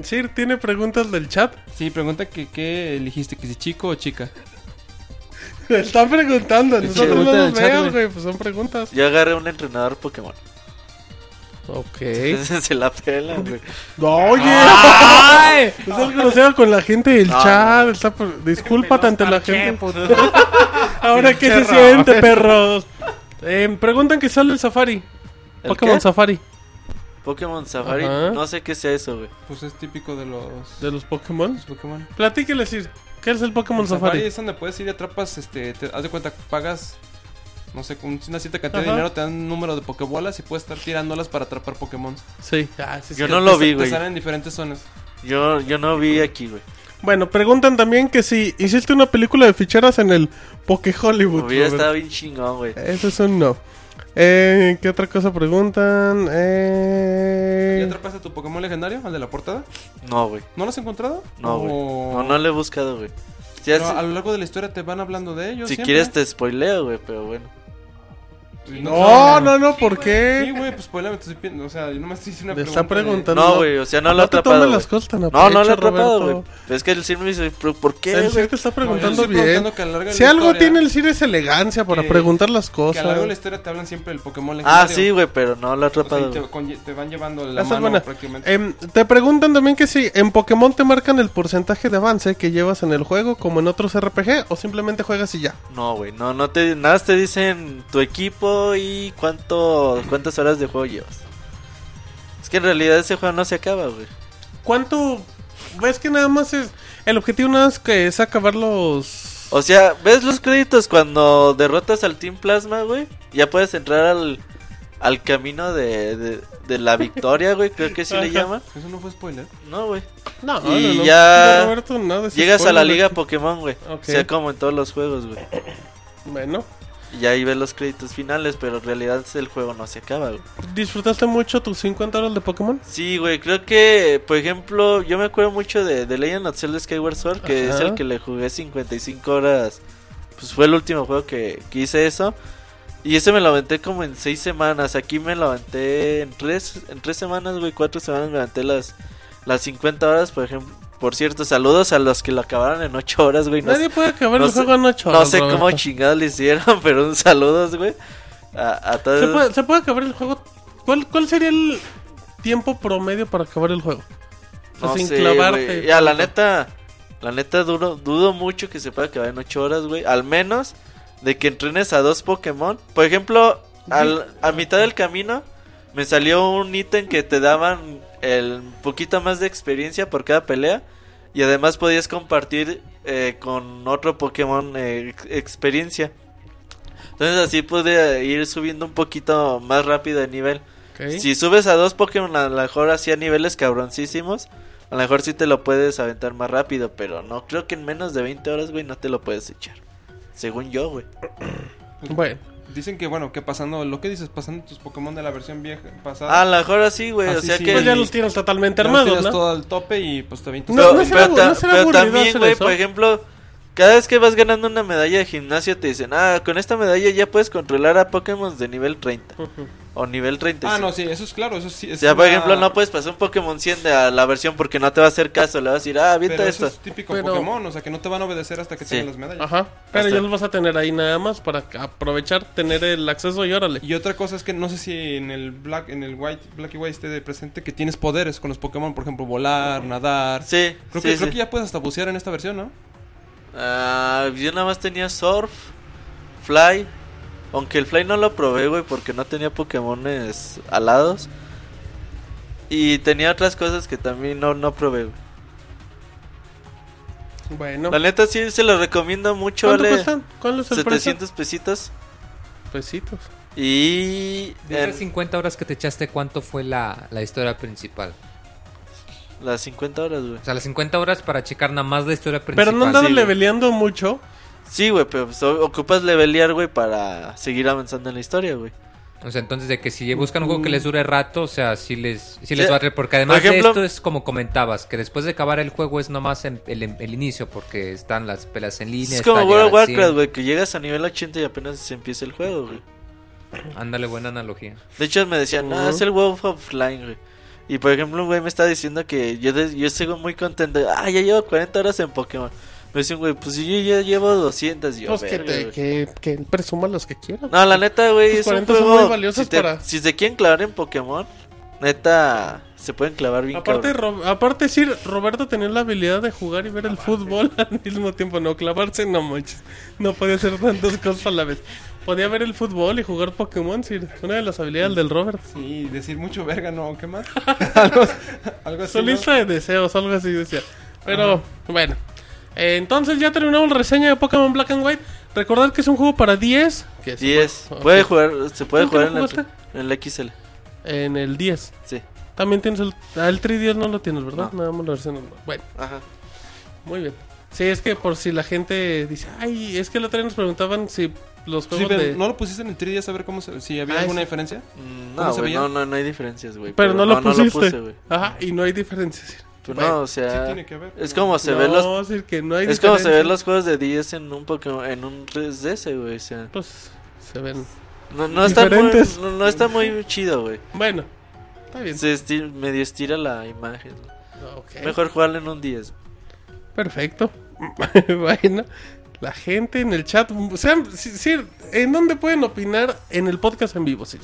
C: Sí, tiene preguntas del chat.
G: Sí, pregunta que qué elegiste, que si chico o chica.
C: Están preguntando. Nosotros no
G: pregunta
C: los
G: del chat,
C: vemos,
G: güey.
C: güey. Pues son preguntas.
F: Yo agarré un entrenador Pokémon.
C: Ok.
F: Se la pela, güey.
C: Oye. No seas grosero con la gente del
F: No,
C: chat. Está por- Discúlpate ante la
E: Qué
C: gente.
E: puto.
C: Ahora qué se
E: Pinche
C: siente, perros. Eh, preguntan que sale el Safari.
F: ¿El
C: Pokémon
F: qué?
C: Safari.
F: Pokémon Safari,
C: Ajá.
F: no sé qué sea eso, güey.
G: Pues es típico de los,
C: De los Pokémon.
G: los Pokémon.
C: Platíqueles, Sir. ¿Qué es el Pokémon
G: El Safari
C: Safari?
G: es donde puedes ir y atrapas, este, te, haz de cuenta, pagas, no sé, con una cierta cantidad
C: Ajá.
G: de dinero, te dan un número de Pokébolas y puedes estar tirándolas para atrapar Pokémon.
C: Sí. Ah, sí, sí.
G: Que
F: Yo no
G: te
F: lo
G: sa-
F: vi,
G: Te
F: güey.
G: salen en diferentes zonas.
F: Yo, yo no vi aquí, güey.
C: Bueno, preguntan también que si hiciste una película de ficheras en el Poké Hollywood.
F: Hubiera
C: Robert.
F: estado bien chingón, güey.
C: Eso es un no. Eh, ¿Qué otra cosa preguntan? Eh...
G: ¿Ya atrapaste a tu Pokémon legendario, al de la portada?
F: No, güey.
G: ¿No lo has encontrado?
F: No, güey.
G: O-
F: No, no lo he buscado, güey. Si,
G: Pero
F: hace-
G: a lo largo de la historia te van hablando de ellos.
F: si
G: siempre.
F: quieres te spoileo, güey, pero bueno.
C: No, no, no, ¿por
G: Sí,
C: qué?
G: güey, pues spoilame, te estoy pidiendo, O sea, yo nomás te hice una
C: Le
G: pregunta.
C: está preguntando.
F: No, güey, o sea, no lo he
C: te
F: atrapado,
C: tomes
F: güey.
C: las cosas tan a
F: No, no lo
C: pecho,
F: he atrapado, güey.
C: Roberto.
F: Es que el Sir me dice, "¿Pero ¿por qué,
C: El
F: güey?
C: CIR te está
G: No, yo te
C: preguntando
G: estoy
C: bien.
G: preguntando que a lo largo de
C: Si
G: la
C: algo
G: historia-
C: tiene el CIR es elegancia para
G: Que-
C: preguntar las
G: Que a lo largo de la
C: cosas.
G: historia te hablan siempre del Pokémon legendario.
F: Ah, sí, güey, pero no lo he
G: O sea,
F: atrapado.
G: y
F: güey.
G: te, con- te van llevando la
C: Esa es
G: mano
C: buena.
G: prácticamente.
C: Em, te preguntan también que si en Pokémon te marcan el porcentaje de avance que llevas en el juego, como en otros RPG, o simplemente juegas y ya.
F: No, güey, no, no te, nada más te dicen tu equipo y cuánto, cuántas horas de juego llevas. Es que en realidad ese juego no se acaba, güey.
C: ¿Cuánto? ¿Ves que nada más es. El objetivo nada más que es acabar los.
F: O sea, ¿ves los créditos cuando derrotas al Team Plasma, güey? Ya puedes entrar al, al camino de, de, de la victoria, güey, creo que sí le llaman.
G: Eso no fue spoiler.
F: No, güey.
C: No,
F: Y ya
C: Roberto, nada, es
F: Llegas a la
C: spoiler.
F: liga Pokémon, güey.
C: Ok.
F: O sea, como en todos los juegos, güey.
C: Bueno,
F: Y ahí ves los créditos finales, pero en realidad el juego no se acaba, güey.
C: ¿disfrutaste mucho tus 50 horas de Pokémon?
F: Sí, güey, creo que, por ejemplo, yo me acuerdo mucho de, de Legend of Zelda Skyward Sword, que es
C: Ajá.
F: el que le jugué 55 horas. Pues fue el último juego que, que hice eso. Y ese me lo aventé como en 6 semanas. Aquí me lo aventé en 3 en tres semanas, güey, 4 semanas me aventé las, las 50 horas, por ejemplo. Por cierto, saludos a los que lo acabaron en 8 horas, güey. No sé-
C: Nadie puede acabar
F: no
C: el
F: sé-
C: juego en 8
F: No
C: horas.
F: sé cómo
C: Roberto.
F: chingados le hicieron, pero un saludos, güey. A, a todos.
C: ¿Se puede, se puede acabar el juego? ¿Cuál, ¿Cuál sería el tiempo promedio para acabar el juego? O sea,
F: No
C: sin
F: sé,
C: clavarte.
F: güey. Ya, la neta, la neta duro, dudo mucho que se pueda acabar en 8 horas, güey. Al menos de que entrenes a dos Pokémon. Por ejemplo, al, a mitad del camino me salió un ítem que te daban el poquito más de experiencia por cada pelea. Y además podías compartir eh, con otro Pokémon eh, ex- experiencia. Entonces así pude ir subiendo un poquito más rápido de nivel. Si subes a dos Pokémon, a lo mejor hacía niveles cabroncísimos. A lo mejor sí te lo puedes aventar más rápido, pero no creo que en menos de 20 horas, güey, no te lo puedes echar. Según yo, güey.
C: Bueno,
G: Dicen que, bueno, que pasando, lo que dices, pasando tus Pokémon de la versión vieja pasada.
F: A lo mejor así, güey. O
G: Así
F: sea
G: Ah. sí.
F: que.
C: pues ya los tienes totalmente
G: ya los
C: armados,
G: tiras
C: ¿no?
G: todo al tope y pues te avientas.
C: No,
F: pero,
C: no será
F: pero
C: abu-
F: ta-
C: no será
F: pero
C: aburrido
F: también,
C: hacer
F: güey,
C: eso.
F: por ejemplo, cada vez que vas ganando una medalla de gimnasio, te dicen, ah, con esta medalla ya puedes controlar a Pokémon de nivel 30 o nivel 35.
G: Ah, no, sí, eso es claro, eso sí.
F: O
G: Es
F: sea, por
G: una-
F: ejemplo, no pues, puedes pasar un Pokémon 100 de a la versión porque no te va a hacer caso. Le vas a decir, ah,
G: Pero
F: avienta esto.
G: eso es típico
C: Pero-
G: Pokémon, o sea, que no te van a obedecer hasta que
F: Sí.
G: tengan las medallas.
C: Ajá. Pero
F: Hasta-
C: ya los vas a tener ahí nada más para aprovechar, tener el acceso y órale.
G: Y otra cosa es que no sé si en el Black, en el White, Black y White esté de presente que tienes poderes con los Pokémon, por ejemplo, volar, nadar.
F: Sí,
G: Creo,
F: sí,
G: que,
F: sí.
G: creo que ya puedes hasta bucear en esta versión, ¿no?
F: Ah, yo nada más tenía Surf, Fly. Aunque el Fly no lo probé, güey, porque no tenía Pokémones alados. Y tenía otras cosas que también no, no probé, güey.
C: Bueno.
F: La neta sí se lo recomiendo mucho,
C: ¿Cuánto
F: vale
C: cuestan? ¿Cuál es el precio?
F: 700 pesitos.
C: Pesitos.
F: Y
D: De
F: en
D: esas 50 horas que te echaste, ¿cuánto fue la, la historia principal?
F: las 50 horas, güey.
D: O sea, las 50 horas para checar nada más la historia principal.
C: Pero no andaba
F: sí, güey.
C: leveleando mucho.
F: Sí, güey, pero pues, o- ocupas levelear, güey, para seguir avanzando en la historia, güey.
D: O sea, entonces de que si buscan un juego que les dure rato, o sea, sí les, sí les
F: Sí.
D: va a re- Porque además
F: Por ejemplo-
D: de esto es como comentabas, que después de acabar el juego es nomás en- el, el inicio, porque están las pelas en línea.
F: Es
D: está
F: como
D: llegar
F: World of
D: al 100.
F: Warcraft, güey, que llegas a nivel 80 y apenas se empieza el juego, güey.
D: Ándale, buena analogía.
F: De hecho, me decían, no, es el WoW Offline, güey. Y por ejemplo, un güey me está diciendo que yo, de- yo sigo muy contento. Ah, ya llevo 40 horas en Pokémon. Me dicen, güey, pues yo ya llevo 200. Y yo,
C: Pues que,
F: "Verga,
C: te,
F: güey".
C: que, que presuma los que quieran.
F: No, la neta, güey,
C: Tus
F: es un
C: 40 son
F: juego-
C: muy valiosos
F: si, te-
C: para-
F: si se quieren clavar en Pokémon, neta, se pueden clavar bien
C: Aparte,
F: cabrón. Ah,
C: Ro- aparte sí, Roberto tenía la habilidad de jugar y ver el fútbol al mismo tiempo. No, clavarse no manches. No podía hacer tantas cosas a la vez. Podía ver el fútbol y jugar Pokémon, sí. Una de las habilidades del Robert.
G: Sí, decir mucho verga, no, ¿qué más? algo, algo
C: Su
G: así.
F: Pues
G: ¿no?
C: lista de deseos, algo así decía. Pero, bueno. Eh, Entonces ya terminamos la reseña de Pokémon Black and White. Recordad que es un juego para 10. Que se
F: 10.
C: ok,
F: Puede jugar, se puede
C: ¿Tú qué
F: jugar en
C: lo
F: la,
C: jugaste?
F: en la XL.
C: En el 10.
F: Sí.
C: También tienes el... ah, el 3DS no lo tienes, ¿verdad? Nada más la versión normal. Bueno,
F: Ajá.
C: muy bien. Sí, es que por si la gente dice, ay, es que el otro día nos preguntaban si los
G: Sí,
C: juegos
G: pero
C: de...
G: ¿No lo pusiste en el 3D a ver cómo se, si había
C: Ah,
G: alguna
C: sí.
G: diferencia?
F: Mm, No,
G: se
F: güey,
G: veía?
F: no, no, no hay diferencias, güey.
C: Pero no lo pusiste.
F: puse, güey.
C: Ajá, y no hay diferencias.
F: Pues
C: Bueno,
F: no, o sea,
G: tiene que haber,
F: es
G: ¿no?
F: como se ven los
C: No, sí, que no hay
F: es como se
C: diferencia.
F: ven los juegos de 10 en un Pokémon en un 3DS, güey, o sea,
C: Pues se ven...
F: no, no está muy,
C: Diferentes.
F: no, no está muy chido, güey.
C: Bueno, está bien.
F: Se esti- medio estira la imagen.
C: Ok.
F: Mejor jugarlo en un 10.
C: Perfecto. bueno, la gente en el chat. Sean, sí, sí, ¿en dónde pueden opinar en el podcast en vivo, Sir?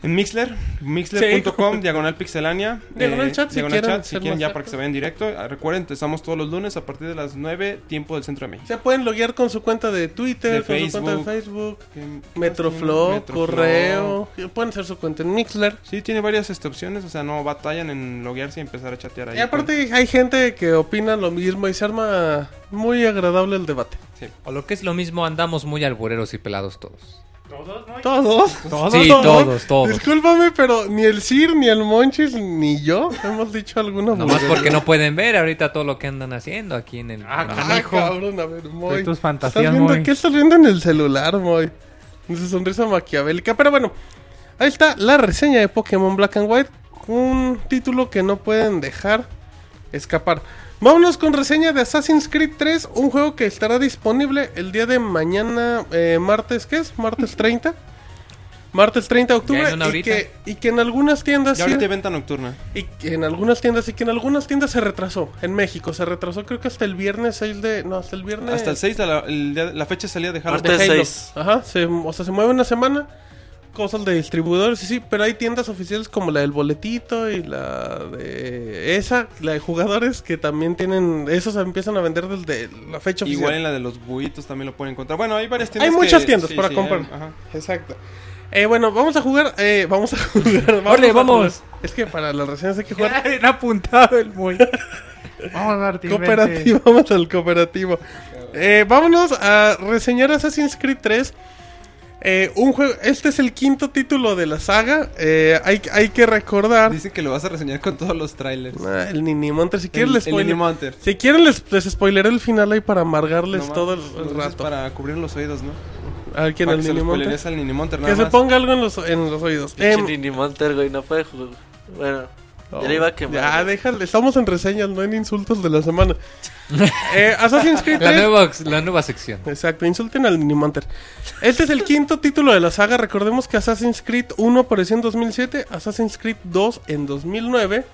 G: En Mixler, mixler.com, diagonal pixelania. eh,
C: Diagonal chat, si
G: diagonal
C: quieren
G: chat, si
C: ser
G: quieren
C: más
G: ya
C: cerca.
G: para que se vean directo. Ah, Recuerden, estamos todos los lunes a partir de las 9, tiempo del centro de México.
C: Se pueden loguear con su cuenta de Twitter,
G: De
C: con su cuenta de Facebook,
G: Facebook. ¿Qué- qué más tiene?
C: Metroflow,
G: Metroflow.
C: correo. Pueden hacer su cuenta en Mixler.
G: Sí, tiene varias este, opciones, o sea, no batallan en loguearse y empezar a chatear ahí.
C: Y aparte hay gente que opina lo mismo y se arma muy agradable el debate.
D: O lo que es lo mismo, andamos muy albureros y pelados todos.
C: Todos.
D: Todos, Sí, todos, todos.
C: Discúlpame, pero ni el Sir, ni el Monchis, ni yo hemos dicho alguna
D: Nomás
C: vulgaridad.
D: porque no pueden ver ahorita todo lo que andan haciendo aquí en el...
E: Ah,
D: en el-
C: Ah,
E: Canijo.
C: cabrón, a ver, Moy.
E: De tus
C: ¿Estás
E: fantasías,
C: viendo-
E: Moy.
C: ¿Qué estás viendo en el celular, Moy? Esa sonrisa maquiavélica. Pero bueno, ahí está la reseña de Pokémon Black and White. Un título que no pueden dejar escapar. Vámonos con reseña de Assassin's Creed 3, un juego que estará disponible el día de mañana, eh, martes, ¿qué es? Martes 30. Martes 30 de octubre.
D: en una
C: Y
D: horita.
C: que, y que en algunas tiendas...
G: Y
C: sí- Eh.
G: ahorita hay venta nocturna.
C: y que en algunas tiendas, y que en algunas tiendas se retrasó. En México se retrasó, creo que hasta el viernes 6 de. No, hasta el viernes.
G: Hasta el 6 de la, el día- la fecha de salida de Halo.
F: Martes
C: de Halo.
F: 6.
C: Ajá, se- o sea, se mueve una semana. Cosas de distribuidores, sí, sí, pero hay tiendas oficiales como la del boletito y la de. Esa, la de jugadores que también tienen. Esos se empiezan a vender desde la fecha oficial.
G: Igual en la de los buitos también lo pueden encontrar. Bueno, hay varias tiendas.
C: Hay
G: que-
C: muchas tiendas
G: sí,
C: para
G: sí,
C: comprar.
G: hay- ajá.
C: Exacto. Eh, bueno, vamos a jugar. Eh, vamos a jugar. Vamos
D: Órale,
C: a
D: vamos.
C: jugar. Es que para las reseñas hay que jugar.
E: Bien apuntado el muy. Vamos a darte
C: Cooperativo, vamos al cooperativo. Eh, vámonos a reseñar Assassin's Creed 3. Eh, un juego, este es el quinto título de la saga. Eh, hay, hay que recordar.
G: Dicen que lo vas a reseñar con todos los trailers.
C: Ah, el Ninimonter, si quieren
G: el,
C: les
G: el
C: spoiler.
G: Monster.
C: Si quieren les, les spoileré el final ahí para amargarles todo el, el rato.
G: Para cubrir los oídos, ¿no?
C: A ver quién
G: Para
C: el
G: que se los
C: Ninimonter.
G: spoilees al Ninimonter,
C: Que
G: nada
C: se
G: más.
C: ponga algo en los, en los oídos.
F: Pinche
C: Em,
F: Nini Monter, güey, no puede jugar. Bueno, ya le iba a quemar.
C: Ya,
F: güey.
C: déjale, estamos en reseñas, no en insultos de la semana. Eh, Assassin's Creed 3.
D: La nueva, la nueva sección.
C: Exacto, insulten al Minimonter. Este es el quinto título de la saga. Recordemos que Assassin's Creed 1 apareció en 2007, Assassin's Creed 2 en 2009,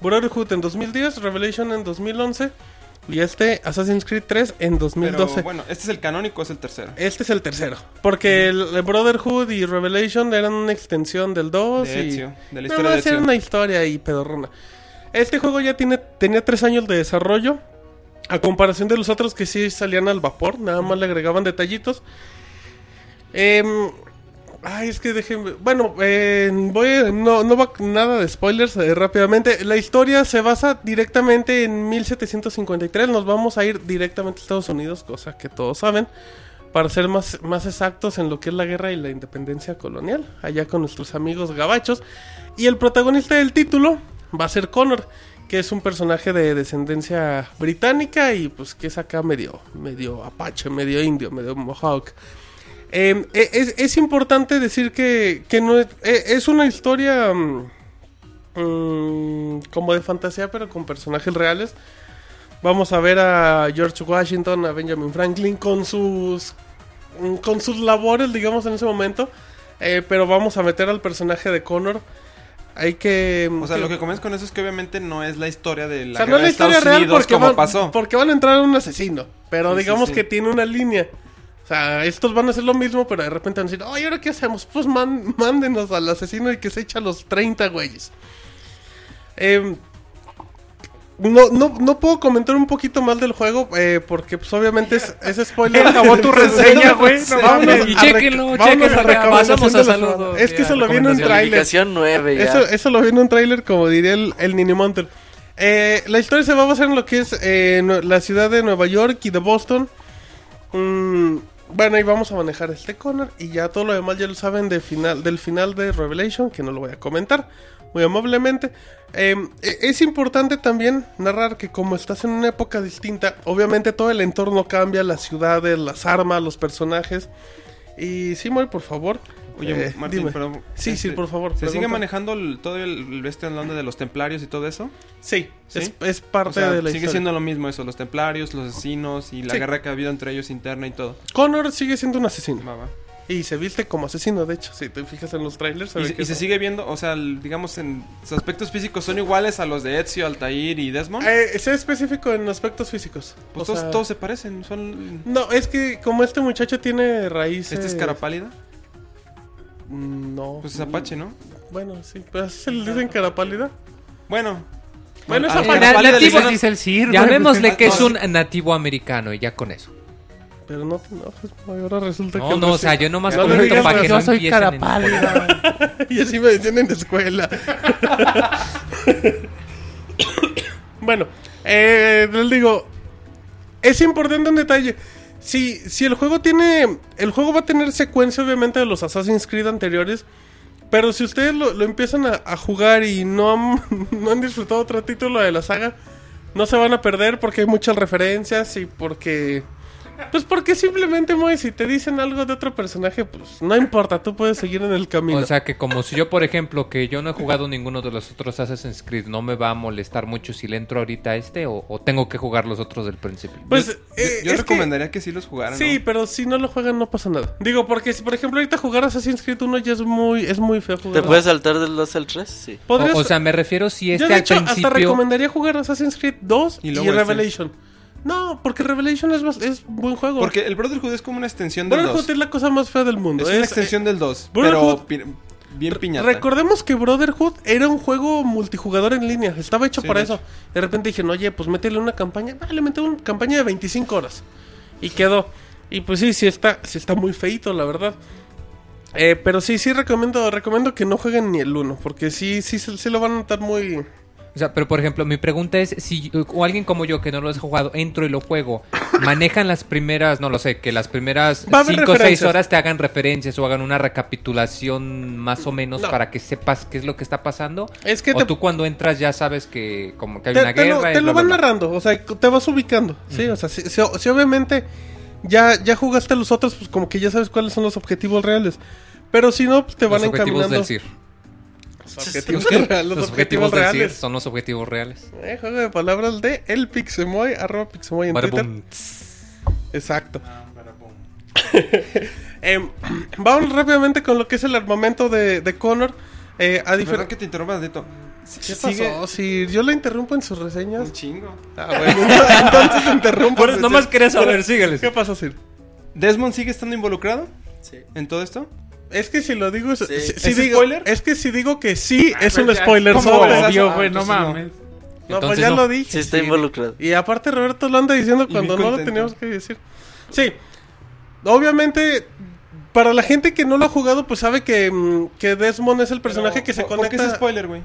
C: Brotherhood en 2010, Revelation en 2011 y este Assassin's Creed 3 en
G: Pero
C: 2012.
G: bueno, este es el canónico, es el tercero.
C: Este es el tercero, porque el, el Brotherhood y Revelation eran una extensión del 2
G: De
C: y
G: Ezio, de la
C: Nada
G: historia de
C: más era
G: Ezio.
C: una historia ahí pedorrona. Este juego ya tiene, tenía tres años de desarrollo. A comparación de los otros que sí salían al vapor, nada más le agregaban detallitos. Em, ay, es que déjenme. Bueno, eh, voy, a- no, no va nada de spoilers eh, rápidamente. La historia se basa directamente en 1753. Nos vamos a ir directamente a Estados Unidos, cosa que todos saben. Para ser más, más exactos en lo que es la guerra y la independencia colonial, allá con nuestros amigos gabachos. Y el protagonista del título va a ser Connor, que es un personaje de descendencia británica y pues que es acá medio, medio apache, medio indio, medio mohawk. Eh, es, es importante decir que, que no es, eh, es una historia mm, mm, como de fantasía, pero con personajes reales. Vamos a ver a George Washington, a Benjamin Franklin con sus mm, con sus labores, digamos, en ese momento. Eh, pero vamos a meter al personaje de Connor. Hay que.
G: O sea, lo que comienzas con eso es que obviamente no es la historia de la,
C: O sea, no
G: guerra
C: es la
G: de
C: historia
G: Estados
C: real
G: Unidos
C: porque
G: como
C: van,
G: pasó.
C: porque van a entrar un asesino. Pero
G: Sí, sí,
C: digamos
G: sí.
C: que tiene una línea. O sea, estos van a hacer lo mismo, pero de repente van a decir, ay, ¿ahora qué hacemos? Pues man- mándenos al asesino y que se echa a los 30 güeyes. Em, no, no, no puedo comentar un poquito más del juego, eh, porque pues obviamente es, es spoiler.
E: Acabó tu reseña, güey. No mames.
C: Vámonos
D: Y
C: a rec-
D: chéquenlo,
C: vámonos
D: chéquenlo,
C: a
D: ya,
C: recomendación
D: pasamos a
C: de la
D: saludos,
C: semana. Es que
D: ya,
C: se lo vi en un
D: recomendación.
C: tráiler.
F: Calificación 9 ya.
C: Eso, eso lo vi en un tráiler, como diría el, el Nini Monter. Eh, la historia se va a basar en lo que es eh, no- la ciudad de Nueva York y de Boston. Mm, bueno, ahí vamos a manejar este Connor. Y ya todo lo demás ya lo saben de final, del final de Revelation, que no lo voy a comentar muy amablemente. Eh, e- es importante también narrar que como estás en una época distinta, obviamente todo el entorno cambia, las ciudades, las armas, los personajes. Y Simoy, por favor.
G: Oye,
C: eh,
G: Martín,
C: dime.
G: perdón.
C: Sí, sí, por favor,
G: ¿Se sigue
C: pregunta.
G: manejando el- todavía el, el este en la onda de los templarios y todo eso?
C: Sí,
G: ¿Sí?
C: Es, es
G: O
C: parte
G: sea,
C: de la
G: sigue
C: historia.
G: siendo lo mismo eso, los templarios, los asesinos y la
C: Sí.
G: guerra que ha habido entre ellos interna y todo.
C: Connor sigue siendo un asesino.
G: Va, va.
C: Y se viste como asesino, de hecho, si te fijas en los trailers.
G: Y,
C: ve
G: se,
C: que
G: y se
C: no.
G: sigue viendo, o sea, el- digamos, en sus aspectos físicos son iguales a los de Ezio, Altair y Desmond.
C: Eh, sea específico en aspectos físicos.
G: pues
C: O
G: todos,
C: sea,
G: todos se parecen, son...
C: No, es que como este muchacho tiene raíces...
G: ¿Este es cara pálida?
C: Mm, No.
G: Pues es apache, ¿no?
C: Bueno, sí, pero así se le dicen cara pálida.
G: Bueno,
C: Bueno, es
G: Ah,
C: apache,
G: cara pálida le
D: nativo,
G: dicen-
E: dice el CIR. güey.
D: Llamémosle que es un nativo americano y ya con eso.
C: pero no te enojes, güey, ahora resulta que...
D: No, no, o sea, yo nomás
C: No le
D: comento
C: digas
D: para
C: eso,
D: que
C: yo
D: no
C: soy
D: empiecen en-
C: y así me decían en la escuela. bueno, eh, les digo, es importante un detalle. Si, si el juego tiene. El juego va a tener secuencia, obviamente, de los Assassin's Creed anteriores. Pero si ustedes lo, lo empiezan a, a jugar y no han, no han disfrutado otro título de la saga, no se van a perder porque hay muchas referencias y porque. Pues porque simplemente, Moy, si te dicen algo de otro personaje, pues no importa, tú puedes seguir en el camino.
D: O sea que como si yo, por ejemplo, que yo no he jugado ninguno de los otros Assassin's Creed, no me va a molestar mucho si le entro ahorita a este o, o tengo que jugar los otros del principio.
C: pues,
G: yo,
C: eh, es
G: yo
C: que-
G: recomendaría que... sí los jugaran,
C: Sí,
G: ¿no?
C: pero si no lo juegan no pasa nada. Digo, porque si por ejemplo ahorita jugar Assassin's Creed 1 ya es muy, es muy feo jugar.
F: ¿Te puedes saltar del 2 al 3? Sí.
D: O,
C: Podrías-
D: o sea, me refiero si este
C: yo de
D: al
C: hecho
D: principio...
C: hasta recomendaría jugar Assassin's Creed 2
G: Y
C: y,
G: luego este.
C: Revelation. No, porque Revelation es, más- es buen juego.
G: Porque el Brotherhood es como una extensión del
C: Brotherhood
G: 2.
C: es la cosa más fea del mundo. eh,
G: Es una extensión del 2,
C: Brotherhood-
G: pero pi- bien
C: Re-
G: piñata.
C: Recordemos que Brotherhood era un juego multijugador en línea. Estaba hecho
G: Sí,
C: para
G: de
C: eso. De repente dijeron, oye, pues métele una campaña. Ah, le metí una campaña de 25 horas. Y quedó. Y pues sí, sí está, sí está muy feito, la verdad. Eh, pero sí, sí recomiendo, recomiendo que no jueguen ni el 1. Porque sí, sí, se- sí lo van a notar muy...
D: O sea, pero por ejemplo, mi pregunta es si o alguien como yo que no lo has jugado, entro y lo juego, manejan las primeras, no lo sé, que las primeras
C: Va a haber
D: 5 o 6
C: referencias.
D: horas te hagan referencias o hagan una recapitulación más o menos
C: No.
D: para que sepas qué es lo que está pasando.
C: Es que
D: o
C: te-
D: tú cuando entras ya sabes que como que hay
C: te,
D: una
C: te
D: guerra.
C: lo,
D: y
C: te lo
D: bla, bla,
C: van
D: bla.
C: narrando, o sea, te vas ubicando. Sí, o sea, si, si- si obviamente ya, ya jugaste los otros, pues como que ya sabes cuáles son los objetivos reales. Pero si no, pues te van
D: los objetivos
C: encaminando.
D: del CIR.
C: objetivos reales, los, objetivos,
D: del CIR
C: reales.
D: son los objetivos reales.
C: Eh, juego de palabras de el Pixemoy, arroba Pixemoy en
D: Para
C: Twitter.
D: pum.
C: Exacto. Em, vamos rápidamente con lo que es el armamento de, de Connor. Eh, a
G: Perdón
C: diferencia.
G: que te interrumpa, Dito.
C: ¿Qué pasó? Si yo la interrumpo en sus reseñas.
G: Un chingo.
C: Ah, bueno, entonces te interrumpo.
D: Por eso nomás quería saber, sígueles.
C: ¿Qué pasa, Sir?
G: ¿Desmond sigue estando involucrado
F: Sí.
G: en todo esto?
C: Es que si lo digo es, si- si
G: ¿Es
C: digo-
G: spoiler?
C: Es que si digo que sí es un
E: Pues ya,
C: spoiler
E: como
C: sobre.
G: obvio.
E: obvio, güey, no
G: Entonces no.
E: mames.
C: No, pues
D: Entonces
C: ya
D: no.
C: lo dije.
F: Sí, está involucrado.
C: Y aparte Roberto lo anda diciendo
G: Y
C: cuando
G: bien
C: no lo
G: contento.
C: teníamos que decir. Sí. Obviamente para la gente que no lo ha jugado pues sabe que, mm, que Desmond es el personaje
G: Pero,
C: que se
G: ¿por-
C: conecta
G: ¿Por qué es spoiler, güey?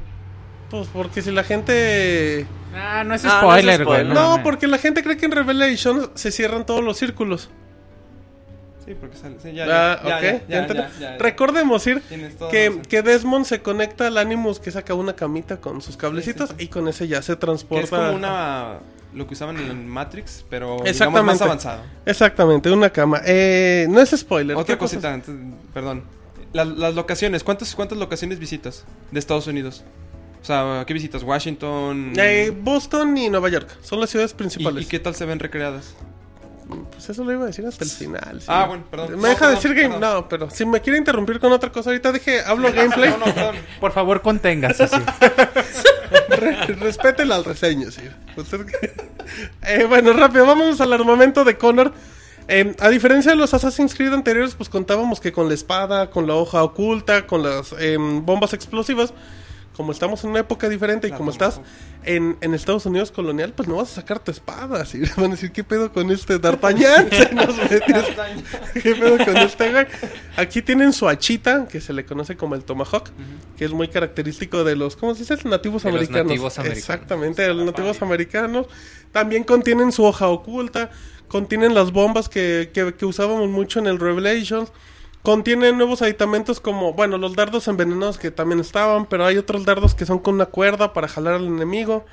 C: pues porque si la gente
E: Ah, no es
F: No, no es
E: spoiler, güey.
F: spoiler.
E: no
C: No,
E: mames.
C: porque la gente cree que en Revelation se cierran todos los círculos.
G: Sí, porque sale. Sí, ya,
C: Ah,
G: ya, ya,
C: ok,
G: ya,
C: ya
G: ya,
C: entendí.
G: ya, ya.
C: Recordemos ir
G: Tienes toda la
C: que,
G: razón.
C: que Desmond se conecta al Animus que saca una camita con sus cablecitos y con ese ya se
G: Que
C: transporta.
G: es como una. Lo que usaban en el Matrix, pero digamos más
C: Exactamente.
G: avanzado.
C: Exactamente, una cama. Eh, no es spoiler.
G: Otra
C: ¿qué cosas?
G: cosita, antes- perdón. Las, las locaciones, ¿cuántas, ¿cuántas locaciones visitas de Estados Unidos? O sea, ¿qué visitas? ¿Washington?
C: Eh, Boston y Nueva York son las ciudades
G: ¿Y,
C: principales.
G: y qué tal se ven recreadas?
C: Pues eso lo iba a decir hasta el final. sí.
G: Ah, bueno, perdón.
C: Me
G: No,
C: deja
G: perdón,
C: decir game.
G: perdón.
C: No, pero si me quiere interrumpir con otra cosa, ahorita deje, hablo gameplay.
G: No, no, perdón.
E: Por favor, conténgase. sí.
C: Re- Respete las reseñas, sí. Usted que- Eh, bueno, rápido, vámonos al armamento de Connor. Eh, a diferencia de los Assassin's Creed anteriores, pues contábamos que con la espada, con la hoja oculta, con las em, bombas explosivas, como estamos en una época diferente y
G: Claro,
C: como
G: a lo
C: estás en, en Estados Unidos colonial, pues no vas a sacar tu espada. Y van a decir, ¿qué pedo con este D'Artagnan? Se nos metió. ¿Qué pedo con este güey? Aquí tienen su hachita, que se le conoce como el tomahawk, que es muy característico de los, ¿cómo se dice? Nativos
D: De los
C: americanos.
D: nativos americanos.
C: Exactamente, de los nativos americanos. También contienen su hoja oculta, contienen las bombas que, que, que usábamos mucho en el Revelations. Contienen nuevos aditamentos como, bueno, los dardos envenenados que también estaban, pero hay otros dardos que son con una cuerda para jalar al enemigo.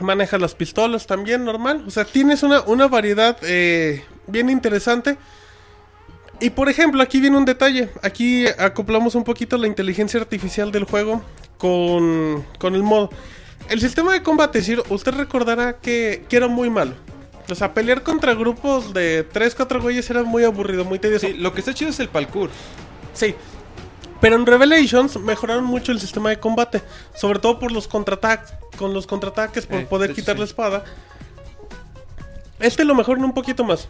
C: Maneja las pistolas también, normal. O sea, tienes una, una variedad eh, bien interesante. Y por ejemplo, aquí viene un detalle. Aquí acoplamos un poquito la inteligencia artificial del juego con, con el modo. El sistema de combate, Sir, usted recordará que, que era muy malo. O sea, pelear contra grupos de 3, 4 güeyes era muy aburrido, muy tedioso.
G: Sí, lo que está chido es el parkour.
C: Sí. Pero en Revelations mejoraron mucho el sistema de combate. Sobre todo por los contraataques. Con los contraataques, por
G: Eh,
C: poder
G: de hecho,
C: quitar la
G: sí.
C: espada. Este lo mejoran un poquito más.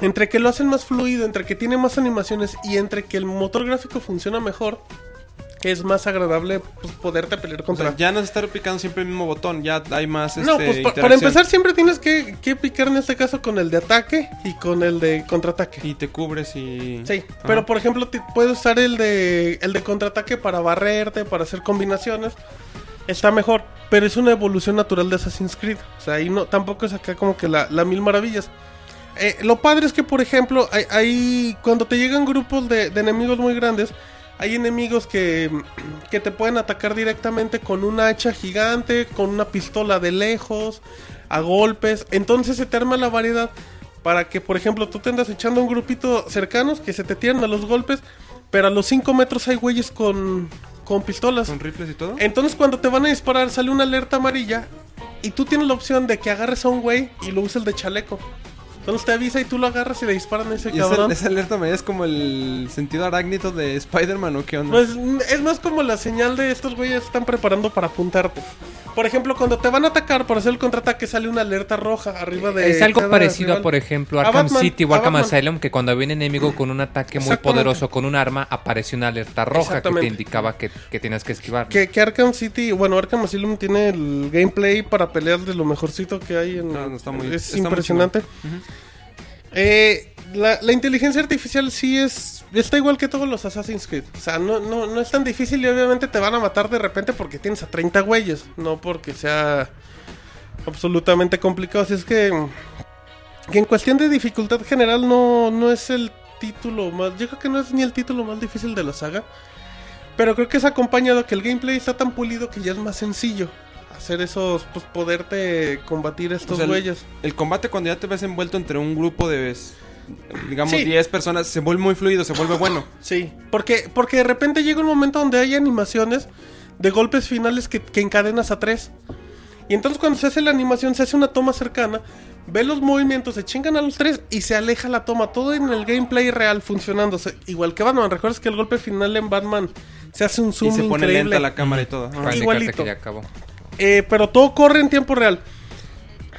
C: Entre que lo hacen más fluido, entre que tiene más animaciones y entre que el motor gráfico funciona mejor, es más agradable pues, poderte pelear
G: O
C: contra.
G: sea, ya no se está picando siempre el mismo botón, ya hay más.
C: No,
G: este,
C: pues pa- para
G: interacción.
C: empezar siempre tienes que, que picar en este caso con el de ataque y con el de contraataque.
G: Y te cubres y.
C: Sí,
G: Ajá.
C: pero por ejemplo te- puedes usar el de el de contraataque para barrerte, para hacer combinaciones. Está mejor, pero es una evolución natural de Assassin's Creed. O sea, ahí no, tampoco es acá como que la, la mil maravillas. Eh, lo padre es que, por ejemplo, hay, hay- cuando te llegan grupos de, de enemigos muy grandes, hay enemigos que, que te pueden atacar directamente con un hacha gigante, con una pistola de lejos, a golpes. Entonces se te arma la variedad para que, por ejemplo, tú te andas echando un grupito cercanos que se te tiran a los golpes, pero a los 5 metros hay güeyes con, con pistolas.
G: Con rifles y todo.
C: Entonces cuando te van a disparar sale una alerta amarilla y tú tienes la opción de que agarres a un güey y lo uses de chaleco. Entonces te avisa y tú lo agarras y le disparan a ese
G: Y esa-
C: cabrón.
G: esa alerta me es como el sentido arácnido de Spider-Man o qué onda.
C: Pues, mm, es más como la señal de estos güeyes están preparando para apuntarte. Por ejemplo, cuando te van a atacar por hacer el contraataque sale una alerta roja arriba de...
D: Eh, Es algo
C: cada
D: parecido a,
C: rival.
D: por ejemplo,
C: A
D: Arkham
C: Batman,
D: City o
C: a
D: Arkham
C: Batman.
D: Asylum, que cuando había un enemigo con un ataque muy
C: Exactamente.
D: poderoso con un arma, apareció una alerta roja que te
C: Exactamente.
D: indicaba que, que tenías que esquivar.
C: Que, que Arkham City, bueno, Arkham Asylum tiene el gameplay para pelear de lo mejorcito que hay. En,
G: No, no, está muy-
C: es
G: está muy
C: impresionante. Eh, la, la inteligencia artificial sí es. Está igual que todos los Assassin's Creed. O sea, no, no, no es tan difícil y obviamente te van a matar de repente porque tienes a 30 güeyes. No porque sea absolutamente complicado. Así es que. Que en cuestión de dificultad general no, no es el título más. Yo creo que no es ni el título más difícil de la saga. Pero creo que es acompañado que el gameplay está tan pulido que ya es más sencillo hacer esos, pues poderte combatir a estos
G: O sea, Pues el-
C: güeyes.
G: El combate cuando ya te ves envuelto entre un grupo de, es- digamos,
C: Sí.
G: 10 personas, se vuelve muy fluido, se vuelve bueno.
C: Sí, porque, porque de repente llega un momento donde hay animaciones de golpes finales que, que encadenas a tres. Y entonces cuando se hace la animación, se hace una toma cercana, ve los movimientos, se chingan a los tres y se aleja la toma. Todo en el gameplay real funcionando. O sea, igual que Batman, ¿recuerdas que el golpe final en Batman se hace un zoom
G: y se pone
C: increíble?
G: lenta la cámara y todo. Ajá.
D: Para indicarte
C: igualito.
D: que ya acabó.
C: Eh, pero todo corre en tiempo real.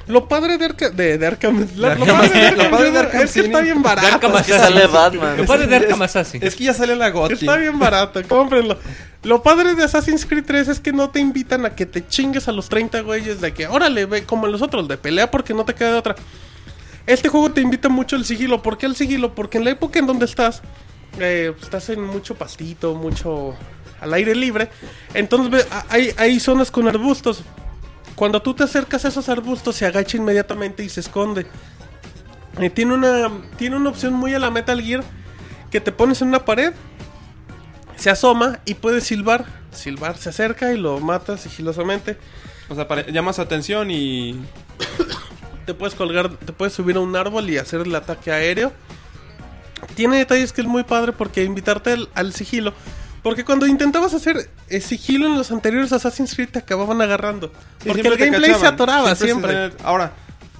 C: Lo padre de, Arca- de, de Arkham... la- Lo
G: Arkham-
C: padre de
G: lo padre de
C: Arkham
G: Arkham
C: es que está
G: City.
C: bien barato.
F: Es que sale Batman.
D: Lo padre de Arkham Assassin.
G: Es que ya sale la goti.
C: Está bien barato, cómprenlo. Lo padre de Assassin's Creed 3 es que no te invitan a que te chingues a los 30 güeyes de que, órale, ve como en los otros, de pelea porque no te queda de otra. Este juego te invita mucho al sigilo. ¿Por qué al sigilo? Porque en la época en donde estás, eh, pues, estás en mucho pastito, mucho al aire libre. Entonces ve, a- hay, hay zonas con arbustos. Cuando tú te acercas a esos arbustos, se agacha inmediatamente y se esconde. Eh, tiene, una, tiene una opción muy a la Metal Gear que te pones en una pared, se asoma y puedes silbar. Silbar se acerca y lo mata sigilosamente.
G: O sea, para- llamas atención y.
C: Te puedes colgar, te puedes subir a un árbol y hacer el ataque aéreo. Tiene detalles que es muy padre porque invitarte al, al sigilo. Porque cuando intentabas hacer eh, sigilo en los anteriores Assassin's Creed te acababan agarrando.
G: Sí,
C: Porque
G: siempre
C: el
G: te
C: gameplay se
G: cachaban.
C: atoraba siempre.
G: se- Ahora,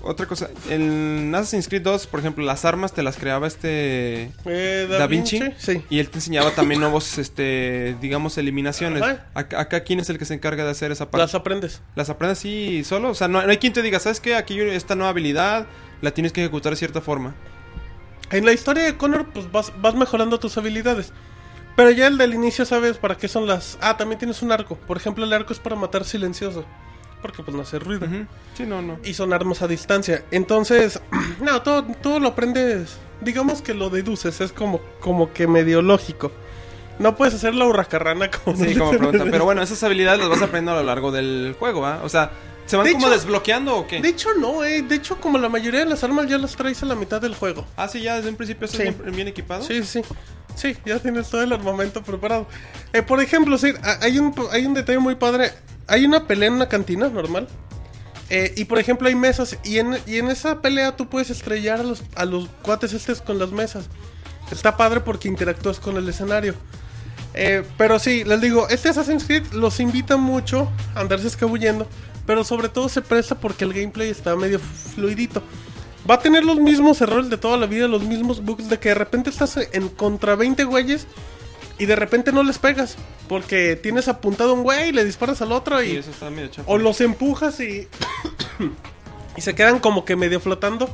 G: otra cosa. En Assassin's Creed 2, por ejemplo, las armas te las creaba este.
C: Eh,
G: Da Vinci.
C: Sí.
G: Y él te enseñaba también nuevos, este, digamos, eliminaciones.
C: Ajá.
G: Acá, acá, ¿quién es el que se encarga de hacer esa parte?
C: Las aprendes.
G: ¿Las aprendes así solo? O sea, no, no hay quien te diga, ¿sabes qué? Aquí esta nueva habilidad la tienes que ejecutar de cierta forma.
C: En la historia de Connor, pues vas, vas mejorando tus habilidades. Pero ya el del inicio sabes para qué son las... Ah, también tienes un arco. Por ejemplo, el arco es para matar silencioso. Porque pues no hace ruido.
G: Ujú. Sí, no, no.
C: Y son armas a distancia. Entonces, no, todo, todo lo aprendes. Digamos que lo deduces, es como, como que medio lógico. No puedes hacer la hurracarrana como,
G: Sí, como
C: dicen.
G: pregunta. Pero bueno, esas habilidades las vas aprendiendo a lo largo del juego, ¿ah? O sea, ¿se van
C: De
G: como
C: hecho-
G: desbloqueando o qué?
C: De hecho, no, eh. De hecho, como la mayoría de las armas ya las traes a la mitad del juego.
G: Ah, sí, ya desde un principio estás
C: Sí.
G: bien, bien equipado.
C: Sí, sí. Sí, ya tienes todo el armamento preparado. Eh, por ejemplo, sí, ha- hay un, hay un detalle muy padre. Hay una pelea en una cantina normal. Eh, y por ejemplo, hay mesas. Y en, y en esa pelea tú puedes estrellar a los, a los cuates estos con las mesas. Está padre porque interactúas con el escenario. Eh, pero sí, les digo, este Assassin's Creed los invita mucho a andarse escabullendo. Pero sobre todo se presta porque el gameplay está medio fluidito. Va a tener los mismos errores de toda la vida, los mismos bugs de que de repente estás en contra 20 güeyes y de repente no les pegas. Porque tienes apuntado a un güey y le disparas al otro
G: Sí,
C: y...
G: eso está medio chafa.
C: O los empujas y. y se quedan como que medio flotando.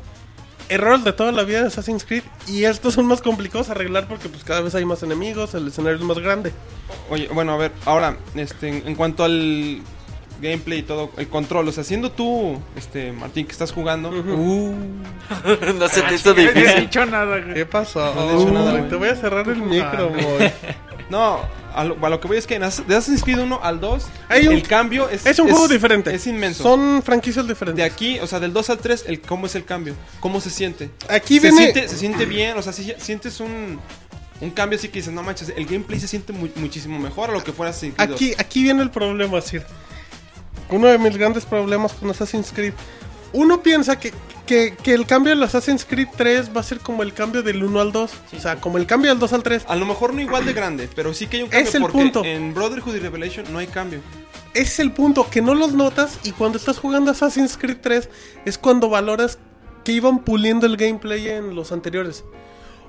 C: Errores de toda la vida de Assassin's Creed. Y estos son más complicados de arreglar porque pues cada vez hay más enemigos, el escenario es más grande.
G: Oye, bueno, a ver, ahora, este, en, en cuanto al gameplay y todo, el control, o sea, siendo tú, este, Martín, que estás jugando,
C: Ah,
F: no se te hizo difícil.
E: dicho nada, güey.
C: ¿Qué pasó?
G: No he dicho nada, güey.
C: te voy a cerrar el micro, boy.
G: no, a lo, a lo que voy es que en As- de Assassin's Creed 1 al 2,
C: Hay un-
G: el cambio es...
C: Es un juego diferente.
G: Es inmenso.
C: Son franquicias
G: De
C: diferentes.
G: aquí, o sea, del 2 al 3, el, ¿cómo es el cambio? ¿Cómo se siente?
C: Aquí
G: se,
C: viene.
G: siente, se siente bien, o sea, si, sientes un, un cambio así que dices, no manches, el gameplay se siente mu- muchísimo mejor a lo que fuera Assassin's Creed 2.
C: Aquí, aquí viene el problema, Sir. Uno de mis grandes problemas con Assassin's Creed. Uno piensa que, que- que el cambio del Assassin's Creed 3 va a ser como el cambio del 1 al 2. O sea, como el cambio del 2 al 3.
G: A lo mejor no igual de grande, pero sí que hay un cambio
C: Es el
G: porque
C: punto.
G: en Brotherhood y Revelation no hay cambio.
C: Ese es el punto, que no los notas y cuando estás jugando Assassin's Creed 3 es cuando valoras que iban puliendo el gameplay en los anteriores.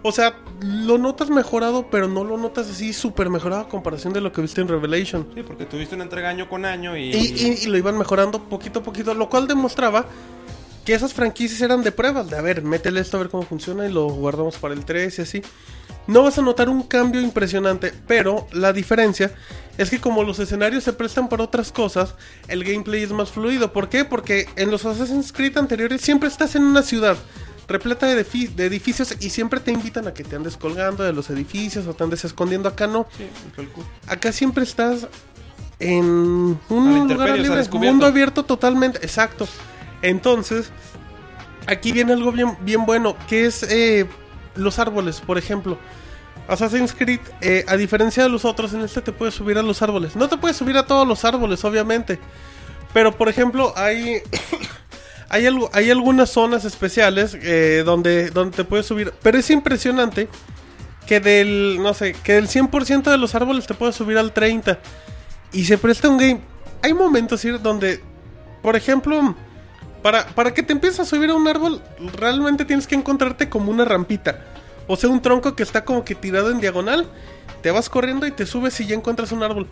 C: O sea, lo notas mejorado, pero no lo notas así súper mejorado a comparación de lo que viste en Revelation.
G: Sí, porque tuviste una entrega año con año y...
C: Y, y- y lo iban mejorando poquito a poquito, lo cual demostraba que esas franquicias eran de pruebas. De a ver, métele esto a ver cómo funciona y lo guardamos para el 3 y así. No vas a notar un cambio impresionante, pero la diferencia es que como los escenarios se prestan para otras cosas, el gameplay es más fluido. ¿Por qué? Porque en los Assassin's Creed anteriores siempre estás en una ciudad repleta de, edifi- de edificios y siempre te invitan a que te andes colgando de los edificios o te andes escondiendo. Acá no.
G: Sí, el culo.
C: Acá siempre estás en
G: la
C: un
G: intemperie, o sea,
C: lugar libre,
G: descubierto.
C: mundo abierto totalmente, exacto. Entonces, aquí viene algo bien, bien bueno, que es eh, los árboles, por ejemplo. Assassin's Creed, eh, a diferencia de los otros, en este te puedes subir a los árboles. No te puedes subir a todos los árboles, obviamente. Pero, por ejemplo, hay, hay, algo, hay algunas zonas especiales eh, donde, donde te puedes subir. Pero es impresionante que del, no sé, que del 100% de los árboles te puedes subir al 30%. Y se presta un game. Hay momentos, Sir, donde, por ejemplo, para, para que te empieces a subir a un árbol, realmente tienes que encontrarte como una rampita. O sea, un tronco que está como que tirado en diagonal. Te vas corriendo y te subes y ya encuentras un árbol.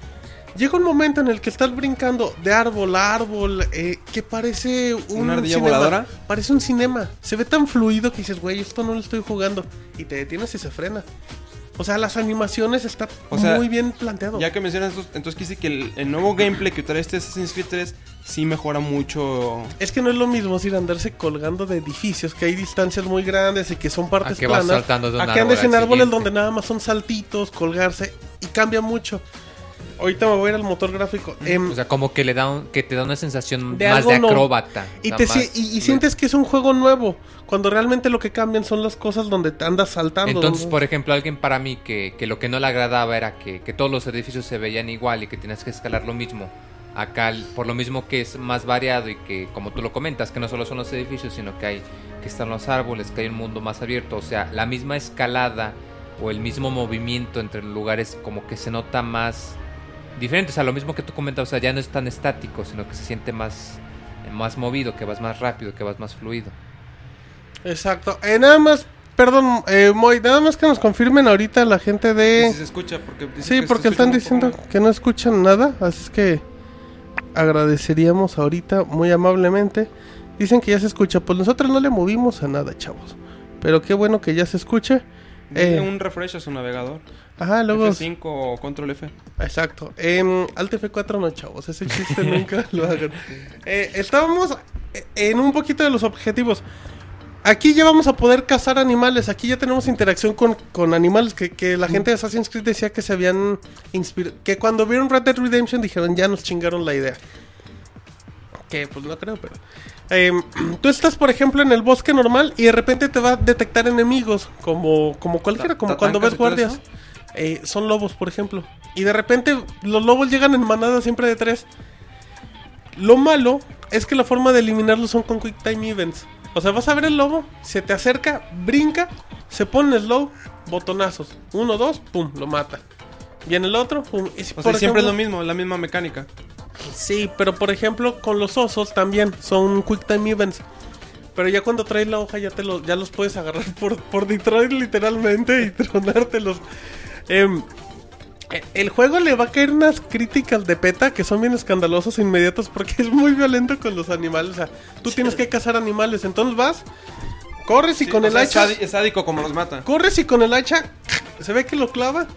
C: Llega un momento en el que estás brincando de árbol a árbol, eh, que parece un
G: ¿Una ardilla
C: cinema.
G: voladora?
C: Parece un cinema. Se ve tan fluido que dices, güey, esto no lo estoy jugando. Y te detienes y se frena. O sea, las animaciones están
G: O sea,
C: muy bien planteado.
G: Ya que mencionas esto, entonces quiere decir que el, el nuevo gameplay que trae este Assassin's Creed 3 sí mejora mucho...
C: Es que no es lo mismo ir a andarse colgando de edificios, que hay distancias muy grandes y que son partes
D: A Ah, que vas
C: planas.
D: saltando de un
C: a que
D: árbol
C: andes
D: al
C: en árboles
D: siguiente.
C: donde nada más son saltitos, colgarse y cambia mucho. Ahorita me voy a ir al motor gráfico. Em,
D: O sea, como que le da un- que te da una sensación
C: De
D: más de
C: algo no-
D: acróbata.
C: y,
D: da
C: te,
D: más-
C: si- y- y sientes que es un juego nuevo, cuando realmente lo que cambian son las cosas donde te andas saltando.
D: Entonces, pues,
C: donde-
D: por ejemplo, alguien para mí que, que lo que no le agradaba era que, que todos los edificios se veían igual y que tenías que escalar lo mismo. Acá, l- por lo mismo que es más variado y que, como tú lo comentas, que no solo son los edificios, sino que hay que están los árboles, que hay un mundo más abierto. O sea, la misma escalada o el mismo movimiento entre lugares como que se nota más diferente. O sea, lo mismo que tú comentas, o sea, ya no es tan estático, sino que se siente más, más movido, que vas más rápido, que vas más fluido.
C: Exacto. Eh, nada más, perdón, eh, Moy, nada más que nos confirmen ahorita la gente de...
D: Pues,
G: Y si se escucha, porque... dicen
C: Sí,
G: que se
C: porque
G: escucha
C: están
G: un poco
C: diciendo
G: mal.
C: que no escuchan nada, así es que agradeceríamos ahorita muy amablemente. Dicen que ya se escucha, pues nosotros no le movimos a nada, chavos. Pero qué bueno que ya se escuche. Eh.
H: Dile un refresh a su navegador.
C: Ajá, luego.
H: F5 o control F.
C: Exacto. Em, Alt F4 no, chavos. Ese chiste nunca lo hagan. Eh, estábamos eh, en un poquito de los objetivos. Aquí ya vamos a poder cazar animales. Aquí ya tenemos interacción con, con animales que, que la gente de Assassin's Creed decía que se habían inspirado. Que cuando vieron Red Dead Redemption dijeron ya nos chingaron la idea. Que pues no creo, pero. Em, tú estás, por ejemplo, en el bosque normal y de repente te va a detectar enemigos. Como, como cualquiera, como cuando
H: ¿Tatancas
C: ves
H: y todo
C: guardias.
H: eso?
C: Eh, son lobos, por ejemplo. Y de repente los lobos llegan en manada siempre de tres. Lo malo es que la forma de eliminarlos son con Quick Time Events. O sea, vas a ver el lobo, se te acerca, brinca, se pone slow, botonazos. Uno, dos, pum, lo mata. Viene el otro, pum. Y si,
H: O sea,
C: por
H: siempre es
C: ejemplo-
H: lo mismo, la misma mecánica.
C: Sí, pero por ejemplo, con los osos también son Quick Time Events. Pero ya cuando traes la hoja ya, te lo- ya los puedes agarrar por, por Detroit literalmente y tronártelos. Em, eh, el juego le va a caer unas críticas de PETA que son bien escandalosas e inmediatas porque es muy violento con los animales. O sea, tú tienes que cazar animales, entonces vas, corres y
H: Sí,
C: con
H: o
C: el
H: sea,
C: hacha...
H: Es, sadi- es sádico como los mata.
C: Corres y con el hacha se ve que lo clava.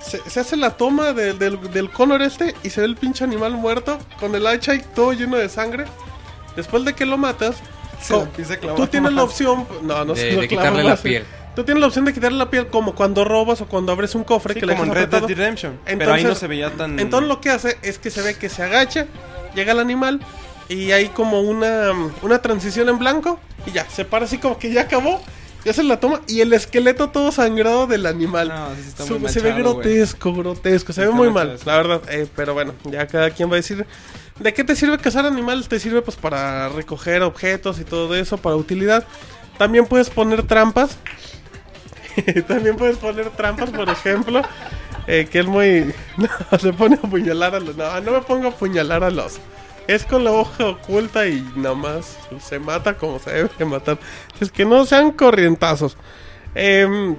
C: Se, se hace la toma de- del, del color este y se ve el pinche animal muerto con el hacha y todo lleno de sangre. Después de que lo matas,
H: Se lo
C: co-
H: empieza a clavar
C: tú tienes la
H: más.
C: opción. No, no
D: De-
C: se
D: de
C: lo clava
D: quitarle la
C: más.
D: piel.
C: Tú tienes la opción de quitarle la piel como cuando robas o cuando abres un cofre
H: Sí,
C: que le
H: como en
C: dejas
H: Red Dead
C: apretado.
H: Redemption. pero ahí
C: Entonces-
H: no se veía tan.
C: Entonces lo que hace es que se ve que se agacha, llega el animal y hay como una, mm, una transición en blanco y ya, se para así como que ya acabó, ya se la toma y el esqueleto todo sangrado del animal.
G: Ah.
H: No, sí está
C: Su-
H: muy
C: se ve
H: manchado, güey.
C: grotesco, grotesco, se
H: Está
C: ve muy
H: manchado
C: mal,
H: eso.
C: la verdad, eh, pero bueno, ya cada quien va a decir... ¿De qué te sirve cazar animales? Te sirve pues para recoger objetos y todo eso, para utilidad. También puedes poner trampas. También puedes poner trampas, por ejemplo. eh, que es muy. No, se pone a apuñalar a los. No, no me pongo a apuñalar a los. Es con la hoja oculta y nada más se mata como se debe de matar. Es que no sean corrientazos. Em,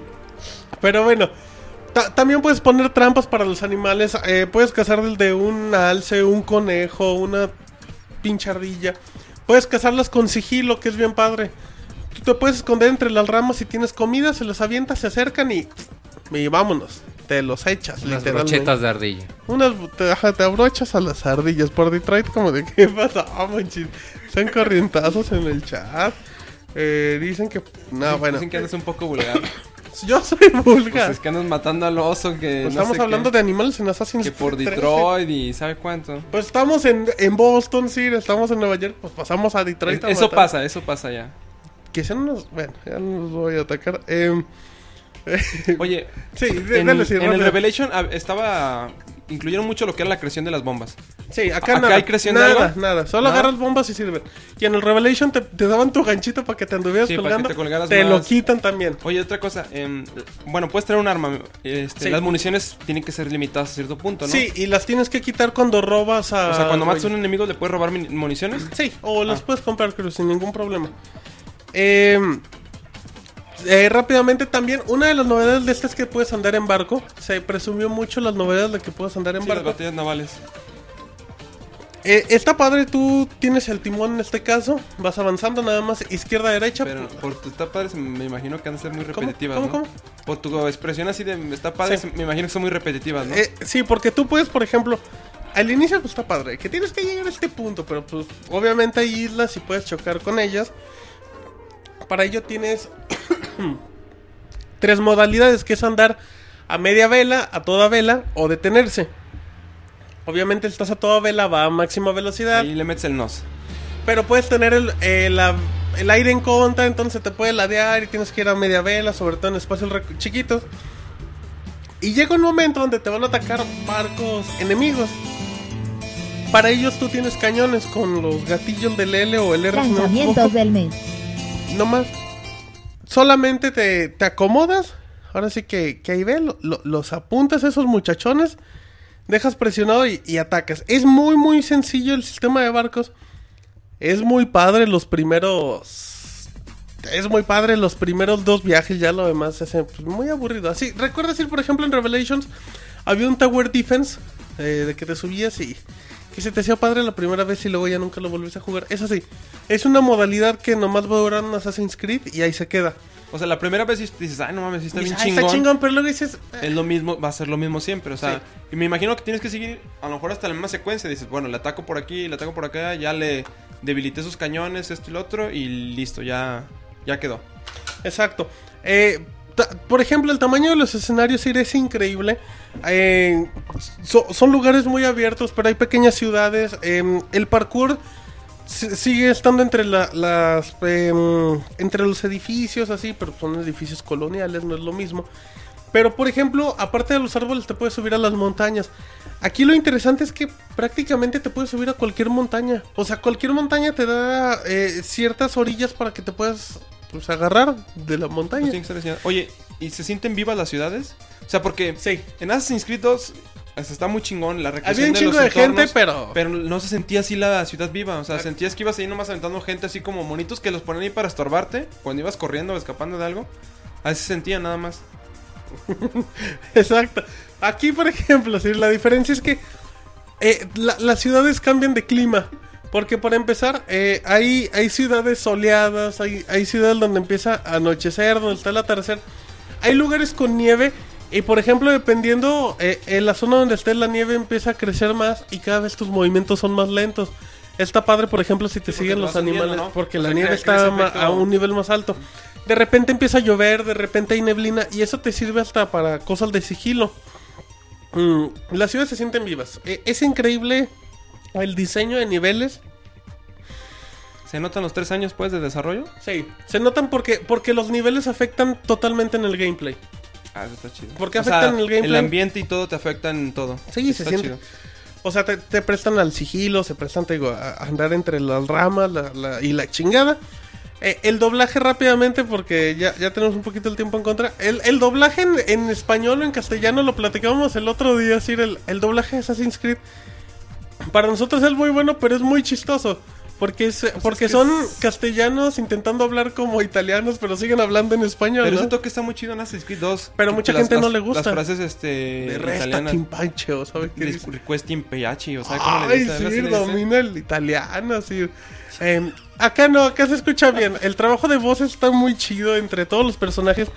C: pero bueno. ta- también puedes poner trampas para los animales. eh, puedes cazar desde un alce, un conejo, una pinche ardilla. Puedes cazarlas con sigilo, que es bien padre. Tú te puedes esconder entre las ramas si tienes comida, se las avientas, se acercan y, y vámonos. Te los echas,
D: Unas
C: literalmente.
D: brochetas de ardilla.
C: Unas bu- te, ajá, te abrochas a las ardillas por Detroit, como de qué pasa, Ah, manchín. Son corrientazos en el chat. Eh, dicen que. No, bueno.
H: Dicen que andas un poco vulgar.
C: Yo soy vulgar.
H: pues es que andas matando al oso que. no
C: Pues estamos
H: sé
C: hablando
H: qué,
C: de animales en Assassin's
H: Que por
C: 13.
H: Detroit y sabe cuánto.
C: Pues estamos en, en Boston, sí, estamos en Nueva York, pues pasamos a Detroit.
H: Es-
C: a
H: eso
C: matar.
H: pasa, eso pasa ya.
C: Que sean unos. Bueno, ya no los voy a atacar. Em,
H: Oye,
C: sí, de-
H: en,
C: dale, sí,
H: en el
C: rápido.
H: Revelation ah, estaba. Incluyeron mucho lo que era la creación de las bombas.
C: Sí, acá,
H: ¿Acá
C: nada.
H: hay creciendo
C: nada,
H: algo?
C: nada. Solo
H: ¿Nada?
C: agarras bombas y sirven. Y en el Revelation te, te daban tu ganchito para que te anduvieras
H: Sí, para que
C: colgando.
H: te colgaras más.
C: lo quitan también.
H: Oye, otra cosa. em, bueno, puedes tener un arma. este,
C: Sí.
H: Las municiones tienen que ser limitadas a cierto punto, ¿no?
C: Sí, y las tienes que quitar cuando robas a.
H: O sea, cuando matas a un enemigo, ¿le puedes robar min- municiones?
C: Ah, Sí, o
H: Ah.
C: las puedes comprar, creo, sin ningún problema. Em, eh, rápidamente también, una de las novedades de esta es que puedes andar en barco. Se presumió mucho las novedades de que puedes andar en
H: Sí, las
C: barco.
H: batallas navales.
C: Eh, está padre, tú tienes el timón en este caso, vas avanzando nada más izquierda, derecha.
H: Pero por tu está padre, se- me imagino que han de ser muy
C: ¿Cómo?
H: repetitivas,
C: ¿Cómo,
H: ¿no?
C: cómo?
H: Por tu expresión así de está padre,
C: Sí.
H: se- me imagino que son muy repetitivas, ¿no?
C: Eh, sí, porque tú puedes, por ejemplo, al inicio pues está padre, que tienes que llegar a este punto, pero pues obviamente hay islas y puedes chocar con ellas. Para ello tienes tres modalidades, que es andar a media vela, a toda vela o detenerse. Obviamente estás a toda vela, va a máxima velocidad.
H: Ahí le metes el nos.
C: Pero puedes tener el, eh, la- el aire en contra, entonces te puede ladear y tienes que ir a media vela, sobre todo en espacios rec- chiquitos. Y llega un momento donde te van a atacar barcos enemigos. Para ellos tú tienes cañones con los gatillos del L o el R. si no me
B: Lanzamientos
C: equivoco.
B: del mes.
C: No más. Solamente te, te acomodas. Ahora sí que, que ahí ve, lo- lo- los apuntas a esos muchachones. Dejas presionado y, y atacas. Es muy, muy sencillo el sistema de barcos. Es muy padre los primeros. Es muy padre los primeros dos viajes. Ya lo demás es eh, pues, muy aburrido. Así, ¿recuerdas ir, por ejemplo, en Revelations? Había un Tower Defense eh, de que te subías y. Que se te hacía padre la primera vez y luego ya nunca lo volviste a jugar. Es así. Es una modalidad que nomás va a durar en Assassin's Creed y ahí se queda.
G: O sea, la primera vez dices, ay, no mames, sí está bien
C: Dices, "Ah,
G: chingón.
C: está chingón, Eh, pero luego dices,
G: Es lo mismo, va a ser lo mismo siempre, o sea,
C: Sí.
G: y me imagino que tienes que seguir a lo mejor hasta la misma secuencia, dices, bueno, le ataco por aquí, le ataco por acá, ya le debilité sus cañones, esto y lo otro, y listo, ya, ya quedó.
C: Exacto. Eh, ta- por ejemplo, el tamaño de los escenarios sí es increíble. Eh, so- son lugares muy abiertos, pero hay pequeñas ciudades. Eh, el parkour si- sigue estando entre la- las em, entre los edificios, así, pero son edificios coloniales, no es lo mismo. Pero por ejemplo, aparte de los árboles, te puedes subir a las montañas. Aquí lo interesante es que prácticamente te puedes subir a cualquier montaña. O sea, cualquier montaña te da eh, ciertas orillas para que te puedas pues, agarrar de la
G: Pues
C: montaña.
G: tiene que estar diseñado. Oye, ¿y se sienten vivas las ciudades? O sea, porque
C: Sí.
G: en Assassin's Creed 2 hasta está muy chingón la recreación
C: Había un
G: de
C: chingo
G: los
C: de gente,
G: entornos,
C: pero...
G: pero no se sentía así la ciudad viva, o sea, sentías que ibas ahí nomás aventando gente así como monitos que los ponían ahí para estorbarte cuando ibas corriendo o escapando de algo. Así se sentía nada más.
C: Exacto. Aquí, por ejemplo, sí, la diferencia es que eh, la- las ciudades cambian de clima. Porque para empezar, eh, hay, hay ciudades soleadas, hay, hay ciudades donde empieza a anochecer, donde está el atardecer. Hay lugares con nieve. Y por ejemplo, dependiendo eh, en la zona donde esté la nieve empieza a crecer más y cada vez tus movimientos son más lentos. Está padre, por ejemplo, si te
G: Sí, porque
C: siguen
G: te
C: los
G: vas hundiendo,
C: animales,
G: ¿no?
C: porque
G: O
C: la
G: sea,
C: nieve
G: cre-
C: está
G: crece
C: ma-
G: efecto-
C: a un nivel más alto. De repente empieza a llover, de repente hay neblina y eso te sirve hasta para cosas de sigilo. Mm, las ciudades se sienten vivas. E- es increíble el diseño de niveles.
G: ¿Se notan los tres años pues de desarrollo?
C: Sí, se notan porque, porque los niveles afectan totalmente en el gameplay.
G: Ah, eso está chido.
C: Porque
G: O
C: afectan
G: sea,
C: el gameplay.
G: ambiente y todo te afecta en todo.
C: Sí, se siente. O sea, te, te prestan al sigilo, se prestan, te digo, a a andar entre las ramas la- la- y la chingada. Eh, el doblaje rápidamente, porque ya, ya tenemos un poquito el tiempo en contra. El, el doblaje en, en español o en castellano lo platicábamos el otro día, decir, el, el doblaje de Assassin's Creed. Para nosotros es muy bueno, pero es muy chistoso. Porque, es, porque
G: Pues es que
C: son
G: es-
C: castellanos intentando hablar como italianos, pero siguen hablando en español.
G: Pero
C: ¿no?
G: ese toque está muy chido en Assassin's Creed 2.
C: Pero
G: que
C: mucha
G: las-
C: gente no
G: las-
C: le gusta.
G: Las frases este,
C: de resta,
G: italianas.
C: chimpanche, o ¿sabes qué? dice?
G: dis- Request in Peachi, o sea, ¿cómo le
C: Ay,
G: dice? Algo
C: sí,
G: así le dice.
C: domina el italiano, sí. Em, acá no, acá se escucha bien. El trabajo de voz está muy chido entre todos los personajes.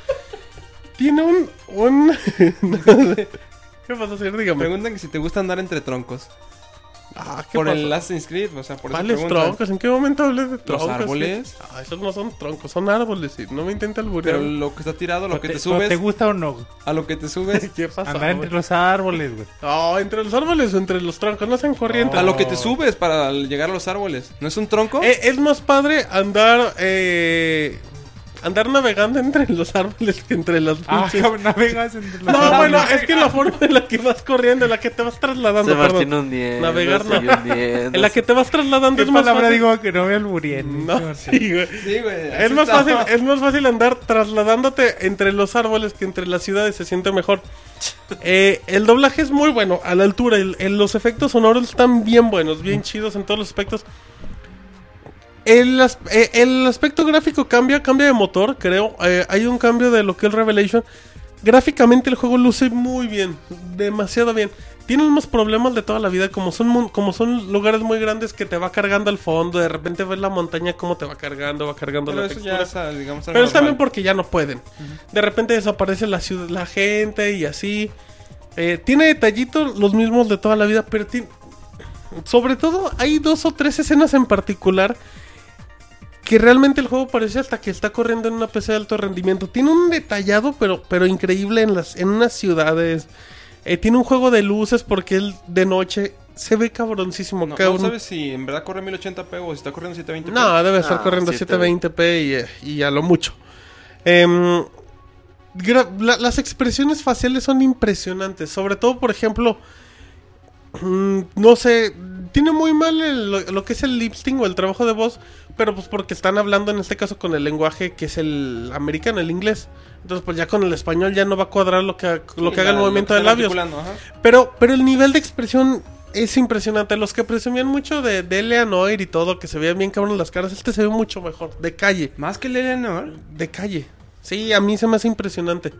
C: Tiene un... un... ¿Qué vas a hacer? Dígame.
G: Preguntan que si te gusta andar entre troncos.
C: ah, ¿qué
G: Por
C: pasó?
G: el Assassin's Creed, o sea, por eso
C: ¿Cuáles
G: preguntan.
C: troncos? ¿En qué momento hablé de troncos?
G: árboles?
C: sí? Ah, esos no son troncos, son árboles, sí. No me intenta alburear.
G: Pero lo que está tirado, lo que
E: ¿Te, ¿Te
G: te subes,
E: gusta o no?
G: a lo que te subes,
C: ¿Qué pasa?
E: Andar entre
C: güey?
E: los árboles, güey.
C: No, entre los árboles o entre los troncos, no sean corrientes.
G: a lo que te subes para llegar a los árboles. ¿No es un tronco?
C: Eh, es más padre andar eh, andar navegando entre los árboles que entre las
E: Ah,
C: pinches-
E: cabrón, navegas entre los
C: No,
E: árboles.
C: bueno, es que la forma en la que vas corriendo, en la que te vas trasladando,
F: Se Martín
C: perdón.
F: hundiendo.
C: Navegar,
F: se
C: no.
F: hundiendo,
C: En la que te vas trasladando
E: ¿Qué
C: es más
E: palabra
C: fácil.
E: digo que no me alburien?
C: No, sí, güey.
G: Sí, güey.
C: Es más, fácil, es más fácil andar trasladándote entre los árboles que entre las ciudades, se siente mejor. Eh, el doblaje es muy bueno, a la altura. el- el- los efectos sonoros están bien buenos, bien chidos en todos los aspectos. El, as- eh, el aspecto gráfico cambia, cambia de motor, creo. Eh, hay un cambio de lo que es Revelation. Gráficamente el juego luce muy bien, demasiado bien. Tiene los problemas de toda la vida, como son, mon- como son lugares muy grandes que te va cargando al fondo, de repente ves la montaña como te va cargando, va cargando
G: Pero
C: la
G: eso
C: textura.
G: ya, está, digamos,
C: Pero es también
G: normal.
C: porque ya no pueden. De repente desaparece la ciudad, la gente y así. Eh, tiene detallitos los mismos de toda la vida, pero tiene... Sobre todo hay dos o tres escenas en particular que realmente el juego parece hasta que está corriendo en una PC de alto rendimiento. Tiene un detallado, pero, pero increíble en, las, en unas ciudades. Eh, tiene un juego de luces porque él de noche se ve cabroncísimo.
G: No,
C: cabrón.
G: no sabes si en verdad corre 1080p o si está corriendo 720p.
C: No, debe estar
F: Ah,
C: corriendo
F: 720.
C: 720p y, eh, y a lo mucho. Em, gra- la- las expresiones faciales son impresionantes. Sobre todo, por ejemplo, mm, no sé, tiene muy mal el- lo, lo que es el lip sync o el trabajo de voz, pero pues porque están hablando en este caso con el lenguaje que es el americano, el inglés. Entonces, pues ya con el español ya no va a cuadrar lo que, ha- lo que haga el movimiento de labios. Pero, pero el nivel de expresión es impresionante. Los que presumían mucho de, de Eleanor y todo, que se veían bien cabrón las caras, este se ve mucho mejor. De calle.
G: Más que Eleanor,
C: De calle. Sí, a mí se me hace impresionante.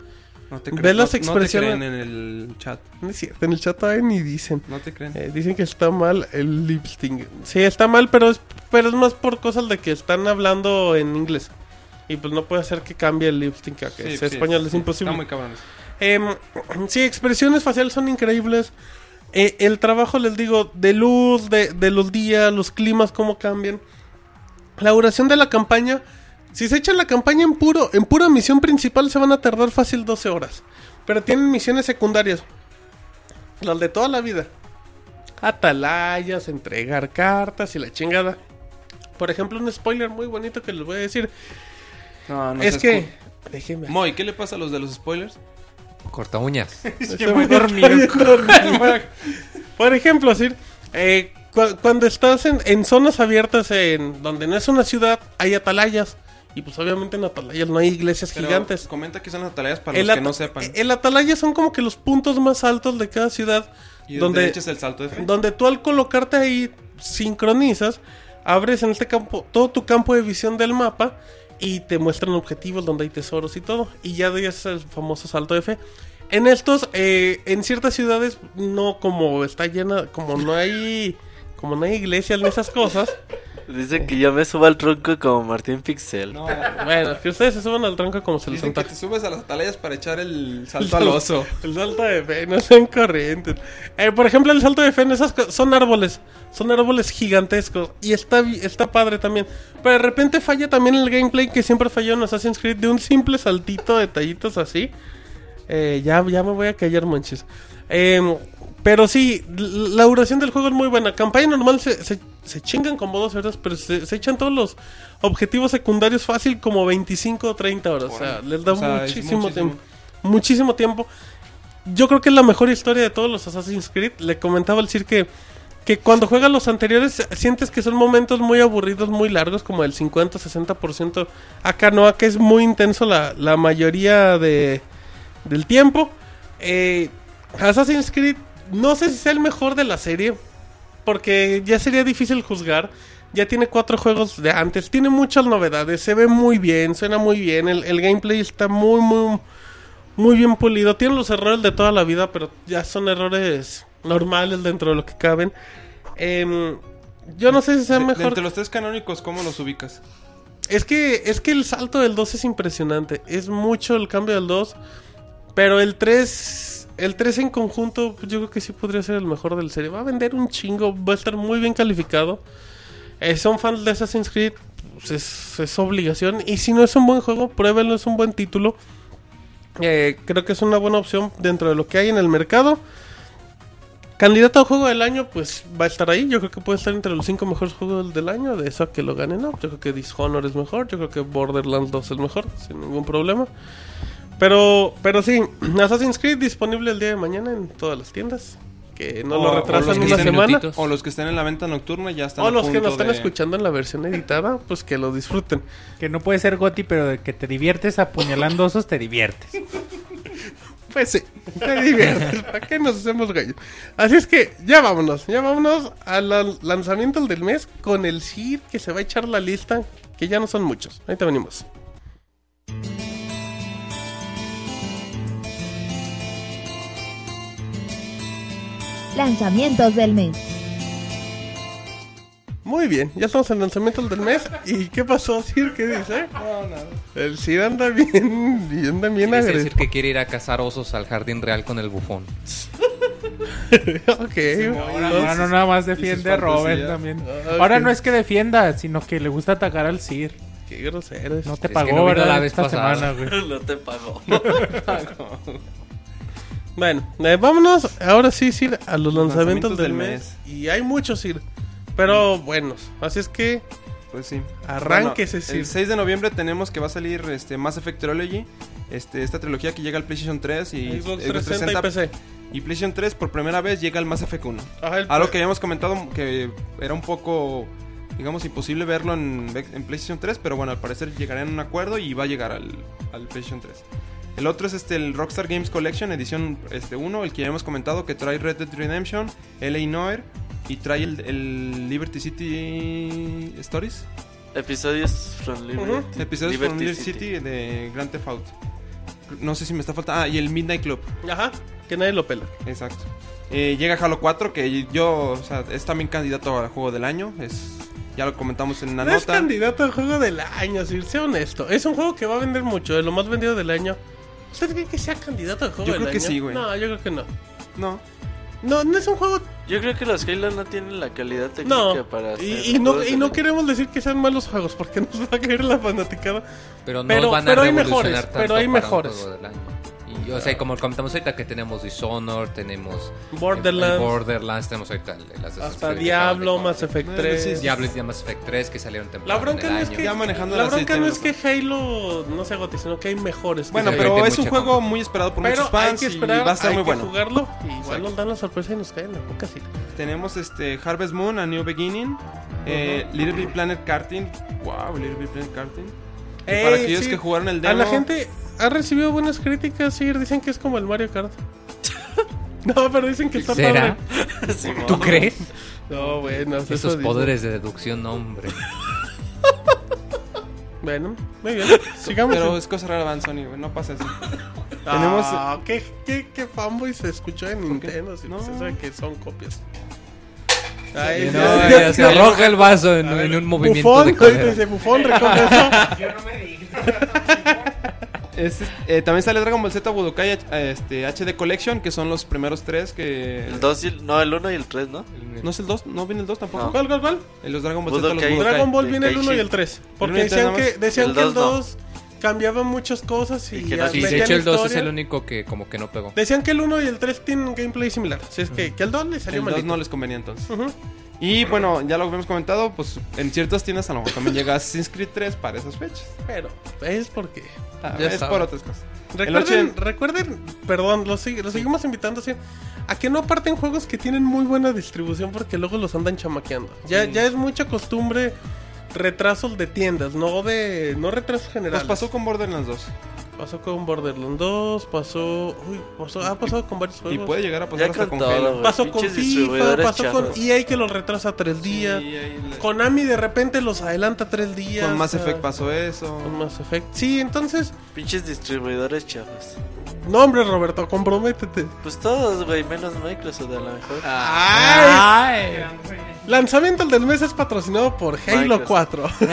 G: no te
C: Ve
G: creen.
C: las
G: no-
C: expresiones.
G: No te creen en el chat.
C: No es cierto, en el chat todavía ni dicen.
G: No te creen.
C: Eh, dicen que está mal el lipsting. Sí, está mal, pero es, pero es más por cosas de que están hablando en inglés. Y pues no puede hacer que cambie el lip sync a que
G: Sí,
C: sea
G: sí,
C: español,
G: sí,
C: es
G: sí,
C: imposible.
G: Está muy cabrón eso.
C: Em, sí, expresiones faciales son increíbles. Eh, el trabajo, les digo, de luz, de, de los días, los climas, cómo cambian. La duración de la campaña. Si se echan la campaña en puro, en pura misión principal se van a tardar fácil 12 horas. Pero tienen misiones secundarias. Las de toda la vida. Atalayas, entregar cartas y la chingada. Por ejemplo, un spoiler muy bonito que les voy a decir.
G: No, no
C: es
G: seas
C: que. Déjenme.
G: cool. Moy, ¿qué le pasa a los de los spoilers?
D: Corta uñas.
C: Está bien dormido. Por ejemplo, Sir, eh, cu- cuando estás en, en zonas abiertas en donde no es una ciudad, hay atalayas. Y pues obviamente en atalayas no hay iglesias
G: Pero
C: gigantes.
G: Comenta que son las tareas para los
C: ata-
G: que no sepan.
C: el eh, atalaya son como que los puntos más altos de cada ciudad.
G: y
C: donde-
G: donde eches el salto de fe.
C: Donde tú al colocarte ahí sincronizas, abres en este campo todo tu campo de visión del mapa y te muestran objetivos donde hay tesoros y todo. Y ya de ahí es el famoso salto de fe. En estos, eh, en ciertas ciudades, no como está llena, como no hay, como no hay iglesias ni esas cosas.
F: Dicen que yo me subo al tronco como Martín Pixel.
G: No,
C: Bueno, que ustedes se suban al tronco como se les
G: dicen que
C: antoje.
G: te subes a las atalayas para echar el salto al oso.
C: El salto de fe, no sean corrientes. Eh, por ejemplo, el salto de fe, en esas co- son árboles. Son árboles gigantescos. Y está, bi- está padre también. Pero de repente falla también el gameplay que siempre falló en Assassin's Creed. De un simple saltito, detallitos así. Eh, ya, ya me voy a callar, manches. Em, pero sí, l- la duración del juego es muy buena. Campaña normal se, se, se chingan como dos horas, pero se, se echan todos los objetivos secundarios fácil como 25 o 30 horas. O sea, les da
G: O sea, es
C: muchísimo,
G: muchísimo.
C: tiempo. Muchísimo tiempo. Yo creo que es la mejor historia de todos los Assassin's Creed. Le comentaba al Sir que, que cuando juegas los anteriores sientes que son momentos muy aburridos, muy largos, como el 50-60%. Acá no, acá es muy intenso la, la mayoría de, del tiempo. Eh, Assassin's Creed, no sé si sea el mejor de la serie, porque ya sería difícil juzgar. Ya tiene cuatro juegos de antes, tiene muchas novedades, se ve muy bien, suena muy bien, el, el gameplay está muy, muy, muy bien pulido. Tiene los errores de toda la vida, pero ya son errores normales dentro de lo que caben. Em, yo no sé si sea
G: De- de
C: mejor.
G: entre los tres canónicos, ¿cómo los ubicas?
C: Es que, es que el salto del 2 es impresionante. Es mucho el cambio del 2. Pero el 3. El 3 en conjunto, pues, yo creo que sí podría ser el mejor del serie. Va a vender un chingo. Va a estar muy bien calificado. Eh, son fans de Assassin's Creed. pues, es, es obligación. Y si no es un buen juego, pruébenlo. Es un buen título. Eh, creo que es una buena opción dentro de lo que hay en el mercado. Candidato a juego del año, pues va a estar ahí. Yo creo que puede estar entre los cinco mejores juegos del año. De eso a que lo gane, no. Yo creo que Dishonor es mejor. Yo creo que Borderlands 2 es mejor, sin ningún problema. Pero, pero sí, Assassin's Creed disponible el día de mañana en todas las tiendas. Que no
G: Oh, O-
C: lo
G: o los
C: retrasan
G: que
C: una
G: estén
C: semana.
D: minutitos.
G: O los que estén en la venta nocturna ya están
C: O
G: a
C: los que
G: punto
C: nos están
G: de-
C: escuchando en la versión editada, pues que lo disfruten.
E: Que no puede ser Goti, pero de que te diviertes apuñalando osos, te diviertes.
C: Pues sí, te diviertes. ¿Para qué nos hacemos gallos? Así es que ya vámonos, ya vámonos al lan- lanzamiento del mes con el CIR que se va a echar la lista, que ya no son muchos. Ahí te venimos.
A: Lanzamientos del mes.
C: Muy bien, ya estamos en lanzamiento del mes. ¿Y qué pasó, CIR? ¿Qué dice? El CIR anda bien, y anda bien
D: Es decir,
C: agresivo.
D: que quiere ir a cazar osos al jardín real con el bufón.
C: ok,
E: Ahora no, no, nada más defiende a Robert
G: fantasías.
E: también.
C: Ah, ok.
E: Ahora no es que defienda, sino que le gusta atacar al Sir.
C: qué grosero es.
E: No
D: Es que
E: te pagó,
D: no vino
E: ¿verdad?
D: la vez
E: Esta
D: pasada.
E: semana, güey.
F: no te pago.
C: Bueno, eh, vámonos ahora sí, Sir, a los lanzamientos,
G: lanzamientos
C: del,
G: del
C: mes. Y hay muchos, Sir, pero buenos. Así es que
G: Pues sí.
C: Arránquese,
G: Bueno,
C: Sir.
G: El 6 de noviembre tenemos que va a salir este Mass Effect Trilogy. Este, esta trilogía que llega al PlayStation 3 y
C: Xbox
G: Xbox
C: 360 y PC.
G: y PlayStation 3 por primera vez llega al Mass Effect 1.
C: Ajá, el-
G: Algo Ah, que habíamos comentado que era un poco, digamos, imposible verlo en, en PlayStation 3, pero bueno, al parecer llegarán a un acuerdo y va a llegar al, al PlayStation 3. El otro es este, el Rockstar Games Collection Edición este 1, el que ya hemos comentado que trae Red Dead Redemption, LA Noir y trae el, el Liberty City Stories.
F: Episodios from Liberty,
C: Ujú.
G: Episodios
F: Liberty
G: from Liberty City. de Grand Theft Auto. No sé si me está faltando. Ah, y el Midnight Club.
C: Ajá, que nadie lo pela.
G: Exacto. Eh, llega Halo 4, que yo, o sea, es también candidato al juego del año. Es Ya lo comentamos en la
C: No es
G: nota.
C: candidato a juego del año, Sir, sea honesto. Es un juego que va a vender mucho, de lo más vendido del año. ¿Usted cree que sea candidato a juego
G: Yo
C: del
G: creo que
C: año?
G: sí, güey.
C: No, yo creo que no.
G: No.
C: No, no es un juego.
F: Yo creo que los Halo no tienen la calidad técnica
C: No.
F: para hacer
C: Y, y no,
F: juegos
C: y no
F: de-
C: queremos decir que sean malos juegos, porque nos va a caer la fanaticada.
D: Pero no
C: Pero-
D: van a
C: pero hay
D: revolucionar
C: mejores,
D: tanto
C: pero hay
D: para un
C: mejores.
D: juego del año. Y, o sea, como comentamos ahorita que tenemos Dishonored, tenemos el-
C: Borderlands.
D: el Borderlands, tenemos ahorita el, el Assassin's
C: Hasta
D: Creed que
C: Diablo,
D: acaban de
C: Mass Effect
G: No,
C: 3.
G: sí, sí,
D: correr. Diablo y Mass Effect 3 que salieron temprano
C: La bronca
D: en
C: no
D: el
C: es
D: año.
C: que.
G: Ya manejando
C: la
G: el aceite,
C: bronca no
G: me
C: es que Halo no sea goti, sino que hay mejores. que
G: Bueno,
C: se
D: Sí,
G: pero
D: vende
G: es un
D: mucha
G: juego
D: coca.
G: muy esperado por
C: Pero
G: muchos
C: hay
G: fans
C: que
G: y
C: esperar,
G: va a estar
C: hay
G: muy
C: que
G: bueno.
C: jugarlo y igual
G: Exacto.
C: nos dan la sorpresa y nos caen la boca sí.
G: Tenemos este Harvest Moon, A New Beginning, eh, Little Big Planet Karting. Wow, Little Big Planet Karting. Y para
C: Ey,
G: aquellos
C: sí.
G: que jugaron el
C: A
G: demo,
C: la gente ha recibido buenas críticas, sí, dicen que es como el Mario Kart. no, pero dicen que está
D: ¿Será?
C: padre.
G: pues,
D: ¿Tú crees?
C: No, bueno, eso
D: Esos
C: dicen.
D: poderes de deducción, hombre.
C: Bueno, muy bien. Sigamos.
G: pero es cosa rara, Van Sony, güey, no pasa eso.
C: Ah, ¿qué, qué, qué fanboy se escuchó en
G: qué?
C: Nintendo? Si
G: No.
C: no. se sabe que son copias. Ay,
D: No,
C: ya-
D: ya se arroja el vaso en, en un movimiento
C: Bufón,
D: de
C: desde
D: cadera.
C: Bufón, recoge eso.
G: Es- eh, también sale Dragon Ball Z Budokai eh, este, HD Collection, que son los primeros tres que...
F: El 2 y el- no, el 1 y el 3, ¿no?
G: ¿No es el 2? ¿No viene el 2 tampoco?
F: No.
C: ¿Cuál, cuál, cuál?
G: Eh, Los Dragon Ball
C: Pues
G: Z, los
F: Budokai.
G: Budokai.
C: Dragon Ball
F: de
C: viene el 1 y
F: Kaishi.
C: el 3.
G: El
C: Porque
G: uno y el tres
C: decían,
G: nada
C: que,
G: más.
C: decían
F: El
C: que el
F: dos no.
C: 2 cambiaba muchas cosas y,
F: Y que no-
D: Sí,
F: Metían
D: de hecho el 2 es
C: historia.
D: el único que como que no pegó.
C: Decían que el 1 y el 3 tienen gameplay similar. Así es que, que el 2 le salió
G: El 2
C: malito.
G: no les convenía entonces.
C: Ujú.
G: Y bueno, ya lo habíamos comentado, pues en ciertas tiendas a lo mejor también llega Assassin's Creed 3 para esas fechas.
C: Pero es porque.
G: Ah,
D: Ya
G: es
D: estaba.
G: por otras cosas.
C: Recuerden,
G: ochen-
C: recuerden, perdón, los, sig- los seguimos invitando así, a que no parten juegos que tienen muy buena distribución porque luego los andan chamaqueando. Ya,
G: Mm.
C: ya es mucha costumbre retrasos de tiendas, no de no retrasos generales.
G: Nos pasó con Borderlands 2.
C: Pasó con Borderlands 2, pasó, uy, pasó, ha pasado con varios
G: Y
C: juegos.
G: puede llegar a pasar
F: Ya
G: hasta
F: con
G: con
F: todo,
G: Halo.
F: güey.
C: pasó con
F: Pinches
C: FIFA,
F: distribuidores
C: pasó con
F: chafas.
C: EA que los retrasa tres días.
G: Sí, ahí le- con
C: Konami de repente los adelanta tres días.
G: Mass
C: o sea,
G: Effect pasó eso.
C: Con Mass Effect. Sí, entonces,
F: Pinches distribuidores chavos.
C: no hombre Roberto, comprométete.
F: Pues todos, güey, menos Microsoft a lo mejor.
C: Ah, Lanzamiento del mes es patrocinado por Halo
F: Microsoft.
C: 4.
D: Que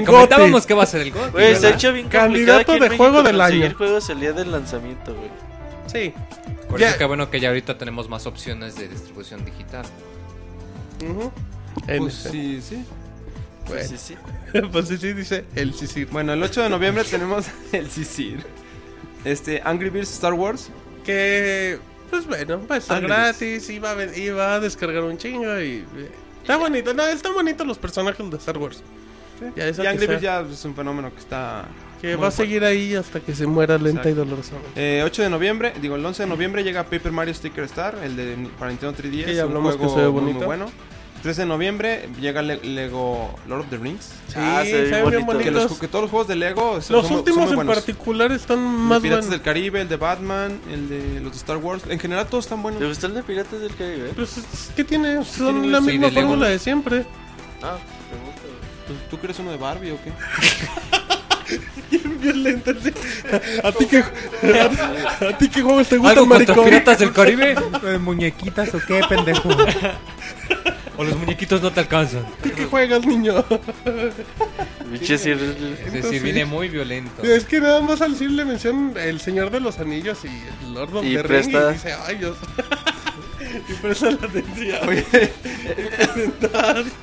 C: Gotti.
D: comentábamos que va a ser el gol.
F: Güey, se ha hecho bien
C: Candidato
F: complicado aquí en
C: de
F: México
C: juego del
F: conseguir
C: año.
F: juegos el día del lanzamiento, güey.
C: Sí.
D: Por
C: Ya.
D: eso que bueno que ya ahorita tenemos más opciones de distribución digital.
C: Ujú. En
G: Pues
C: ese.
G: sí, sí.
C: Bueno,
F: Sí, sí.
C: pues sí, sí, dice el Sisir.
G: Bueno, el 8 de noviembre tenemos el CC. Este, Angry Birds Star Wars.
C: Que, pues bueno, va a estar
G: Ándale.
C: gratis y va a, ven- y va a descargar un chingo y... eh, Está bonito, no, están bonitos los personajes de Star Wars. Ya, eso
G: y
C: que
G: Angry Birds
C: sea.
G: ya es un fenómeno que está...
C: Que
G: muy
C: va a
G: fuerte.
C: seguir ahí hasta que se muera lenta y dolorosamente.
G: Eh, 8 de noviembre, digo el 11 de noviembre llega Paper Mario Sticker Star, el de para Nintendo 3DS,
C: Que ya
G: un
C: hablamos que
G: juego
C: se ve
G: muy, muy
C: bonito.
G: bueno. 13 de noviembre llega Le- Lego Lord of the Rings.
C: Sí,
F: Ah, se ven
C: se ven bien
F: bonitos.
G: Que, los
C: bonitos.
G: ju- que todos los juegos de Lego son,
C: Los
G: son muy- son
C: últimos
G: muy
C: en
G: buenos.
C: particular están
G: El
C: más
G: Piratas
C: buenos.
G: del Caribe, el de Batman, el de los de Star Wars. En general todos están
F: ¿Te
G: buenos.
F: gustó el de Piratas del Caribe?
C: Pues, es- ¿qué tiene? Son
G: tiene-
C: la
D: sí,
C: misma
D: de Lego.
C: fórmula de siempre.
F: Ah, me gusta, güey.
G: ¿Tú, tú crees uno de Barbie o qué?
C: Violenta, sí. ¿A ti qué, a, ti qué juegos te
D: ¿Algo
C: gustan,
D: contra
C: maricón?
D: piratas del Caribe?
E: Eh, ¿Muñequitas o qué, pendejo?
D: O los muñequitos no te alcanzan.
C: ¿A ti qué juegas, niño?
F: Pinches ir-
D: Es decir, viene muy violento.
C: Es que nada más al Sir le mencionan El Señor de los Anillos y el Lord of
F: Y
C: the Rings
F: presta-
C: y dice, ay, Dios. y presta la atención.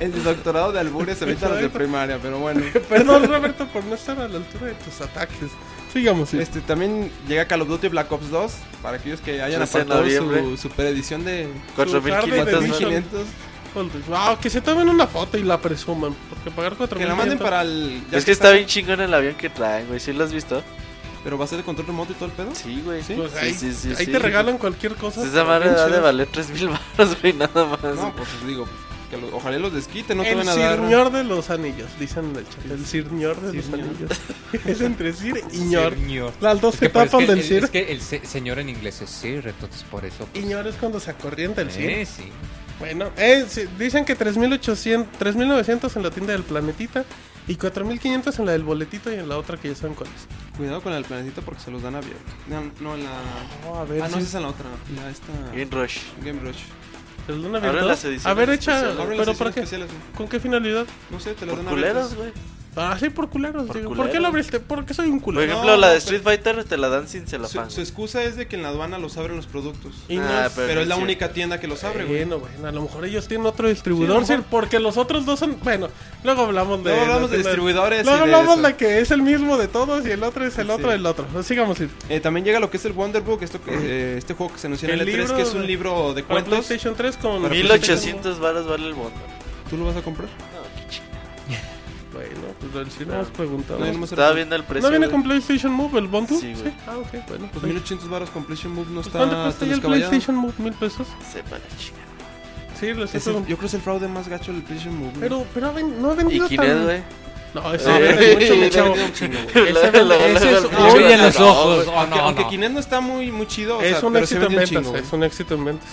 G: El de doctorado de albures ahorita los de primaria, pero bueno.
C: Perdón, Roberto, por no estar a la altura de tus ataques. Sigamos, Sir.
G: Este, también llega Call of Duty Black Ops 2, para aquellos que
F: 13
G: hayan
F: de
G: apartado su
F: noviembre.
G: super edición de
C: Hardware
F: 4500
C: Edition.
F: dólares.
G: 4500.
C: Wow, que se tomen una foto y la presuman. Porque pagar cuatro
G: Que la manden para el... ya
F: Es que está bien chingón el avión que traen, güey. ¿Sí lo has visto?
G: Pero va a ser de control remoto y todo el pedo.
F: Sí, güey. Sí,
C: Pues ahí,
F: sí, sí, sí,
C: ahí
F: sí.
C: te regalan cualquier cosa.
F: Esa madre
C: Bien
F: da de
C: chido.
F: valer 3000 baros, güey, nada más.
G: No, pues digo, que lo- ojalá los desquiten, no te
C: el
G: van a dar.
C: sirñor de los anillos, dicen en el chat. El sirñor de los anillos. es entre sir y ñor.
D: Señor.
C: Las dos
D: Es que,
C: se
D: por- es,
C: tapan
D: que
C: del
D: el,
C: sir.
D: es que el se- señor en inglés es sir, entonces por eso. pues,
C: Y ñor es cuando se acorrienta el sir.
D: Eh, sí.
C: Bueno, eh, sí, dicen que 3800, 3900 en la tienda del planetita y 4500 en la del boletito y en la otra que ya saben cuál es.
G: Cuidado con el planetito porque se los dan abierto. No, no, en la.
C: No, a ver.
G: ah, no,
C: si-
G: esa es en la otra. La esta.
F: Bien rush.
G: Game Rush.
C: ¿El de una
F: Ahora
C: virtud?
F: las ediciones
C: A ver, echa.
F: especiales.
G: Abren
C: ¿Pero
G: las
C: para
G: ediciones
C: qué?
G: especiales, güey.
C: ¿Con qué finalidad?
G: No sé, te las
F: Por
G: dan
F: culeros, güey.
C: Ah, sí, por culeros.
F: Por
C: digo. ¿Por qué lo
F: culeros.
C: abriste? Porque soy un
F: Por
C: culero.
F: ejemplo,
G: No,
F: la de
G: pero-
F: Street Fighter te la dan sin celofán.
G: Su, su excusa es de que en la aduana los abren los productos.
C: Y no
F: Ah,
C: es-
F: pero
G: pero
F: no
G: es la
F: cierto.
G: única tienda que los abre, güey.
C: Bueno, bueno, a lo mejor ellos tienen otro
G: Sí, a
C: distribuidor,
G: lo mejor.
C: sí, porque los otros dos son. Bueno, luego hablamos de.
G: Luego hablamos de
C: la-
G: distribuidores
C: Luego
G: y de
C: hablamos
G: eso.
C: de que es el mismo de todos y el otro es el
G: Sí.
C: otro del otro. Sigamos. Sid.
G: Eh, también llega lo que es el Wonder Book, esto que, eh, este juego que se anunció en
C: El
G: el E3,
C: libro
G: que es un
C: de-
G: libro de
C: Para
G: cuentos.
C: PlayStation 3 con.
G: Para
F: 1800 varas vale el bono.
G: ¿Tú lo vas a comprar?
C: Bueno, pues si no hemos preguntado.
G: No, yo
C: ¿No,
G: nomás-
F: Estaba viendo el precio.
C: viene
F: güey.
C: con PlayStation Move el Bundle?
F: Sí, güey.
C: Ah, ok, bueno.
G: Pues
C: pues,
G: 1800 baros Completion Move no está
C: ¿Cuánto cuesta
G: está
C: ya el
G: descabellado.
C: PlayStation Move? ¿Mil pesos?
F: Sepa la chica.
C: Sí, lo sé.
G: Es el- yo creo que es el fraude más gacho del PlayStation Move. güey.
C: Pero, pero ha ven- no ha
F: Y
C: vendido
F: Kinect,
C: tan...
F: güey.
C: No,
G: No,
C: ese
F: Eh,
G: vende mucho,
C: mi
G: vende
C: chavo.
G: un chingo, güey.
C: Ese
F: Luego,
C: vende-
F: luego,
C: ese
F: luego,
C: es
F: luego,
C: un-
F: luego.
D: Brillan los ojos.
E: Ah,
D: Oh,
G: Aunque,
D: no,
G: aunque
D: no.
G: Kinect no está muy, muy chido, o
C: Es
G: sea,
C: un
G: pero se
C: éxito
G: vende
C: en
G: un chingo.
C: ventas,
G: güey.
C: es un éxito en ventas.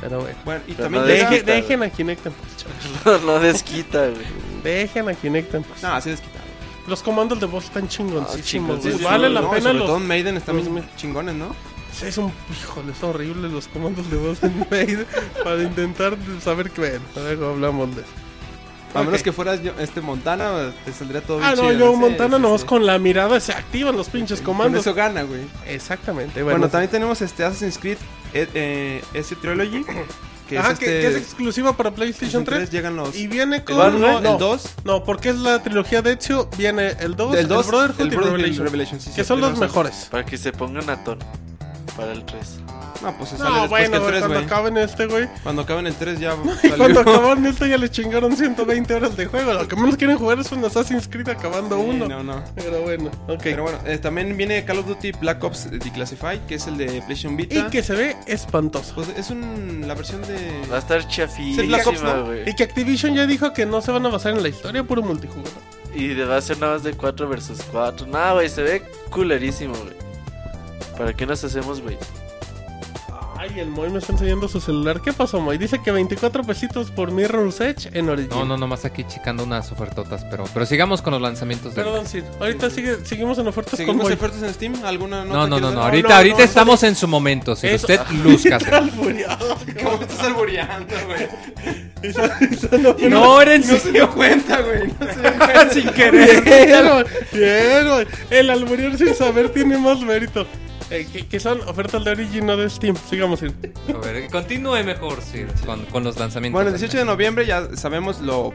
C: Pero bueno.
G: Bueno, y
F: Pero
G: también
F: no
G: llega...
C: Deje-
F: desquita, güey.
C: dejen a Kinect en paz, chavos.
F: No, no desquita, güey.
C: Dejen a Kinect en paz.
G: No, Ah, así desquitado.
C: Los comandos de voz están chingoncísimos. güey.
F: chingoncísimos,
C: Pues vale la
G: No, y
C: pena
G: sobre
C: los.
G: todo en Maiden están
C: los-
G: bien chingones, ¿no?
C: Sí, Es un. Híjole, es horrible los comandos de voz en Maiden para intentar saber qué. Bueno, luego hablamos de.
G: A
C: Ok.
G: menos que fueras yo- este Montana, te saldría todo bien
C: Ah, no,
G: chido,
C: yo
G: Sí,
C: Montana
G: sí,
C: nomás
G: sí.
C: con la mirada se activan los pinches
G: Con
C: comandos.
G: eso gana, güey.
C: Exactamente,
G: Bueno,
C: bueno.
G: también tenemos este Assassin's Creed eh, eh, S Trilogy, que
C: ah,
G: es
C: que-
G: este...
C: que, es exclusiva para PlayStation 3.
G: llegan los...
C: Y viene con.
G: ¿Van, güey?
C: no,
G: ¿El 2?
C: No, porque es la trilogía de Ezio. Viene el 2,
G: Del 2,
C: el Brotherhood
G: el
C: y
G: Brotherhood y
C: Revelation.
G: Revelation, sí,
C: que
G: sí,
C: son los
G: tienes razón.
C: mejores.
F: Para que se pongan a tono. Para el 3.
G: No, pues se sale
C: No,
G: después
C: bueno,
G: que
C: güey,
G: el 3,
C: cuando
G: güey.
C: acaben este, güey.
G: Cuando acaben el 3 ya
C: Y
G: salió.
C: cuando acaban esto ya le chingaron 120 horas de juego. Lo que menos quieren jugar es un Assassin's Creed acabando
G: Sí,
C: uno.
G: No, no.
C: Pero bueno, ok.
G: Pero bueno, eh, también viene Call of Duty Black Ops Declassified, que es el de PlayStation Vita.
C: y que se ve espantoso.
G: Pues es un, la versión de...
F: Va a estar
G: el Black Ops,
F: chafísima,
G: ¿no?
F: güey.
C: Y que Activision ya dijo que no se van a basar en la historia, puro multijugador.
F: Y de- va a ser nada más de 4 versus 4. Nada, güey, se ve culerísimo, güey. ¿Para qué nos hacemos, güey?
C: Ay, el Moy me está enseñando su celular. ¿Qué pasó, Moy? Dice que 24 pesitos por Mirror's Edge en Origin.
D: No, no, nomás aquí checando unas ofertotas, pero, pero sigamos con los lanzamientos. del-
C: Perdón, Sir. Ahorita sigue, seguimos en ofertas
G: ¿Seguimos
C: con Moy.
G: ofertas en Steam? ¿Alguna nota
D: No, no,
G: quieres
D: no,
G: dar?
D: no. Ahorita,
C: no,
D: ahorita
C: no,
D: estamos en su momento. Si
C: Eso-
D: usted luzca.
C: Está albureado.
G: ¿Cómo te estás alboreando, güey?
D: No, eres
G: No se dio cuenta, güey. No se dio cuenta.
D: sin
C: Bien, güey. Bien, güey. El alburear sin saber tiene más mérito. Eh, que, que son ofertas de Origin, no de Steam. Sigamos, Sir.
D: A ver, continúe mejor, sí, con, con los lanzamientos.
G: Bueno, el
D: del
G: 18 de noviembre ya sabemos lo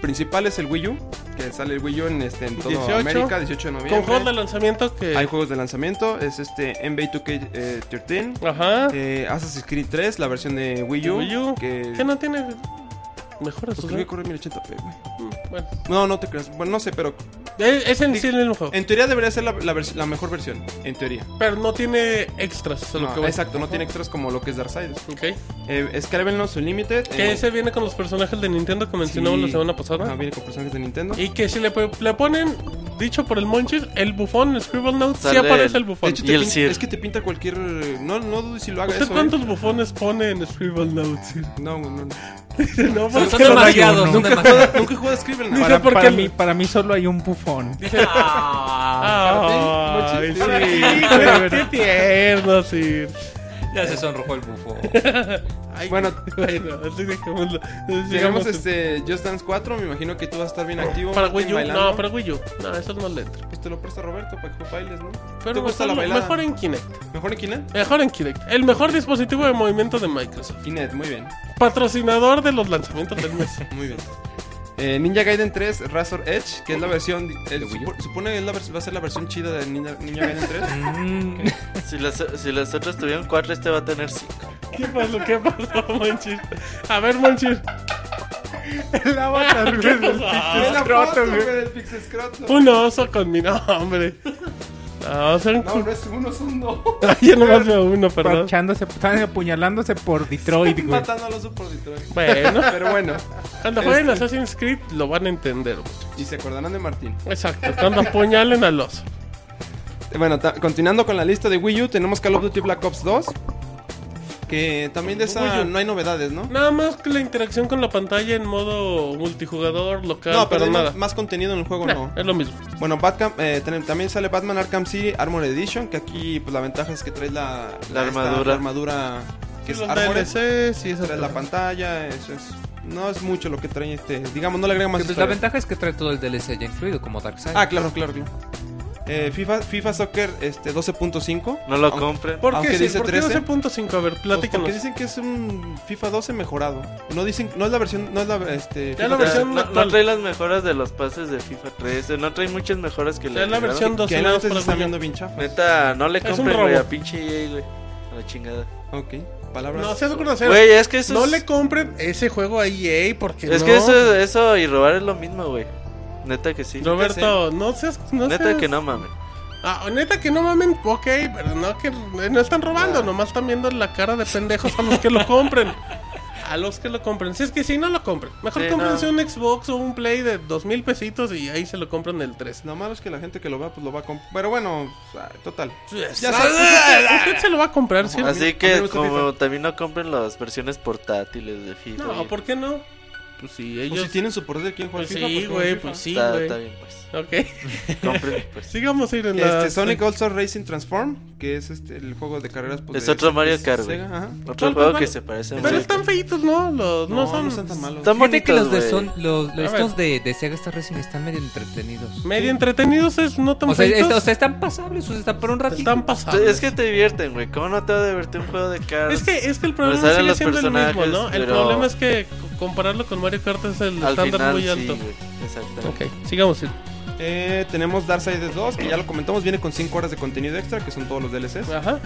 G: principal es el Wii U, que sale el Wii U en, este, en toda
C: 18,
G: América, 18 de
C: Con juegos de
G: noviembre.
C: lanzamiento que.
G: Hay juegos de lanzamiento, es este NBA 2K13,
C: Ajá.
G: eh, Assassin's Creed 3, la versión de Wii U,
C: Wii U,
G: que...
C: Que no tiene. Mejoras,
G: Pues creo que corre 1080p, güey.
C: Bueno,
G: No, no te creas. Bueno, no sé, pero
C: es, es en sí el mismo juego.
G: en teoría debería ser la, la vers- la mejor versión. En teoría.
C: Pero no tiene extras. a lo
G: No,
C: que voy.
G: exacto, no tiene extras como lo que es Darksiders.
C: Ok.
G: Eh, Skylanders Unlimited.
C: Que
G: eh,
C: ese viene con los personajes de Nintendo que mencionamos
G: sí. Ah,
C: la semana pasada.
G: Ajá, viene con personajes de Nintendo.
C: Y que si le, po- le ponen, dicho por el Monchis, el bufón, el Scribble Note, sí
F: Sale
C: aparece
F: el-
C: el bufón.
F: de hecho, Y el
G: pin-
F: Sir.
G: Es que te pinta cualquier. No, no dudes si lo haga
C: ¿Usted
G: eso.
C: cuántos
G: eh.
C: bufones pone en Scribble Note? Sir?
G: No, no, no.
C: Dice, no,
D: Son,
C: porque
D: son demasiados, son demasiados.
G: Nunca he jugado Scribble.
C: Dice,
E: Para,
C: ¿por
E: para
C: qué el-
E: mí, para mí solo hay un bufón.
C: Dice,
D: Ah,
C: ah,
G: Monchis,
C: sí,
G: para ti,
C: güey, qué tierno, Sir.
D: ya se sonrojó el bufo.
G: Bueno,
C: Bueno, así dejémoslo.
G: llegamos
C: Sigamos,
G: este Just Dance 4. Me imagino que tú vas a estar bien activo.
C: Para
G: Martín,
C: Wii U,
G: bailando.
C: no, para Wii U. No, eso no le entra.
G: Pues te lo presta Roberto para que tú bailes, ¿no? ¿Te
C: Pero
G: gusta la
C: mejor,
G: bailada?
C: mejor en Kinect.
G: ¿Mejor en Kinect?
C: Mejor en Kinect. El mejor dispositivo de movimiento de Microsoft.
G: Kinect, muy bien.
C: Patrocinador de los lanzamientos del mes.
G: Muy bien. Eh, Ninja Gaiden 3 Razor Edge, que es la versión. eh, supo- supone que es la vers- va a ser la versión chida de Ninja, Ninja Gaiden 3.
F: Si las, si las otras tuvieron 4, este va a tener 5.
C: ¿Qué pasó? ¿Qué pasó, Monchis? A ver, Monchis.
E: El avatar,
C: ¿Qué
E: güey.
G: Es la
C: pasó?
G: foto, Ah, güey, del Pixel Scroto.
C: Un oso con mi nombre. No, son
G: No, no es uno, son dos.
C: Ay, Yo nomás veo uno, perdón.
E: Parchándose, estaban apuñalándose por Detroit, güey.
G: Matando a los Super Detroit.
C: Bueno,
G: Pero bueno, este.
C: cuando jueguen Assassin's Creed lo van a entender.
G: y se acordarán de Martín.
C: Exacto, cuando apuñalen al oso.
G: Eh, Bueno, ta- continuando con la lista de Wii U, tenemos Call of Duty Black Ops 2. Que también de
C: Wii
G: esa
C: U.
G: no hay novedades, ¿no?
C: Nada más que la interacción con la pantalla en modo multijugador, local,
G: No, pero
C: pero
G: hay
C: nada.
G: más contenido en el juego,
C: Nah,
G: no.
C: Es lo mismo.
G: Bueno, Batcam- eh, ten- también sale Batman Arkham City Armored Edition, que aquí pues la ventaja es que traes la,
F: La armadura.
G: la armadura
C: Sí,
G: es
C: los
G: árboles
C: DLCs y
G: tras
C: esas
G: la
C: cosas.
G: pantalla, eso es, no es mucho lo que trae este, digamos, no le agrega más
D: Que, pues, la
G: historia.
D: ventaja es que trae todo el DLC ya incluido, como Darkseid.
G: Ah, claro, claro, claro. Eh, FIFA, FIFA Soccer este, 12.5.
F: No lo
G: aunque-
F: compren.
C: ¿Por
G: Aunque
C: qué, sí,
G: dice
C: ¿por qué
G: 13?
C: 12.5? A ver,
G: Pues porque
C: platícanos.
G: dicen que es un FIFA 12 mejorado. No dicen, no es la versión, no es la este,
C: Ya
G: FIFA
C: la
F: O sea,
C: versión
F: no,
C: actual.
F: no trae las mejoras de los pases de FIFA 13, no trae muchas mejoras que
C: O
F: le
C: sea, es la
F: agregaron.
C: versión 12
G: que
C: nada más
G: antes
C: para
G: están
C: Wii U.
G: viendo bien chafas.
F: Neta, no le
C: Es un
F: compren, güey,
C: robo.
F: a pinche EA, güey. A la chingada.
G: Ok, palabras.
C: No, seas grosero.
F: Güey, es que eso
C: No
F: es...
C: le compren ese juego a EA porque
F: Es
C: no.
F: que eso, eso y robar es lo mismo, güey. Neta que sí.
C: Roberto, no seas... No
F: Neta
C: seas-
F: que no mames.
C: Ah, neta que no mamen, ok, pero no que eh, no están
F: Ah.
C: robando, nomás están viendo la cara de pendejos a los que lo compren. A los que lo compren. Si es que si no lo compren, mejor
F: Sí,
C: cómprense
F: no.
C: un Xbox o un Play de dos mil pesitos y ahí se lo compran el 3.
G: Lo malo es que la gente que lo vea, pues lo va a comprar. Pero bueno, ah, total.
C: Ya sabes, usted, usted se lo va a comprar, sí.
F: Así
G: a mí
F: que
G: me gusta
F: como también no compren las versiones portátiles de FIFA.
C: No,
F: güey.
C: ¿por qué no? Pues sí,
G: Pues
C: ellos.
G: si tienen su poder, ¿quién juega
C: pues
G: FIFA?
C: sí,
G: juegan
C: güey,
G: FIFA.
C: pues sí,
F: está, está
C: güey.
F: bien, pues.
C: Ok.
F: Compren, pues.
C: Sigamos a ir en la.
G: Este, Sonic All Star Racing Transform, que es este, el juego de carreras. pues,
F: Es
G: de-
F: otro Mario
G: de
F: Kart, güey.
G: Sega, ajá.
F: Otro
C: ¿Cuál,
F: juego
C: cuál,
F: que
C: cuál?
F: se parece
C: Pero
F: mucho.
C: están feitos, ¿no? Los, no,
G: No,
C: son.
G: no están tan malos.
F: Están
D: Fíjate que
F: bonitos,
D: los de
F: güey.
D: Son, los,
C: A
D: los
C: ver.
D: estos de, de Sega Star Racing están medio entretenidos.
C: Medio entretenidos es no tan
D: O sea,
C: feitos.
D: está- o sea, están pasables, o sea, están por un ratito.
C: están pasados.
F: Pues, Es que te divierten, güey. ¿Cómo no te va a divertir un juego de cartas?
C: Es que, es que el
F: Pues
C: problema
F: salen
C: sigue
F: los
C: siendo el mismo,
F: personajes,
C: ¿no? El
F: pero-
C: problema es que c- compararlo con Mario Kart es el
F: al
C: estándar
F: final
C: muy alto.
F: sí, güey. Exactamente.
C: ok, sigamos. Sid.
G: Eh, tenemos Darksiders 2, que ya lo comentamos, viene con 5 horas de contenido extra, que son todos los DLCs.
C: Ajá.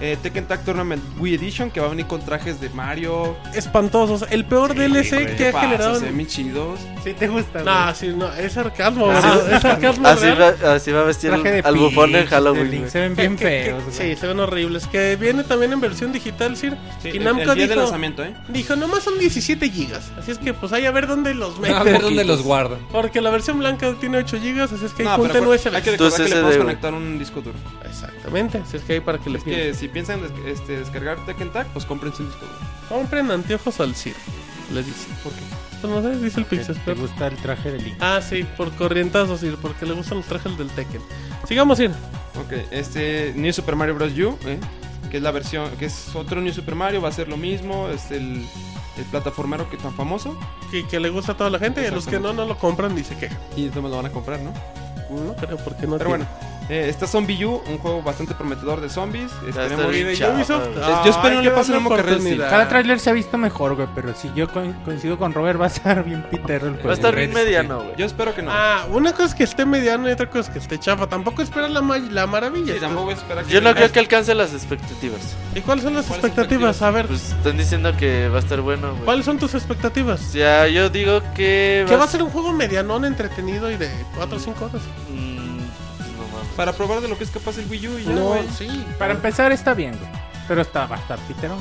G: Eh, Tekken Tag Tournament Wii Edition, que va a venir con trajes de Mario.
C: Espantosos. El peor DLC que ha generado.
G: Se ven bien chidos.
E: Sí, te gusta, güey.
C: Nah, sí, no, es sarcasmo,
F: Ah,
C: bro, Es sarcasmo
F: Así
C: real.
F: va, así va a vestir
E: Traje de
F: al bufón en
E: Peach,
F: Halloween.
E: de Link,
F: güey.
E: Se ven bien feos, güey.
C: Sí, se ven horribles. Que viene también en versión digital, Sir.
G: Sí,
C: y
G: el-
C: Namco
G: el, día de
C: dijo-
G: lanzamiento, ¿eh?
C: Dijo, nomás son 17 gigas. Así es que, pues, ahí a ver dónde los meten.
D: A ver dónde los guardan.
C: Porque la versión blanca tiene 8 gigas, así es que
G: No,
C: ahí
G: pero
C: junten
G: por-
C: USB.
G: hay que recordar que
F: Entonces,
G: le podemos
F: SD, güey.
G: conectar un disco duro.
C: Exactamente, así es que hay para que le
G: Es
C: piensen.
G: que si piensan des- este, descargar Tekken Tag, pues cómprense un disco duro.
C: Compren anteojos al Sir. Les dice. ¿Por qué? Pues no sé, dice el
E: Te,
C: Pixel.
E: te gusta el traje de Link.
C: Ah, sí, por corrientazos, Sir, porque le gustan los trajes del Tekken. Sigamos, Sir.
G: Ok, este New Super Mario Bros. U, ¿eh? que es la versión, que es otro New Super Mario, va a ser lo mismo, es el, el plataformero que tan famoso,
C: Que, que le gusta a toda la gente y a los que no, no lo compran ni se quejan.
G: y no me lo van a comprar, ¿no?
C: No creo, porque no
G: Pero
C: tiene.
G: bueno, eh, está Zombie U, un juego bastante prometedor de zombies.
F: está
G: Esperemos-
F: bien.
C: ¿Y de
F: Chao,
C: Ubisoft?
F: güey.
G: Yo espero
C: Ay,
G: no le
C: qué
G: pase
C: buena
G: lo mismo que Red Steel.
C: oportunidad.
E: Cada tráiler se ha visto mejor, güey, pero si yo co- coincido con Robert, va a estar bien pitero el juego.
F: Va a estar
D: Red
F: bien mediano, güey.
G: Yo espero que no.
C: Ah, una cosa es que esté mediano y otra cosa es que esté chafa. Tampoco espera la, ma- la
G: Sí,
C: maravilla.
G: tampoco espero que-
F: Yo no creo que alcance las expectativas.
C: ¿Y cuáles son las
G: ¿Cuáles
C: expectativas?
G: expectativas?
C: A ver,
F: Pues están diciendo que va a estar bueno, güey.
C: ¿cuáles son tus expectativas?
F: O sea, yo digo que.
C: Que va a ser un juego medianón, entretenido y de 4 o 5 horas.
F: Mm, no mames.
G: Para probar de lo que es capaz el Wii U y ya, güey.
C: sí.
E: Para empezar está bien, güey. Pero está, va a estar piterón.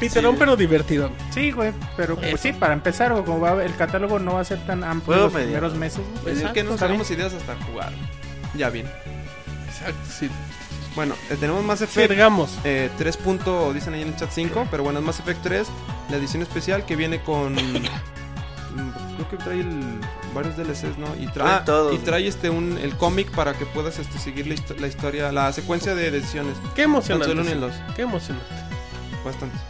C: Piterón, pero divertido.
E: Sí, güey, pero pues,
C: Eso.
E: sí, para empezar, güey, como va, el catálogo no va a ser tan amplio
F: Juego
E: los
F: medio.
E: primeros meses. güey.
G: Es decir, que no
E: Está bien.
G: tenemos ideas hasta jugar. Ya bien.
C: Exacto, sí.
G: Bueno, eh, tenemos más Effect
C: Vergamos.
G: eh, 3. punto, dicen ahí en el chat 5, pero bueno, es Mass Effect 3, la edición especial que viene con... mm, Creo que trae el- varios DLCs, ¿no? Y trae,
F: Trae
G: ah,
F: todos,
G: y trae este un, el cómic para que puedas este, seguir la, histo- la historia, la secuencia de decisiones.
C: Qué
G: Tanto
C: emocionante.
G: el 1 y
C: sí.
G: el 2,
C: Qué emocionante.
G: bastante.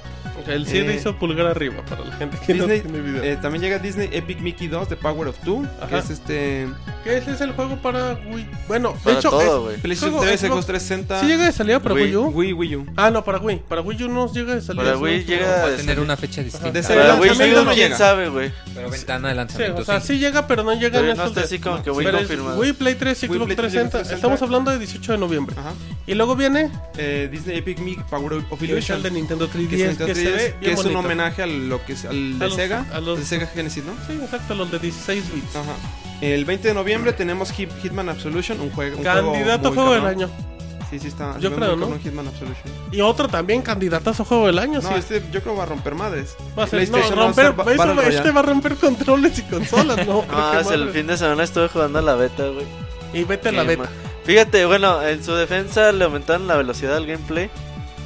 C: El Cid
G: Eh,
C: hizo pulgar arriba para la gente que
G: Disney,
C: no tiene video.
G: eh, también llega Disney Epic Mickey 2 de Power of Two, que
C: Ajá.
G: es este...
C: ¿Qué es, es el juego para Wii? Bueno, de
F: Para
C: hecho,
F: todo, güey.
G: PlayStation
C: Juego
G: 3,
C: Xbox.
G: Xbox 360...
C: es- sí llega de salida para
F: Wii,
C: Wii U.
G: Wii, Wii U.
C: Ah, no, para Wii. Para Wii U no llega de salida.
F: Para
C: sí,
F: Wii
C: sí.
F: llega.
D: Va a tener una fecha distinta.
G: De Sega
F: Para Wii
G: lanzamiento
F: U,
G: no
F: quién
G: llega.
F: sabe, güey.
D: Pero ventana de
C: Sí,
D: lanzamiento.
C: o sea, sí llega, pero no llega
F: Pero
C: en
F: no
C: estos
F: está
C: de-
F: así como que
C: Pero
F: Wii
C: es
F: confirmado.
C: Wii, Play 3 y
G: Wii,
C: Xbox
G: Play
C: 360.
G: 360.
C: Estamos hablando de 18 de noviembre.
G: Ajá.
C: Ah. Y luego viene
G: Eh, Disney Epic Mickey Power of
C: el
G: Illusion.
C: de Nintendo 3DS,
G: que,
C: que,
G: es,
C: se ve bien
G: que es un
C: bonito.
G: homenaje a lo que es al de
C: A los-
G: Sega,
C: a los-
G: de Sega Genesis, ¿no?
C: Sí, exacto, los de 16 bits.
G: Ajá. El 20 de noviembre tenemos Hit- Hitman Absolution, un juego un
C: Candidato a
G: muy
C: juego del
G: cabrón.
C: año.
G: Sí, sí está.
C: Yo
G: se ve
C: creo,
G: muy
C: ¿no?
G: cabrón Hitman Absolution.
C: Y otro también candidatazo a juego del año,
G: No,
C: sí.
G: este yo creo va a romper madres.
C: Va a ser, no,
G: PlayStation va a
C: romper,
G: ser ba-
C: eso-
G: Battle
C: este
G: Royale.
C: va a romper controles y consolas, ¿no?
F: Ah,
C: Porque
F: es el
C: madre.
F: fin de semana estuve jugando a la beta, güey.
C: Y vete a la
F: Qué
C: beta.
F: ma- Fíjate, bueno, en su defensa le aumentaron la velocidad al gameplay.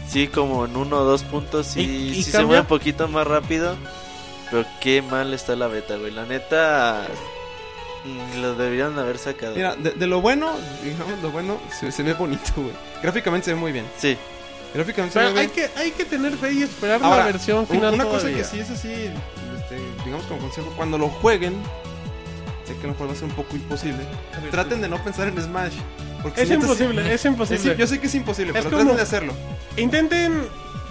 F: Sí, como en uno o dos puntos. Sí,
C: ¿Y- y
F: sí se
C: cambia?
F: mueve un poquito más rápido. Pero qué mal está la beta, güey. La neta. mm, Lo deberían haber sacado.
G: Mira, de, de lo bueno, digamos, lo bueno, se, se ve bonito, güey. Gráficamente se ve muy bien.
F: Sí,
G: Gráficamente se
C: Pero
G: ve
C: hay
G: bien.
C: que, hay que tener fe y esperar
G: Ahora,
C: la versión
G: un-
C: final.
G: Una cosa
C: todavía.
G: que sí es así, este, digamos como consejo, cuando lo jueguen, sé que a lo mejor va a ser un poco imposible. Traten de no pensar en Smash. Porque
C: Este. Es
G: si neta sí-
C: imposible, es
G: es-
C: imposible.
G: yo sé que es imposible,
C: Es
G: pero
C: como-
G: traten de hacerlo.
C: Intenten,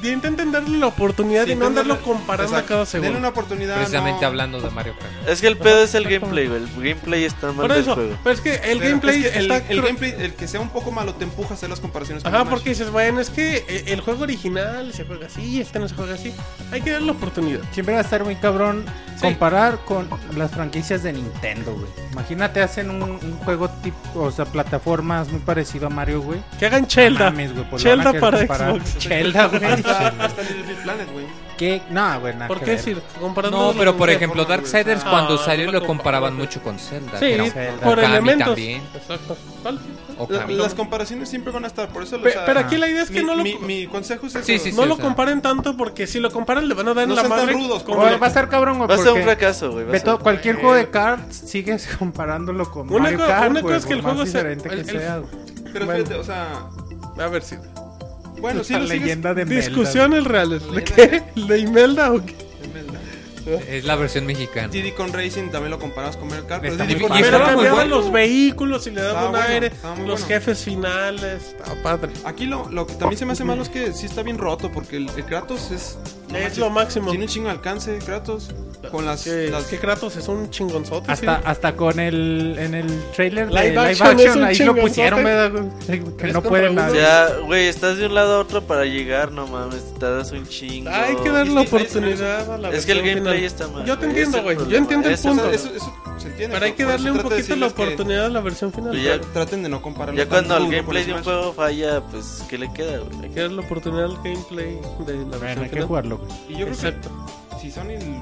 C: de- intenten darle la oportunidad
G: Sí,
C: y no
G: denle-
C: andarlo comparando a
G: Exacto.
C: cada segundo.
G: Denle una oportunidad.
D: Precisamente
G: no-
D: hablando de Mario Kart.
F: Es que el pedo es el gameplay, güey. El gameplay está mal
C: Por
F: del
C: eso,
F: juego.
C: pero es que el
G: Pero
C: gameplay
G: es que el,
C: está...
G: el
C: cru-
G: gameplay, el que sea un poco malo, te empuja a hacer las comparaciones con
C: Ajá,
G: Smash.
C: porque dices, bueno, es que eh, el juego original se juega así, este no se juega así. Hay que darle la oportunidad.
E: Siempre va a estar muy cabrón
C: Sí.
E: comparar con las franquicias de Nintendo, güey. Imagínate, hacen un, un juego tipo, o sea, plataformas muy parecido a Mario, güey.
C: Que hagan Chelda.
E: Mames, güey, pues lo van a
C: Chelda
E: querer
C: para
E: comparar.
C: Xbox. Ah,
E: Chelda, güey.
G: Hasta, hasta el Little Big Planet, güey.
E: ¿Qué? No, güey, nada
C: ¿Por
E: que
C: qué
E: ver.
C: decir? Comparando
D: No, pero por
G: de
D: ejemplo,
G: forma,
D: Darksiders
C: güey.
D: cuando
C: Ah,
D: salió
C: no
D: lo
C: lo
D: comparaban
C: comparaban.
D: mucho con Zelda.
C: Sí,
D: pero
E: Zelda.
C: por
D: Okami
C: elementos.
D: también.
C: Exacto. ¿Cuál?
G: La-
D: Okami.
G: las comparaciones siempre van a estar, por eso
C: Pe- pero aquí la idea es
G: mi,
C: que no lo,
G: mi, mi consejo es eso.
D: Sí, sí,
C: no
D: sí,
C: lo
D: o sea.
C: comparen tanto porque si lo comparan le van a dar en
G: No
C: la
G: sean tan
C: madre.
G: rudos,
C: con-
E: Güey, va a estar cabrón, güey.
F: Va a ser un
E: porque-
F: fracaso, güey. va a
E: Beto,
F: ser-
E: cualquier juego de cards sigues comparándolo con
C: Una
E: Mario
C: co-
E: Kart,
C: una cosa
E: güey,
C: es que el
E: por más
C: juego sea-
E: diferente que
C: el- el-
E: sea, güey.
G: Pero
E: Bueno.
G: fíjate, o sea,
C: A ver si.
G: bueno, sí
E: La
G: lo sigues
E: leyenda de Melda, güey.
C: Discusiones reales. ¿De qué? ¿De Imelda o qué?
D: Es la versión mexicana.
G: Diddy Con Racing también lo comparabas con Mario Kart.
E: Está
G: Diddy
E: muy
G: Kong
E: padre.
C: Pero
G: Racing
D: muy
C: cambiaban
G: bueno.
C: los vehículos y le daban
G: Estaba
C: un
G: bueno,
C: aire.
G: estaba muy
C: los
G: bueno.
C: jefes finales. Estaba padre.
G: Aquí lo, lo que también se me hace malo es que sí está bien roto, porque el, el Kratos es... no
C: es
G: manches,
C: lo máximo.
G: Tiene un chingo de alcance, Kratos. Con las...
C: que,
G: las-
C: es que Kratos es un chingonzote.
E: Hasta,
C: sí.
E: hasta con el en el trailer de
C: Live
E: live
C: action
E: action,
C: es un
E: ahí lo
C: chingonzote.
E: pusieron, ¿verdad, güey? Que
C: Tres
E: no
C: contra
E: pueden
C: uno.
E: nada.
F: Ya, güey, estás de un lado a otro para llegar, no mames. Te das un chingo.
C: Hay que darle la
G: Es que-
C: oportunidad a la
F: Es que el
C: versión
F: gameplay
C: final.
F: está mal.
C: Yo te
F: güey, ese
C: entiendo,
F: es
C: güey.
F: el
C: Yo
F: problema,
C: entiendo el
F: ese es
G: o
C: punto.
G: sea, eso, eso se entiende.
C: Pero hay
G: ¿no?
C: que
G: Por
C: darle
G: eso
C: un poquito
G: trato de
C: la
G: decirles que
C: oportunidad a la versión final.
F: Pues
C: Hay
F: ya-
G: Traten de no compararlo
F: Ya
G: tanto
F: cuando el
G: con
F: gameplay de un
G: Smash.
F: juego falla, pues, ¿qué le queda, güey?
C: que darle la oportunidad al gameplay de la
E: Bueno,
C: versión
E: hay que
C: final.
E: jugarlo, güey.
G: Y yo creo
C: Exacto.
G: que si Sony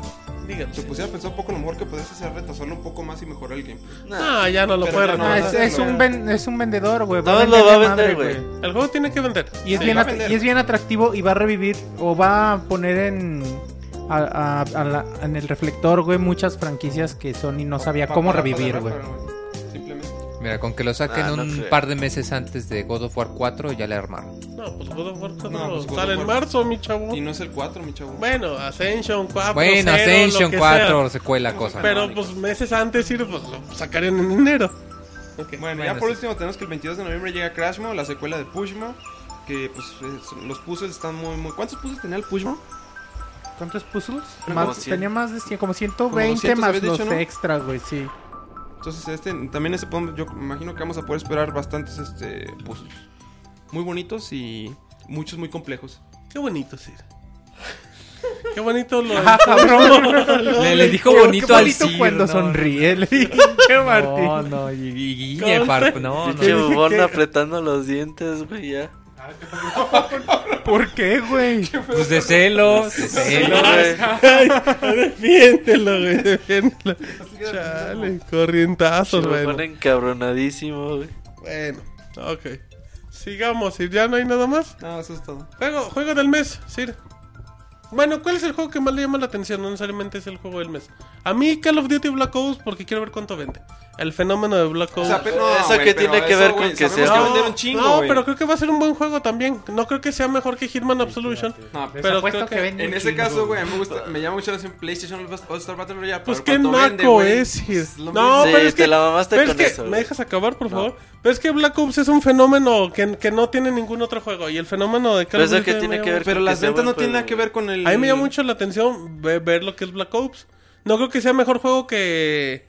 C: Dígame.
G: se pusiera a pensar un poco, lo mejor que podrías hacer es retrasarlo un poco más y mejorar el gameplay.
C: No, Ah, ya no lo
G: Pero
C: puede
G: ya no
C: retomar.
E: No,
G: va a
E: Ah, es,
G: hacerlo,
E: es un
G: güey.
E: ven- es un vendedor, güey.
F: No, lo va a
E: vender madre,
F: vender, güey.
C: El juego tiene que vender.
E: Y es,
G: Sí,
E: bien
G: va a
E: at-
G: vender.
E: y es bien atractivo y va a revivir o va a poner en, a- a- a la- en el reflector, güey, muchas franquicias que Sony no sabía
G: Pa-
E: cómo
G: para- para
E: revivir, güey.
G: agarrar, pero, Simplemente.
D: Mira, con que lo saquen
F: Ah, no
D: un
F: creo.
D: par de meses antes de God of War 4, ya le armaron.
C: No, pues God of War 4
G: No, pues God
C: sale
G: of
C: en
G: War.
C: marzo, mi chavo.
G: Y no es el 4, mi chavo.
C: Bueno, Ascension 4.
D: Bueno,
C: Ah, cero, lo
D: Ascension
C: que
D: 4,
C: sea.
D: secuela, cosa.
C: Pero pues meses antes, ir, pues lo sacarían en enero. Ok.
G: Bueno,
D: Bueno,
G: ya por
D: sí.
G: último tenemos que el 22 de noviembre llega Crashmo, la secuela de Pushmo, que pues es- los puzzles están muy muy ¿Cuántos puzzles tenía el Pushmo?
E: ¿Cuántos puzzles?
G: Eran
E: Más-
F: como cien.
E: tenía más de 100, como 120
G: 200,
E: más
G: habías
E: los
G: dicho, ¿no?
E: extras, güey, sí.
G: Entonces, este también ese podemos- yo me imagino que vamos a poder esperar bastantes este puzzles. Muy bonitos y muchos muy complejos.
C: Qué bonito, Sir. Qué bonito lo.
E: Ah,
D: le, le dijo
E: Qué-
D: bonito
E: qué
D: al
E: bonito
D: Sir,
E: cuando
D: no,
E: sonríe el pinche Martín.
D: No, no, y, y
C: Conste.
D: Guille, par- no, no.
F: Pinche bubón apretando los dientes, güey, ya.
E: ¿Por qué, güey?
D: Pues de celos, de celos.
F: güey.
C: Ay, defiéndelo, güey. Defiéndelo. Chale, corrientazos,
F: Se me
C: bueno.
F: pone encabronadísimo, güey.
C: Bueno, ok. Sigamos, Sir. Ya no hay nada más.
G: Ah, eso es todo.
C: Juego, juego del mes, Sir. Bueno, ¿cuál es el juego que más le llama la atención? No necesariamente es el juego del mes. A mí Call of Duty Black Ops porque quiero ver cuánto vende. El fenómeno de Black Ops.
G: pe-
F: ¿Eso
G: güey,
F: qué
G: pero
F: tiene que ver con
G: güey,
F: que
G: sabemos
F: sea-
G: que
F: No,
G: vender un chingo,
C: no,
G: güey.
C: pero creo que va a ser un buen juego también. No creo que sea mejor que Hitman Absolution.
G: No,
E: Les
C: Pero
E: apuesto
C: creo que
E: venden
G: En
E: un
G: ese
E: chingo,
G: caso, güey, a mí me gusta, me llama mucho la atención PlayStation All Star Battle Royale.
C: Pues
G: para
C: qué
G: ver cuánto vende,
C: naco
G: güey.
C: es, Gil.
G: Es lo
C: No,
F: sí,
C: pero es
F: te
C: que-
F: la mamaste
C: Pero es
F: con
C: que,
F: eso.
C: ¿me
F: güey.
C: dejas acabar, por favor? Pero es que Black Ops es un fenómeno que, que no tiene ningún otro juego. Y el fenómeno de Call
F: Pero
C: of
F: eso
C: Duty
F: que
C: me
F: tiene
C: llama
F: que ver
G: Pero
F: con
G: las
F: sea buen
G: ventas no tienen
F: juego,
G: nada que
F: güey.
G: ver con el.
C: A mí me llama mucho la atención ve- ver lo que es Black Ops. No creo que sea mejor juego que.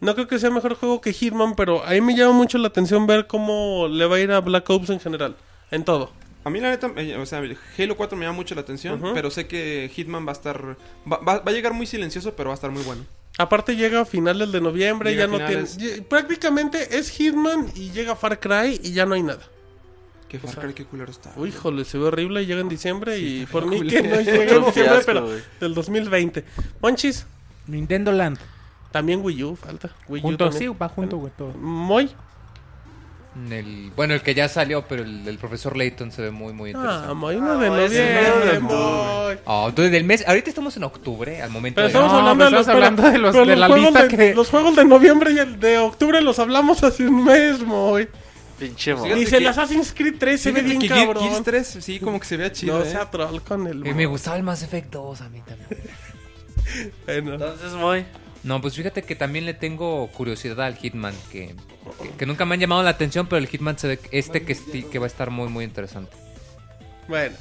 C: No creo que sea mejor juego que Hitman, pero a mí me llama mucho la atención ver cómo le va a ir a Black Ops en general. En todo.
G: A mí la neta, eh, o sea, Halo 4 me llama mucho la atención,
C: Ujú.
G: pero sé que Hitman va a estar... Va, va- va a llegar muy silencioso, pero va a estar muy bueno.
C: Aparte llega a finales de noviembre, ya
G: Llega
C: no
G: a
C: tiene.
G: finales.
C: ye- Prácticamente es Hitman y llega Far Cry y ya no hay nada.
G: Que Far Cry, qué culero está.
C: Uy, Híjole, se ve horrible y llega en diciembre y por mí que
G: culero.
C: no llegue en
F: Otro
C: diciembre,
F: fiasco,
C: pero
F: güey.
C: del 2020. Monchis,
E: Nintendo Land.
C: también Wii U, falta. Wii U
E: Junto, sí,
C: también.
E: va junto, güey, todo.
C: Moy.
D: El- bueno, el que ya salió, pero el del profesor Layton se ve muy, muy interesante.
C: Ah, Moy, uno de
F: Moy, ese
C: noviembre,
F: mero de
C: Moy.
D: Ah, entonces del mes, ahorita estamos en octubre, al momento
C: Pero
D: de
C: estamos
D: grabar.
E: No,
C: hablando,
E: pero estamos
C: pero-
E: hablando de los-
C: pero
E: de la
C: juegos
E: lista
C: de-
E: que-
C: Los juegos de noviembre y el de octubre los hablamos hace un mes, Moy.
F: Pinche mo.
G: Fíjate
C: Dice, el
G: que-
C: Assassin's Creed 3 se ve
G: Fíjate
C: bien
G: que Gear- Gears
C: cabrón.
G: 3, sí, como que se vea chido.
C: No
G: ¿eh?
C: sea troll con el...
D: Y me gustaba el Mass Effect 2 a mí también.
C: Bueno,
F: Entonces, muy.
D: No, pues fíjate que también le tengo curiosidad al Hitman, que, que, que nunca me han llamado la atención, pero el Hitman se ve que- este que, esti- que va a estar muy, muy interesante.
C: bueno.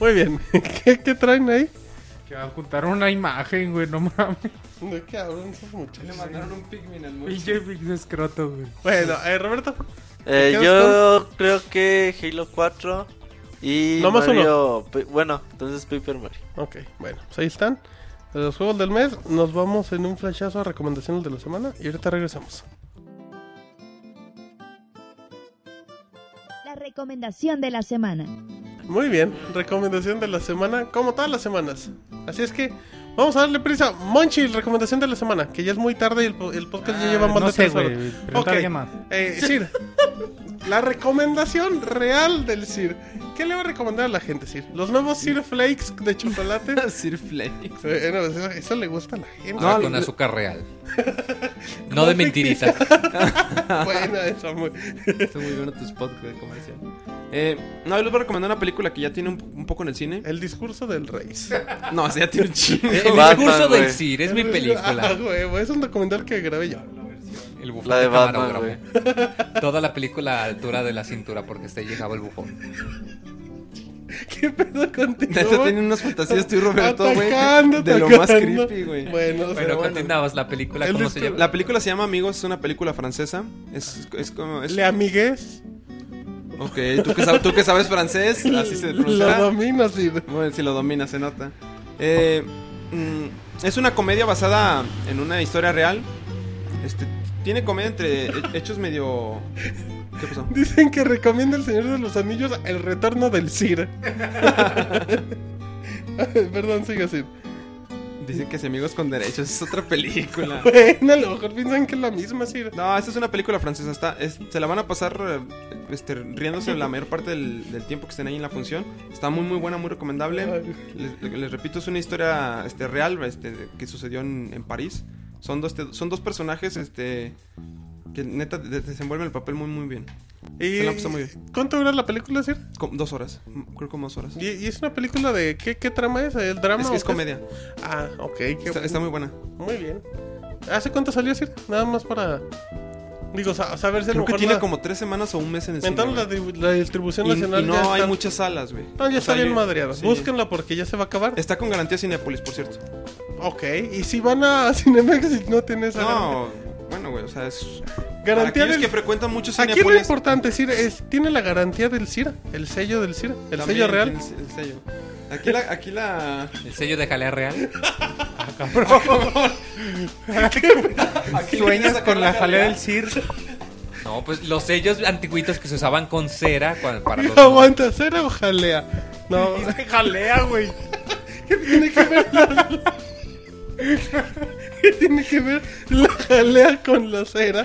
C: Muy bien. ¿Qué, qué traen ahí?
E: Que va a juntar una imagen, güey, no mames.
C: ¿De qué hablan esos muchachos?
G: un Pikmin al
E: Pinche pinche escroto, güey.
C: Bueno, eh, Roberto.
F: Eh,
C: ¿Te quedas
F: yo creo que Halo 4 y
C: No más
F: Mario... Pe- Bueno, entonces Paper Mario.
C: Ok, bueno, pues ahí están. De los juegos del mes, nos vamos en un flashazo a recomendaciones de la semana y ahorita regresamos.
B: La recomendación de la semana.
C: Muy bien, recomendación de la semana, como todas las semanas. Así es que vamos a darle prisa. Monchi, recomendación de la semana, que ya es muy tarde y el, po- el podcast ya lleva más
E: Ah, no
C: de
E: sé,
C: tres
E: güey.
C: horas.
E: Pregunta a
C: Ok.
E: alguien más.
C: Eh, Sir, la recomendación real del Sir. ¿Qué le va a recomendar a la gente, Sir? Los nuevos Sir Flakes de chocolate.
G: Sir Flake.
C: Eh, no, eso, eso le gusta a la gente.
D: Ahora
G: No,
D: con
G: le-
D: azúcar real. No de mentiritas.
C: Bueno, eso muy.
G: Está muy bueno tus podcasts de comercial. Eh, no, yo les voy a recomendar una película que ya tiene un, un poco en el cine.
C: El discurso del rey.
G: No, o sea, ya tiene un chingo.
D: El
F: Batman,
D: discurso
F: güey.
D: del CIR es mi
C: Ah,
D: película.
C: huevo, es un documental que grabé yo.
D: El bufón
F: La de
D: de
F: Batman,
D: camarógrafo. Toda la película a altura de la cintura porque hasta ahí llegaba el bufón.
C: ¿Qué pedo contigo?
G: Neta
C: güey?
G: tiene unas fantasías tú, Roberto, güey.
C: Atacando,
G: De lo más
C: atacando.
G: creepy, güey.
C: Bueno, o sea,
D: Pero
C: bueno.
D: continuabas la película,
C: El
D: ¿cómo se
C: discur-
D: llama?
G: La película se llama Amigos, es una película francesa. Es, es como. Es,
C: Le amigues,
G: ok, ¿tú que, sabes, tú que sabes francés, así se
C: lo
G: pronuncia.
C: dominas y...
G: Bueno, si lo domina, se nota. Eh, mm, es una comedia basada en una historia real. Este, tiene comedia entre he- hechos medio. ¿Qué pasó?
C: Dicen que recomienda el Señor de los Anillos el retorno del Sir. Perdón, sigue así.
G: Dicen que si amigos con derechos es otra película.
C: Bueno, a lo mejor piensan que es la misma, Sir.
G: No, esta es una película francesa. Está, es- se la van a pasar eh, este, riéndose la mayor parte del, del tiempo que estén ahí en la función. Está muy, muy buena, muy recomendable. Les, les repito, es una historia este, real este, que sucedió en, en París. Son dos, este, son dos personajes este, que neta de- desenvuelven el papel muy, muy bien.
C: Y...
G: Se la pasó muy bien.
C: ¿Cuánto dura la película, Sir?
G: Com- dos horas, m- creo como dos horas.
C: ¿Y, y es una película de qué, qué trama es? ¿El drama?
G: Es
C: o
G: que es
C: qué
G: comedia.
C: Ah, ok. qué
G: Está, está muy buena.
C: Muy bien. ¿Hace cuánto salió Sir? Nada más para. Digo, sa- saber si a lo
G: Creo
C: mejor
G: que tiene
C: la-
G: como tres semanas o un mes en el cine.
C: Entonces la,
G: güey.
C: di- la distribución
G: Y-
C: nacional
G: y
C: ya
G: no hay
C: está...
G: muchas salas, güey.
C: No, ya
G: O
C: está
G: sea,
C: bien
G: yo-
C: madreada.
G: sí.
C: Búsquenla porque ya se va a acabar.
G: Está con garantía Cinepolis, por cierto.
C: Ok, y si van a Cinemex y no tienes
G: No, bueno, güey, o sea, es...
C: garantía
G: Garantía
C: del...
G: que frecuentan mucho
C: Aquí lo
G: pues Cinepolis...
C: importante, Sir, es tiene la garantía del Sir, el sello del Sir, el
G: también
C: sello real.
G: tienes el sello. Aquí la... Aquí la...
D: El sello de jalea real.
G: Aquí
E: Sueñas con la jalea del CIR.
D: No, pues los sellos antiguitos que se usaban con cera cua- para los...
C: Aguanta, cera o jalea. No,
E: jalea, güey.
C: tiene que ver la... ¿Qué tiene que ver la jalea con la cera?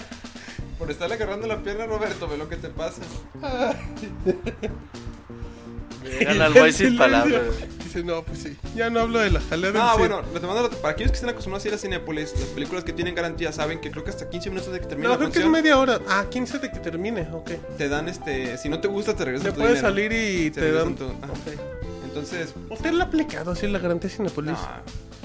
G: Por estarle agarrando la pierna a Roberto, ve lo que te pasa.
F: Llegan al boy sin
C: Silencio.
F: palabras. güey.
C: Dice, no, pues sí. Ya no hablo de la jalea del
G: Ah,
C: Sir.
G: bueno, retomando lo- para aquellos que estén acostumbrados a ir a Cinepolis, las películas que tienen garantía saben que creo que hasta 15 minutos de que termine
C: No,
G: la
C: creo que es
G: función
C: media hora. Ah, 15 de que termine, ok.
G: te dan este, si no te gusta te regresan
C: Le
G: tu
C: puedes
G: dinero.
C: salir y
G: Te
C: te dan.
G: regresan tu- ah. ajá.
C: Ok.
G: Entonces,
C: Usted lo ha aplicado así la garantía Cinepolis.
G: nah,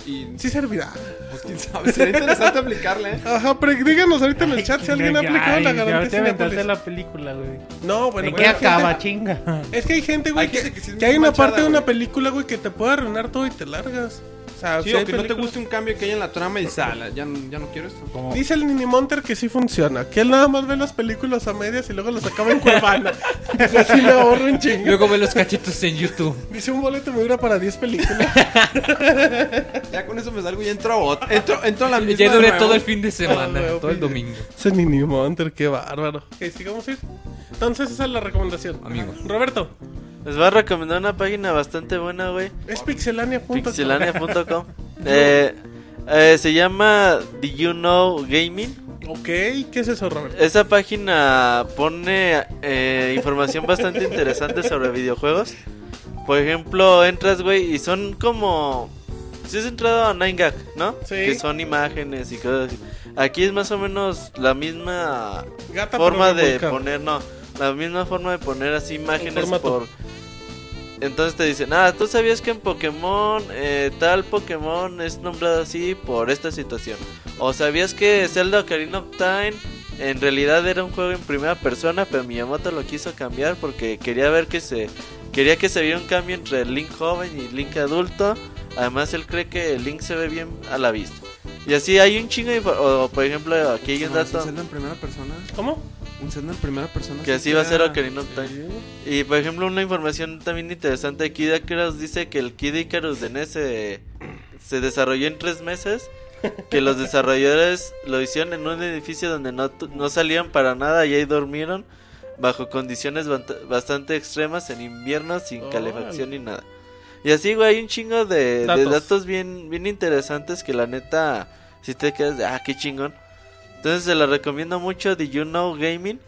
G: y
C: Sí servirá.
G: pues quién sabe, sería interesante aplicarle, ¿eh?
C: Ajá, pero díganos ahorita en el chat si alguien ha aplicado la
E: Ya
C: garantía
E: te aventaste
C: Cinepolis.
E: la película, güey.
C: No, bueno,
E: ¿En
C: güey,
E: qué
C: hay gente-
E: acaba, chinga?
C: Es que hay gente,
G: Hay
C: güey,
G: gente
C: que,
G: que sí es
C: que hay
G: muy
C: una parte
G: manchada,
C: de una
G: güey.
C: película, güey, que te puede arruinar todo y te largas. O sea,
G: Sí,
C: Ah, sí
G: o
C: hay
G: que no te
C: películas-
G: guste un cambio que haya en la trama y sala, ya, no- ya no quiero esto.
C: Dice el Ninimonter que sí funciona, que él nada más ve las películas a medias y luego las acaba en Cuevana. Dice, así me ahorro un chingo.
D: Luego ve los cachitos en YouTube.
C: Dice, un boleto me dura para 10 películas.
G: Ya con eso me salgo y entro a bot. Entro, entro a la misma.
D: Ya
G: de
D: duré
G: nuevo.
D: todo el fin de
C: Ah,
D: semana,
C: huevo,
D: todo el
C: pide.
D: domingo.
C: Ese Nini Monter, qué bárbaro. Ok, sigamos ir. Entonces esa es la recomendación.
D: Amigos.
C: Roberto,
F: Les voy a recomendar una página bastante buena, güey.
C: es pixelania.com.
F: Pixelania.com. Eh, eh, se llama Do You Know Gaming.
C: Ok, ¿qué es eso, Roberto?
F: Esa página pone eh, información bastante interesante sobre videojuegos. Por ejemplo, entras, güey, y son como... Si has entrado a 9gag, ¿no?
C: Sí.
F: Que son imágenes y cosas así. Aquí es más o menos la misma
C: Gata
F: forma de
C: revolcada.
F: poner, no. la misma forma de poner así imágenes
C: formato.
F: por... Entonces te dicen, ah, tú sabías que en Pokémon eh, tal Pokémon es nombrado así por esta situación. O sabías que Zelda Ocarina of Time en realidad era un juego en primera persona, pero Miyamoto lo quiso cambiar porque quería ver que se... Quería que se viera un cambio entre Link joven y Link adulto. Además, él cree que Link se ve bien a la vista. Y así hay un chingo de... info- O, por ejemplo, aquí hay un
G: Mames,
F: dato...
G: ¿Un Zelda en primera persona?
C: ¿Cómo?
G: ¿Un Zelda en primera persona?
F: Que así va a ser Ocarina of Time.
C: Sí.
F: Y por ejemplo, una información también interesante de Kid Icarus dice que el Kid Icarus de NES se, E se desarrolló en tres meses. Que los desarrolladores lo hicieron en un edificio donde no, tu- no salían para nada y ahí durmieron bajo condiciones bant- bastante extremas en invierno sin
C: Órale.
F: calefacción ni nada. Y así, güey, hay un chingo de de datos,
C: Datos.
F: bien, bien interesantes que la neta, si te quedas, de, ah, qué chingón. Entonces se la recomiendo mucho, de You Know Gaming.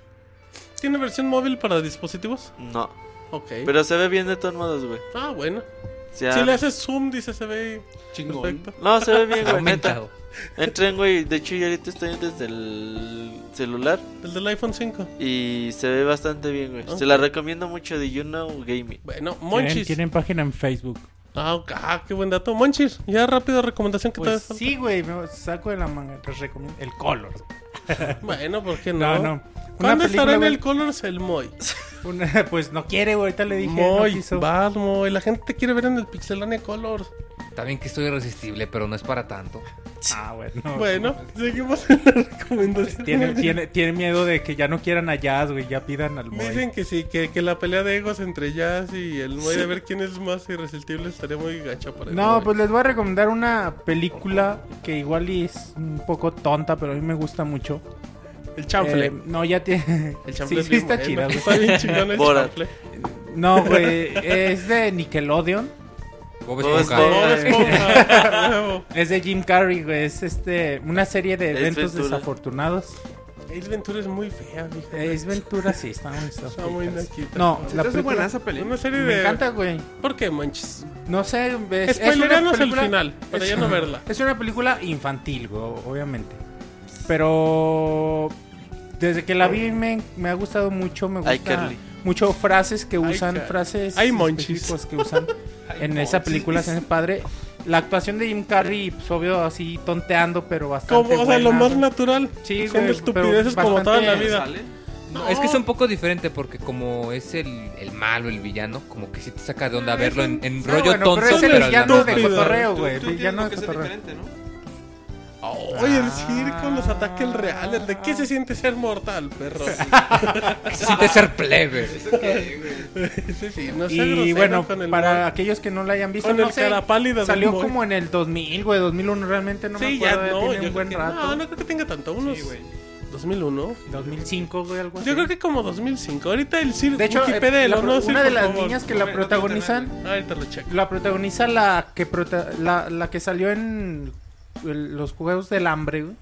C: ¿Tiene versión móvil para dispositivos?
F: No.
C: Ok.
F: Pero se ve bien de todos modos, güey.
C: Ah, bueno.
F: O sea,
C: Si le haces zoom, dice se ve
H: Chingón.
C: perfecto.
F: ah, No, se ve bien,
D: Está
F: güey. Neta.
D: aumentado.
F: Entren, güey. De hecho, yo ahorita estoy desde el celular
C: El del iPhone 5.
F: y se ve bastante bien, güey. Se la recomiendo mucho de You Know Gaming.
C: Bueno,
E: Tienen,
C: Monchis.
E: tienen página en Facebook.
C: Ah, ok, ah, qué buen dato. Monchis, ya rápido recomendación que
E: Pues
C: te hace
E: sí, güey, me saco de la manga. Les recomiendo el Color.
C: Bueno, ¿por qué no?
E: No, no. Una
C: ¿Cuándo estará
E: película,
C: en
E: güey,
C: el Colors el Moy?
E: una- pues no quiere, güey. Ahorita le dije. no
C: Moy,
E: quiso.
C: vas, Moy. La gente te quiere ver en el Pixelania Colors.
D: También que estoy irresistible, pero no es para tanto.
E: Ah, bueno.
C: Bueno, seguimos en la recomendación.
E: Tiene, tiene, tiene miedo de que ya no quieran a Jazz, güey. Ya pidan al Moy.
C: Dicen que sí, que, que la pelea de egos entre Jazz y el Moy de ver quién es más irresistible estaría muy gacha para el
E: No,
C: Moy.
E: pues les voy a recomendar una película que igual y es un poco tonta, pero a mí me gusta mucho.
C: El chanfle.
E: Eh, no, ya tiene.
C: el chanfle
E: sí,
C: es
E: sí
C: bien
E: está
C: bueno.
E: chida, güey.
C: Está bien chingón el
F: Borat.
C: chanfle.
E: No, güey. Es de Nickelodeon.
D: Bob
F: Bob
D: Esponja.
F: Esponja.
C: Bob Esponja, huevo.
E: Es de Jim Carrey, güey. Es este, una serie de
F: Es
E: eventos
F: Ventura.
E: desafortunados.
C: Ace Ventura es muy fea, fíjate.
E: Es Ventura, sí, está muy
C: Está muy
E: sofisticado.
C: naquita.
E: No,
C: Se
E: la
C: te hace
E: película-
C: buena esa película. Una serie
E: Me
C: de...
E: encanta, güey.
C: ¿Por qué, manches?
E: No sé, es, es una
C: Spoileranos el
E: película-
C: final, para
E: es-
C: ya no verla.
E: Es una película infantil, güey, obviamente. Pero desde que la vi me, me ha gustado mucho, me
F: Ay,
E: gusta
F: Carly.
E: mucho frases que
C: Ay,
E: usan,
C: Carly.
E: frases
C: Ay, monchis.
E: específicos que usan en esa película, se me padre. La actuación de Jim Carrey, pues obvio, así tonteando, pero bastante
C: Como, o sea, lo
E: buena,
C: más
E: güey.
C: natural.
E: Sí,
C: Son
E: güey,
C: estupideces
E: pero
C: como toda la
E: bastante-
C: vida.
D: No, Es que es un poco diferente porque como es el, el malo, el villano, como que sí te saca de onda verlo en, en
E: No,
D: rollo
E: bueno,
D: tonto.
E: pero es el
D: pero al
E: villano
D: mismo
E: de
D: tiempo-
E: cotorreo,
G: Tú-
E: güey.
G: tú tienes
E: Villano
G: lo
E: de
G: que ser
E: cotorreo.
G: diferente, ¿no?
C: Oye, el circo, los ataques reales. ¿De qué se siente ser mortal, perro?
D: que se siente ser plebe.
C: Sí, sí, no sea
E: Y
C: grosero
E: bueno,
C: con el
E: para
C: mal.
E: aquellos que no la hayan visto,
C: Con
E: no
C: el
E: sé,
C: cara pálida del
E: salió
C: Moy.
E: como en el 2000, güey, 2001, realmente no
C: sí,
E: me
C: ya
E: acuerdo, ya,
C: no,
E: tiene
C: yo
E: un
C: creo
E: buen
C: que,
E: rato.
C: no, no creo que tenga tanto, unos 2001.
E: 2005, güey, algo así.
C: Yo creo que como 2005. Ahorita el circo,
E: de hecho, eh,
C: Wikipedia del
E: la-
C: horno, sí,
E: una de
C: por
E: las
C: favor.
E: niñas que la protagonizan,
C: Ahorita lo checo.
E: la protagoniza la que prota- la, la que salió en el- los Juegos del Hambre, güey.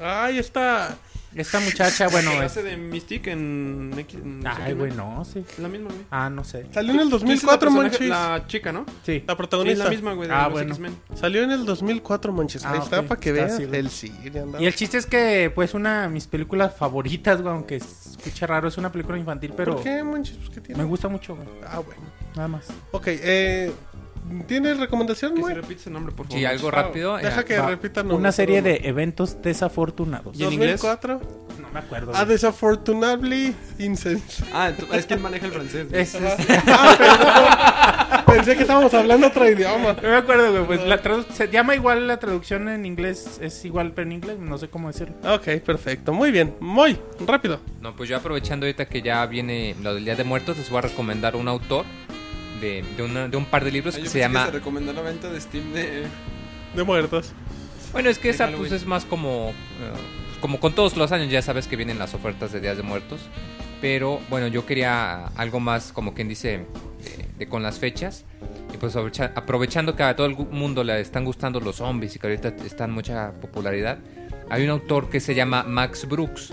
C: Ay, está.
E: Esta muchacha, Ah, bueno,
G: ¿Qué
E: es...
G: hace de Mystic en X? en-
E: Ay, güey, no, sí.
G: La misma, güey.
E: Ah, no sé.
C: Salió en el 2004,
G: ¿Quién es
C: Monchis.
G: La,
C: La,
G: personaje- la chica, ¿no?
E: Sí.
G: Sí, es
C: protagonista.
G: la misma, güey. de
E: Ah,
G: los
E: bueno.
G: X-Men.
C: Salió en el 2004, Monchis.
E: Ah,
C: Ahí está,
E: ok.
C: para que
E: Está
C: veas.
E: así, güey.
C: el Siri andaba.
E: Y el chiste es que, pues, una de mis películas favoritas, güey, aunque se escuche raro, es una película infantil, pero
C: ¿Por qué, Monchis? Pues, ¿Qué tiene?
E: me gusta mucho, güey.
C: Ah, bueno.
E: Nada más.
C: Ok, eh, ¿tienes recomendación,
G: Que se
C: güey?
G: repite ese nombre, por favor.
D: Sí, algo rápido.
C: Deja
D: eh,
C: que
E: Va.
C: repitan
E: Una serie de eventos desafortunados.
G: en inglés?
C: 2004.
E: No me acuerdo.
C: A desafortunably insense.
G: Ah, ento- es que él maneja el francés. güey. Ah,
E: Es- es-
C: Ah, Pensé que estábamos hablando otro idioma.
E: no me acuerdo, güey. Pues la tradu- se llama igual la traducción en inglés. Es igual, pero en inglés no sé cómo decirlo.
C: Ok, perfecto. Muy bien. Muy rápido.
D: No, pues yo aprovechando ahorita que ya viene lo del Día de Muertos, les voy a recomendar un autor de, de, una- de un par de libros
G: Ah, yo
D: que
G: pensé
D: se llama...
G: Que se recomendó la venta de Steam de. Ah,
C: De muertos.
D: Bueno, es que esa
G: Déjalo,
D: pues
G: güey.
D: es más como... eh, pues, como con todos los años, ya sabes que vienen las ofertas de Días de Muertos. Pero bueno, yo quería algo más, como quien dice, de, de con las fechas. Y pues aprovecha- aprovechando que a todo el gu- mundo le están gustando los zombies y que ahorita están en mucha popularidad, hay un autor que se llama Max Brooks,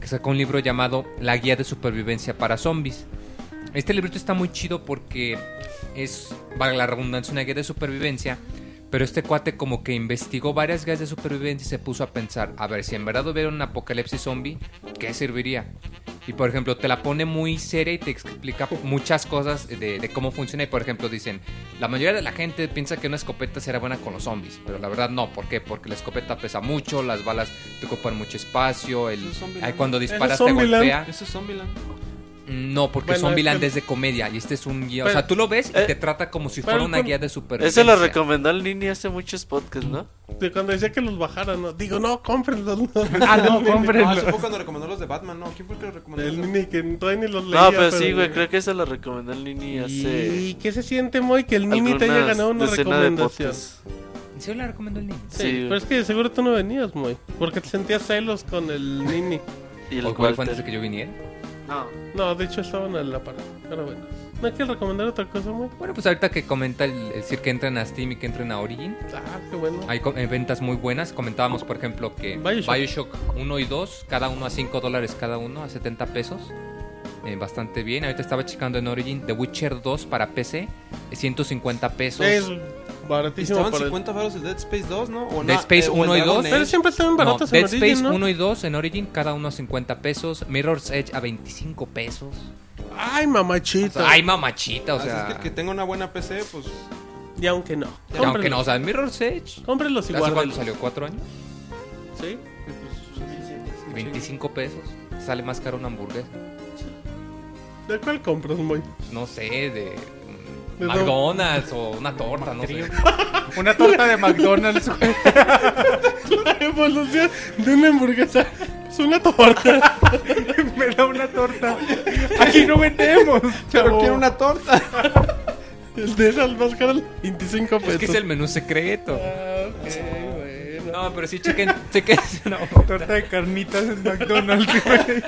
D: que sacó un libro llamado La Guía de Supervivencia para Zombies. Este librito está muy chido porque es, valga la redundancia, una guía de supervivencia. Pero este cuate como que investigó varias guías de supervivencia y se puso a pensar, a ver, si en verdad hubiera un apocalipsis zombie, ¿qué serviría? Y por ejemplo, te la pone muy seria y te explica muchas cosas de, de cómo funciona. Y por ejemplo, dicen, la mayoría de la gente piensa que una escopeta será buena con los zombies, pero la verdad no. ¿Por qué? Porque la escopeta pesa mucho, las balas te ocupan mucho espacio, el,
G: Eso es Zombieland.
D: ahí cuando
C: Eso es
D: disparas te
C: Zombieland.
D: golpea.
G: Eso es Zombieland.
D: No, porque
C: Bueno,
D: Zombieland
C: es que-
D: es de comedia y este es un guía. o
C: Pero-
D: sea, tú lo ves y
F: eh,
D: te trata como si
C: pero
D: fuera una
C: con-
D: guía de supervivencia.
F: Ese lo recomendó en línea hace muchos podcasts, ¿no?
C: De cuando decía que los bajaran, ¿no? Digo, no, cómprenlos. No.
E: Ah, no,
G: Ah, eso
E: cómprenlo.
G: fue cuando recomendó los de Batman, ¿no? ¿Quién fue el que lo recomendó?
C: El
G: los de-
C: nini que todavía ni los leía.
F: No, pero sí, güey, creo que ese lo recomendó en línea hace.
C: ¿Y qué se siente, Moy, que el Nini te haya
F: algunas
C: ganado una
F: decenas de
C: recomendación? Sí,
F: podcasts.
D: ¿En serio la recomendó el niño?
F: Sí, güey.
C: pero es que de seguro tú no venías, Moy. Porque te sentías celos con el Nini.
F: Y el
D: ¿O cuál fue
F: Walter.
D: antes de que yo viniera?
F: No.
C: No, de hecho estaban a la par. Pero bueno. ¿No quieres recomendar otra cosa, Moy?
D: Bueno, pues ahorita que comenta el, el decir que entren a Steam y que entren a Origin,
C: Ah, qué bueno.
D: hay co- eh, ventas muy buenas. Comentábamos, por ejemplo, que
C: Bioshock.
D: Bioshock, 1 y 2, cada uno a 5 dólares cada uno, a 70 pesos. Eh, bastante bien. Ahorita estaba checando en Origin The Witcher 2 para PC, 150 pesos.
C: Es baratísimo
G: Estaban
C: para el-
G: 50 varos el Dead Space 2, ¿no? O
D: Dead
G: na- eh,
D: Space
G: o el
D: 1 y
G: Dragon
D: 2.
G: Age.
C: Pero siempre estaban
D: No,
C: baratos en
D: Dead
C: Origin,
D: Space
C: ¿no?
D: 1 y 2 en Origin, cada uno a 50 pesos. Mirror's Edge a 25 pesos.
C: Ay, mamachita.
D: Ay, mamachita, o
G: Así
D: sea.
G: es que el que tenga una buena PC, pues.
C: Y aunque no.
D: y aunque no, o sea, Mirror's Edge.
C: Cómprenlos y
D: ¿Hace cuánto
C: guárdenlos.
D: salió? ¿Cuatro años?
C: ¿Sí?
G: pues,
D: 25 pesos. Sale más caro una hamburguesa.
C: ¿De cuál compras, Moy?
D: No sé, de.
C: De
D: mm, McDonald's o una torta, no sé.
E: Una torta de McDonald's, güey.
C: La evolución pues de una hamburguesa es una torta.
E: Me da una torta. Aquí no vendemos.
G: Pero
E: chavo.
G: quiero una torta.
C: El de esas más caras, 25 pesos.
D: Es que es el menú secreto.
C: Ah, ok, bueno.
D: No, pero sí, chequen. chequen no,
E: torta de carnitas en McDonald's, güey.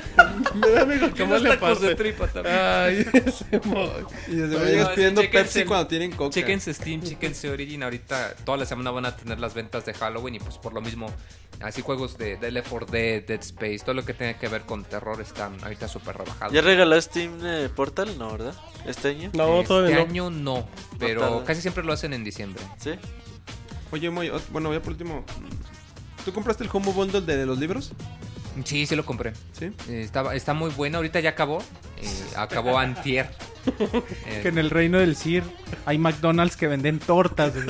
C: Me da miedo que
D: que
C: más
D: unos
C: le
D: tacos de
C: aparte.
D: tripa también.
C: Ay, ese Moy.
G: Y desde
D: No,
G: luego llegas
D: sí,
G: pidiendo
D: chéquense
G: Pepsi
D: el-
G: cuando tienen coca.
D: Chequense Steam, chequense Origin. Ahorita toda la semana van a tener las ventas de Halloween y pues por lo mismo, así juegos de, de Left 4 Dead, Dead Space, todo lo que tenga que ver con terror están ahorita súper rebajados.
F: ¿Ya regaló Steam eh, Portal? No, ¿verdad? Este año.
C: Ah, No,
D: este
C: todavía no.
D: año no, pero
F: tarda.
D: casi siempre lo hacen en diciembre.
F: Sí.
G: Oye, Moy, ot- bueno, ya por último. ¿Tú compraste el Homo Bundle de, de los libros?
D: Sí, sí lo compré.
G: Sí.
D: Eh, Estaba, está muy bueno, ahorita ya acabó. eh, acabó antier. Eh,
E: Que en el reino del CIR hay McDonald's que venden tortas, güey.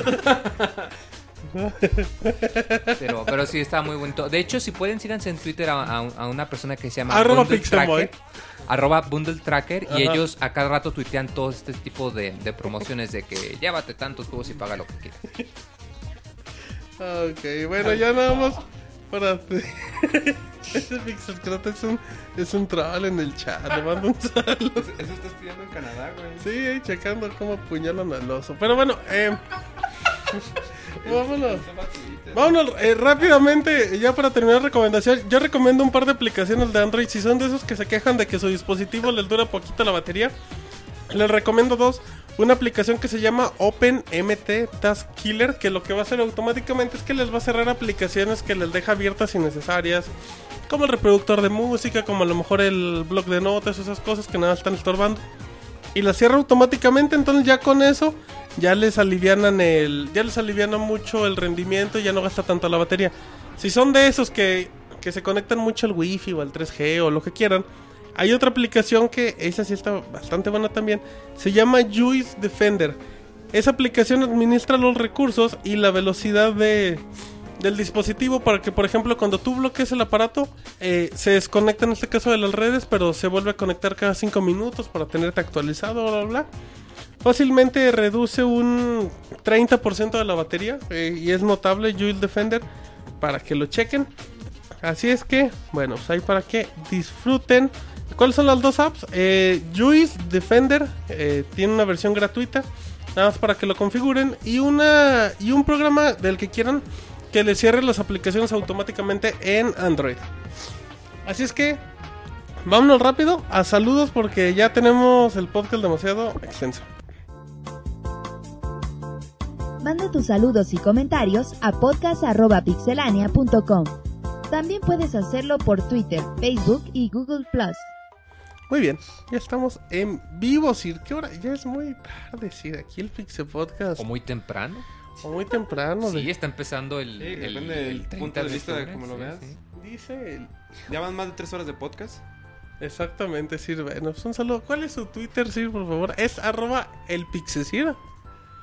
D: pero, pero sí está muy bueno. De hecho, si pueden, síganse en Twitter a, a un- a una persona que se llama
C: Arroba
D: Bundle
C: Pixelboy.
D: Tracker, arroba Bundle Tracker. Y
C: Ajá.
D: ellos a cada rato tuitean todo este tipo de, de promociones de que llévate tantos juegos y paga lo que quieras.
C: Ok, bueno, ya nada más para Ese Pixelcrata es un, es un troll en el chat. Le mando un saludo.
G: Eso está estudiando en Canadá, güey.
C: Sí, ahí checando cómo apuñalan al oso. Pero bueno, eh, vámonos. Vámonos eh, rápidamente, ya para terminar la recomendación, yo recomiendo un par de aplicaciones de Android. Si son de esos que se quejan de que su dispositivo les dura poquito la batería, les recomiendo dos. Una aplicación que se llama OpenMT Task Killer, que lo que va a hacer automáticamente es que les va a cerrar aplicaciones que les deja abiertas innecesarias, como el reproductor de música, como a lo mejor el blog de notas, esas cosas que nada más están estorbando y la cierra automáticamente, entonces ya con eso ya les alivianan el ya les aliviana mucho el rendimiento y ya no gasta tanto la batería. Si son de esos que que se conectan mucho al wifi o al 3G o lo que quieran, hay otra aplicación que esa sí está bastante buena también, se llama Juice Defender. Esa aplicación administra los recursos y la velocidad de del dispositivo para que, por ejemplo, cuando tú bloquees el aparato, eh, se desconecta en este caso de las redes, pero se vuelve a conectar cada 5 minutos para tenerte actualizado, bla, bla, bla. Fácilmente reduce un 30% de la batería eh, y es notable Juice Defender para que lo chequen. Así es que, bueno, pues ahí para que disfruten. ¿Cuáles son las dos apps? Eh, Juice Defender eh, tiene una versión gratuita, nada más para que lo configuren. Y, una, y un programa del que quieran que le cierre las aplicaciones automáticamente en Android. Así es que, vámonos rápido a saludos porque ya tenemos el podcast demasiado extenso.
B: Manda tus saludos y comentarios a podcast.pixelania.com. También puedes hacerlo por Twitter, Facebook y Google Plus.
C: Muy bien, ya estamos en vivo, Sir. ¿Qué hora? Ya es muy tarde, Sir. Aquí el Pixel Podcast.
D: O muy temprano.
C: O muy temprano. de-
D: Sí, está empezando el.
G: Sí,
D: el-
G: depende del
D: el
G: punto de vista de
D: 30
G: cómo lo
D: octubre, sí, sí.
G: veas.
C: Dice el,
G: Ya van más de 3 horas de podcast.
C: Exactamente, Sir Venoms. Un saludo. ¿Cuál es su Twitter, Sir, por favor? Es arroba el Pixesir.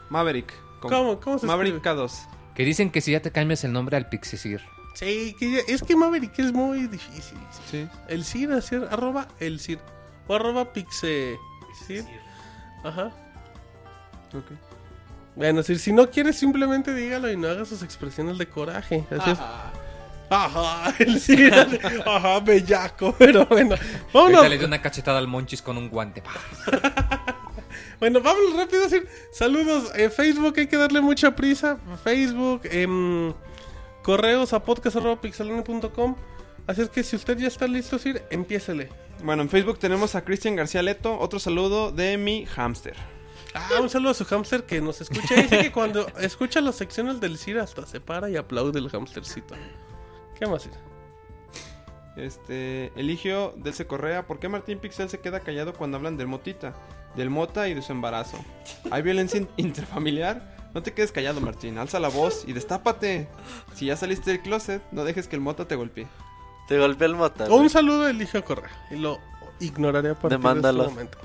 G: Maverick. con-
C: ¿Cómo? ¿Cómo se
G: Maverick
C: escribe?
G: K2.
D: Que dicen que si ya te cambias el nombre al Pixesir.
C: Sí, que ya- es que Maverick es muy difícil.
G: Sí.
C: El Sir, así, arroba el Sir. O arroba Pixe. Sir. Ajá.
G: Ok.
C: Bueno, Sir, si no quieres, simplemente dígalo y no haga sus expresiones de coraje. Así es. Ajá, el Sir. Ajá, bellaco. Pero bueno, vámonos.
D: Ahorita le dio una cachetada al Monchis con un guante. pa.
C: Bueno, vámonos rápido, Sir. Saludos. Eh, Facebook, hay que darle mucha prisa. Facebook, em, correos a podcast.pixelania.com. Así es que si usted ya está listo, Sir, empiécele.
G: Bueno, en Facebook tenemos a Cristian García Leto. Otro saludo de mi hamster.
C: Ah, un saludo a su hámster que nos escucha. Dice que cuando escucha las secciones del Sir hasta se para y aplaude el hámstercito. ¿Qué más, Sir?
G: Este, Eligio Delce Correa, ¿por qué Martín Pixel se queda callado cuando hablan del motita, del mota y de su embarazo? ¿Hay violencia in- intrafamiliar? No te quedes callado, Martín, alza la voz y destápate. Si ya saliste del closet, no dejes que el mota te golpee.
F: Te golpea el mota.
C: O
F: güey.
C: un saludo del hijo Correa. Y lo ignoraré a partir
F: Demándalo.
C: de este momento.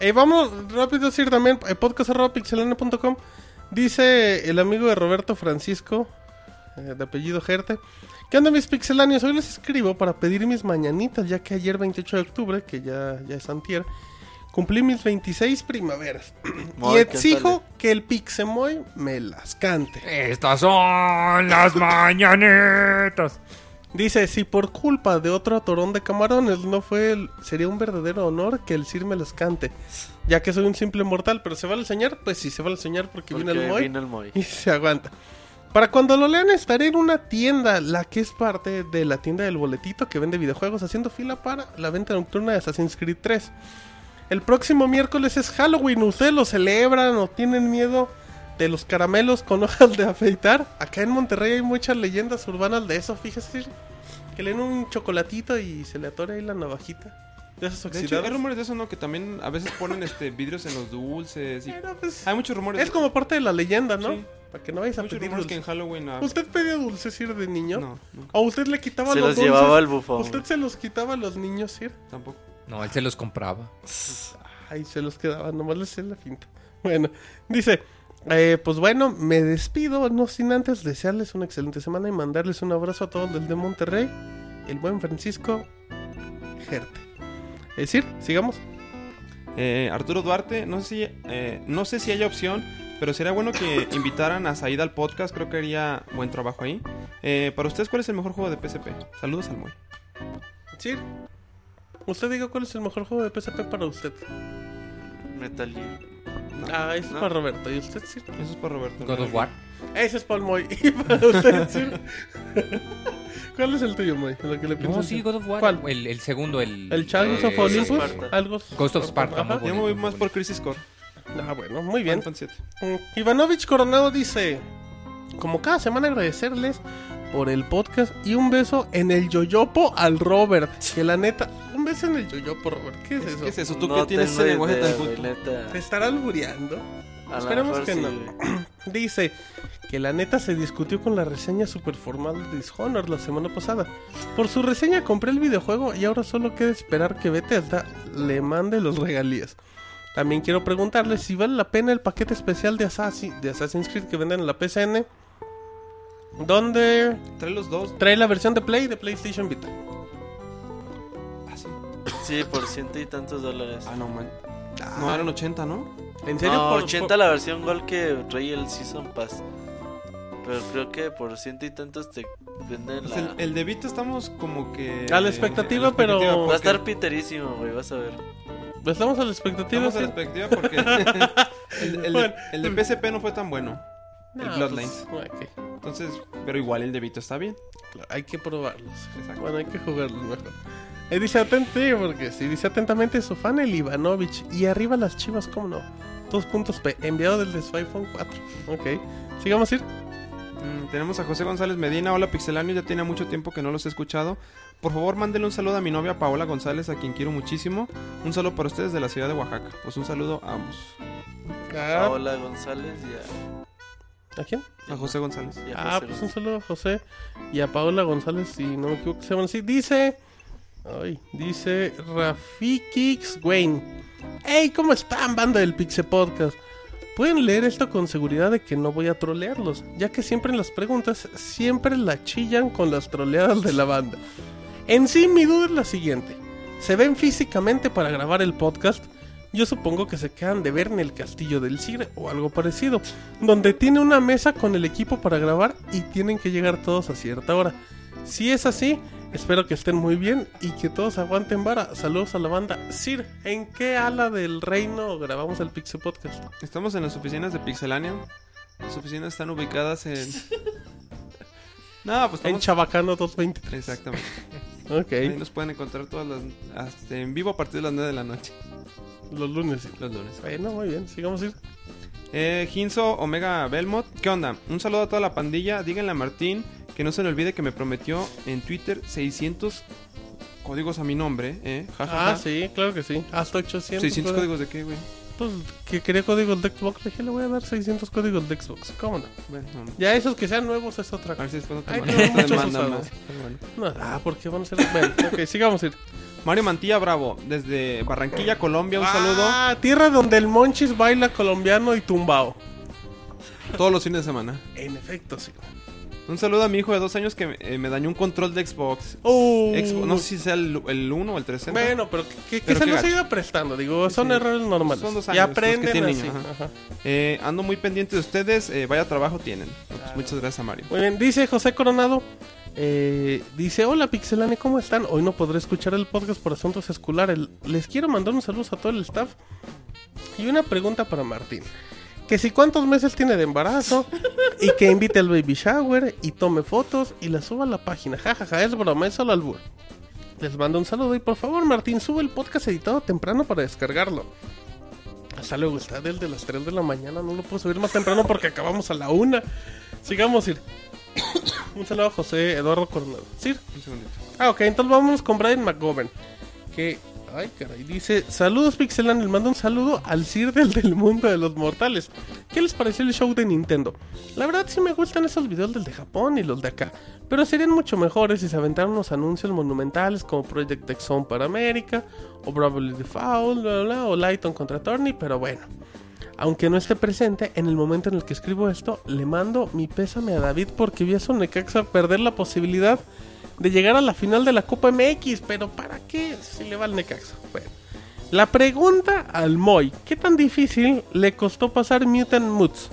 C: Eh, vamos rápido a decir también eh, podcast.pixelania.com. Dice el amigo de Roberto Francisco, eh, de apellido Gerte. ¿Qué onda mis pixeláneos? Hoy les escribo para pedir mis mañanitas, ya que ayer 28 de octubre, que ya, ya es antier, cumplí mis 26 primaveras. y
F: Ay, qué
C: exijo que el Pixemoy me las cante.
D: Estas son las mañanitas.
C: Dice, si por culpa de otro atorón de camarones no fue el- Sería un verdadero honor que el Sir me los cante. Ya que soy un simple mortal, pero ¿se va a enseñar? Pues sí, se va a enseñar porque,
F: Porque
C: viene el Moy
F: vino el Moy.
C: y se aguanta. Para cuando lo lean estaré en una tienda, la que es parte de la tienda del boletito que vende videojuegos, haciendo fila para la venta nocturna de Assassin's Creed 3. El próximo miércoles es Halloween, ustedes lo celebran o tienen miedo de los caramelos con hojas de afeitar. Acá en Monterrey hay muchas leyendas urbanas de eso, fíjese. Que leen un chocolatito y se le atora ahí la navajita. De esos
G: De hecho,
C: oxidados.
G: hay rumores de eso, ¿no? Que también a veces ponen este vidrios en los dulces. y-
C: Pero, pues,
G: Hay muchos rumores.
C: es como parte de la leyenda, ¿no?
G: Ah, Sí.
C: Para que no vayas a
G: muchos
C: pedir
G: rumores que
C: dulces.
G: en Halloween. ah, a-
C: ¿Usted pedía dulces, Sir, de niño?
G: No, nunca,
C: ¿O usted le quitaba
F: Se
C: los
F: los
C: dulces?
F: llevaba el bufón.
C: ¿Usted se los quitaba a los niños, Sir?
G: tampoco.
D: No, él se los compraba.
C: Ay, se los quedaba, nomás les hacía la finta. Bueno, dice, eh, pues bueno, me despido, no sin antes desearles una excelente semana y mandarles un abrazo a todos del de Monterrey, el buen Francisco Gerte. Es decir, sigamos.
G: Eh, Arturo Duarte, no sé, si, eh, no sé si haya opción, pero sería bueno que invitaran a Said al podcast, creo que haría buen trabajo ahí. Eh, para ustedes, ¿cuál es el mejor juego de PSP? Saludos al Moy.
C: Sir, usted diga cuál es el mejor juego de PSP para usted.
F: Metal Gear.
C: Ah, ese es
F: no.
C: para Roberto. ¿Y usted, Sir?
G: Eso es para Roberto.
D: God of War.
C: Ese es para el Moy. ¿Y para usted, Sir? ¿Cuál es el tuyo, Moy? Lo que le
D: No,
C: piensas.
D: sí, God of War.
C: ¿Cuál?
D: El, el segundo, el.
C: El Chagos of
D: eh,
C: Olympus.
F: Sparta.
C: Algo.
D: Ghost of Sparta,
C: Ajá.
D: muy
G: Yo
D: bueno.
G: me voy más por Crisis Core.
C: Ah, bueno, muy bien.
G: Final Fantasy VII.
C: Mm, Ivanovich Coronado dice: Como cada semana, agradecerles por el podcast y un beso en el yoyopo al Robert. Que la neta, un beso en el yoyopo, Robert. ¿Qué es eso?
G: ¿Qué es eso? ¿Tú
F: No
G: qué tienes ese
F: tengo
G: lenguaje
F: idea,
G: tan
F: güey,
G: culto?
F: neta.
C: ¿Se estará albureando?
F: A lo
C: Esperemos
F: mejor
C: que
F: sí,
C: no.
F: güey.
C: Dice que la neta se discutió con la reseña super formal de Dishonor la semana pasada. Por su reseña compré el videojuego y ahora solo queda esperar que Bethesda le mande los regalías. También quiero preguntarle si vale la pena el paquete especial de, Assassin, de Assassin's Creed que venden en la PSN. Donde
G: Trae los dos.
C: trae la versión de Play y de PlayStation Vita.
F: Sí, por ciento y tantos dólares.
G: Ah, no, man. No, eran 80, ¿no?
C: ¿En serio?
F: No,
C: Por-
F: 80
C: por-
F: la versión gol que trae el Season Pass. Pero creo que por ciento y tantos te venden
G: Pues
F: la.
G: el, el de Vita estamos como que... eh,
C: A la expectativa, pero-
G: pues,
F: Va a estar piterísimo, güey, vas a ver.
C: Estamos a la expectativa.
G: Estamos a la
C: sí.
G: expectativa porque... el, el de-
C: Bueno.
G: el de PSP no fue tan bueno.
C: No,
G: el Bloodlines.
C: pues, ok.
G: Entonces, pero igual el de Vita está bien.
C: Claro, hay que probarlos.
G: Exacto.
C: Bueno, hay que jugarlos mejor. Eh, dice atentamente, porque si dice atentamente su fan el Ivanovich. Y arriba las chivas, ¿cómo no? Dos puntos P, enviado desde su iPhone 4. Ok, sigamos ir.
G: Mm, tenemos a José González Medina. Hola Pixeláneo, ya tiene mucho tiempo que no los he escuchado. Por favor, mándenle un saludo a mi novia Paola González, a quien quiero muchísimo. Un saludo para ustedes de la ciudad de Oaxaca. Pues un saludo a ambos.
C: Ah,
F: Paola González y
C: ¿A quién?
G: A José González.
F: a, y a
C: Ah,
F: José
C: pues un
F: González.
C: saludo a José y a Paola González, si no me equivoco, se van así. Dice Ay, dice Rafikix Wayne. ¡Hey! ¿Cómo están, banda del Pixel Podcast? Pueden leer esto con seguridad de que no voy a trolearlos, ya que siempre en las preguntas siempre la chillan con las troleadas de la banda. En sí, mi duda es la siguiente. ¿Se ven físicamente para grabar el podcast? Yo supongo que se quedan de ver en el castillo del Cire o algo parecido, donde tiene una mesa con el equipo para grabar y tienen que llegar todos a cierta hora. Si es así, espero que estén muy bien y que todos aguanten vara. Saludos a la banda. Sir, ¿en qué ala del reino grabamos el Pixel Podcast?
G: Estamos en las oficinas de Pixelania. Las oficinas están ubicadas en. no, pues
C: En
G: estamos.
C: Chabacano 223.
G: Exactamente. Ahí
C: Ok,
G: nos pueden encontrar todas las. hasta en vivo a partir de las 9 de la noche,
C: los lunes. sí.
G: los lunes.
C: Bueno, muy bien, sigamos ir.
G: Eh, Ginzo Omega Belmont, ¿qué onda? Un saludo a toda la pandilla. Díganle a Martín que no se le olvide que me prometió en Twitter 600 códigos a mi nombre, ¿eh? Ja, ja,
C: Ah,
G: ja.
C: sí, claro que sí. Hasta 800. códigos.
G: 600 códigos de qué, güey?
C: Pues, que quería códigos de Xbox. Le dije, le voy a dar 600 códigos de Xbox. ¿Cómo no?
G: Bueno, no, no.
C: Ya esos que sean nuevos es otra
G: A ver
C: cosa.
G: si después no te,
C: Ay,
G: mandan-
C: tengo
G: te
C: muchos
G: mandan
C: usados.
G: más. Pero bueno.
C: No, ah, porque van a ser. Bueno, ok, sigamos ir.
G: Mario Mantilla Bravo, desde Barranquilla, Colombia, un saludo
C: Ah, tierra donde el Monchis baila colombiano y tumbao.
G: todos los fines de semana.
C: En efecto, sí.
G: Un saludo a mi hijo de dos años que me- eh, me dañó un control de Xbox.
C: Oh.
G: Xbox- no sé si sea el, el 1 o el 3.
C: Bueno, pero que, que
G: Pero
C: se
G: qué
C: nos
G: gacho.
C: siga prestando, digo, son
G: Sí.
C: errores normales.
G: Son dos
C: y
G: años, los que
C: aprenden
G: tienen
C: así.
G: niños, ajá.
C: ajá.
G: Eh, ando muy pendiente de ustedes. eh, vaya trabajo tienen. No, pues muchas gracias a Mario.
C: Muy bien, dice José Coronado. eh, dice, hola Pixelane, ¿cómo están? Hoy no podré escuchar el podcast por asuntos escolares. Les quiero mandar un saludo a todo el staff. Y una pregunta para Martín. Que si cuántos meses tiene de embarazo y que invite al baby shower y tome fotos y la suba a la página. Jajaja, es broma, es solo albur. Les mando un saludo y por favor Martín, sube el podcast editado temprano para descargarlo. Hasta luego, está del de las 3 de la mañana, no lo puedo subir más temprano porque acabamos a la 1. Sigamos, Sir. Un saludo a José Eduardo Coronado. Sir.
G: Un segundito.
C: Ah, ok, entonces vamos con Brian McGovern. Que, ay, caray, dice: Saludos, Pixelan. Les mando un saludo al Sir del, del mundo de los mortales. ¿Qué les pareció el show de Nintendo? La verdad, sí me gustan esos videos del de Japón y los de acá. Pero serían mucho mejores si se aventaran unos anuncios monumentales como Project X Zone para América, o Bravely Default, bla, bla, bla, o Lighton contra Torney, pero bueno. Aunque no esté presente, en el momento en el que escribo esto, le mando mi pésame a David porque vi a su Necaxa perder la posibilidad de llegar a la final de la Copa MX. Pero ¿para qué si le va al Necaxa? Bueno. La pregunta al Moy, ¿qué tan difícil le costó pasar Mutant Moods?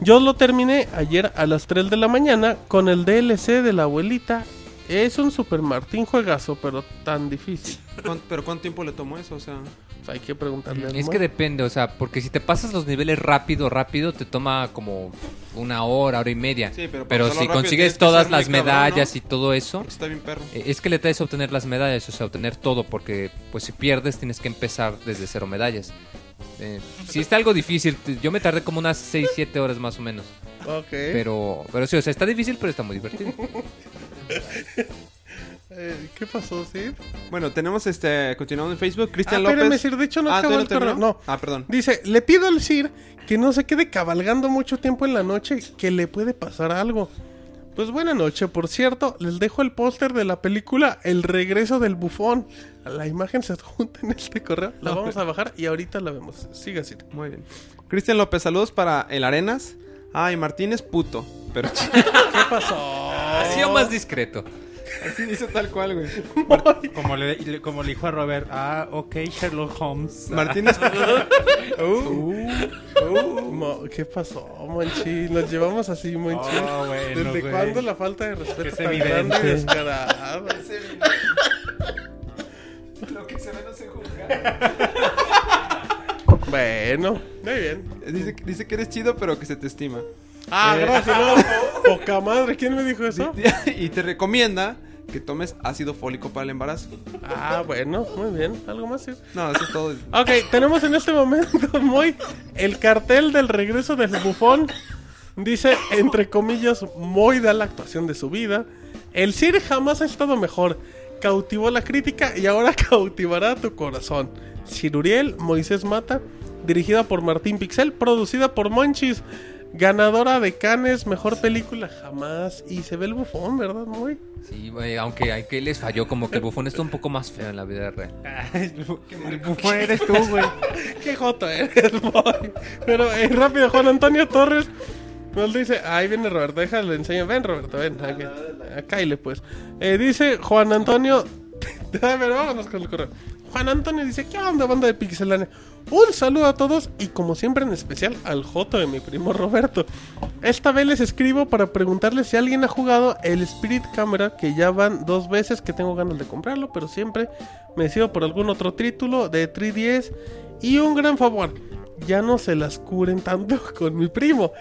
C: Yo lo terminé ayer a las 3 de la mañana con el DLC de la abuelita. Es un Super Martín juegazo, pero tan difícil.
G: ¿Cuán- ¿Pero cuánto tiempo le tomó eso? O sea,
C: O sea, hay que preguntarle al
D: Es
C: Moy.
D: que depende, o sea, porque si te pasas los niveles rápido, rápido, te toma como una hora, hora y media.
G: Sí, pero para
D: si
G: pasarlo rápido tienes
D: consigues
G: que
D: todas
G: ser muy
D: las
G: cabrón,
D: medallas
G: ¿no?
D: y todo eso,
G: está bien perro.
D: eh, es que la idea es obtener las medallas, o sea, obtener todo, porque pues si pierdes tienes que empezar desde cero medallas. Eh, sí está algo difícil, te- yo me tardé como unas 6, 7 horas más o menos.
C: Ok.
D: Pero, pero sí, o sea, está difícil, pero está muy divertido.
C: Eh, ¿Qué pasó, Sid?
G: Bueno, tenemos este. Continuando en Facebook. Cristian
C: Ah, espérame,
G: López.
C: Sir, de hecho no
G: Eh. Ah,
C: acabó
G: ¿todavía
C: el correo.
G: terminó?
C: No.
G: Ah, perdón.
C: Dice, le pido al Sir que no se quede cabalgando mucho tiempo en la noche, que le puede pasar algo. Pues buena noche, por cierto, les dejo el póster de la película El regreso del bufón. La imagen se adjunta en este correo, la vamos a bajar y ahorita la vemos. Siga, Sir.
G: Muy bien. Cristian López, saludos para el Arenas. Ay, Martín es puto. Pero
C: ¿Qué pasó?
D: Ha sido más discreto.
G: así dice tal cual, güey.
E: Como le, le- como le dijo a Robert, ah, ok, Sherlock Holmes.
G: Martín es
E: Uh.
C: Mo- ¿Qué pasó, Monchi? Nos llevamos así, Monchi.
E: Ah, bueno,
C: ¿Desde
E: güey.
C: cuándo la falta de respeto
E: Es
C: tan grande y
E: evidente.
C: descarada? Bueno, muy bien.
G: Dice, dice que eres chido, pero que se te estima.
C: Ah,
G: Eh.
C: gracias. No, poca madre, ¿quién me dijo eso?
G: Y te recomienda que tomes ácido fólico para el embarazo.
C: Ah, bueno, muy bien. ¿Algo más? Sí.
G: No, eso es todo.
C: Ok, tenemos en este momento, muy el cartel del regreso del bufón. Dice, entre comillas, muy da la actuación de su vida. El Sir jamás ha estado mejor. Cautivó la crítica y ahora cautivará tu corazón. Sir Uriel, Moisés Mata, dirigida por Martín Pixel, producida por Monchis. Ganadora de Cannes, mejor película jamás. Y se ve el bufón, ¿verdad, muy?
D: Sí, güey, aunque a que les falló, como que el bufón está un poco más feo en la vida real.
E: El bufón eres tú, güey.
C: Qué joto eres, Moy. Pero eh, rápido, Juan Antonio Torres nos dice, ahí viene Roberto, déjale, le enseño. Ven, Roberto, ven. Aquí, acá y le, pues. Eh, dice Juan Antonio... A ver, vámonos con el correo. Juan Antonio dice, ¿qué onda, banda de Pixelania? Un saludo a todos y como siempre en especial al Joto de mi primo Roberto. Esta vez les escribo para preguntarles si alguien ha jugado el Spirit Camera, que ya van dos veces que tengo ganas de comprarlo, pero siempre me decido por algún otro título de 3DS. Y un gran favor, ya no se las curen tanto con mi primo.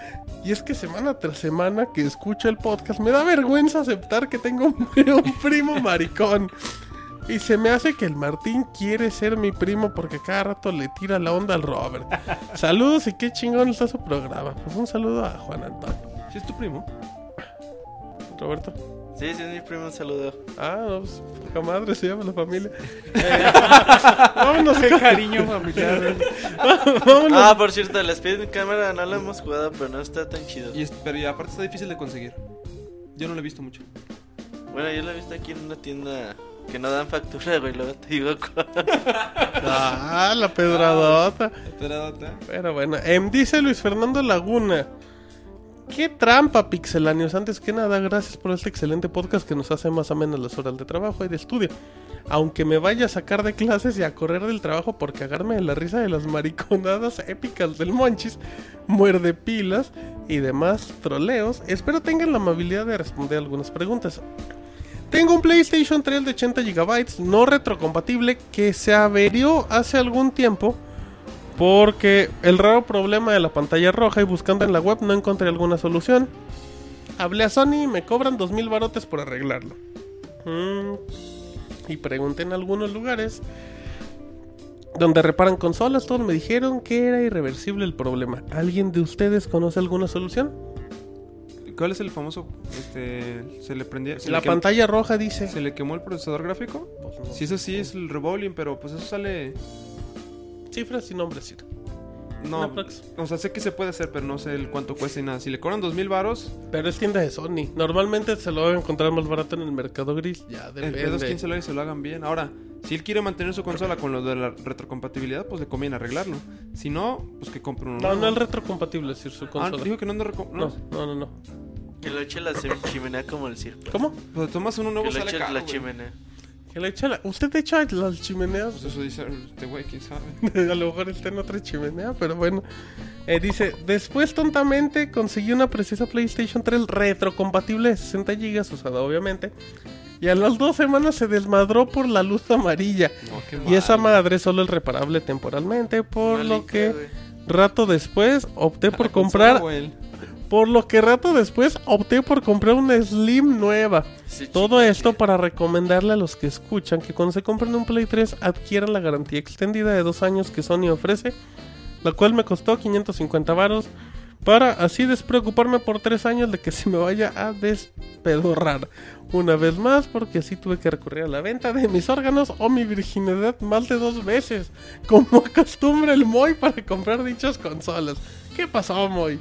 C: Y es que semana tras semana que escucho el podcast me da vergüenza aceptar que tengo un, un primo maricón. Y se me hace que el Martín quiere ser mi primo porque cada rato le tira la onda al Robert. Saludos y qué chingón está su programa. Pues un saludo a Juan Antonio.
G: ¿Sí es tu primo?
C: Roberto.
F: Sí, sí, es mi primo, un saludo.
C: Ah, no, pues poca madre, se llama la familia. Eh, vámonos,
E: Qué
C: con-
E: cariño familiar. güey.
C: vámonos.
F: Ah, por cierto, el Speed Camera no lo hemos jugado, pero no está tan chido.
G: Y es- pero y aparte está difícil de conseguir. Yo no lo he visto mucho.
F: Bueno, yo lo he visto aquí en una tienda que no dan factura, güey. Luego te digo cuál.
C: Ah, la pedradota.
G: Espera,
C: Pero bueno, em, dice Luis Fernando Laguna. Qué trampa, pixelanios. Antes que nada, gracias por este excelente podcast que nos hace más amenas las horas de trabajo y de estudio. Aunque me vaya a sacar de clases y a correr del trabajo por cagarme de la risa de las mariconadas épicas del Monchis, muerde pilas y demás troleos, espero tengan la amabilidad de responder algunas preguntas. Tengo un PlayStation 3 de 80 GB no retrocompatible que se averió hace algún tiempo porque el raro problema de la pantalla roja y buscando en la web no encontré alguna solución. Hablé a Sony y me cobran 2000 barotes por arreglarlo. Mm, Y pregunté en algunos lugares donde reparan consolas, todos me dijeron que era irreversible el problema. ¿Alguien de ustedes conoce alguna solución?
G: ¿Cuál es el famoso? Este, se le prendía. se
C: la
G: le quem-
C: pantalla roja dice.
G: ¿Se le quemó el procesador gráfico?
C: Pues no.
G: Si eso sí es el rebowling, pero pues eso sale.
C: Cifras sin nombres, Sir.
G: No,
C: Una prox.
G: o sea, sé que se puede hacer, pero no sé el cuánto cuesta y nada. Si le cobran 2000 varos,
C: Pero es tienda de Sony. Normalmente se lo va a encontrar más barato en el mercado gris. Ya,
G: el pedo Eh, es quien
C: depende.
G: se lo haga y se lo hagan bien. Ahora, si él quiere mantener su consola con lo de la retrocompatibilidad, pues le conviene arreglarlo. Si no, pues que compre uno.
C: No,
G: nuevo.
C: no el retrocompatible, Sir, su
G: Ah,
C: consola.
G: dijo que no ando reco-
C: No, no,
G: No.
C: no, no.
F: Que lo eche la sem- chimenea como el circo.
C: ¿Cómo?
G: Pues tomas uno
F: Que
G: nuevo,
F: lo
G: sale
F: eche
G: caro,
F: la
G: güey.
F: chimenea.
C: Que le echa la- Usted echa las chimeneas.
G: Pues eso dice este güey, quién sabe.
C: A lo mejor está en otra chimenea, pero bueno. Eh, dice, después tontamente conseguí una precisa PlayStation 3 retrocompatible de 60 GB usada, obviamente. Y a las dos semanas se desmadró por la luz amarilla.
G: No, qué
C: Y esa
G: mal.
C: madre solo es reparable temporalmente, por lo
F: Malito,
C: que
F: güey.
C: rato después opté por
G: Ah,
C: comprar,
G: consola, güey.
C: por lo que rato después opté por comprar una Slim nueva.
F: Sí,
C: Todo
F: chimenea.
C: esto para recomendarle a los que escuchan que cuando se compren un Play 3 adquieran la garantía extendida de dos años que Sony ofrece, la cual me costó 550 varos para así despreocuparme por tres años de que se me vaya a despedorrar. Una vez más, porque así tuve que recurrir a la venta de mis órganos o mi virginidad más de dos veces, como acostumbra el Moy para comprar dichas consolas. ¿Qué pasó, Moy?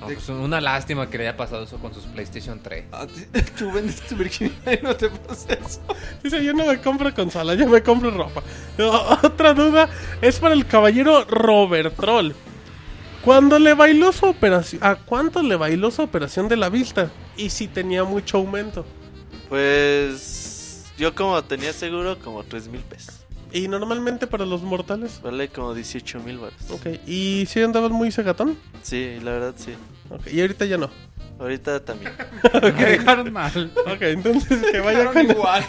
D: No, pues, una lástima que le haya pasado eso con sus PlayStation 3.
G: Ah, t- Tú vendes tu virginidad y no te pasa eso.
C: Dice, yo no me compro consola, yo me compro ropa. O- Otra duda es para el caballero Robert Troll. ¿Cuándo le bailó su operación? ¿A cuánto le bailó su operación de la vista? Y si tenía mucho aumento.
F: Pues. Yo como tenía seguro, como 3 mil pesos.
C: Y normalmente para los mortales.
F: Vale como 18 mil baros.
C: Ok, ¿y si andabas muy cegatón?
F: Sí, la verdad sí.
C: Ok, y ahorita ya no.
F: Ahorita también.
E: Me dejaron mal.
C: Ok, entonces que vaya con...
G: igual.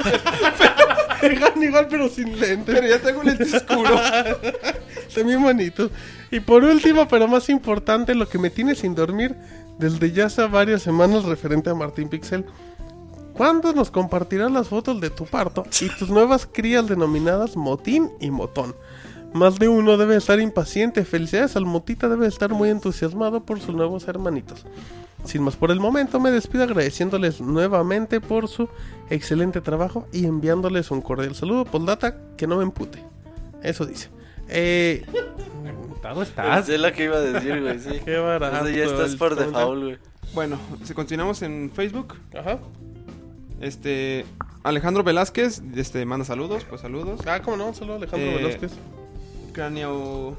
C: Dejan igual pero sin lentes.
G: Pero ya tengo un lente oscuro.
C: Está bien bonito. Y por último, pero más importante, lo que me tiene sin dormir desde ya hace varias semanas referente a Martín Pixel. ¿Cuándo nos compartirás las fotos de tu parto y tus nuevas crías denominadas Motín y Motón? Más de uno debe estar impaciente. Felicidades al Motita, debe estar muy entusiasmado por sus nuevos hermanitos. Sin más por el momento, me despido agradeciéndoles nuevamente por su excelente trabajo y Pues, enviándoles un cordial saludo. Poldata, que no me empute. Eso dice. Eh,
E: Emputado estás.
F: Es lo que iba a decir, güey, sí.
C: Qué barato.
F: Entonces ya estás
C: el
F: por
C: tonto.
F: default, güey.
H: Bueno, si continuamos en Facebook,
C: Ajá.
H: este Alejandro Velázquez este, manda saludos, pues saludos.
C: Ah, cómo no, solo Alejandro
H: Eh,
C: Velázquez.
H: Cráneo,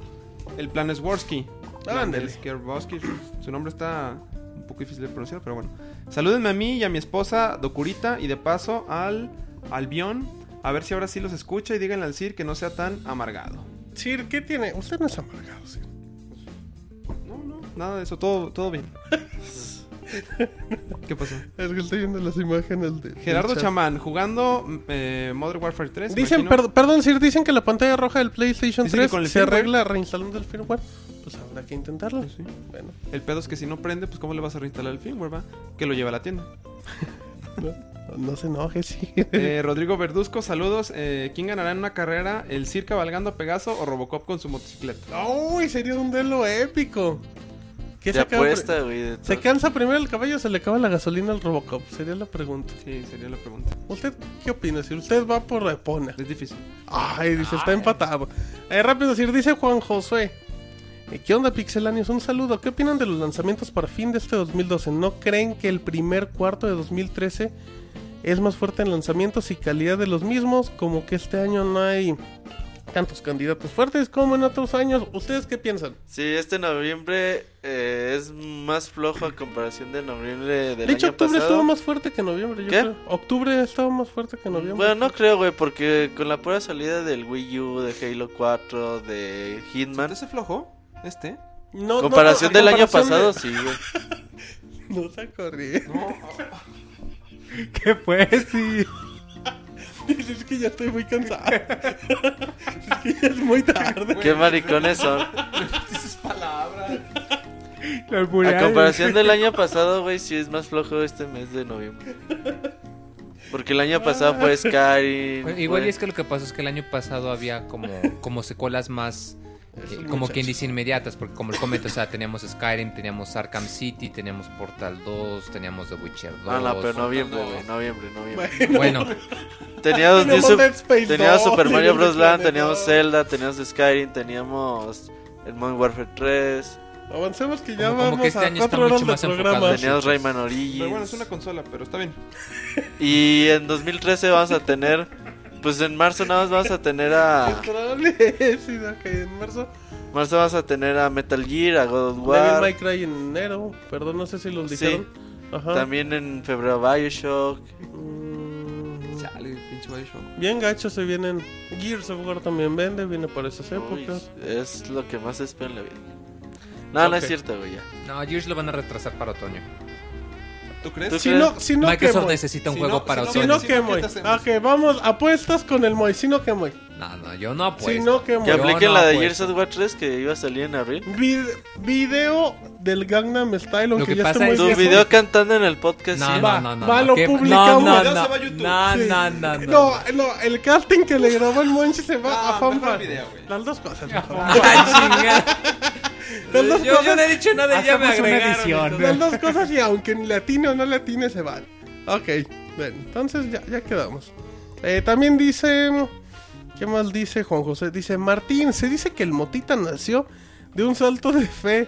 H: el plan es Worski.
C: Ándale.
H: Skerboski, Su nombre está un poco difícil de pronunciar, pero bueno. Salúdenme a mí y a mi esposa Docurita y de paso al Albión. A ver si ahora sí los escucha y díganle al Sir que no sea tan amargado.
C: Sir, ¿qué tiene? Usted no es amargado, Sir.
H: No, no, nada de eso, todo, todo bien. ¿Qué pasó?
C: Es que estoy viendo las imágenes de.
H: Gerardo
C: del chat.
H: Chamán jugando eh, Modern Warfare 3.
C: Dicen,
H: imagino.
C: perd- perdón, Sir, dicen que la pantalla roja del PlayStation
H: Dicen que
C: 3
H: con el
C: se
H: firmware.
C: arregla reinstalando el firmware. Pues habrá que intentarlo.
H: Sí, sí.
C: Bueno,
H: El pedo es que si no prende, pues ¿cómo le vas a reinstalar el firmware, va? Que lo lleva a la tienda.
C: no, no se enoje, sí.
H: Eh, Rodrigo Verduzco, saludos. Eh, ¿Quién ganará en una carrera? ¿El Sir cabalgando a Pegaso o Robocop con su motocicleta?
C: ¡Uy! Sería un duelo épico. ¿Qué
F: De
C: se acaba-
F: apuesta, güey. de
C: ¿Se
F: todo.
C: cansa primero el caballo o se le acaba la gasolina al Robocop? Sería la pregunta.
H: Sí, sería la pregunta.
C: ¿Usted qué opina? Si usted va por Repona.
H: Es difícil.
C: Ay, dice, está empatado. Eh, rápido, decir, dice Juan Josué. Eh, ¿Qué onda, pixelanios? Un saludo. ¿Qué opinan de los lanzamientos para fin de este 2012? ¿No creen que el primer cuarto de 2013 es más fuerte en lanzamientos y calidad de los mismos? Como que este año no hay tantos candidatos fuertes como en otros años. ¿Ustedes qué piensan?
F: Sí, este noviembre eh, es más flojo a comparación de noviembre del
C: De hecho,
F: año
C: octubre
F: pasado.
C: estuvo más fuerte que noviembre. Yo
F: ¿Qué?
C: creo. Octubre estuvo más fuerte que noviembre.
F: Bueno, no creo, güey, porque con la pura salida del Wii U, de Halo 4, de Hitman.
H: ¿No se flojó? Este.
C: No, no,
F: comparación
C: no,
F: del año
C: comparación
F: pasado,
C: de-
F: sí, güey.
C: No se corrí.
E: ¿Qué pues? Sí.
C: es que ya estoy muy cansado. es que ya es muy tarde.
F: Qué maricones son.
H: Dices palabras.
E: La
F: A
E: albureada.
F: comparación del año pasado, güey, sí es más flojo este mes de noviembre. Porque el año pasado fue Skyrim.
D: Oye, Igual
F: fue-
D: y es que lo que pasó es que el año pasado había como, como secuelas más, eh,
C: Es un
D: como
C: muchacho.
D: quien dice, inmediatas, porque como el comento, o sea, teníamos Skyrim, teníamos Arkham City, teníamos Portal 2, teníamos The Witcher 2.
F: Ah, No, no, pero noviembre, güey, noviembre, noviembre.
D: Bueno,
F: Teníamos,
C: Teníamos
F: New Sup-
C: Dead Space
F: teníamos
C: 2,
F: Super Mario
C: teníamos
F: Bros. Land,
C: Planet
F: teníamos
C: 2.
F: Zelda, teníamos Skyrim, teníamos el Modern Warfare 3,
C: Avancemos que ya
D: Como- como
C: vamos
D: que este
C: a
D: año está
C: cuatro horas
D: mucho
C: de
D: más
C: programa.
D: enfocado.
F: teníamos Rayman Origins.
H: Pero bueno, es una consola, pero está bien.
F: Y en 2013 vamos a tener, pues en marzo nada más vamos a tener a,
C: Control, sí, ok, en marzo.
F: marzo vamos a tener a Metal Gear, a God of
C: Devil May
F: War,
C: Cry en enero. Perdón, no sé si los
F: Sí.
C: dijeron. Ajá.
F: también en febrero Bioshock.
C: Mm,
H: Chale, pinche Bioshock.
C: Bien gachos se vienen. Gears of War también vende, viene para esas
F: Uy,
C: épocas.
F: es lo que más espero en la vida. No, no es
C: Ok.
F: cierto, güey, ya.
D: no, Gears lo van a retrasar para otoño.
H: ¿Tú crees?
F: ¿Tú
C: Si
F: crees?
C: no, si no
D: Microsoft
C: quemo.
D: necesita un
H: Si
D: juego
H: no-
D: para
H: si
C: Si
D: otoño.
C: no
H: Si no,
C: quemo.
H: ¿qué te hacemos?
C: Ok, vamos, apuestas con el Moy. Si no quemo.
D: No, no, yo no apuesto.
C: Si no quemo.
F: Que
D: Yo
F: apliquen
D: no pues.
F: la de
D: apuesto.
F: Gears of War 3 que iba a salir en abril.
C: Vide- video del Gangnam Style, aunque
D: que
C: ya
D: pasa
C: esté muy
D: es
F: Tu
D: que-
C: viejo.
F: video cantando en el podcast.
D: No,
F: sí.
D: no, no, no,
C: Va,
D: no,
C: lo
D: qué-
C: publicamos.
D: No, no,
H: Ya se
D: no,
H: va a YouTube.
D: no,
C: Sí.
D: no, no, no.
C: No, no, el casting que le grabó el Monchi se va
H: Ah,
C: a fan
H: mejor
C: fan.
H: video, güey.
C: Las dos cosas. por favor.
D: Ay, chingada.
C: Las dos
D: Yo, yo no
C: cosas.
D: he dicho nada y ya me
E: Hacemos una
D: agregaron.
E: edición.
D: entonces.
C: Las dos cosas y aunque ni latine o no latine se van. Ok, bueno, entonces ya, ya quedamos. Eh, también dice... ¿Qué más dice Juan José? Dice Martín, se dice que el motita nació de un salto de fe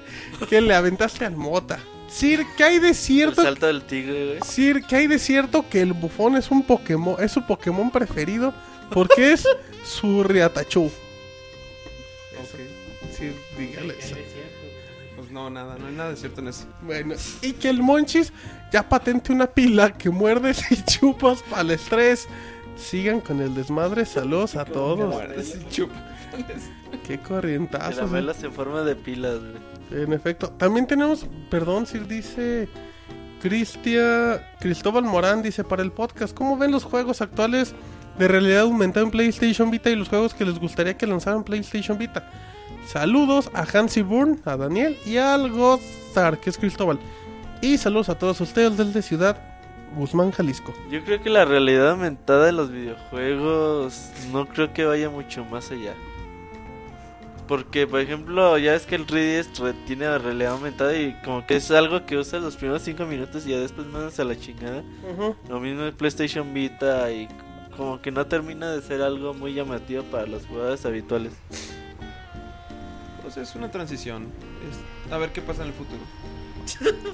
C: que le aventaste al mota. Sir, ¿qué hay de
F: El
C: cierto
F: salto del tigre, güey.
C: Sir, ¿qué hay de cierto que el bufón es un Pokémon, es su Pokémon preferido? Porque es su Riatachu. Sí, dígale eso.
H: Pues no, nada, no hay nada de cierto en eso.
C: Bueno, y que el Monchis ya patente una pila que muerdes y chupas para el estrés. Sigan con el desmadre, saludos a todos.
H: Muerdes y chupa.
C: Qué
D: Ah,
F: Caramelos
C: corrientazo.
F: en forma de pilas, güey.
C: En efecto, también tenemos, perdón, Sir, dice Cristia, Cristóbal Morán, dice para el podcast, ¿cómo ven los juegos actuales de realidad aumentada en PlayStation Vita y los juegos que les gustaría que lanzaran PlayStation Vita? Saludos a Hansi Burn, a Daniel y al Gozar, que es Cristóbal. Y saludos a todos ustedes desde Ciudad Guzmán, Jalisco.
F: Yo creo que la realidad aumentada de los videojuegos no creo que vaya mucho más allá. Porque, por ejemplo, ya ves que el 3DS re- tiene la realidad aumentada y como que es algo que usa los primeros 5 minutos y ya después mandas a la chingada. Lo mismo en PlayStation Vita y como que no termina de ser algo muy llamativo para los jugadores habituales. O
G: pues es una transición. Es- a ver qué pasa en el futuro.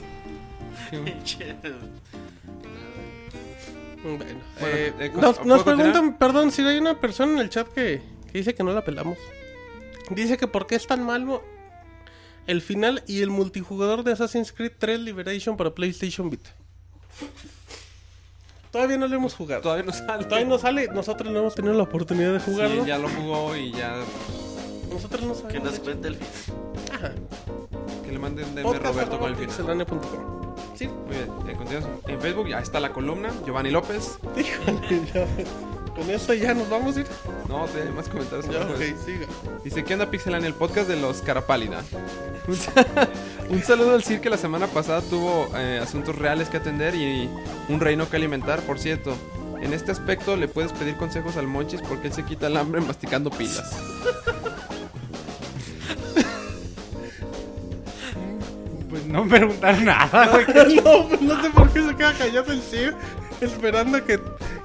C: Bueno,
G: Bueno,
C: eh,
G: eh, ¿cu-
C: nos,
G: puedo
C: nos
G: continuar?
C: preguntan, perdón, si hay una persona en el chat que, que dice que no la pelamos. Dice que por qué es tan malo el final y el multijugador de Assassin's Creed 3 Liberation para PlayStation Vita. Todavía no lo hemos jugado. Todavía,
G: Todavía no sale.
C: no sale, nosotros no hemos tenido la oportunidad de jugarlo.
G: Sí, ya lo jugó y ya
C: Nosotros no
F: Que
C: sabemos.
F: nos cuente el fin.
C: Ajá.
G: que le mande un DM
C: Podcast
G: Roberto con el
C: arroba
G: final.
C: pixelania.com.
G: Sí, muy bien. eh, continuamos. En Facebook ya está la columna. Giovanni López.
C: Híjole, ya. pues, Con esto ya nos vamos a ir.
G: No, te hay más comentarios.
C: Ya,
G: abajo.
C: ok, siga.
G: Dice, ¿qué onda Pixelania? El podcast de los Carapálida. Un sa- un saludo al Cir que la semana pasada tuvo eh, asuntos reales que atender y un reino que alimentar, por cierto. En este aspecto le puedes pedir consejos al Monchis porque él se quita el hambre masticando pilas.
E: Pues no me preguntaron nada, güey.
C: No, pues no sé por qué se queda callado el Sir esperando que,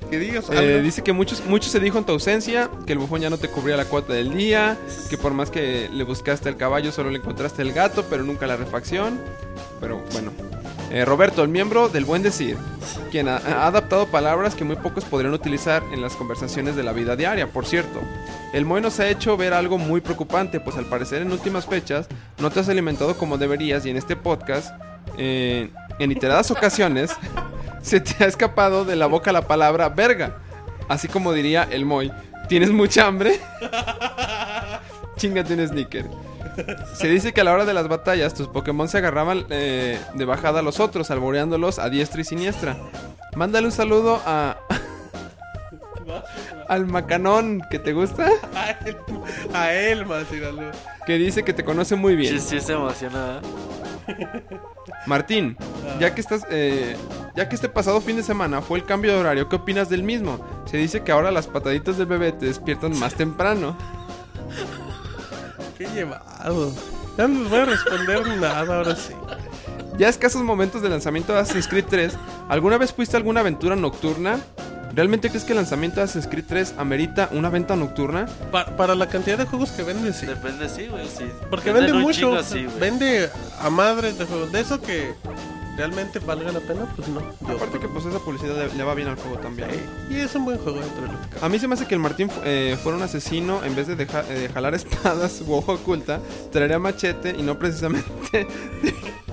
C: que digas algo.
G: Eh, dice que muchos, mucho se dijo en tu ausencia, que el bufón ya no te cubría la cuota del día, que por más que le buscaste al caballo solo le encontraste el gato, pero nunca la refacción. Pero bueno. Eh, Roberto, el miembro del Buen Decir, quien ha, ha adaptado palabras que muy pocos podrían utilizar en las conversaciones de la vida diaria, por cierto. El Moy nos ha hecho ver algo muy preocupante, pues al parecer en últimas fechas no te has alimentado como deberías y en este podcast, eh, en iteradas ocasiones, se te ha escapado de la boca la palabra verga. Así como diría el Moy, ¿tienes mucha hambre? Chingate un sneaker. Se dice que a la hora de las batallas tus Pokémon se agarraban eh, de bajada a los otros, alboreándolos a diestra y siniestra. Mándale un saludo a... al macanón que te gusta,
C: A él, a él más, dígalo.
G: que dice que te conoce muy bien.
F: Sí, sí, se emociona. ¿verdad?
G: Martín, ya que estás, eh, ya que este pasado fin de semana fue el cambio de horario, ¿qué opinas del mismo? Se dice que ahora las pataditas del bebé te despiertan más temprano.
C: Qué llevado. Ya no les voy a responder nada ahora sí.
G: Ya escasos momentos del lanzamiento de Assassin's Creed 3, ¿alguna vez fuiste a alguna aventura nocturna? ¿Realmente crees que el lanzamiento de Assassin's Creed 3 amerita una venta nocturna?
C: Pa- para la cantidad de juegos que venden, sí.
F: Depende, sí, güey. Sí.
C: Porque vende
F: un
C: mucho.
F: chingo, sí, güey.
C: vende a madres de juegos. De eso que realmente valga la pena, pues no. Yo
G: Aparte que pues esa publicidad le, le va bien al juego también.
C: creo. Y es un buen juego dentro de lo que cabe.
G: A mí se me hace que el Martín fu- eh, fuera un asesino en vez de, deja- eh, de jalar espadas u ojo oculta, traería machete y no precisamente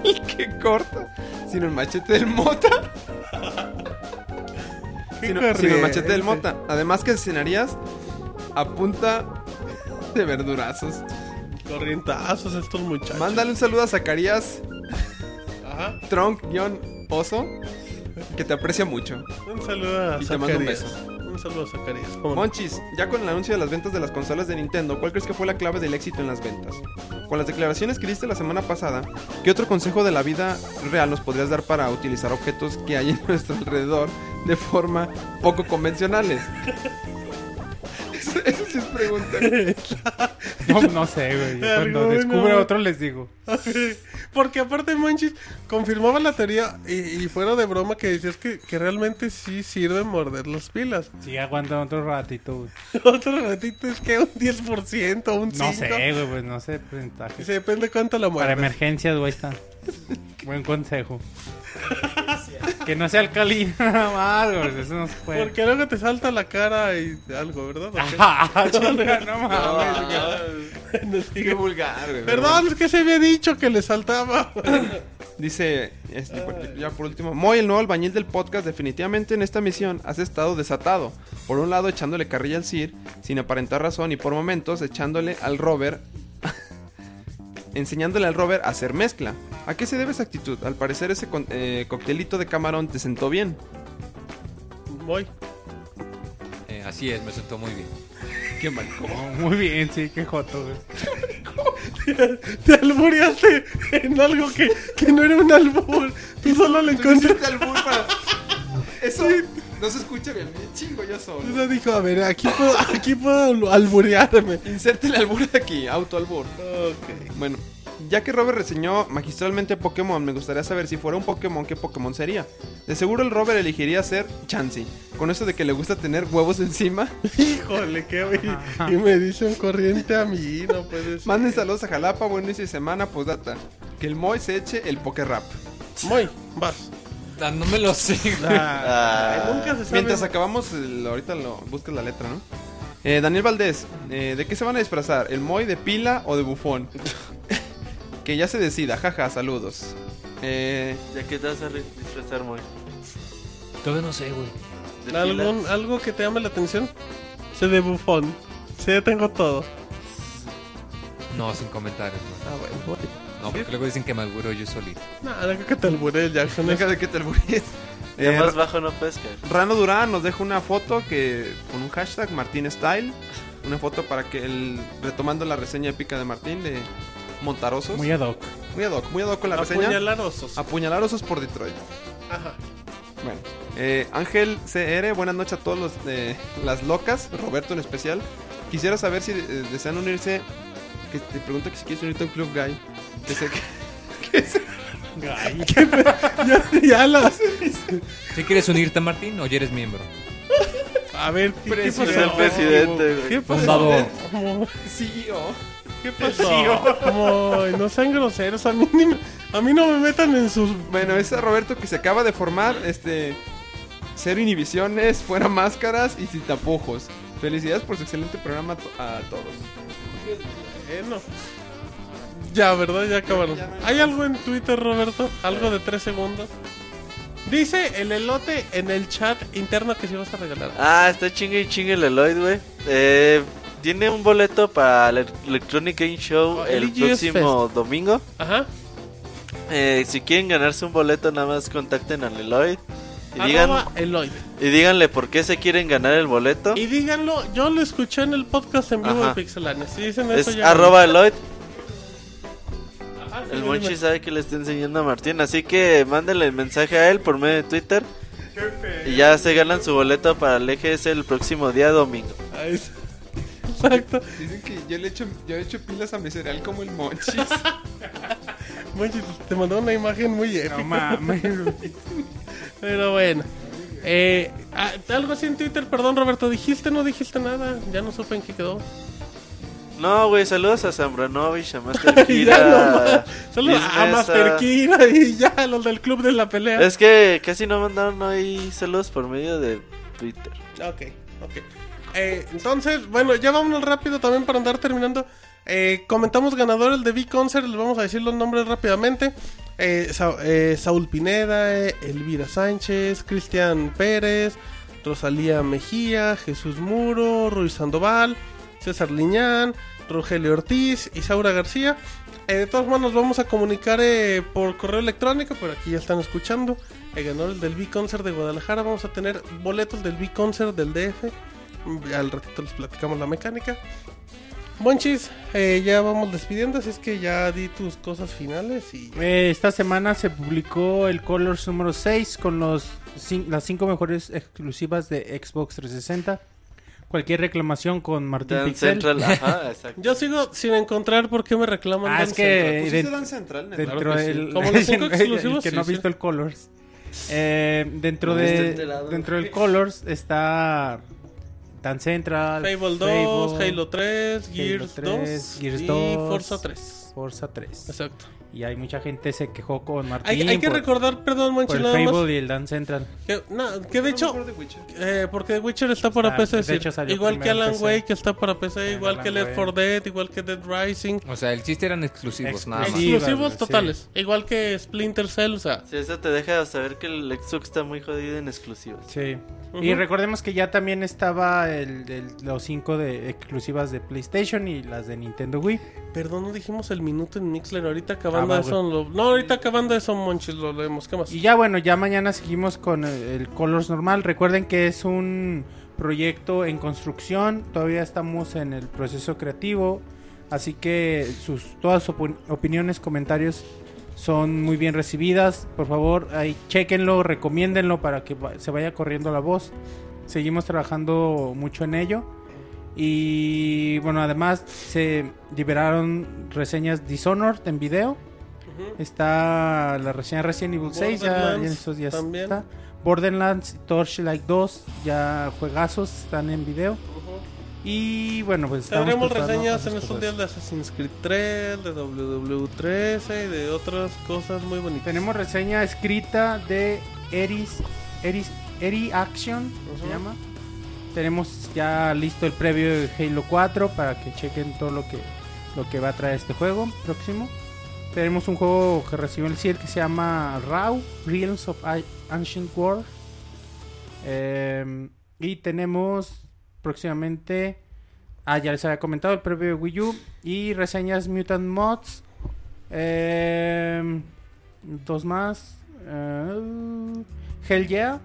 G: el que corta, sino el machete del mota. Sino, sino el machete del mota. Además que asesinarías a punta de verdurazos.
C: Corrientazos estos muchachos.
G: Mándale un saludo a Zacarías
C: Ajá.
G: Tronk-Oso, que te aprecia mucho.
C: Un saludo a
G: Y te mando un
C: Zacarías. Un saludo a Zacarías. ¿Cómo no?
G: Monchis, ya con el anuncio de las ventas de las consolas de Nintendo, ¿cuál crees que fue la clave del éxito en las ventas? Con las declaraciones que diste la semana pasada, ¿qué otro consejo de la vida real nos podrías dar para utilizar objetos que hay en nuestro alrededor de forma poco convencionales? Eso, eso sí es pregunta.
E: No, no sé, güey. Yo Cuando
C: Alguno.
E: descubra otro les digo.
C: Porque aparte Monchis confirmaba la teoría y, y fuera de broma que decías que, que realmente sí sirve morder las pilas.
E: Sí, aguanta otro ratito, güey.
C: Otro ratito es que un 10%, un 5%.
E: No pues. sé, güey, pues no sé porcentaje.
C: Sí, depende cuánto la
E: Para
C: muerdas.
E: emergencias, güey, está. Buen consejo. que no sea alcalina nada más, güey. pues, Eso no se puede.
C: Porque luego te salta la cara y algo, ¿verdad? ¿O qué?
E: Ah, chinga, no
F: Ah,
E: mames.
C: Nos sigue.
G: vulgar, güey.
C: Perdón, es que se había dicho que le saltaba.
G: Dice, este, por- ya por último, Moy, el nuevo albañil del podcast, definitivamente en esta misión has estado desatado. Por un lado echándole carrilla al Sir, sin aparentar razón, y por momentos echándole al Robert, enseñándole al Robert a hacer mezcla. ¿A qué se debe esa actitud? Al parecer ese con- eh, coctelito de camarón te sentó bien.
C: Voy.
D: Eh, así es, me sentó muy bien.
G: Qué maricón.
E: No, Muy bien, sí, qué joto, güey.
C: Te albureaste en algo que, que no era un albur. Tú solo le encontraste.
G: Eso no se escucha bien, me chingo yo
C: O
G: solo.
C: sea, dijo, a ver, aquí puedo, aquí puedo alburearme.
G: Inserte el albur de aquí, autoalbur.
C: Ok.
G: Bueno, ya que Robert reseñó magistralmente Pokémon, me gustaría saber si fuera un Pokémon, ¿qué Pokémon sería? De seguro el Robert elegiría ser Chansey, con eso de que le gusta tener huevos encima.
C: Híjole, qué Y me dicen corriente a mí, no puede ser.
G: Manden saludos a Jalapa, buen inicio de semana, postdata. Que el Moy se eche el Pokérap.
C: Muy, vas.
J: Ah, No me lo sé. güey.
F: Ah.
C: Ay, nunca se sabe.
G: Mientras acabamos, el- ahorita lo buscas la letra, ¿no? Eh, Daniel Valdés, eh, ¿de qué se van a disfrazar? ¿El Moy de pila o de bufón? que ya se decida, jaja, saludos. Eh,
F: ¿Ya que te vas a re- disfrazar, Moy?
J: Todavía no sé, güey.
F: ¿De pila?
C: ¿Algún, ¿Algo que te llame la atención? Sé de bufón. Sé, tengo todo.
D: No, sin comentarios, güey.
C: Ah, bueno, voy.
D: No, porque luego dicen que me auguro yo solito.
C: No, no creo que te alburé el Jackson.
G: deja de que te alburees.
F: De
G: Eh,
F: más bajo no puedes caer.
G: Rano Durán nos deja una foto que con un hashtag Martín Style. Una foto para que el retomando la reseña épica de Martín de Montarosos.
E: Muy ad hoc.
G: Muy ad hoc, muy ad hoc con la reseña.
C: Apuñalar osos.
G: Apuñalar osos por Detroit.
C: Ajá.
G: Bueno, eh, Ángel CR, buenas noches a todos los eh, las locas, Roberto en especial. Quisiera saber si eh, desean unirse. Que te pregunto que si quieres unirte a un club gay. Que se-
C: ya las.
D: ¿Si quieres unirte, Martín, o ya eres miembro?
C: A ver, ¿qué, qué
F: Es
C: pasó?
F: el presidente, güey.
C: ¿Qué pasó?
J: Fundador.
C: ¿Qué pasó? Ay, no sean groseros. A mí, ni me- a mí no me metan en sus.
G: Bueno, es a Roberto que se acaba de formar, este. Cero inhibiciones, fuera máscaras y sin tapujos. Felicidades por su excelente programa to- a todos.
C: Bueno. Ya, ¿verdad? Eh, Ya acabaron. ¿Hay algo en Twitter, Roberto? ¿Algo de tres segundos? Dice el elote en el chat interno que sí vas a regalar.
F: Ah, está chingue y chingue el Eloy, güey. Eh, tiene un boleto para el Electronic Game Show
C: Oh, el
F: el
C: EGS
F: próximo domingo.
C: Ajá.
F: Eh, si quieren ganarse un boleto, nada más contacten al Eloy. Y, digan,
C: Arroba Eloy.
F: y díganle por qué se quieren ganar el boleto.
C: Y díganlo, yo lo escuché en el podcast en vivo
F: Ajá.
C: de Pixelania. Si dicen
F: Es
C: eso ya.
F: arroba Eloy.
C: Ajá, sí,
F: El
C: dime.
F: Monchi sabe que le está enseñando a Martín, así que mándenle el mensaje a él por medio de Twitter. Y ya se ganan su boleto para el EGS el próximo día domingo.
C: Ahí está. Exacto.
G: Dicen que yo le echo, yo echo pilas a mi cereal como el monchis.
C: Monchi, te mandó una imagen muy épica.
E: No mames.
C: Pero bueno. Eh, ah, algo así en Twitter, perdón Roberto, dijiste, no dijiste nada, ya no supe en qué quedó.
F: No, güey, saludos a Zambranovich, a Master
C: Ya no
F: Kira.
C: más. Solo
F: Liz
C: a
F: Mesa.
C: Master Kira y ya los del club de la pelea.
F: uh, Es que casi no mandaron ahí saludos por medio de Twitter.
C: Ok, ok. Eh, entonces, bueno, ya vámonos rápido también para andar terminando. Eh, comentamos ganadores de B-Concert, les vamos a decir los nombres rápidamente. Eh, Sa- eh, Saúl Pineda, eh, Elvira Sánchez, Cristian Pérez, Rosalía Mejía, Jesús Muro, Ruiz Sandoval, César Liñán, Rogelio Ortiz, Isaura García. Eh, de todas maneras, nos vamos a comunicar eh, por correo electrónico, pero aquí ya están escuchando. El ganadores del B-Concert de Guadalajara. Vamos a tener boletos del B-Concert del DF. Mm, Al ratito les platicamos la mecánica. Monchis, eh, ya vamos despidiendo, así es que ya di tus cosas finales y...
E: Eh, esta semana se publicó el Colors número 6 con los, cin- las 5 mejores exclusivas de Xbox 360. Cualquier reclamación con Martín
F: Dan
E: Pixel.
F: Central, ajá, exacto.
C: Yo sigo sin encontrar por qué me reclaman.
E: Ah,
C: Dan
E: es
C: Central.
E: que
G: ¿Pusiste
E: ident-
G: Dan Central, neta?
E: dentro
C: Claro que sí.
E: del eh,
C: Como los cinco
E: el-
C: exclusivos,
E: el que
C: sí,
E: no ha
C: sí.
E: visto el Colors. Eh, dentro
F: No está
E: de
F: enterado.
E: dentro del Colors está Dan Central,
C: Fable 2,
E: Fable,
C: Halo 3, Gears
E: 3,
C: 2
E: Gears
C: y
E: 2.
C: Forza 3.
E: Forza 3.
C: Exacto.
E: Y hay mucha gente se quejó con Martín
C: Hay, hay que
E: por-
C: recordar, perdón,
E: por
C: Monchis,
E: el
C: nada más,
E: Fable y el Dan Central.
C: Que, no, que de hecho,
G: Mejor de Witcher.
C: Eh, porque The Witcher está para
E: Ah,
C: PC,
E: de
C: es decir,
E: hecho salió
C: igual que
E: primero en
C: Alan
E: PC.
C: Wake que está para PC,
E: Ah,
C: igual que
E: Alan
C: Left 4
E: Wake.
C: Dead, igual que Dead Rising,
D: O sea, el chiste eran exclusivos, nada más.
E: Exclusivos.
C: exclusivos
E: Ah, sí.
C: totales, igual que Splinter Cell, o sea,
F: Si eso te deja saber que el Xbox está muy jodido en exclusivas.
E: Sí.
C: Ujú.
E: Y recordemos que ya también estaba el, el- los cinco de exclusivas de PlayStation y las de Nintendo Wii.
C: perdón, no dijimos el minuto en Mixler, ahorita acabando
E: Ah, va,
C: eso, lo- no, ahorita acabando eso, Monchis, lo leemos, ¿qué más?
E: Y ya bueno, ya mañana seguimos con el, el Colors normal. Recuerden que es un proyecto en construcción, todavía estamos en el proceso creativo, así que sus todas sus opin- opiniones, comentarios son muy bien recibidas. Por favor, ahí chequenlo, recomiéndenlo para que va- se vaya corriendo la voz. Seguimos trabajando mucho en ello. Y bueno, además se liberaron reseñas Dishonored en video. Está la reseña Resident Evil 6, ya, ya en
C: Borderlands
E: estos días
C: también.
E: está. Borderlands, Torchlight 2, ya juegazos están en video. Y bueno, pues estamos
C: Tendremos
E: preparando
C: reseñas en
E: otras
C: estos
E: cosas.
C: días de Assassin's Creed 3, de WW13 y de otras cosas muy bonitas.
E: Tenemos reseña escrita de Eris, Eris, Eri Action, se
C: Ujú.
E: llama. Tenemos ya listo el previo de Halo 4 para que chequen todo lo que, lo que va a traer este juego próximo. Tenemos un juego que recibió el CIR que se llama Raw, Realms of Ai- Ancient War. Eh, y tenemos próximamente, ah, ya les había comentado, el previo de Wii U y reseñas Mutant Mods. Eh, dos más. eh, Hell Yeah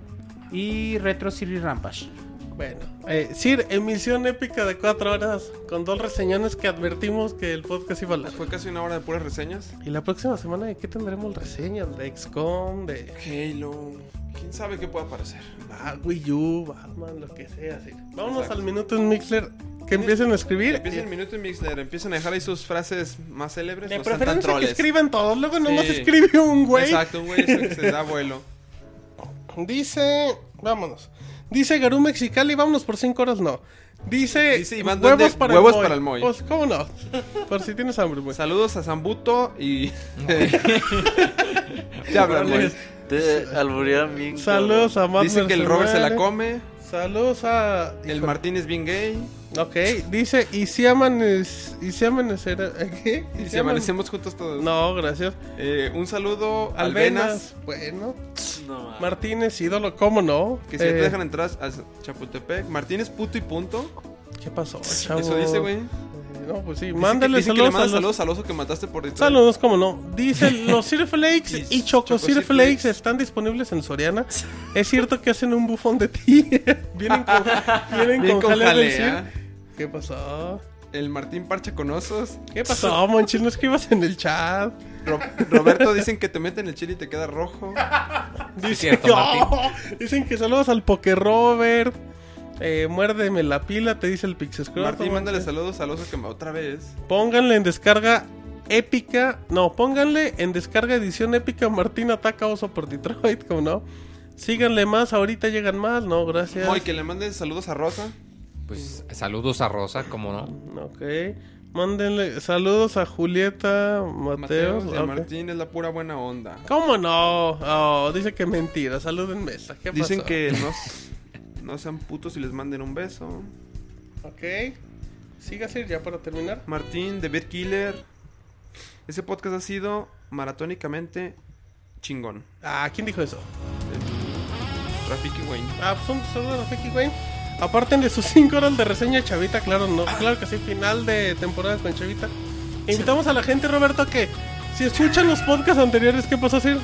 E: y Retro City Rampage.
C: Bueno, eh, Sir, emisión épica de 4 horas con dos reseñones que advertimos que el podcast iba a hablar.
G: Fue casi una hora de puras reseñas.
C: ¿Y la próxima semana de qué tendremos reseñas? ¿De XCOM? ¿De
G: Halo. ¿Quién sabe qué puede aparecer?
C: ah, Wii U? ¿Batman? Lo que sea, Sir. Vámonos al minuto en Mixler. Que empiecen a escribir.
G: Empiecen el minuto en Mixler, empiecen a dejar ahí sus frases más célebres.
C: De
G: no sean tan
C: preferencia que
G: troles.
C: escriban todos. Luego nomás
G: Sí.
C: escribe un güey.
G: Exacto, un güey, eso que se da vuelo.
C: Dice, vámonos. Dice Garú Mexicali, vámonos por 5 horas, no. Dice,
G: Dice Iván
C: huevos,
G: Duende,
C: para,
G: huevos
C: el
G: para el Moy.
C: Pues, ¿cómo no? por si tienes hambre, güey.
G: Pues Saludos a Zambuto y. Te hablan, güey.
F: Te alburearon bien.
C: Saludos a Matt
G: Dicen que el Robert se la come.
C: Saludos a...
G: El Martín es bien gay.
C: Ok, dice, y si amanece... ¿Y si amanecerá? ¿Qué?
G: Y si
C: si aman-
G: amanecemos juntos todos.
C: No, gracias.
G: Eh, un saludo al Venas.
C: Alvenas. Bueno.
F: cabrón. No, mames.
C: Martínez, ídolo, ¿cómo no?
G: Que si no
C: Eh,
G: te dejan entrar a Chapultepec. Martín es puto y punto.
C: Eh, ¿Qué pasó, chavo?
G: Eso dice, güey. Dice
C: Eh, No, pues sí,
G: que-
C: mándale
G: dice que
C: saludos,
G: le mandas
C: a los-
G: saludos al oso que mataste por distraer.
C: Saludos, como no. Dice, los Sir Flakes
G: Y
C: y Choco
G: Choco
C: Sir
G: Sir
C: Flakes
G: Flakes.
C: están disponibles en Soriana. Es cierto que hacen un bufón de ti. vienen con, vienen
G: Bien
C: con
G: con ¿eh?
C: jalea del
G: jalea.
C: Sir. ¿Qué pasó?
G: El Martín parcha con osos.
C: ¿Qué pasó, Monchil? No escribas en el chat.
G: Ro- Roberto dicen que te meten el chile y te queda rojo.
C: Dicen,
D: cierto,
C: ¡Oh! Dicen que saludos al Poker Robert. Eh, muérdeme la pila, te dice el Pixescroto.
G: Martín, mándale
C: Monchil.
G: saludos al oso que me otra vez.
C: Pónganle en descarga épica. No, pónganle en descarga edición épica. Martín ataca oso por Detroit, como no. Síganle más, ahorita llegan más. No, gracias.
G: Moy, que le manden saludos a Rosa.
D: Pues saludos a Rosa, como no.
C: Ok. Mándenle saludos a Julieta Mateos.
G: Mateo,
C: ok.
G: el Martín es la pura buena onda.
C: ¿Cómo no? Oh, dice que mentira. Saluden mesa. ¿Qué
G: Dicen
C: pasó?
G: que no, s- no sean putos y les manden un beso.
C: Ok. Siga Sir, ya para terminar.
G: Martín, The Beer Killer. Ese podcast ha sido maratónicamente chingón.
C: Ah, ¿quién dijo eso?
G: Rafiki Wayne.
C: Ah, pues un saludo a Rafiki Wayne. Aparten de sus 5 horas de reseña Chavita, claro, no, claro que sí, final de temporada con Chavita. Invitamos a la gente, Roberto, que si escuchan los podcasts anteriores, ¿qué pasó Sir?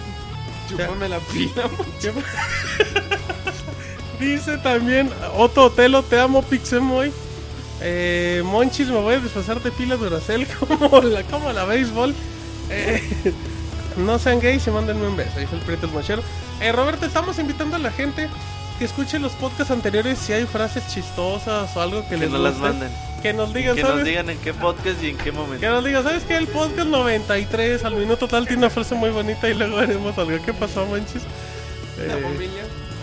G: Chúpame la pila.
C: ¿Qué pa- Dice también Otto Otelo, te amo, Pixemoy. Eh, Monchis, me voy a disfrazar de pila Duracel como la, como la béisbol. Eh, no sean gays y mándenme un beso. Dice el Prieto el Mochero. Eh, Roberto, estamos invitando a la gente que escuche los podcasts anteriores si hay frases chistosas o algo que,
F: Que
C: les
F: no las
C: guste.
F: manden.
C: Que nos digan,
F: Que
C: ¿sabes?
F: nos digan en qué podcast y en qué
C: Que
F: momento.
C: nos digan, ¿sabes qué? El podcast 93 al minuto tal tiene una frase muy bonita y luego haremos algo. ¿Qué pasó, Monchis? Eh,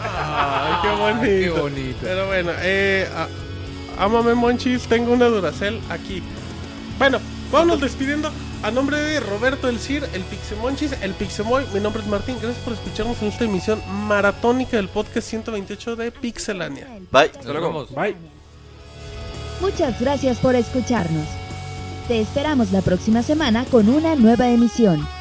C: Ay, qué bonito.
D: Qué bonito.
C: Pero bueno, eh, a- ámame Monchis, tengo una Duracel aquí. Bueno, vámonos despidiendo. A nombre de Roberto El Cir, el Pixemonchis, el Pixemoy, mi nombre es Martín. Gracias por escucharnos en esta emisión maratónica del podcast 128 de Pixelania.
F: Bye.
D: Nos vemos.
E: Bye.
A: Muchas gracias por escucharnos. Te esperamos la próxima semana con una nueva emisión.